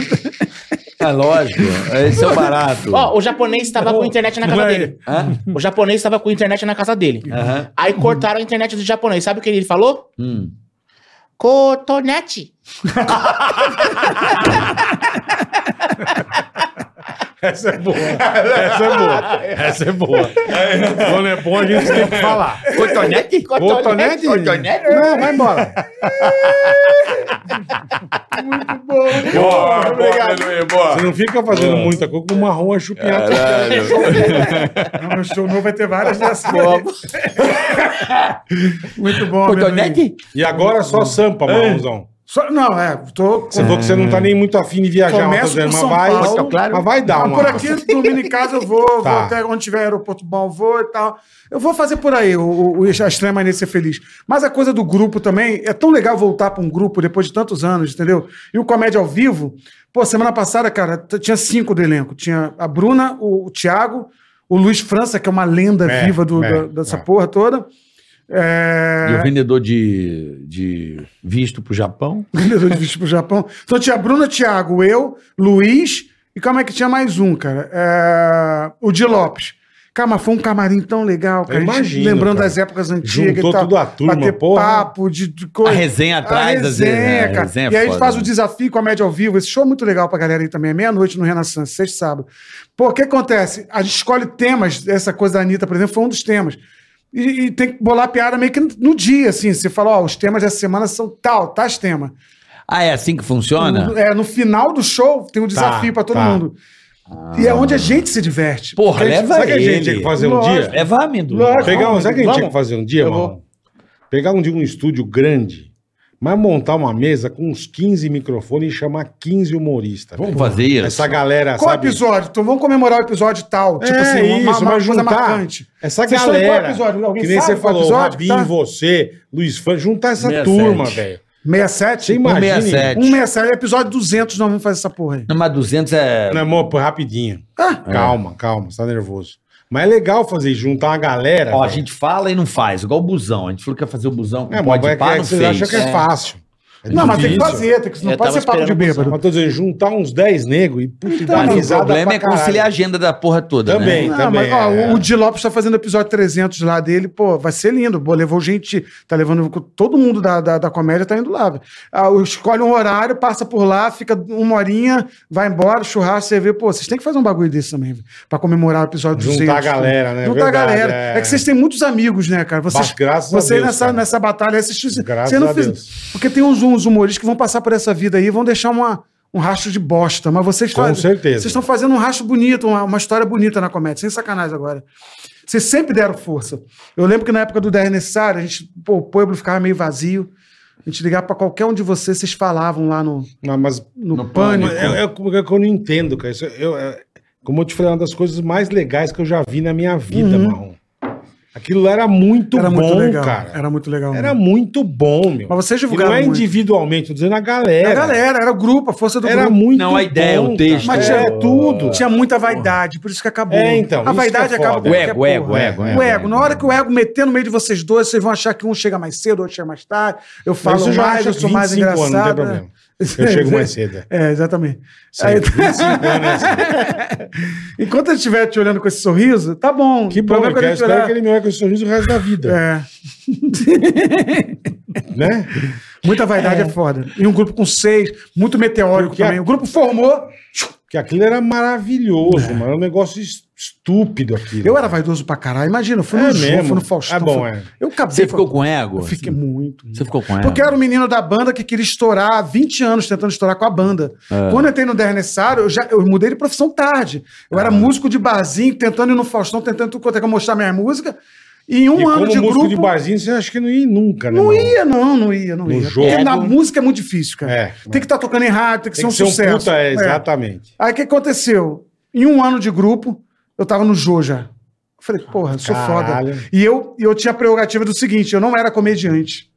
Speaker 8: é lógico. <laughs> Esse é o barato.
Speaker 7: Ó, o japonês estava com internet na casa dele.
Speaker 8: Hã?
Speaker 7: O japonês estava com internet na casa dele.
Speaker 8: Aham.
Speaker 7: Aí cortaram a internet do japonês. Sabe o que ele falou?
Speaker 8: Hum.
Speaker 7: Cotonete.
Speaker 2: Essa é boa. Essa é boa. Essa é boa. Quando é bom, a gente tem que falar.
Speaker 7: Cotonete?
Speaker 4: né,
Speaker 2: Cotonete? Não, vai
Speaker 4: <laughs>
Speaker 2: embora.
Speaker 14: Boa, boa, Beluí, boa.
Speaker 2: Você não fica fazendo muita coisa com o marrom é chupinhar.
Speaker 4: Não, meu show novo vai ter
Speaker 8: <laughs>
Speaker 4: várias dessas. <laughs> Muito bom,
Speaker 8: é
Speaker 4: Amendoim.
Speaker 2: E agora só sampa,
Speaker 4: É.
Speaker 2: marronzão.
Speaker 4: Só, não, é, tô.
Speaker 2: Você falou que você não tá nem muito afim de viajar,
Speaker 4: Começo
Speaker 2: mas,
Speaker 4: por
Speaker 2: mas,
Speaker 4: São
Speaker 2: vai,
Speaker 4: Paulo.
Speaker 2: claro. mas vai dar
Speaker 4: Ah,
Speaker 2: uma.
Speaker 4: por aqui, dormindo em casa, eu vou, vou
Speaker 2: Tá.
Speaker 4: até onde tiver aeroporto bom, eu vou e tal. Eu vou fazer por aí, o, o, o- a estranha maneira de ser feliz. Mas a coisa do grupo também, é tão legal voltar pra um grupo depois de tantos anos, entendeu? E o Comédia ao Vivo, pô, semana passada, cara, t- tinha cinco do elenco. Tinha a Bruna, o, o Thiago, o Luiz França, que é uma lenda
Speaker 2: É,
Speaker 4: viva do-
Speaker 2: é,
Speaker 4: da- dessa
Speaker 2: é.
Speaker 4: porra toda. É...
Speaker 8: E o vendedor de, de visto pro Japão?
Speaker 4: Vendedor de visto pro Japão. Então tinha Bruna, Thiago, eu, Luiz e como é que tinha mais um, cara? É, O Di Lopes. Cara, mas foi um camarim tão legal, cara.
Speaker 2: Eu
Speaker 4: A gente
Speaker 2: imagino,
Speaker 4: lembrando
Speaker 2: cara.
Speaker 4: das épocas antigas
Speaker 2: Juntou
Speaker 4: e tal.
Speaker 2: tudo a turma,
Speaker 4: bater
Speaker 2: porra.
Speaker 4: papo, de, de
Speaker 8: A
Speaker 4: coisa.
Speaker 8: resenha atrás das né?
Speaker 4: resenha, cara.
Speaker 8: é
Speaker 4: e aí a gente faz o
Speaker 8: desafio.
Speaker 4: desafio com a média ao vivo. Esse show é muito legal pra galera aí também. É meia-noite no Renaissance, sexta e sábado. Pô, o que acontece? A gente escolhe temas. Essa coisa da Anitta, por exemplo, foi um dos temas. E, e tem que bolar a piada meio que no dia, assim. Você fala, ó, os temas dessa semana são tal, tais temas.
Speaker 8: Ah, é assim que funciona?
Speaker 4: No, é, no final do show tem um desafio pra todo
Speaker 8: tá.
Speaker 4: mundo. E é onde a gente se diverte.
Speaker 8: Porra,
Speaker 4: Porque a gente-
Speaker 8: leva
Speaker 2: Sabe o que a gente
Speaker 8: ele.
Speaker 2: tinha que fazer um
Speaker 4: Lógico.
Speaker 2: dia?
Speaker 8: Leva a amendoim.
Speaker 4: Lógico.
Speaker 2: Pegar um,
Speaker 4: Vamos,
Speaker 2: sabe o que a gente tinha que
Speaker 4: vamos.
Speaker 2: fazer um dia,
Speaker 4: Eu
Speaker 2: mano? Pegar um dia um estúdio grande, mas montar uma mesa com uns 15 microfones e chamar 15 humoristas.
Speaker 8: Vamos
Speaker 2: velho.
Speaker 8: fazer isso.
Speaker 2: Essa galera,
Speaker 4: Qual
Speaker 2: sabe?
Speaker 4: episódio? Então vamos comemorar o episódio tal. tipo
Speaker 2: é
Speaker 4: assim, uma-
Speaker 2: isso,
Speaker 4: uma, uma
Speaker 2: mas
Speaker 4: coisa
Speaker 2: juntar
Speaker 4: marcante.
Speaker 2: essa
Speaker 4: Vocês estão em qual
Speaker 2: galera,
Speaker 4: episódio? Alguém
Speaker 2: que nem
Speaker 4: sabe
Speaker 2: você
Speaker 4: qual
Speaker 2: falou,
Speaker 4: episódio que
Speaker 2: Rabinho,
Speaker 4: tá?
Speaker 2: você, Luiz Fan, juntar essa
Speaker 8: 67.
Speaker 2: turma, velho.
Speaker 4: 67?
Speaker 2: Você imagina?
Speaker 8: 167.
Speaker 4: 167, episódio 200, nós vamos fazer essa porra aí.
Speaker 8: Não, mas 200 é.
Speaker 2: Não, amor, pô, rapidinho.
Speaker 4: Ah,
Speaker 2: Calma, calma, você tá nervoso. Mas é legal fazer isso, juntar uma galera.
Speaker 8: Ó, a
Speaker 2: velho.
Speaker 8: gente fala e não faz, igual o busão. A gente falou que ia fazer o busão com
Speaker 2: é, mas
Speaker 8: pode
Speaker 2: é que
Speaker 8: pá,
Speaker 2: é
Speaker 8: não
Speaker 2: que vocês acham
Speaker 8: fez.
Speaker 2: que é fácil. É
Speaker 4: não, mas tem que
Speaker 2: difícil.
Speaker 4: fazer, tem que, não
Speaker 3: Eu
Speaker 4: pode
Speaker 3: tava
Speaker 4: ser papo de
Speaker 3: esperando
Speaker 4: bêbado.
Speaker 2: Mas tô dizendo, juntar uns 10 negros e puta,
Speaker 4: Então,
Speaker 2: dar
Speaker 8: Mas o
Speaker 2: risada
Speaker 8: problema
Speaker 2: pra
Speaker 8: é conciliar a
Speaker 2: caralho.
Speaker 8: agenda da porra toda,
Speaker 2: Também.
Speaker 8: né?
Speaker 4: Não, mas ó,
Speaker 2: é.
Speaker 4: o- o Di Lopes tá fazendo o episódio 300 lá dele, pô, vai ser lindo. Pô, levou gente, tá levando todo mundo da, da, da comédia, tá indo lá. velho. Ah, o- escolhe um horário, passa por lá, fica uma horinha, vai embora, churrasco, você vê, pô, vocês têm que fazer um bagulho desse também, velho, pra comemorar o episódio
Speaker 2: Juntar
Speaker 4: 200.
Speaker 2: a galera, né?
Speaker 4: Juntar a
Speaker 2: Verdade,
Speaker 4: galera.
Speaker 2: é.
Speaker 4: É. que vocês têm muitos amigos, né, cara? Vocês,
Speaker 2: Mas graças a
Speaker 4: você
Speaker 2: Deus,
Speaker 4: nessa,
Speaker 2: cara.
Speaker 4: nessa batalha aí, vocês, vocês
Speaker 2: Graças
Speaker 4: não
Speaker 2: a
Speaker 4: fiz-
Speaker 2: Deus.
Speaker 4: Porque tem uns, uns humoristas que vão passar por essa vida aí e vão deixar uma, um rastro de bosta, mas vocês
Speaker 2: Com certeza.
Speaker 4: Vocês estão fazendo um racho bonito, uma, uma história bonita na comédia, sem sacanagem agora. Vocês sempre deram força. Eu lembro que na época do 10 Necessário, a gente, pô, o pueblo ficava meio vazio. A gente ligava pra qualquer um de vocês, vocês falavam lá no,
Speaker 2: Não, mas
Speaker 4: no, pânico.
Speaker 2: É, é, como que eu não entendo, cara. Isso, eu, é- como eu te falei, é uma das coisas mais legais que eu já vi na minha vida, Marrom. Aquilo lá era muito
Speaker 4: Uhum. era
Speaker 2: bom,
Speaker 4: muito legal.
Speaker 2: cara. Era,
Speaker 4: Era muito legal. mesmo.
Speaker 2: muito bom, meu.
Speaker 4: Mas vocês
Speaker 2: E não
Speaker 4: divulgaram
Speaker 2: é
Speaker 4: muito.
Speaker 2: individualmente, tô dizendo a galera.
Speaker 4: Era a galera, era o grupo, a força do
Speaker 2: Era
Speaker 4: grupo.
Speaker 2: muito
Speaker 8: Não, a ideia,
Speaker 2: bom,
Speaker 8: o texto,
Speaker 2: cara.
Speaker 4: Mas
Speaker 2: Mas é,
Speaker 4: tinha
Speaker 2: tudo.
Speaker 4: Tinha muita vaidade, por isso que acabou.
Speaker 2: É, então,
Speaker 4: A
Speaker 2: isso que
Speaker 4: vaidade
Speaker 2: é
Speaker 4: acaba
Speaker 2: foda.
Speaker 4: com
Speaker 8: O
Speaker 4: qualquer
Speaker 8: ego, o ego, o
Speaker 4: porra.
Speaker 2: É
Speaker 8: ego,
Speaker 4: O ego. Na hora que o ego meter no meio de vocês dois, vocês vão achar que um chega mais cedo, outro chega mais tarde. Eu falo
Speaker 2: Mas isso eu já
Speaker 4: mais,
Speaker 2: acho
Speaker 4: eu sou mais
Speaker 2: 25 anos,
Speaker 4: engraçado.
Speaker 2: não tem
Speaker 4: né?
Speaker 2: problema. Eu chego mais cedo.
Speaker 4: <laughs> É, exatamente. Aí-
Speaker 2: Sempre, 25 anos, é
Speaker 4: <laughs> Enquanto ele estiver te olhando com esse sorriso, tá bom.
Speaker 2: Que
Speaker 4: O
Speaker 2: bom, eu
Speaker 4: problema é quando
Speaker 2: quero,
Speaker 4: ele te
Speaker 2: espero
Speaker 4: olhar-
Speaker 2: que ele me olhe com sorriso o resto da vida,
Speaker 4: É.
Speaker 2: né?
Speaker 4: Muita vaidade é. foda. E um grupo com seis, muito meteórico
Speaker 2: Porque a-
Speaker 4: também. O grupo formou.
Speaker 2: Porque aquilo era maravilhoso, mano. Era um negócio es- estúpido aquilo.
Speaker 4: Eu era vaidoso pra caralho. Imagina, eu fui no
Speaker 2: É
Speaker 4: jogo,
Speaker 2: mesmo?
Speaker 4: fui no Faustão.
Speaker 2: É bom,
Speaker 4: fui-
Speaker 2: é.
Speaker 4: Eu acabei.
Speaker 8: Você ficou com
Speaker 4: Eu
Speaker 8: ego?
Speaker 4: fiquei muito.
Speaker 8: assim. Você ficou com ego?
Speaker 4: Porque eu era um menino da banda que queria estourar há 20 anos tentando estourar com a banda.
Speaker 8: É.
Speaker 4: Quando eu entrei no 10 Necessário, eu, já, eu mudei de profissão tarde. Eu era músico de barzinho, tentando ir no Faustão, tentando tudo quanto é que eu mostrar minha música. E em um
Speaker 2: e
Speaker 4: ano
Speaker 2: como
Speaker 4: de
Speaker 2: músico
Speaker 4: grupo.
Speaker 2: de barzinho, você acha que não ia nunca, né?
Speaker 4: Não
Speaker 2: mano?
Speaker 4: ia, não, não ia, não
Speaker 2: No
Speaker 4: ia.
Speaker 2: jogo.
Speaker 4: Porque na música é muito difícil, cara.
Speaker 2: É.
Speaker 4: tem que estar tocando em rádio, tem que
Speaker 2: Tem
Speaker 4: ser um sucesso.
Speaker 2: puta, é,
Speaker 4: É.
Speaker 2: exatamente.
Speaker 4: Aí o que aconteceu? Em um ano de grupo, eu tava no Jô já. Eu falei, porra, eu sou
Speaker 2: Caralho.
Speaker 4: foda. E eu, e eu tinha a prerrogativa do seguinte: eu não era comediante.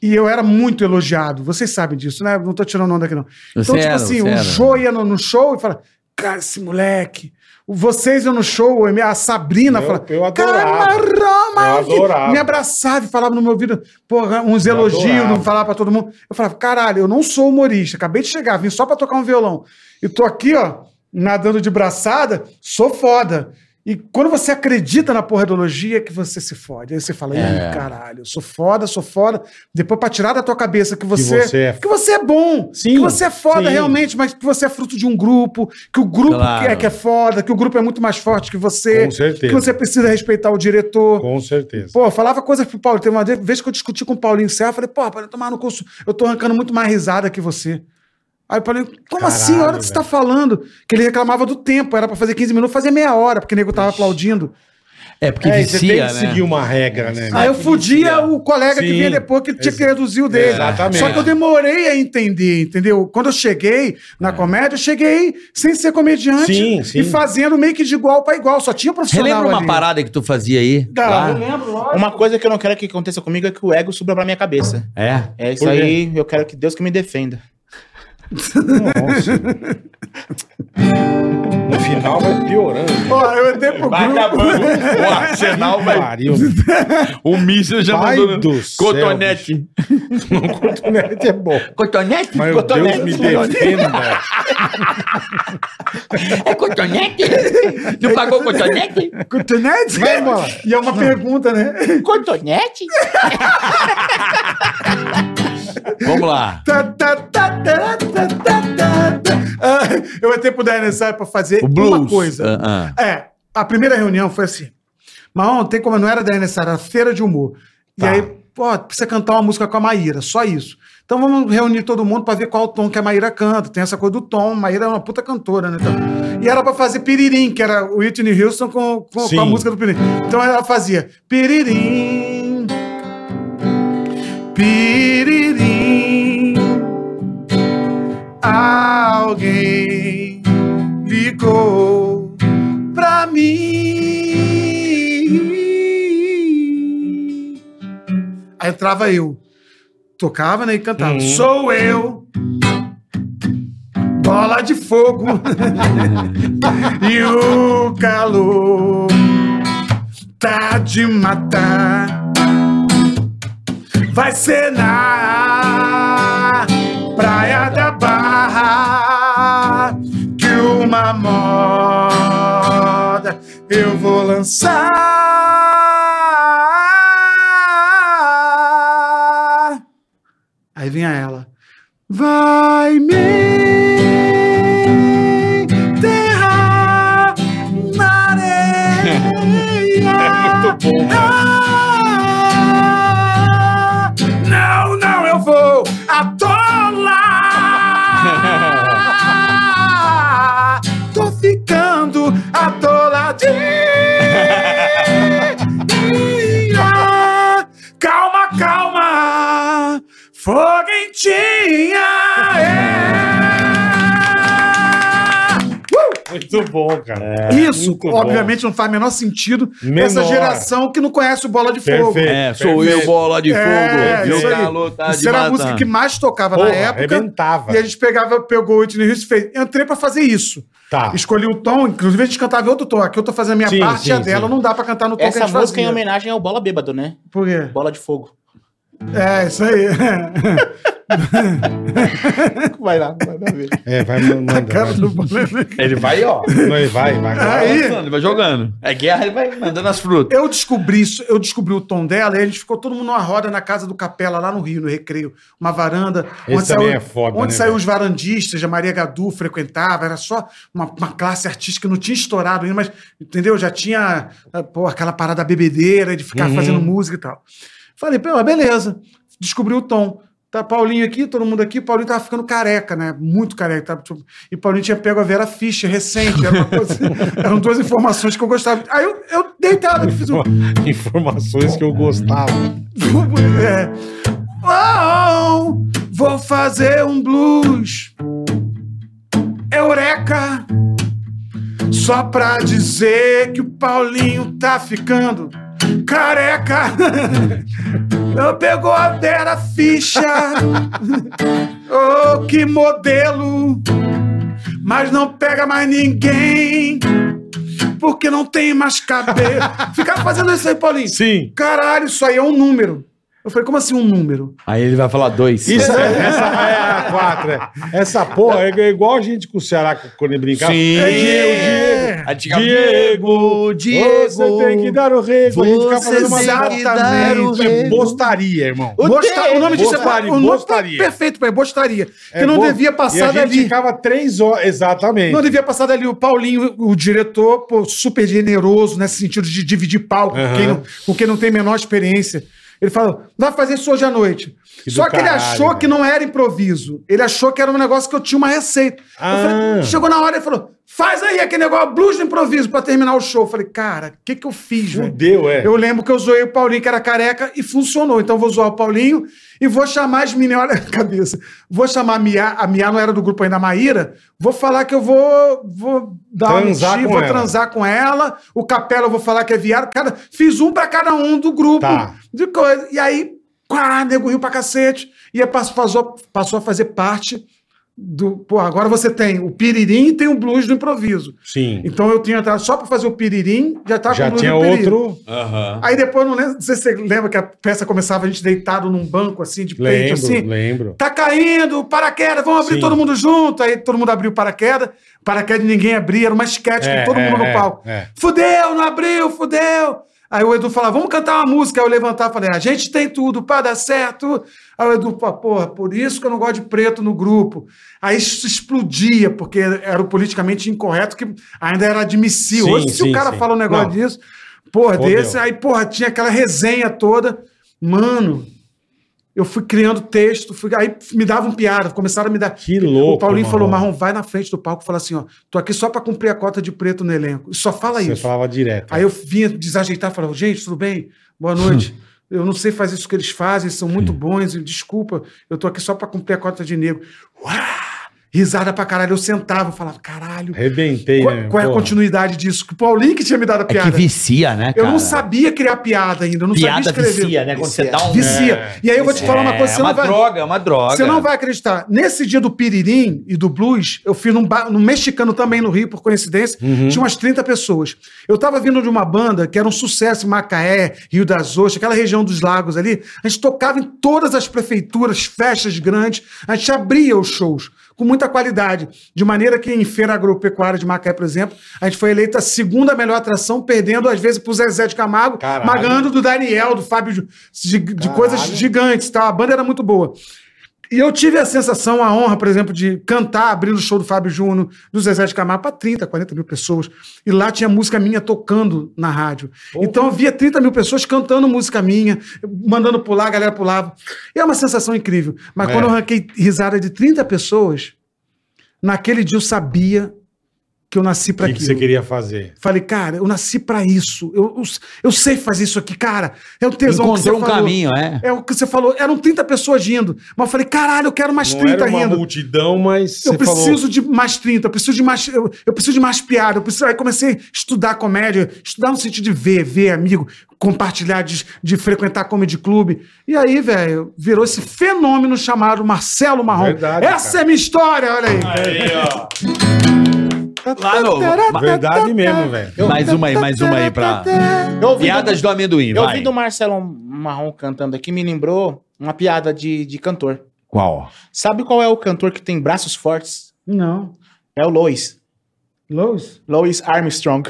Speaker 4: E eu era muito elogiado. Vocês sabem disso, né? Não tô tirando onda aqui, não. então,
Speaker 8: Você
Speaker 4: tipo
Speaker 8: era,
Speaker 4: assim,
Speaker 8: você
Speaker 2: um
Speaker 4: o
Speaker 8: era.
Speaker 4: Jô ia no, no show e falava: cara, esse moleque. Vocês iam no show, a Sabrina
Speaker 2: Eu-
Speaker 4: fala,
Speaker 2: eu adorava.
Speaker 4: "Caramba, Mike!"
Speaker 2: adorava.
Speaker 4: Me abraçava e falava no meu ouvido, porra, uns elogios,
Speaker 2: adorava.
Speaker 4: não falava pra todo mundo. Eu falava, caralho, eu não sou humorista, acabei de chegar, vim só pra tocar um violão. E tô aqui, ó, nadando de braçada, sou foda. E quando você acredita na porra do elogio, é que você se fode. Aí você fala, ih, caralho, eu sou foda, sou foda. Depois, pra tirar da tua cabeça que você,
Speaker 2: você é-
Speaker 4: que você é bom,
Speaker 2: Sim,
Speaker 4: que você é foda
Speaker 2: sim.
Speaker 4: realmente, mas que você é fruto de um grupo, que o grupo
Speaker 8: Claro.
Speaker 4: que é, que é foda, que o grupo é muito mais forte que você,
Speaker 2: Com certeza.
Speaker 4: que você precisa respeitar o diretor.
Speaker 2: Com
Speaker 4: <laughs>
Speaker 2: certeza.
Speaker 4: Pô, eu falava coisas pro Paulo. Teve uma vez que eu discuti com o Paulinho Serra, eu falei, pô, para tomar no curso, eu tô arrancando muito mais risada que você. Aí eu falei, como
Speaker 2: Caralho,
Speaker 4: assim? A hora que você tá falando? Que ele reclamava do tempo, era pra fazer 15 minutos, fazia meia hora, porque o nego tava aplaudindo.
Speaker 8: É porque
Speaker 2: É, e você tem
Speaker 8: vicia,
Speaker 2: que
Speaker 8: né?
Speaker 2: seguir uma regra, né?
Speaker 4: Aí eu fudia o colega que
Speaker 2: Sim.
Speaker 4: vinha depois, que tinha que
Speaker 2: Ex-
Speaker 4: reduzir o dele.
Speaker 2: Exatamente.
Speaker 4: Só que eu demorei a entender, entendeu? Quando eu cheguei
Speaker 8: É.
Speaker 4: na comédia, eu cheguei sem ser comediante
Speaker 2: Sim, sim.
Speaker 4: e fazendo meio que de igual pra igual, só tinha profissional
Speaker 8: Relembra uma
Speaker 4: ali.
Speaker 8: parada que tu fazia aí?
Speaker 4: Da-
Speaker 8: lá?
Speaker 4: eu lembro, lógico.
Speaker 7: Uma coisa que eu não quero que aconteça comigo é que o ego suba pra minha cabeça.
Speaker 8: É.
Speaker 7: É isso
Speaker 2: Por quê?
Speaker 7: aí, eu quero que Deus que me defenda.
Speaker 2: No final vai piorando.
Speaker 4: Ó, eu entrei pro
Speaker 5: Vai
Speaker 4: grupo.
Speaker 5: acabando. O Arsenal vai.
Speaker 2: Pariu.
Speaker 11: O míssil já
Speaker 2: Pai
Speaker 11: mandou.
Speaker 2: do céu,
Speaker 11: Cotonete.
Speaker 2: Cotonete é bom.
Speaker 8: Cotonete?
Speaker 2: Mas o Deus
Speaker 8: cotonete?
Speaker 2: me defenda.
Speaker 7: <laughs>
Speaker 8: É cotonete? Tu pagou cotonete?
Speaker 4: Cotonete?
Speaker 2: Vai embora.
Speaker 4: E é
Speaker 8: Hum.
Speaker 4: uma pergunta, né? <laughs>
Speaker 8: Cotonete? Vamos lá.
Speaker 4: Tá, tá, tá, tá, tá, tá, tá, tá. Ah, Eu entrei pro DNSI pra fazer
Speaker 8: O blues.
Speaker 4: uma coisa.
Speaker 8: Ah,
Speaker 4: É, a primeira reunião foi assim. Mas ontem, como eu não era da NSA, era feira de humor. E aí, pô, precisa cantar uma música com a Maíra, só isso. Então vamos reunir todo mundo pra ver qual o tom que a Maíra canta. Tem essa coisa do tom. Maíra é uma puta cantora, né? Então, e era pra fazer piririm, que era o Whitney Houston com, com, com a
Speaker 2: Sim.
Speaker 4: música do piririm. Então ela fazia piririm, piririm, alguém ligou pra mim. Aí entrava eu. Tocava, né? E cantava. Sou eu. Bola de fogo. <laughs> e o calor tá de matar. Vai ser na praia da Barra que uma moda eu vou lançar. Aí vinha ela. <laughs> Vai me enterrar na areia. Muito bom, Não, não, eu vou atolar. Tô ficando atoladinha. Calma, calma. Foguentinha! é.
Speaker 2: Muito bom, cara.
Speaker 4: Isso,
Speaker 2: É, muito bom.
Speaker 4: obviamente, não faz o menor sentido pra essa
Speaker 2: Menor.
Speaker 4: geração que não conhece o Bola de Fogo.
Speaker 2: Perfeito.
Speaker 8: É, sou eu,
Speaker 2: perfeito.
Speaker 8: bola de fogo.
Speaker 4: É,
Speaker 8: e o
Speaker 4: isso aí.
Speaker 8: calor tá de
Speaker 4: Isso era a
Speaker 8: matar.
Speaker 4: música que mais tocava
Speaker 2: Porra,
Speaker 4: na época.
Speaker 2: arrebentava.
Speaker 4: E a gente pegava, pegou o Whitney Houston e fez. Entrei pra fazer isso.
Speaker 2: Tá.
Speaker 4: Escolhi o tom, inclusive a gente cantava em outro tom. Aqui eu tô fazendo a minha
Speaker 2: Sim,
Speaker 4: parte e a
Speaker 2: sim,
Speaker 4: dela
Speaker 2: sim.
Speaker 4: não dá pra cantar no tom que
Speaker 7: Essa
Speaker 4: a gente
Speaker 7: música é em
Speaker 4: fazia.
Speaker 7: homenagem ao Bola Bêbado, né?
Speaker 4: Por quê?
Speaker 7: Bola de fogo. <laughs>
Speaker 4: É, isso aí. <laughs>
Speaker 7: Vai lá, vai lá ver.
Speaker 2: É, vai mandando.
Speaker 4: Cara do Bola de Fogo.
Speaker 2: Ele vai,
Speaker 4: <laughs>
Speaker 2: ó. Não, ele vai, vai.
Speaker 4: É Aí,
Speaker 8: Ele vai jogando. É guerra, ele vai mandando as frutas.
Speaker 4: Eu descobri isso, eu descobri o tom dela e a gente ficou todo mundo numa roda na casa do Capela, lá no Rio, no Recreio. Uma varanda.
Speaker 2: Esse também é foda,
Speaker 4: Onde
Speaker 2: né,
Speaker 4: saiu
Speaker 2: velho?
Speaker 4: os varandistas, a Maria Gadu frequentava, era só uma, uma classe artística que não tinha estourado ainda, mas, entendeu? Já tinha ah, pô, aquela parada bebedeira de
Speaker 2: Uhum.
Speaker 4: ficar fazendo música e tal. Falei, pô, beleza. Descobri o tom. Tá Paulinho aqui, todo mundo aqui. Paulinho tava ficando careca, né? Muito careca. Tava, tipo, e Paulinho tinha pego a Vera Fischer recente. Era uma coisa- <laughs> eram duas informações que eu gostava. Aí eu, eu deitado, eu fiz um.
Speaker 2: <laughs> Informações que eu gostava.
Speaker 4: É. Oh, vou fazer um blues. Eureka! Só pra dizer que o Paulinho tá ficando careca. <laughs> Eu pegou a Vera Ficha. Oh, que modelo! Mas não pega mais ninguém. Porque não tem mais cabelo. Ficava fazendo isso aí, Paulinho.
Speaker 2: Sim.
Speaker 4: Caralho, isso aí é um número. Eu falei, como assim um número?
Speaker 8: Aí ele vai falar dois.
Speaker 4: é
Speaker 2: Isso, essa é a quatro, é. Essa porra é igual a gente com o Ceará quando ele brincava.
Speaker 8: Sim.
Speaker 2: É Diego,
Speaker 8: A gente fica,
Speaker 2: Diego. Diego,
Speaker 8: Diego.
Speaker 2: Você tem que dar o rego. A gente
Speaker 4: tá
Speaker 2: ficava
Speaker 8: Você
Speaker 2: fazendo uma
Speaker 8: tem que dar o
Speaker 2: exatamente. É
Speaker 8: rego.
Speaker 2: bostaria, irmão.
Speaker 8: O
Speaker 4: Bosta-
Speaker 8: Diego.
Speaker 4: o nome disso
Speaker 2: Bostaria,
Speaker 4: é o nome
Speaker 2: bostaria.
Speaker 4: perfeito pra ele, bostaria. Que
Speaker 2: É
Speaker 4: não
Speaker 2: bo-
Speaker 4: devia passar
Speaker 2: e a gente
Speaker 4: dali.
Speaker 2: ficava três horas. Exatamente.
Speaker 4: Não devia passar dali. O Paulinho, o diretor, pô, super generoso né, nesse sentido de dividir palco com,
Speaker 2: Aham.
Speaker 4: quem não, com quem não tem menor experiência. Ele falou, vai fazer isso hoje à noite.
Speaker 2: Que
Speaker 4: Só
Speaker 2: do
Speaker 4: que ele
Speaker 2: caralho,
Speaker 4: achou
Speaker 2: velho.
Speaker 4: que não era improviso. Ele achou que era um negócio que eu tinha uma receita. Eu falei,
Speaker 2: Ah.
Speaker 4: chegou na hora e falou, faz aí aquele negócio, blues de improviso pra terminar o show. Eu falei, cara, o que que eu fiz, velho?
Speaker 2: Fudeu, é.
Speaker 4: Eu lembro que eu zoei o Paulinho, que era careca, e funcionou. Então eu vou zoar o Paulinho e vou chamar as meninas. <laughs> Olha a cabeça. Vou chamar a Mia. A Mia não era do grupo ainda, a Maíra. Vou falar que eu vou, vou dar
Speaker 2: Transar
Speaker 4: um
Speaker 2: com
Speaker 4: vou
Speaker 2: ela.
Speaker 4: transar com ela. O Capela eu vou falar que é viado. Cada, fiz um pra cada um do grupo.
Speaker 2: Tá.
Speaker 4: De coisa. E aí, quá, nego riu pra cacete. E aí passou, passou- passou a fazer parte do. Porra, agora você tem o piririm e tem o blues do improviso.
Speaker 2: Sim.
Speaker 4: Então eu tinha entrado só pra fazer o piririm, já tava
Speaker 2: Já
Speaker 4: com o blues
Speaker 2: tinha
Speaker 4: do piririm.
Speaker 2: outro.
Speaker 14: Aham.
Speaker 4: Aí depois, não, lembro, não sei se você lembra que a peça começava a gente deitado num banco assim, de peito
Speaker 2: Lembro,
Speaker 4: assim.
Speaker 2: lembro.
Speaker 4: Tá caindo, paraquedas, vamos abrir
Speaker 2: Sim.
Speaker 4: todo mundo junto. Aí todo mundo abriu o paraquedas, paraquedas ninguém abria, era uma esquete
Speaker 2: É,
Speaker 4: com todo
Speaker 2: é,
Speaker 4: mundo
Speaker 2: é,
Speaker 4: no palco.
Speaker 2: é.
Speaker 4: Fudeu, não abriu, fudeu. Aí o Edu falava, vamos cantar uma música. Aí eu levantava e falei, a gente tem tudo pra dar certo. Aí o Edu, pô, porra, por isso que eu não gosto de preto no grupo. Aí isso explodia, porque era o politicamente incorreto, que ainda era admissível.
Speaker 2: Sim,
Speaker 4: Hoje, se
Speaker 2: sim,
Speaker 4: o cara
Speaker 2: sim.
Speaker 4: fala um negócio
Speaker 2: Não.
Speaker 4: disso, porra,
Speaker 2: Fodeu.
Speaker 4: desse, aí, porra, tinha aquela resenha toda. Mano, eu fui criando texto, fui- aí me davam piada, começaram a me dar.
Speaker 2: Que louco.
Speaker 4: o Paulinho falou:
Speaker 2: Marrom.
Speaker 4: Marrom, vai na frente do palco e fala assim: ó, tô aqui só pra cumprir a cota de preto no elenco. Só fala
Speaker 2: Você
Speaker 4: isso.
Speaker 2: falava direto.
Speaker 4: Aí eu vinha desajeitar, falava, gente, tudo bem? Boa noite. Eu não sei fazer isso que eles fazem, são muito bons, e desculpa, eu tô aqui só pra cumprir a cota de negro. Uá! Risada pra caralho, eu sentava, eu falava, caralho,
Speaker 2: Arrebentei,
Speaker 4: qual,
Speaker 2: né?
Speaker 4: qual é a
Speaker 2: Porra.
Speaker 4: continuidade disso? Que o Paulinho que tinha me dado a
Speaker 8: É que
Speaker 4: piada.
Speaker 8: vicia, né,
Speaker 4: eu
Speaker 8: cara?
Speaker 4: não sabia criar piada ainda, eu não
Speaker 8: Piada
Speaker 4: sabia escrever.
Speaker 8: vicia, né? Quando você dá um...
Speaker 4: Vicia. e aí eu vou te falar uma coisa,
Speaker 8: É
Speaker 4: você
Speaker 8: uma
Speaker 4: não vai...
Speaker 8: droga, é uma droga.
Speaker 4: Você não vai acreditar. Nesse dia do Piririm e do Blues, eu fui num, bar, num mexicano também no Rio, por coincidência.
Speaker 2: Uhum.
Speaker 4: Tinha umas 30 pessoas. Eu tava vindo de uma banda que era um sucesso em Macaé, Rio das Ostras, aquela região dos lagos ali. A gente tocava em todas as prefeituras, festas grandes. A gente abria os shows com muita qualidade. De maneira que em Feira Agropecuária de Macaé, por exemplo, a gente foi eleita a segunda melhor atração, perdendo às vezes pro Zezé de Camargo,
Speaker 2: Caralho.
Speaker 4: magando do Daniel, do Fábio, Ju- de, de
Speaker 2: Caralho.
Speaker 4: coisas gigantes, tá? A banda era muito boa. E eu tive a sensação, a honra, por exemplo, de cantar, abrir o show do Fábio Júnior, do Zezé de Camargo, para 30, 40 mil pessoas. E lá tinha música minha tocando na rádio. Então eu via 30 mil pessoas cantando música minha, mandando pular, a galera pulava. E é uma sensação incrível. Mas
Speaker 2: É.
Speaker 4: quando eu arranquei risada de 30 pessoas, naquele dia eu sabia que eu nasci
Speaker 2: O
Speaker 4: para
Speaker 2: que, que
Speaker 4: aquilo.
Speaker 2: você queria fazer?
Speaker 4: Falei, cara, eu nasci para isso. Eu, eu, eu sei fazer isso aqui, cara. É o tesão que você
Speaker 8: Encontrou um
Speaker 4: falou.
Speaker 8: caminho, é.
Speaker 4: É o que você falou, eram 30 pessoas indo. Mas eu falei, caralho, eu quero mais
Speaker 2: Não
Speaker 4: 30
Speaker 2: era uma
Speaker 4: rindo.
Speaker 2: multidão, mas
Speaker 4: Eu
Speaker 2: você falou-
Speaker 4: preciso de mais 30, eu preciso de mais. Eu, eu preciso de mais piada. Eu preciso, aí comecei a estudar comédia, estudar no sentido de ver, ver amigo, compartilhar, de, de frequentar comedy clube. E aí, velho, virou esse fenômeno chamado Marcelo Marrom.
Speaker 2: Verdade,
Speaker 4: Essa
Speaker 2: cara.
Speaker 4: é a minha história, olha aí.
Speaker 14: Aí, ó.
Speaker 8: Lá no-
Speaker 4: Tá,
Speaker 2: Verdade mesmo, velho.
Speaker 8: Mais uma aí, mais uma aí pra...
Speaker 7: Eu ouvi
Speaker 8: Piadas
Speaker 7: do,
Speaker 8: do amendoim,
Speaker 7: eu
Speaker 8: vai.
Speaker 7: ouvi do Marcelo Marrom cantando aqui, me lembrou uma piada de, de cantor.
Speaker 8: Qual?
Speaker 7: Sabe qual é o cantor que tem braços fortes?
Speaker 4: Não.
Speaker 7: É o Lois.
Speaker 4: Lois? <laughs>
Speaker 7: Lois Armstrong.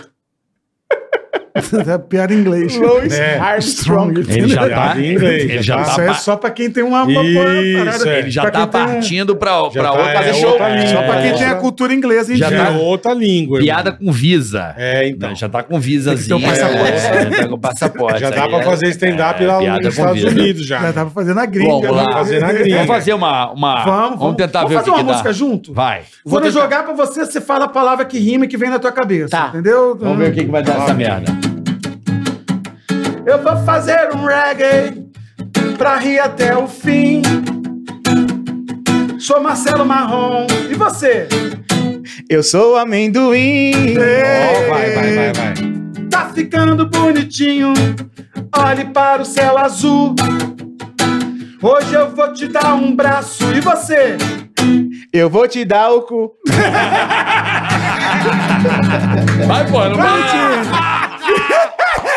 Speaker 4: é piada em inglês.
Speaker 7: Lois
Speaker 2: É.
Speaker 7: Armstrong.
Speaker 8: Ele já tá...
Speaker 2: Piada em inglês,
Speaker 8: Ele
Speaker 2: já tá-
Speaker 8: já tá...
Speaker 4: Isso aí é
Speaker 8: pa-
Speaker 4: só pra quem tem uma. uma
Speaker 2: Isso,
Speaker 4: parada.
Speaker 2: é.
Speaker 8: Ele já
Speaker 4: Pra
Speaker 8: tá
Speaker 4: quem tem um-
Speaker 8: partindo pra,
Speaker 2: Já
Speaker 8: pra
Speaker 2: tá-
Speaker 8: outra
Speaker 2: é,
Speaker 8: fazer
Speaker 2: outra
Speaker 8: show.
Speaker 2: linha,
Speaker 8: só pra
Speaker 4: Pra
Speaker 8: quem
Speaker 4: quem
Speaker 8: tem
Speaker 4: tem
Speaker 8: a
Speaker 4: a cultura inglesa, hein?
Speaker 8: Já
Speaker 2: De
Speaker 8: tá-
Speaker 6: é
Speaker 2: outra língua,
Speaker 8: piada
Speaker 2: irmão.
Speaker 8: com visa.
Speaker 2: É, então.
Speaker 8: Já tá com visazinho.
Speaker 4: Tem que ter um passaporte.
Speaker 8: É, pega o passaporte.
Speaker 2: Já dá
Speaker 8: Aí
Speaker 2: pra
Speaker 8: é-
Speaker 2: fazer stand-up
Speaker 8: é,
Speaker 2: lá
Speaker 8: piada
Speaker 2: nos
Speaker 8: com
Speaker 2: Estados
Speaker 8: visa.
Speaker 2: Unidos
Speaker 8: <laughs>
Speaker 2: já.
Speaker 4: Já tá tava fazendo a gringa.
Speaker 8: Vamos
Speaker 4: né?
Speaker 8: lá.
Speaker 2: fazer na gringa.
Speaker 8: Vamos fazer uma. uma...
Speaker 4: Vamos,
Speaker 8: Vamos,
Speaker 4: vamos.
Speaker 8: tentar
Speaker 4: Vamos
Speaker 8: ver
Speaker 4: fazer
Speaker 8: o que,
Speaker 4: uma
Speaker 8: que
Speaker 4: música
Speaker 8: dá.
Speaker 4: junto?
Speaker 8: Vai.
Speaker 4: Quando eu jogar pra você, você fala a palavra que rima e que vem na tua cabeça.
Speaker 7: Tá.
Speaker 4: Entendeu?
Speaker 8: Vamos ver o que, que vai dar essa merda.
Speaker 4: Eu vou fazer um reggae pra rir até o fim. Sou Marcelo Marrom. E você?
Speaker 7: Eu sou amendoim. É.
Speaker 2: Ó, vai, vai, vai, vai.
Speaker 4: Tá ficando bonitinho. Olhe para o céu azul. Hoje eu vou te dar um braço. E você?
Speaker 7: Eu vou te dar o cu.
Speaker 8: Vai, pô, não vai.
Speaker 4: <laughs>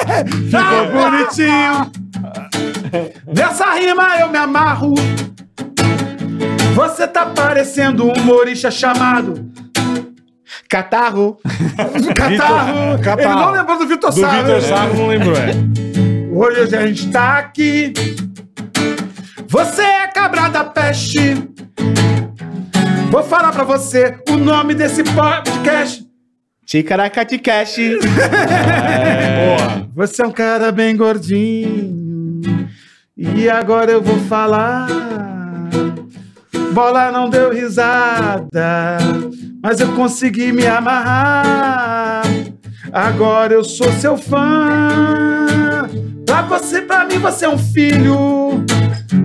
Speaker 7: É.
Speaker 4: Ficou bonitinho. Tá. Nessa rima eu me amarro. Você tá parecendo um humorista chamado
Speaker 7: Catarro.
Speaker 4: Catarro.
Speaker 2: Catarro.
Speaker 4: Ele não lembrou do Vitor
Speaker 2: Do
Speaker 4: Sá. né?
Speaker 2: Vitor Sá, não lembro, é.
Speaker 4: Hoje a gente tá aqui. Você é cabra da peste. Vou falar pra você o nome desse podcast.
Speaker 7: Ticaracaticaste.
Speaker 4: Você <laughs> é um cara bem gordinho. E agora eu vou falar. Bola não deu risada, mas eu consegui me amarrar. Agora eu sou seu fã. Pra você, pra mim, você é um filho.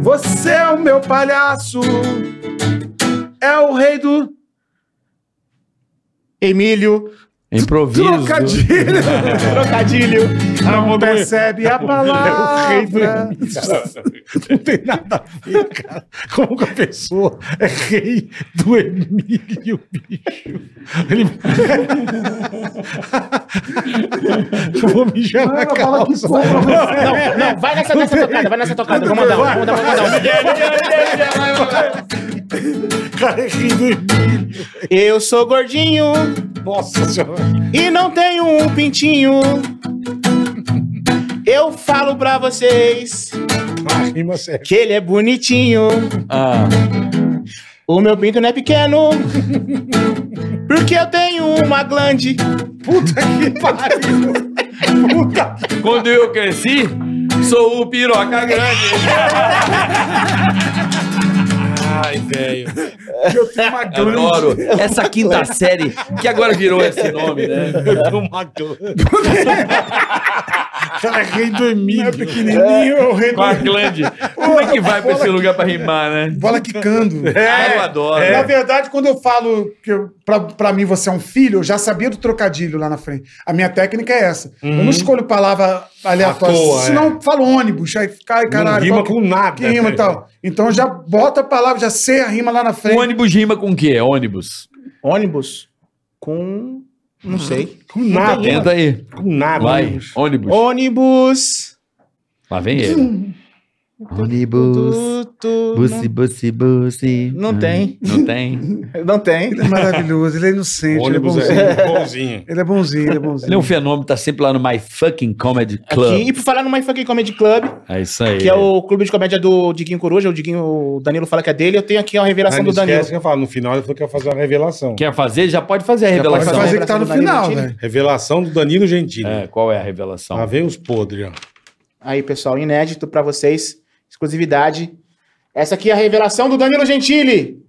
Speaker 4: Você é o meu palhaço. É o rei do
Speaker 7: Emílio.
Speaker 8: Improviso.
Speaker 4: trocadilho.
Speaker 7: Trocadilho.
Speaker 4: Não percebe a
Speaker 6: É o rei do
Speaker 4: palavra.
Speaker 6: <laughs> Não tem nada a ver, cara. Como que a pessoa é rei do Emílio, bicho? Ele... <laughs> Eu vou mijar na calça.
Speaker 7: Não, não, vai nessa, nessa tocada, vai nessa tocada. Vamos dar um, vamos dar um, vamos dar um. Eu sou gordinho. Nossa senhora. E não tenho um pintinho. Eu falo pra vocês que ele é bonitinho. O meu pinto não é pequeno. Porque eu tenho uma glande. Puta que pariu.
Speaker 8: Quando eu cresci, sou o piroca grande. Ai, velho.
Speaker 4: Eu tenho uma grande. <laughs>
Speaker 8: Adoro essa quinta série, que agora virou esse nome, né?
Speaker 6: Eu tenho uma glande. Cara, é rei do Emílio. Não é
Speaker 4: pequenininho, é o rei
Speaker 8: Com a glande. Como é que vai pra esse lugar pra rimar, né?
Speaker 4: Bola <laughs> quicando.
Speaker 8: Ah, eu adoro.
Speaker 4: É. Na verdade, quando eu falo que eu, pra, pra mim você é um filho, eu já sabia do trocadilho lá na frente. A minha técnica é essa. Eu não escolho palavra aleatória.
Speaker 2: À toa,
Speaker 4: Se não, falo ônibus. Aí, cai, caralho.
Speaker 2: rima
Speaker 4: qual que- é?
Speaker 2: com nada,
Speaker 4: Que rima e
Speaker 2: né?
Speaker 4: tal. Então já bota a palavra, já sei a rima lá na
Speaker 8: O
Speaker 4: frente.
Speaker 8: ônibus rima com o quê? Ônibus.
Speaker 7: Ônibus com. Não sei.
Speaker 2: Com nada.
Speaker 8: Tenta aí.
Speaker 2: Com nada.
Speaker 8: Vai. Ônibus.
Speaker 7: Ônibus.
Speaker 8: Lá vem ele. Ônibus.
Speaker 7: Tu, tu,
Speaker 8: Buci, buci, buci.
Speaker 7: Não tem.
Speaker 8: <laughs> Não tem.
Speaker 7: não, não tem.
Speaker 4: Ele é maravilhoso, ele é inocente,
Speaker 2: Ônibus
Speaker 4: ele é bonzinho.
Speaker 2: é <laughs> bonzinho.
Speaker 4: Ele é bonzinho, ele é bonzinho.
Speaker 8: Ele é um fenômeno, tá sempre lá no My Fucking Comedy Club.
Speaker 7: Aqui, e por falar no My Fucking Comedy Club,
Speaker 8: É isso aí.
Speaker 7: que é o clube de comédia do Diguinho Coruja, o Diguinho, o Danilo fala que é dele, eu tenho aqui uma
Speaker 4: Tá
Speaker 2: Ah,
Speaker 7: revelação do Danilo.
Speaker 2: que eu falo. No final ele falou que ia fazer uma revelação.
Speaker 8: Quer fazer? Já pode fazer a
Speaker 2: um
Speaker 4: Pode
Speaker 8: revelação.
Speaker 4: fazer que tá no
Speaker 7: Danilo
Speaker 4: final,
Speaker 7: Gentili.
Speaker 4: velho.
Speaker 2: Revelação do Danilo Gentili.
Speaker 8: É, qual é a revelação?
Speaker 2: Lá vem os podres, ó.
Speaker 7: Aí, pessoal, inédito pra vocês, exclusividade. Essa aqui é a revelação do Danilo Gentili.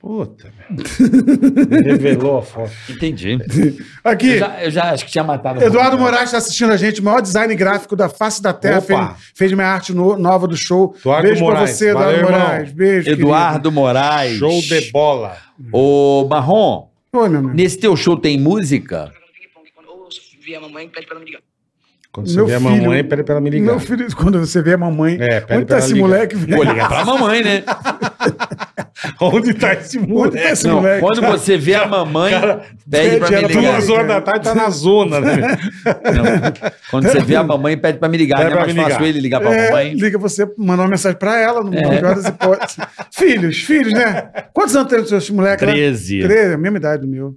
Speaker 2: Puta,
Speaker 4: <laughs>
Speaker 2: velho. Revelou a foto.
Speaker 8: Entendi. Eu
Speaker 4: Aqui,
Speaker 8: já, eu já acho que tinha matado.
Speaker 4: Eduardo Moraes está assistindo a gente, o maior design gráfico da face da Terra.
Speaker 2: Opa.
Speaker 4: Fez, fez minha arte no- nova do show.
Speaker 2: Eduardo
Speaker 4: Beijo pra
Speaker 2: Moraes.
Speaker 4: você, Eduardo
Speaker 2: Valeu, irmão.
Speaker 4: Moraes. Beijo. querido.
Speaker 8: Eduardo Moraes.
Speaker 2: Show de bola.
Speaker 8: Ô, Marrom,
Speaker 4: Oi, meu amigo.
Speaker 8: nesse teu show tem música?
Speaker 2: Quando você
Speaker 4: Meu
Speaker 2: vê a
Speaker 4: filho-
Speaker 2: mamãe, pede pra ela me ligar.
Speaker 4: Meu filho, quando você vê a mamãe,
Speaker 2: É, pede pra
Speaker 4: onde tá
Speaker 2: ela
Speaker 4: esse
Speaker 2: ligar.
Speaker 4: moleque,
Speaker 8: Vou
Speaker 4: velho?
Speaker 8: ligar pra mamãe, né?
Speaker 2: <laughs> Onde tá esse
Speaker 4: Onde tá
Speaker 2: moleque?
Speaker 4: esse moleque?
Speaker 8: Quando você vê a mamãe, pede pra me
Speaker 2: Era
Speaker 8: ligar.
Speaker 2: duas horas da tarde, tá na zona,
Speaker 4: <laughs>
Speaker 2: né?
Speaker 8: Não. Quando você vê a mamãe, pede pra me ligar.
Speaker 2: Pede
Speaker 8: Né?
Speaker 2: pra
Speaker 8: Mais
Speaker 2: me ligar.
Speaker 8: fácil ele ligar pra
Speaker 4: É,
Speaker 8: mamãe. É.
Speaker 4: liga você, mandar uma mensagem pra ela, no melhor das hipóteses. filhos, filhos, né? Quantos anos tem esse moleque? né?
Speaker 8: 13.
Speaker 4: 13, a mesma idade do meu.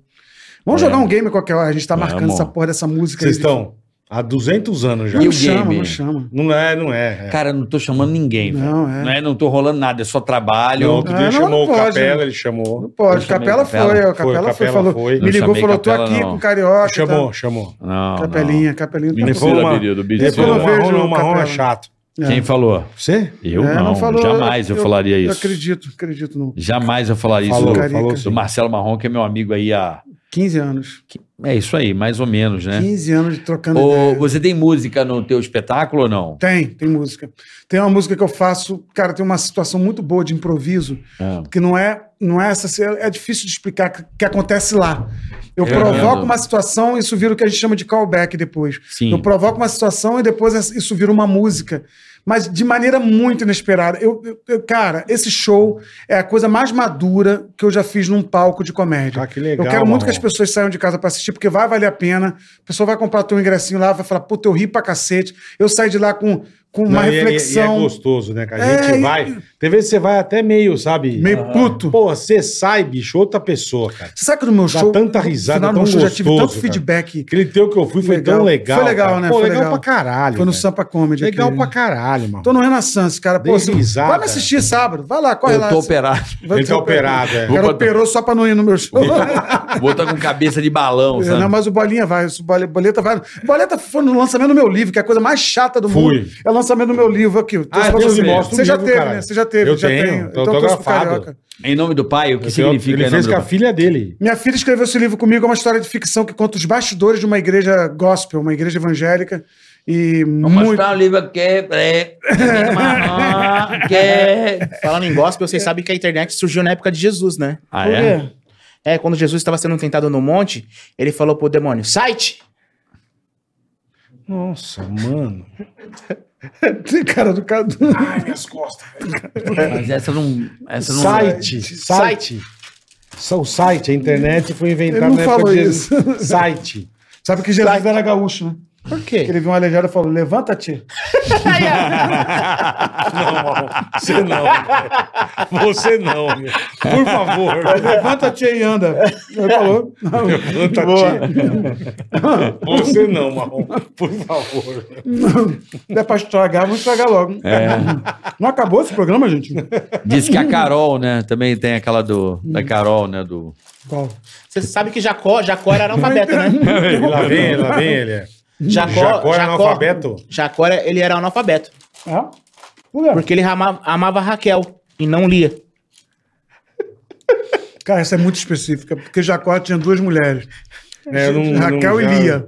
Speaker 4: Vamos
Speaker 8: É.
Speaker 4: jogar um game qualquer hora, a gente tá marcando
Speaker 8: Vamos.
Speaker 4: essa porra dessa música
Speaker 2: Vocês
Speaker 4: aí.
Speaker 2: estão há 200 anos já.
Speaker 4: Não
Speaker 8: E o
Speaker 4: chama,
Speaker 8: game?
Speaker 4: não chama.
Speaker 2: Não é, não é. é.
Speaker 8: Cara, eu não tô chamando ninguém, velho.
Speaker 4: Não, é.
Speaker 8: Não, é, não tô rolando nada, é só trabalho.
Speaker 2: No outro
Speaker 4: Ah,
Speaker 2: dia
Speaker 4: não,
Speaker 2: chamou
Speaker 4: não
Speaker 2: o
Speaker 4: pode,
Speaker 2: Capela,
Speaker 4: né?
Speaker 2: ele chamou.
Speaker 4: Não pode,
Speaker 8: Eu chamei
Speaker 4: Capela foi,
Speaker 8: Capela.
Speaker 4: ó, Capela
Speaker 2: Foi,
Speaker 4: foi,
Speaker 2: Capela
Speaker 4: falou.
Speaker 2: foi.
Speaker 4: Me
Speaker 8: Eu
Speaker 4: ligou,
Speaker 8: chamei
Speaker 4: falou, tô
Speaker 8: Capela,
Speaker 4: aqui
Speaker 8: não.
Speaker 4: com Carioca. e
Speaker 2: Chamou,
Speaker 4: tal.
Speaker 2: chamou.
Speaker 8: Não,
Speaker 4: Capelinha, Capelinha.
Speaker 8: Não.
Speaker 4: tá
Speaker 8: Me
Speaker 2: foi
Speaker 8: fura,
Speaker 2: uma-
Speaker 8: Bebido, bicho.
Speaker 2: Ele falou,
Speaker 4: Eu vejo
Speaker 2: marrom,
Speaker 4: o
Speaker 2: não, marrom é
Speaker 4: Capela.
Speaker 2: chato.
Speaker 4: É.
Speaker 8: Quem falou?
Speaker 2: Você?
Speaker 8: Eu
Speaker 4: É,
Speaker 8: não,
Speaker 4: falou,
Speaker 8: jamais eu, falaria isso.
Speaker 4: Eu acredito, acredito não.
Speaker 8: Jamais eu falaria isso
Speaker 2: Falou,
Speaker 8: do,
Speaker 4: Carica.
Speaker 2: falou
Speaker 8: do
Speaker 2: sim.
Speaker 8: Marcelo Marrom, que é meu amigo aí há...
Speaker 4: 15 anos.
Speaker 8: É isso aí, mais ou menos, né?
Speaker 4: 15 anos de trocando
Speaker 8: Ô,
Speaker 4: ideia.
Speaker 8: você tem música no teu espetáculo ou não?
Speaker 4: Tem, tem música. Tem uma música que eu faço, cara, tem uma situação muito boa de improviso,
Speaker 8: Ah.
Speaker 4: que não é, não é essa, é difícil de explicar que, que acontece lá. Eu
Speaker 8: Eu
Speaker 4: provoco
Speaker 8: entendo.
Speaker 4: uma situação e isso vira o que a gente chama de callback depois.
Speaker 8: Sim.
Speaker 4: Eu provoco uma situação e depois essa- isso vira uma música. Mas de maneira muito inesperada. Eu, eu- eu- cara, esse show é a coisa mais madura que eu já fiz num palco de comédia.
Speaker 2: Ah, que legal,
Speaker 4: eu quero muito que as
Speaker 2: Marrom.
Speaker 4: pessoas saiam de casa pra assistir, porque vai valer a pena. A pessoa vai comprar teu ingressinho lá, vai falar, puta, eu ri pra cacete. Eu saí de lá com, com uma
Speaker 2: Não, e é- E, é
Speaker 4: reflexão.
Speaker 2: gostoso, né? Que a
Speaker 4: É,
Speaker 2: gente
Speaker 4: e-
Speaker 2: vai. Tem vezes que você vai até meio, sabe?
Speaker 4: Meio puto.
Speaker 2: Pô, você sai, bicho, outra pessoa, cara.
Speaker 4: Você sabe que no meu
Speaker 2: Dá
Speaker 4: show.
Speaker 2: tanta
Speaker 4: no
Speaker 2: risada,
Speaker 4: final do
Speaker 2: tão
Speaker 4: meu show já tive
Speaker 2: gostoso,
Speaker 4: tanto
Speaker 2: cara.
Speaker 4: feedback.
Speaker 2: Aquele teu que eu fui foi
Speaker 4: Legal.
Speaker 2: tão legal.
Speaker 4: Foi legal,
Speaker 2: cara.
Speaker 4: né?
Speaker 2: Pô,
Speaker 4: Foi
Speaker 2: legal,
Speaker 4: legal.
Speaker 2: pra caralho.
Speaker 4: Foi no
Speaker 2: velho.
Speaker 4: Sampa Comedy.
Speaker 2: né? Legal
Speaker 4: aquele.
Speaker 2: pra caralho, mano.
Speaker 4: Tô no Renaissance, cara. Pô,
Speaker 2: Dei
Speaker 4: você-
Speaker 2: risada.
Speaker 4: vai me assistir sábado. Vai lá, corre
Speaker 8: eu
Speaker 4: lá.
Speaker 8: tô operado. <laughs>
Speaker 4: Vai
Speaker 2: Ele
Speaker 4: ser
Speaker 2: tá operado, é.
Speaker 4: O cara
Speaker 8: Vou-
Speaker 4: operou só pra não ir no meu
Speaker 8: <laughs>
Speaker 4: show.
Speaker 8: Vou estar com cabeça de balão,
Speaker 4: É,
Speaker 8: sabe?
Speaker 4: não, mas o Bolinha vai, o Bole- Boleta vai. Boleta foi no lançamento do meu livro, que é a coisa mais chata do
Speaker 2: Fui.
Speaker 4: mundo. É o lançamento do meu livro aqui.
Speaker 2: Ah,
Speaker 4: Trouxe pra
Speaker 2: Deus
Speaker 4: você.
Speaker 2: me mostra o
Speaker 4: Você já
Speaker 2: livro,
Speaker 4: teve,
Speaker 2: cara.
Speaker 4: né? Você já teve,
Speaker 2: Eu
Speaker 4: já
Speaker 2: tenho, tô
Speaker 4: Então eu trouxe pro
Speaker 2: autografado.
Speaker 4: Carioca.
Speaker 8: Em nome do pai, o que
Speaker 6: é
Speaker 8: significa
Speaker 2: Ele
Speaker 8: né, em nome
Speaker 2: fez
Speaker 8: do
Speaker 2: com a
Speaker 8: pai?
Speaker 2: filha dele.
Speaker 4: Minha filha escreveu esse livro comigo, é uma história de ficção que conta os bastidores de uma igreja gospel, uma igreja evangélica. E
Speaker 8: Vamos
Speaker 4: muito.
Speaker 8: mostrar o livro aqui, é,
Speaker 7: <laughs> é
Speaker 8: que...
Speaker 7: Falando em gospel, vocês sabem que a internet surgiu na época de Jesus, né?
Speaker 8: Ah, é?
Speaker 7: É, quando Jesus estava sendo tentado no monte, ele falou pro demônio, site!
Speaker 2: Nossa, mano.
Speaker 4: Tem <laughs> cara do cara.
Speaker 2: Ai, minhas costas.
Speaker 8: Mas essa não. Essa não
Speaker 2: Site, site. Só o site, a internet foi
Speaker 4: Ele
Speaker 2: inventada
Speaker 4: não
Speaker 2: na época
Speaker 4: falou
Speaker 2: de
Speaker 4: isso.
Speaker 2: Site.
Speaker 4: Sabe que Jesus era gaúcho, né?
Speaker 2: Por quê?
Speaker 4: Que ele viu uma legenda e falou: levanta-te.
Speaker 2: Você não. né? Você não. né? Por favor.
Speaker 4: Levanta-te e anda. Ele falou: não,
Speaker 2: Levanta-te. Você não, Marrom. Por favor.
Speaker 4: não é pra estragar, vamos estragar logo. Não acabou esse programa, gente?
Speaker 8: Diz que a Carol, né? Também tem aquela do. Da Carol, né? Do.
Speaker 4: Qual?
Speaker 7: <laughs> Você sabe que Jacó, Jacó era analfabeto,
Speaker 2: <laughs>
Speaker 7: né?
Speaker 2: Lá vem ele, lá vem ele.
Speaker 7: Jacó,
Speaker 2: Jacó
Speaker 7: Jacó
Speaker 2: era analfabeto?
Speaker 7: Jacó era- ele era analfabeto.
Speaker 4: Ah, Ué,
Speaker 7: Porque ele amava, amava Raquel e não lia.
Speaker 4: Cara, essa é muito específica, porque Jacó tinha duas mulheres.
Speaker 2: É, eu não-
Speaker 4: Raquel
Speaker 2: não-
Speaker 4: e
Speaker 2: já-
Speaker 4: Lia.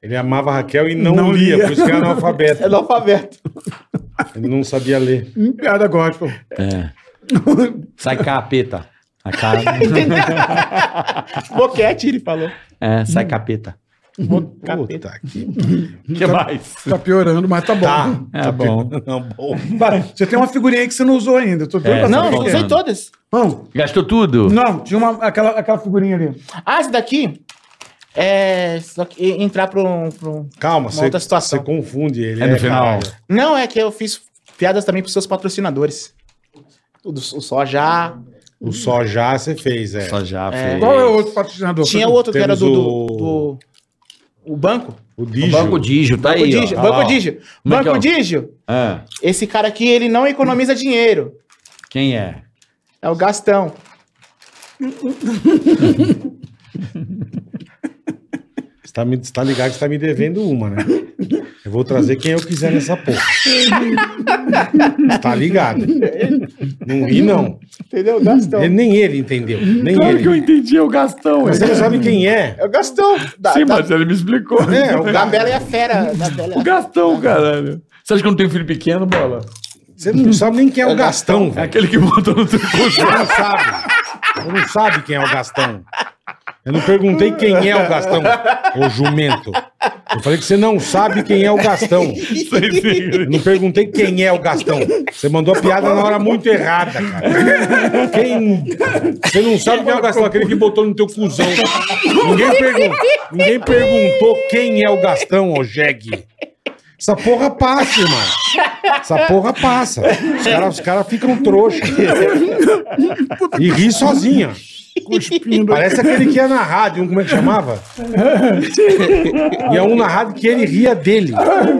Speaker 2: Ele amava Raquel e não,
Speaker 4: Não
Speaker 2: lia,
Speaker 4: lia.
Speaker 2: por isso que era analfabeto.
Speaker 7: Analfabeto.
Speaker 2: Ele não sabia ler.
Speaker 4: Hum, Piada gospel.
Speaker 8: É. Sai capeta. A cara.
Speaker 7: <laughs> Boquete, ele falou.
Speaker 8: É, sai capeta.
Speaker 2: Puta que
Speaker 8: O que mais?
Speaker 4: Tá piorando, mas tá bom.
Speaker 8: É bom.
Speaker 2: não, bom.
Speaker 4: Vai, Você tem uma figurinha aí que você não usou ainda. Eu tô doido
Speaker 8: É,
Speaker 4: pra
Speaker 7: Não,
Speaker 4: saber
Speaker 7: não
Speaker 4: qual é.
Speaker 7: usei todas.
Speaker 4: Não,
Speaker 8: Gastou tudo?
Speaker 4: não, tinha uma, aquela, aquela figurinha ali.
Speaker 7: Ah, esse daqui é só que entrar pra um- pra um
Speaker 2: Calma,
Speaker 7: Uma
Speaker 2: você
Speaker 7: outra situação.
Speaker 2: você confunde ele.
Speaker 8: É no final.
Speaker 2: caralho.
Speaker 7: Não, é que eu fiz piadas também pros seus patrocinadores. O, do- o Sojá.
Speaker 2: O só já você fez, é.
Speaker 8: Só já
Speaker 7: É.
Speaker 8: fez.
Speaker 4: Qual é o outro patrocinador?
Speaker 7: Tinha o outro que era
Speaker 2: Temos
Speaker 7: do, do,
Speaker 2: o-
Speaker 7: do- O banco.
Speaker 2: O
Speaker 8: O
Speaker 2: Digio.
Speaker 8: Banco Digio, tá
Speaker 7: Banco
Speaker 8: aí. ó.
Speaker 7: Digio.
Speaker 8: Tá lá,
Speaker 7: banco
Speaker 8: ó.
Speaker 7: Digio.
Speaker 8: Como é que é
Speaker 7: Banco
Speaker 8: o-
Speaker 7: Digio.
Speaker 8: Ah,
Speaker 7: Esse cara aqui, ele não economiza dinheiro.
Speaker 8: quem é?
Speaker 7: É o Gastão.
Speaker 2: Você tá, me, você tá ligado que você tá me devendo uma, né? Eu vou trazer quem eu quiser nessa porra. Você tá ligado? Não ri, não.
Speaker 7: Entendeu? Gastão.
Speaker 2: Ele- nem ele entendeu. Nem ele.
Speaker 8: entendi, é o Gastão.
Speaker 2: Mas ele sabe quem é.
Speaker 7: É o Gastão. Da,
Speaker 8: Sim,
Speaker 7: da,
Speaker 8: mas ele me explicou.
Speaker 2: É, o
Speaker 7: da
Speaker 2: Gabi.
Speaker 7: Bela e a Fera. Da Bela e
Speaker 8: O
Speaker 7: a...
Speaker 8: Gastão, caralho. Você acha que eu não tenho filho pequeno, bola?
Speaker 2: Você não sabe nem quem é o Gastão,
Speaker 8: É
Speaker 2: velho.
Speaker 8: aquele que botou no teu curso.
Speaker 2: Você não sabe. Você não sabe quem é o Gastão. Eu não perguntei quem é o Gastão, ô jumento. Eu falei que você não sabe quem é o Gastão. Eu não perguntei quem é o Gastão. Você mandou a piada na hora muito errada, cara. Quem... Você não sabe quem é o Gastão, aquele que botou no teu cuzão. Ninguém, pergun- Ninguém perguntou quem é o Gastão, ô jegue. Essa porra passa, irmão. Essa porra passa. Os caras os cara ficam trouxa. E ri sozinha.
Speaker 4: Cuspindo.
Speaker 2: Parece aquele que ia na rádio, um, como é que chamava? E é um na rádio que ele ria dele.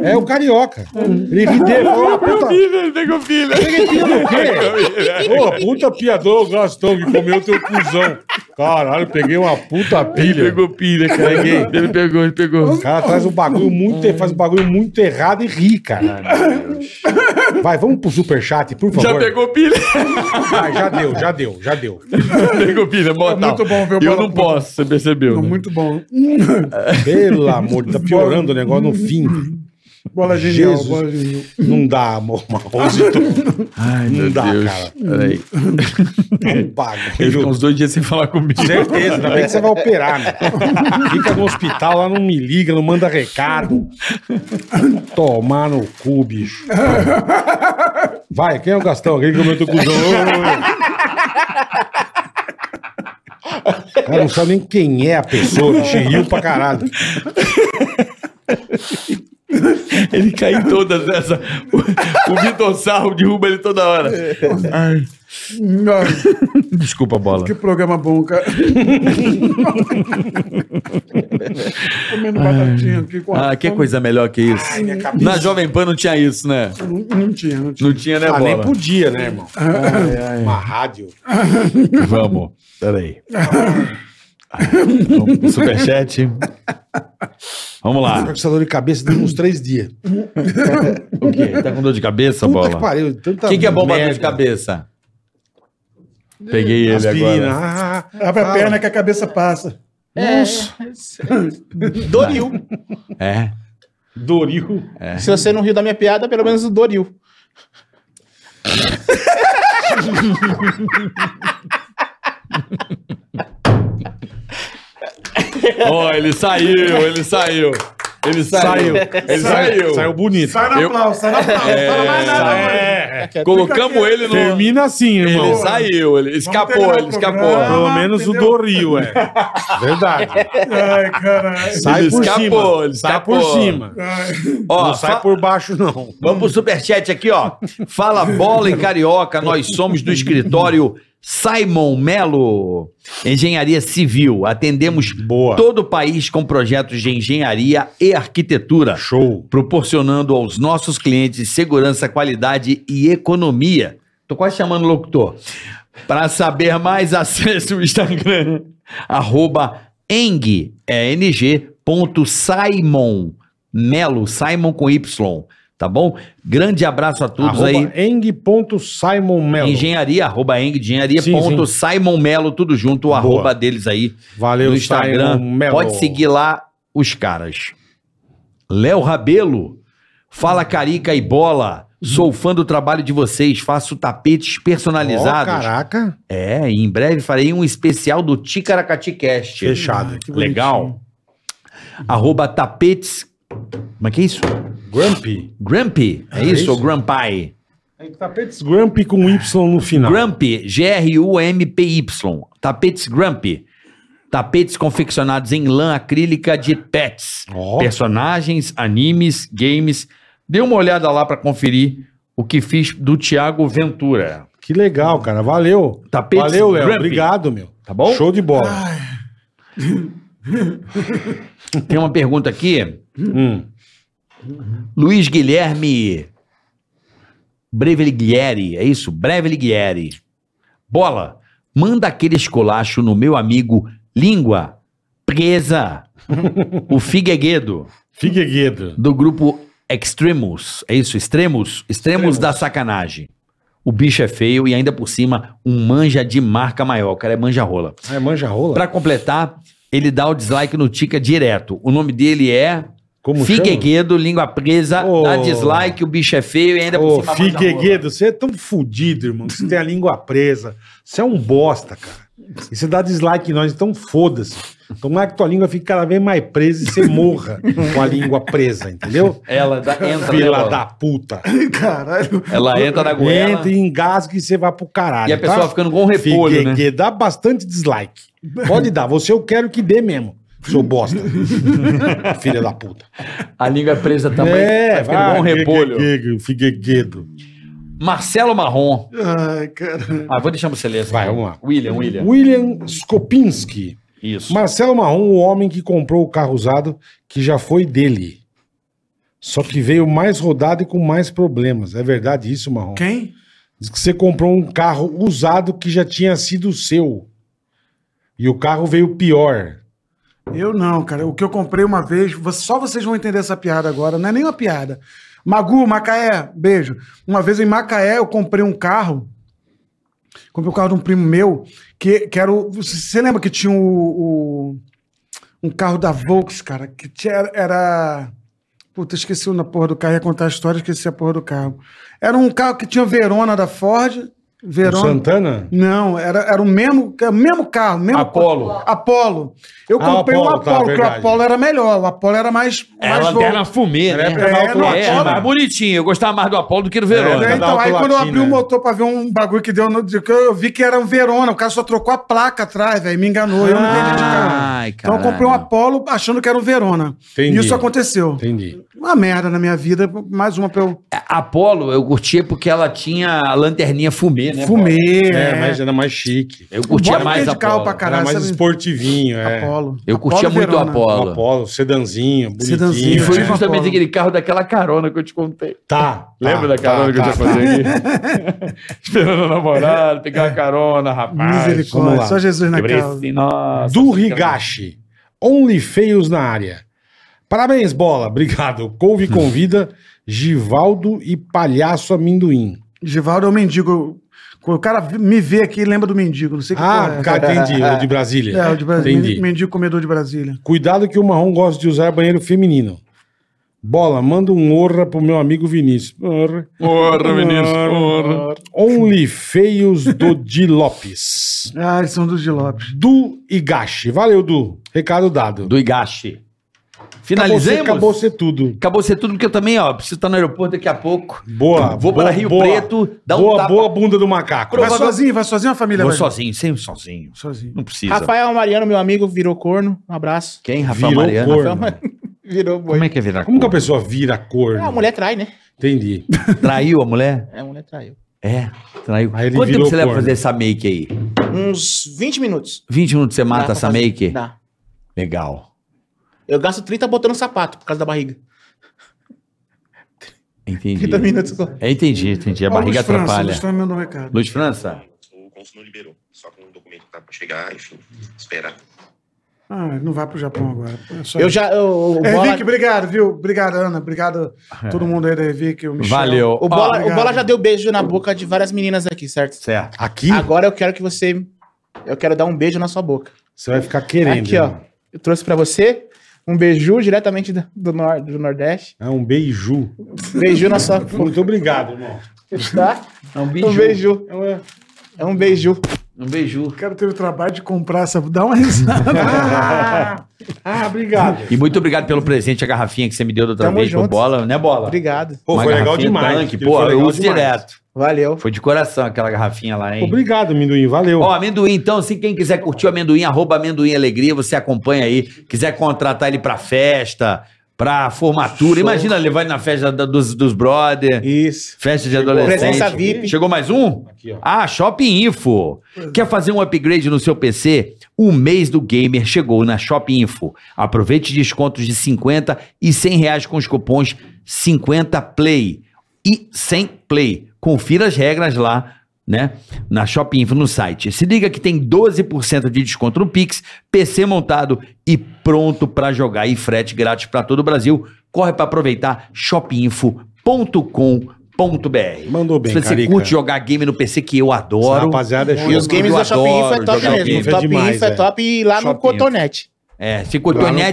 Speaker 2: É o carioca. Ele ri dele. Falou, "Ah, puta,
Speaker 8: É Ele pegou filho.
Speaker 2: Ô, puta piador, Gastão, que comeu teu cuzão. Caralho, peguei uma puta pilha.
Speaker 8: Pegou pilha, cara. Ele pegou, ele pegou.
Speaker 2: O cara traz um bagulho muito, faz um bagulho muito errado e ri, cara. Vai, vamos pro superchat, por favor.
Speaker 8: Já pegou pilha?
Speaker 4: <laughs>
Speaker 2: Vai, Ah, já deu, já deu, já deu.
Speaker 8: pegou pilha, mortal.
Speaker 4: É muito bom ver o
Speaker 8: E Eu
Speaker 4: bola
Speaker 8: não
Speaker 4: puta.
Speaker 8: posso, você percebeu. né?
Speaker 4: Muito bom.
Speaker 2: Pelo amor, tá piorando o negócio no fim.
Speaker 4: Bola genial,
Speaker 2: Jesus.
Speaker 4: bola genial.
Speaker 2: Não dá, amor, Marrom, de tudo.
Speaker 8: Ai,
Speaker 2: Não
Speaker 8: meu
Speaker 2: dá,
Speaker 8: Deus.
Speaker 2: Ah, cara.
Speaker 8: Peraí.
Speaker 2: Não
Speaker 8: <laughs> Ele ficou
Speaker 2: paga.
Speaker 8: uns dois dias sem falar comigo.
Speaker 2: Certeza, ainda bem que você vai operar, né? <laughs> Fica no hospital, lá não me liga, não manda recado. Tomar no cu, bicho. Vai, quem é o Gastão? Aquele que comeu teu cuzão. O Cara, não sabe nem quem é a pessoa, bicho. e Riu pra caralho.
Speaker 8: Ele cai em todas essas. O, o Vitor Sarro derruba ele toda hora. Ai.
Speaker 4: Não,
Speaker 8: Desculpa, bola.
Speaker 4: que programa bom, cara. Comendo batatinha aqui com a
Speaker 8: Ah, que
Speaker 4: fome.
Speaker 8: coisa melhor que isso. Na Jovem Pan não tinha isso, né?
Speaker 4: Não, não tinha, não tinha.
Speaker 8: Não tinha, né,
Speaker 2: Ah, nem
Speaker 8: bola?
Speaker 2: podia, né, irmão?
Speaker 4: Ah,
Speaker 2: é, Uma rádio.
Speaker 8: Vamos. Peraí. Vamos pro Superchat. Vamos
Speaker 2: Tô com
Speaker 8: lá.
Speaker 2: essa dor de cabeça deu uns três dias.
Speaker 8: O quê? Tá com dor de cabeça,
Speaker 2: Puta que
Speaker 8: bola?
Speaker 2: pariu.
Speaker 8: O
Speaker 2: tanta
Speaker 8: que, que é bom pra dor de
Speaker 2: merda.
Speaker 8: cabeça? Peguei ele
Speaker 2: Aspirina.
Speaker 8: agora.
Speaker 2: Ah,
Speaker 4: Abre a
Speaker 2: Ah.
Speaker 4: perna que a cabeça passa.
Speaker 8: <laughs>
Speaker 7: Doril.
Speaker 8: É.
Speaker 2: Doril.
Speaker 7: Se você não riu da minha piada, pelo menos o Doril.
Speaker 8: Ó, ele saiu, ele saiu. Ele saiu.
Speaker 2: Ele saiu. Saiu bonito.
Speaker 4: Sai na aplauso, sai na aplauso.
Speaker 8: É,
Speaker 4: não fala mais nada,
Speaker 8: sai.
Speaker 4: mãe.
Speaker 8: É, Colocamos ele no.
Speaker 2: Termina assim,
Speaker 8: Ele
Speaker 2: irmão.
Speaker 8: saiu, ele escapou,
Speaker 4: terminar
Speaker 8: ele
Speaker 4: o
Speaker 8: escapou.
Speaker 4: programa.
Speaker 2: Pelo
Speaker 4: Ah,
Speaker 2: menos o
Speaker 4: entendeu?
Speaker 2: do Rio, é. Verdade.
Speaker 4: Ai, caralho.
Speaker 2: Sai
Speaker 8: Ele
Speaker 2: por
Speaker 8: escapou,
Speaker 2: cima.
Speaker 8: ele
Speaker 2: Sai
Speaker 8: escapou.
Speaker 2: por cima.
Speaker 4: Ai.
Speaker 8: Ó,
Speaker 2: Não sai
Speaker 8: fa-
Speaker 2: por baixo, não.
Speaker 8: Vamos pro superchat aqui, ó. Fala bola em carioca, nós somos do escritório Simon Melo, Engenharia Civil. Atendemos
Speaker 2: Boa.
Speaker 8: todo o país com projetos de engenharia e arquitetura,
Speaker 2: Show.
Speaker 8: proporcionando aos nossos clientes segurança, qualidade e economia. Tô quase chamando o locutor. Para saber mais, acesse o Instagram, arroba eng, é ng, ponto Simon Melo, Simon com Y, tá bom? Grande abraço a todos aí.
Speaker 2: Arroba eng.simonmelo.
Speaker 8: Engenharia, arroba Eng, engenharia,
Speaker 2: Sim,
Speaker 8: ponto Simon Melo, tudo junto, o
Speaker 2: Boa.
Speaker 8: arroba deles aí
Speaker 2: Valeu,
Speaker 8: no Instagram.
Speaker 2: Simon Melo.
Speaker 8: Pode seguir lá os caras. Léo Rabelo, fala Carica e Bola.
Speaker 2: Hum.
Speaker 8: Sou fã do trabalho de vocês, faço tapetes
Speaker 2: Ó,
Speaker 8: personalizados.
Speaker 2: caraca.
Speaker 8: é, e em breve farei um especial do Ticaracati Cast.
Speaker 2: Fechado.
Speaker 8: Legal. Arroba tapetes. Como é que é isso?
Speaker 2: Grumpy.
Speaker 8: Grumpy? É,
Speaker 2: É
Speaker 8: isso?
Speaker 2: isso?
Speaker 8: Ou Grumpy?
Speaker 2: Tapetes Grumpy com Y no final.
Speaker 8: Grumpy, G-R-U-M-P-Y. Tapetes Grumpy. Tapetes confeccionados em lã acrílica de pets.
Speaker 2: Ó.
Speaker 8: Personagens, animes, games. Dê uma olhada lá para conferir o que fiz do Thiago Ventura.
Speaker 2: Que legal, cara. Valeu.
Speaker 8: Tapetes
Speaker 2: Valeu, Léo.
Speaker 8: Grumpy.
Speaker 2: Obrigado, meu.
Speaker 8: Tá bom?
Speaker 2: Show de bola.
Speaker 8: Tem uma pergunta aqui.
Speaker 2: Hum.
Speaker 8: Luiz Guilherme Breveligieri, é isso? Breveligieri. Bola, manda aquele esculacho no meu amigo Língua Presa, o Figueiredo,
Speaker 2: Fique guedo.
Speaker 8: do grupo Extremos, é isso? Extremos? Extremos da sacanagem. O bicho é feio e ainda por cima um manja de marca maior, o cara é manja rola.
Speaker 2: É, manja rola.
Speaker 8: Pra completar, ele dá o dislike no Tica direto. O nome dele é
Speaker 2: Como chama?
Speaker 8: Figueiredo, língua presa,
Speaker 2: Ô.
Speaker 8: dá dislike, o bicho é feio e ainda
Speaker 2: Ô,
Speaker 8: por cima manda rola.
Speaker 2: Figueiredo, você é tão fudido, irmão. Você tem a língua presa. Você é um bosta, cara. E você dá dislike em nós, então foda-se. Tomara que tua língua fique cada vez mais presa e você morra com a língua presa, entendeu?
Speaker 8: Ela dá- entra, né,
Speaker 2: Fila
Speaker 8: Bola?
Speaker 2: da puta.
Speaker 4: Caralho.
Speaker 8: Ela entra na goela
Speaker 2: Entra, engasga e você vai pro caralho.
Speaker 8: e a pessoa
Speaker 2: tá?
Speaker 8: ficando com um repolho, né?
Speaker 2: Figueiredo, dá bastante dislike. Pode dar, você eu quero que dê mesmo. Seu
Speaker 8: <laughs>
Speaker 2: bosta. Filha da puta.
Speaker 8: A língua presa também
Speaker 2: É,
Speaker 8: vai ficando com um repolho.
Speaker 2: Figueiredo, Figueiredo.
Speaker 8: Marcelo Marrom.
Speaker 4: Ai, caralho.
Speaker 8: Ah, vou deixar você ler. essa.
Speaker 2: Vai, vamos lá.
Speaker 8: William, William.
Speaker 2: William Skopinski.
Speaker 8: Isso.
Speaker 2: Marcelo Marrom, o homem que comprou o carro usado, que já foi dele. Só que veio mais rodado e com mais problemas. É verdade isso, Marrom?
Speaker 4: Quem?
Speaker 2: Diz que você comprou um carro usado que já tinha sido seu. E o carro veio pior.
Speaker 4: Eu não, cara. O que eu comprei uma vez, vo- só vocês vão entender essa piada agora. Não é nem uma piada. Magu, Macaé, beijo. Uma vez em Macaé eu comprei um carro. Comprei o carro de um primo meu, que, que era o. Você você lembra que tinha o, o- um carro da Volks, cara? Que tinha, era. Puta, esqueci o na porra do carro, ia contar a história, esqueci a porra do carro. Era um carro que tinha Verona da Ford.
Speaker 2: O
Speaker 4: Verona.
Speaker 2: Santana?
Speaker 4: Não, era, era o mesmo, é o mesmo carro, mesmo
Speaker 8: Apollo.
Speaker 4: Apollo. Eu
Speaker 2: Ah,
Speaker 4: comprei o
Speaker 2: Apollo,
Speaker 4: Apollo,
Speaker 2: tá,
Speaker 4: porque o
Speaker 2: verdade.
Speaker 4: Apollo era melhor, o Apollo era mais
Speaker 2: É,
Speaker 4: mais bom.
Speaker 2: né?
Speaker 8: fumê,
Speaker 2: Era época
Speaker 4: É,
Speaker 2: da
Speaker 4: não,
Speaker 8: É,
Speaker 2: Autolatina.
Speaker 8: mais bonitinho. Eu gostava mais do Apolo do que do
Speaker 2: É,
Speaker 8: Verônica.
Speaker 2: né?
Speaker 4: então,
Speaker 2: da
Speaker 4: aí quando eu
Speaker 2: Autolatina,
Speaker 4: abri o
Speaker 2: né?
Speaker 4: motor pra ver um bagulho que deu no. Eu vi que era um Verona, o cara só trocou a placa atrás, velho. Me enganou, eu não entendi de carro.
Speaker 8: Ai,
Speaker 4: Então eu comprei um Apollo achando que era um Verona.
Speaker 2: Entendi.
Speaker 4: E isso aconteceu.
Speaker 2: Entendi.
Speaker 4: Uma merda na minha vida, mais uma pra eu
Speaker 8: É, Apolo eu curtia porque ela tinha a lanterninha fumê, né? Bola?
Speaker 4: fumei.
Speaker 2: É,
Speaker 4: é.
Speaker 2: mas era mais chique.
Speaker 8: Eu
Speaker 4: O
Speaker 8: curtia
Speaker 4: Bob
Speaker 8: mais
Speaker 4: tem de carro
Speaker 8: Apolo.
Speaker 4: pra
Speaker 2: Era
Speaker 4: caralho,
Speaker 2: mais
Speaker 4: sabe?
Speaker 2: esportivinho, é.
Speaker 4: Apollo.
Speaker 8: Eu curtia
Speaker 4: Apollo
Speaker 8: muito o
Speaker 4: Verona.
Speaker 2: O
Speaker 8: Apolo.
Speaker 2: Apollo, um sedanzinho, bonitinho.
Speaker 4: Sedanzinho.
Speaker 8: E foi
Speaker 4: É.
Speaker 8: justamente
Speaker 4: Apolo.
Speaker 8: aquele carro daquela carona que eu te contei.
Speaker 2: Tá.
Speaker 8: Lembra da carona que eu já fazia aqui?
Speaker 2: <laughs>
Speaker 8: Esperando o namorado, pegar a carona, rapaz.
Speaker 2: vamos lá.
Speaker 4: Misericórdia, só Jesus na
Speaker 8: Quebrei
Speaker 4: casa.
Speaker 8: esse- Nossa.
Speaker 2: Do Higashi. Only feios na área. Parabéns, bola. Obrigado. Couve convida Givaldo e Palhaço Amendoim.
Speaker 4: Givaldo é o mendigo. O cara me vê aqui e lembra do mendigo. Não sei que
Speaker 2: Ah,
Speaker 4: porra
Speaker 2: cara, entendi. O de
Speaker 4: é.
Speaker 2: Brasília.
Speaker 4: É, o de Brasília.
Speaker 2: Entendi.
Speaker 4: Mendigo comedor de Brasília.
Speaker 2: Cuidado que o marrom gosta de usar banheiro feminino. Bola, manda um orra pro meu amigo Vinícius. Orra.
Speaker 11: Porra, meninos, porra.
Speaker 2: Only feios do Di Lopes.
Speaker 4: Ah, eles são dos de Lopes.
Speaker 2: Du Higashi. Valeu, Du. Recado dado.
Speaker 8: Do Igashi. Finalizemos?
Speaker 2: Acabou ser tudo.
Speaker 8: Acabou ser tudo, porque eu também, ó, preciso estar no aeroporto daqui a pouco.
Speaker 2: Boa.
Speaker 8: Vou
Speaker 2: boa,
Speaker 8: para Rio
Speaker 2: boa,
Speaker 8: Preto, dar um
Speaker 2: boa,
Speaker 8: tapa.
Speaker 2: boa bunda do macaco.
Speaker 4: Vai sozinho, vai sozinho a família
Speaker 8: Vou
Speaker 4: vai?
Speaker 8: sozinho, sempre sozinho.
Speaker 4: Sozinho.
Speaker 8: Não precisa.
Speaker 7: Rafael Mariano, meu amigo, virou corno. Um abraço.
Speaker 8: Quem, Rafael
Speaker 2: Virou
Speaker 8: Mariano?
Speaker 2: corno.
Speaker 7: Virou boi.
Speaker 8: Como é que é virar
Speaker 2: Como que a
Speaker 8: corno?
Speaker 2: pessoa vira corno?
Speaker 7: Ah,
Speaker 8: é
Speaker 7: a mulher trai, né?
Speaker 2: Entendi.
Speaker 8: Traiu a mulher?
Speaker 7: É, a mulher traiu.
Speaker 8: É, traiu.
Speaker 2: Aí ele
Speaker 8: Quanto tempo
Speaker 2: virou
Speaker 8: você leva pra
Speaker 2: corno.
Speaker 8: fazer essa make aí?
Speaker 7: Uns 20 minutos.
Speaker 8: 20 minutos você mata
Speaker 7: Dá pra
Speaker 8: essa
Speaker 7: fazer.
Speaker 8: make?
Speaker 7: Dá.
Speaker 8: Legal.
Speaker 7: Eu gasto 30 botando sapato por causa da barriga.
Speaker 8: Entendi.
Speaker 7: 30 minutos. só.
Speaker 8: É, entendi, entendi. A
Speaker 4: Ó,
Speaker 8: barriga
Speaker 4: Luiz né, França,
Speaker 8: atrapalha.
Speaker 4: Luiz França mandou um recado.
Speaker 8: Luiz França?
Speaker 3: O consul não liberou. Só com um documento que tá pra chegar, enfim, esperar.
Speaker 4: Ah, não vai pro Japão agora. É só
Speaker 7: Eu
Speaker 4: isso.
Speaker 7: já. Eu, o
Speaker 4: É,
Speaker 7: bola,
Speaker 4: Vic, obrigado, viu? Obrigado, Ana. Obrigado a todo mundo aí da Vic, o Michel.
Speaker 8: É. Valeu.
Speaker 7: o bola,
Speaker 8: Ó,
Speaker 7: o Bola já deu beijo na boca de várias meninas aqui, certo?
Speaker 8: certo.
Speaker 2: Aqui,
Speaker 7: Agora eu quero que você. Eu quero dar um beijo na sua boca.
Speaker 2: você vai ficar querendo. né?
Speaker 7: Aqui, ó.
Speaker 2: irmão.
Speaker 7: Eu trouxe pra você um beijo diretamente do, do nor, do Nordeste.
Speaker 2: É um beiju.
Speaker 7: Beijo na sua boca,
Speaker 2: Muito obrigado, irmão.
Speaker 7: tá?
Speaker 8: É um
Speaker 7: Um
Speaker 8: beijo.
Speaker 7: beijo. É um beijo.
Speaker 8: Um beijo.
Speaker 4: O cara teve o trabalho de comprar essa. Dá uma
Speaker 8: <laughs>
Speaker 4: risada.
Speaker 2: Ah, obrigado.
Speaker 8: E muito obrigado pelo presente, a garrafinha que você me deu da outra
Speaker 7: Tamo
Speaker 8: vez pro
Speaker 7: junto.
Speaker 8: bola, né, bola?
Speaker 7: Obrigado.
Speaker 2: Pô,
Speaker 8: Uma
Speaker 2: foi legal
Speaker 8: garrafinha
Speaker 2: demais.
Speaker 8: Tanque.
Speaker 2: Aquilo
Speaker 8: Pô,
Speaker 2: foi
Speaker 8: eu
Speaker 2: legal
Speaker 8: uso
Speaker 2: demais.
Speaker 8: direto.
Speaker 7: Valeu.
Speaker 8: Foi de coração aquela garrafinha lá, hein?
Speaker 2: <laughs> Obrigado, Minduim. Valeu.
Speaker 8: Ó, amendoim, então, se quem quiser curtir o amendoim, arroba amendoim alegria, você acompanha aí. Quiser contratar ele pra festa, pra formatura. Imagina levar ele na festa da- dos, dos brother.
Speaker 7: Isso.
Speaker 8: Festa de
Speaker 7: Presença
Speaker 8: adolescente.
Speaker 7: VIP.
Speaker 8: Chegou mais um?
Speaker 2: Aqui, ó.
Speaker 8: Ah, Shopping Info. Quer fazer um upgrade no seu PC? O mês do gamer chegou na Shopping Info. Aproveite descontos de 50 e 100 reais com os cupons 50play e 100play. Confira as regras lá, né? Na Shopping Info no site. Se liga que tem 12% de desconto no Pix, PC montado e pronto para jogar e frete grátis para todo o Brasil. Corre para aproveitar shopinfo.com.br.
Speaker 2: Mandou bem,
Speaker 8: Se você
Speaker 2: Carica.
Speaker 8: curte jogar game no PC, que eu adoro.
Speaker 2: Rapaziada, é show.
Speaker 7: E os games
Speaker 8: Eu
Speaker 7: da Shopping Info
Speaker 8: adoro
Speaker 7: é top
Speaker 8: jogar
Speaker 7: mesmo.
Speaker 2: Info, é
Speaker 7: top
Speaker 2: demais,
Speaker 7: Info é
Speaker 2: é.
Speaker 7: top e lá no
Speaker 8: Shopping Info.
Speaker 7: Cotonete.
Speaker 8: É, se cotonete,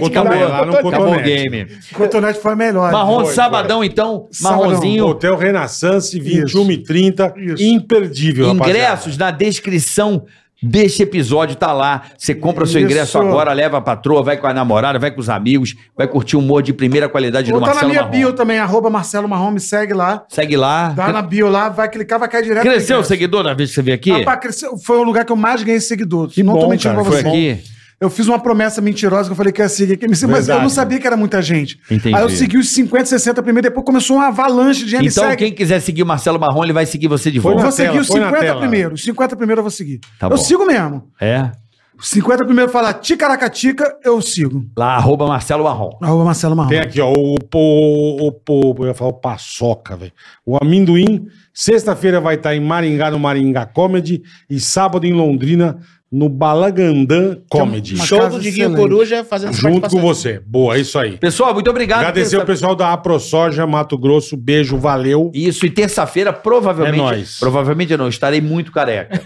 Speaker 2: Lá no
Speaker 8: acabou,
Speaker 2: Cotonete, lá no
Speaker 8: acabou o
Speaker 2: Cotonete.
Speaker 8: game.
Speaker 4: Cotonete foi a melhor.
Speaker 8: Marrom,
Speaker 4: Foi.
Speaker 8: sabadão então,
Speaker 4: Sabadão.
Speaker 8: marronzinho.
Speaker 2: Hotel Renaissance,
Speaker 4: Isso.
Speaker 2: 21h30.
Speaker 4: Isso.
Speaker 2: Imperdível, rapaziada.
Speaker 8: Ingressos na descrição deste episódio, tá lá. Você compra o seu
Speaker 4: Isso.
Speaker 8: ingresso agora, leva a patroa, vai com a namorada, vai com os amigos, vai curtir um humor de primeira qualidade
Speaker 4: Ou
Speaker 8: do
Speaker 4: tá na
Speaker 8: Marcelo
Speaker 4: minha
Speaker 8: Marrom.
Speaker 4: bio Tá. também, arroba Marcelo Marrom, me segue lá.
Speaker 8: Segue lá.
Speaker 4: Dá na bio lá, vai clicar, vai cair direto.
Speaker 8: Cresceu o
Speaker 4: no ingresso.
Speaker 8: seguidor na vez que você veio aqui?
Speaker 4: Rapaz, cresceu. Foi o lugar que eu mais ganhei seguidor.
Speaker 2: Que
Speaker 4: não
Speaker 2: bom,
Speaker 4: tô mentindo
Speaker 2: cara,
Speaker 4: pra
Speaker 8: Foi
Speaker 4: você.
Speaker 8: aqui?
Speaker 4: Eu fiz uma promessa mentirosa que eu falei que ia seguir quem me seguiu, mas eu
Speaker 2: Verdade.
Speaker 4: não sabia que era muita gente.
Speaker 8: Entendi.
Speaker 4: Aí eu segui os 50, 60 primeiro, depois começou uma avalanche de me
Speaker 8: Então,
Speaker 4: segue.
Speaker 8: quem quiser seguir o Marcelo Marrom, ele vai seguir você de
Speaker 2: Foi
Speaker 4: Eu vou
Speaker 8: volta.
Speaker 2: na
Speaker 4: seguir
Speaker 2: tela,
Speaker 4: os
Speaker 2: põe na
Speaker 4: 50
Speaker 2: tela.
Speaker 4: primeiro. Os 50 primeiro eu vou seguir.
Speaker 8: Tá
Speaker 4: eu
Speaker 8: bom.
Speaker 4: sigo mesmo.
Speaker 8: É.
Speaker 4: Os 50 primeiro fala ticaracatica, eu sigo.
Speaker 8: Lá, arroba Marcelo Marrom.
Speaker 4: Arroba Marcelo Marrom.
Speaker 2: Tem aqui, ó, o, o, o, o- eu ia falar o paçoca, velho. O amendoim, sexta-feira vai estar em Maringá, no Maringá Comedy, e sábado em Londrina, no Balagandã Comedy.
Speaker 4: Uma
Speaker 7: Show
Speaker 4: casa
Speaker 7: do Diguinho
Speaker 4: excelente.
Speaker 7: Coruja fazendo essa
Speaker 2: Junto com
Speaker 7: participação.
Speaker 2: você. Boa, é isso aí.
Speaker 8: Pessoal, muito obrigado.
Speaker 2: Agradecer o
Speaker 8: Terça-
Speaker 2: pessoal da AproSoja, Mato Grosso, beijo, valeu.
Speaker 8: Isso, e terça-feira, provavelmente.
Speaker 2: É nóis.
Speaker 8: Provavelmente eu não, estarei
Speaker 4: <laughs>
Speaker 8: muito careca.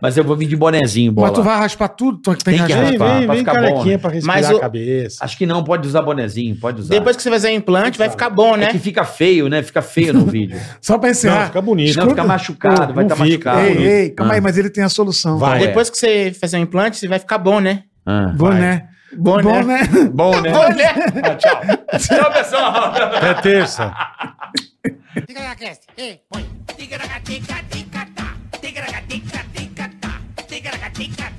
Speaker 8: mas eu vou vir de bonezinho, bola.
Speaker 4: Mas tu vai raspar tudo? Tu tem
Speaker 8: Tem que
Speaker 4: que
Speaker 8: raspar.
Speaker 4: raspar.
Speaker 2: Vem, vem,
Speaker 8: pra
Speaker 2: vem,
Speaker 8: ficar bom,
Speaker 2: carequinha
Speaker 8: né?
Speaker 2: pra respirar
Speaker 7: Mas o-
Speaker 2: a cabeça.
Speaker 8: Acho que não, pode usar bonezinho, pode usar.
Speaker 7: Depois que você fizer implante, vai ficar bom,
Speaker 8: É que
Speaker 7: né?
Speaker 8: fica feio, né? Fica
Speaker 4: <laughs>
Speaker 8: feio no vídeo.
Speaker 4: Só pra encerrar.
Speaker 2: Não, fica tá bonito.
Speaker 8: Não, fica
Speaker 4: Escuta.
Speaker 8: machucado, vai
Speaker 2: Não
Speaker 8: estar
Speaker 2: fica.
Speaker 8: machucado.
Speaker 4: Ei, ei, calma
Speaker 8: Ah.
Speaker 4: aí, mas ele tem a solução.
Speaker 2: Vai.
Speaker 8: Ué.
Speaker 7: Depois que você fizer um implante, você vai ficar bom, né?
Speaker 8: Ah.
Speaker 4: Bom,
Speaker 2: Vai.
Speaker 4: né?
Speaker 7: Bom, né?
Speaker 8: Bom, né? Ah, tchau. tchau, pessoal.
Speaker 2: Até terça.
Speaker 1: Tigaracast, ei, põe. Tigaracatica, ticatá. Tigaracatica, ticatá. Tigaracatica,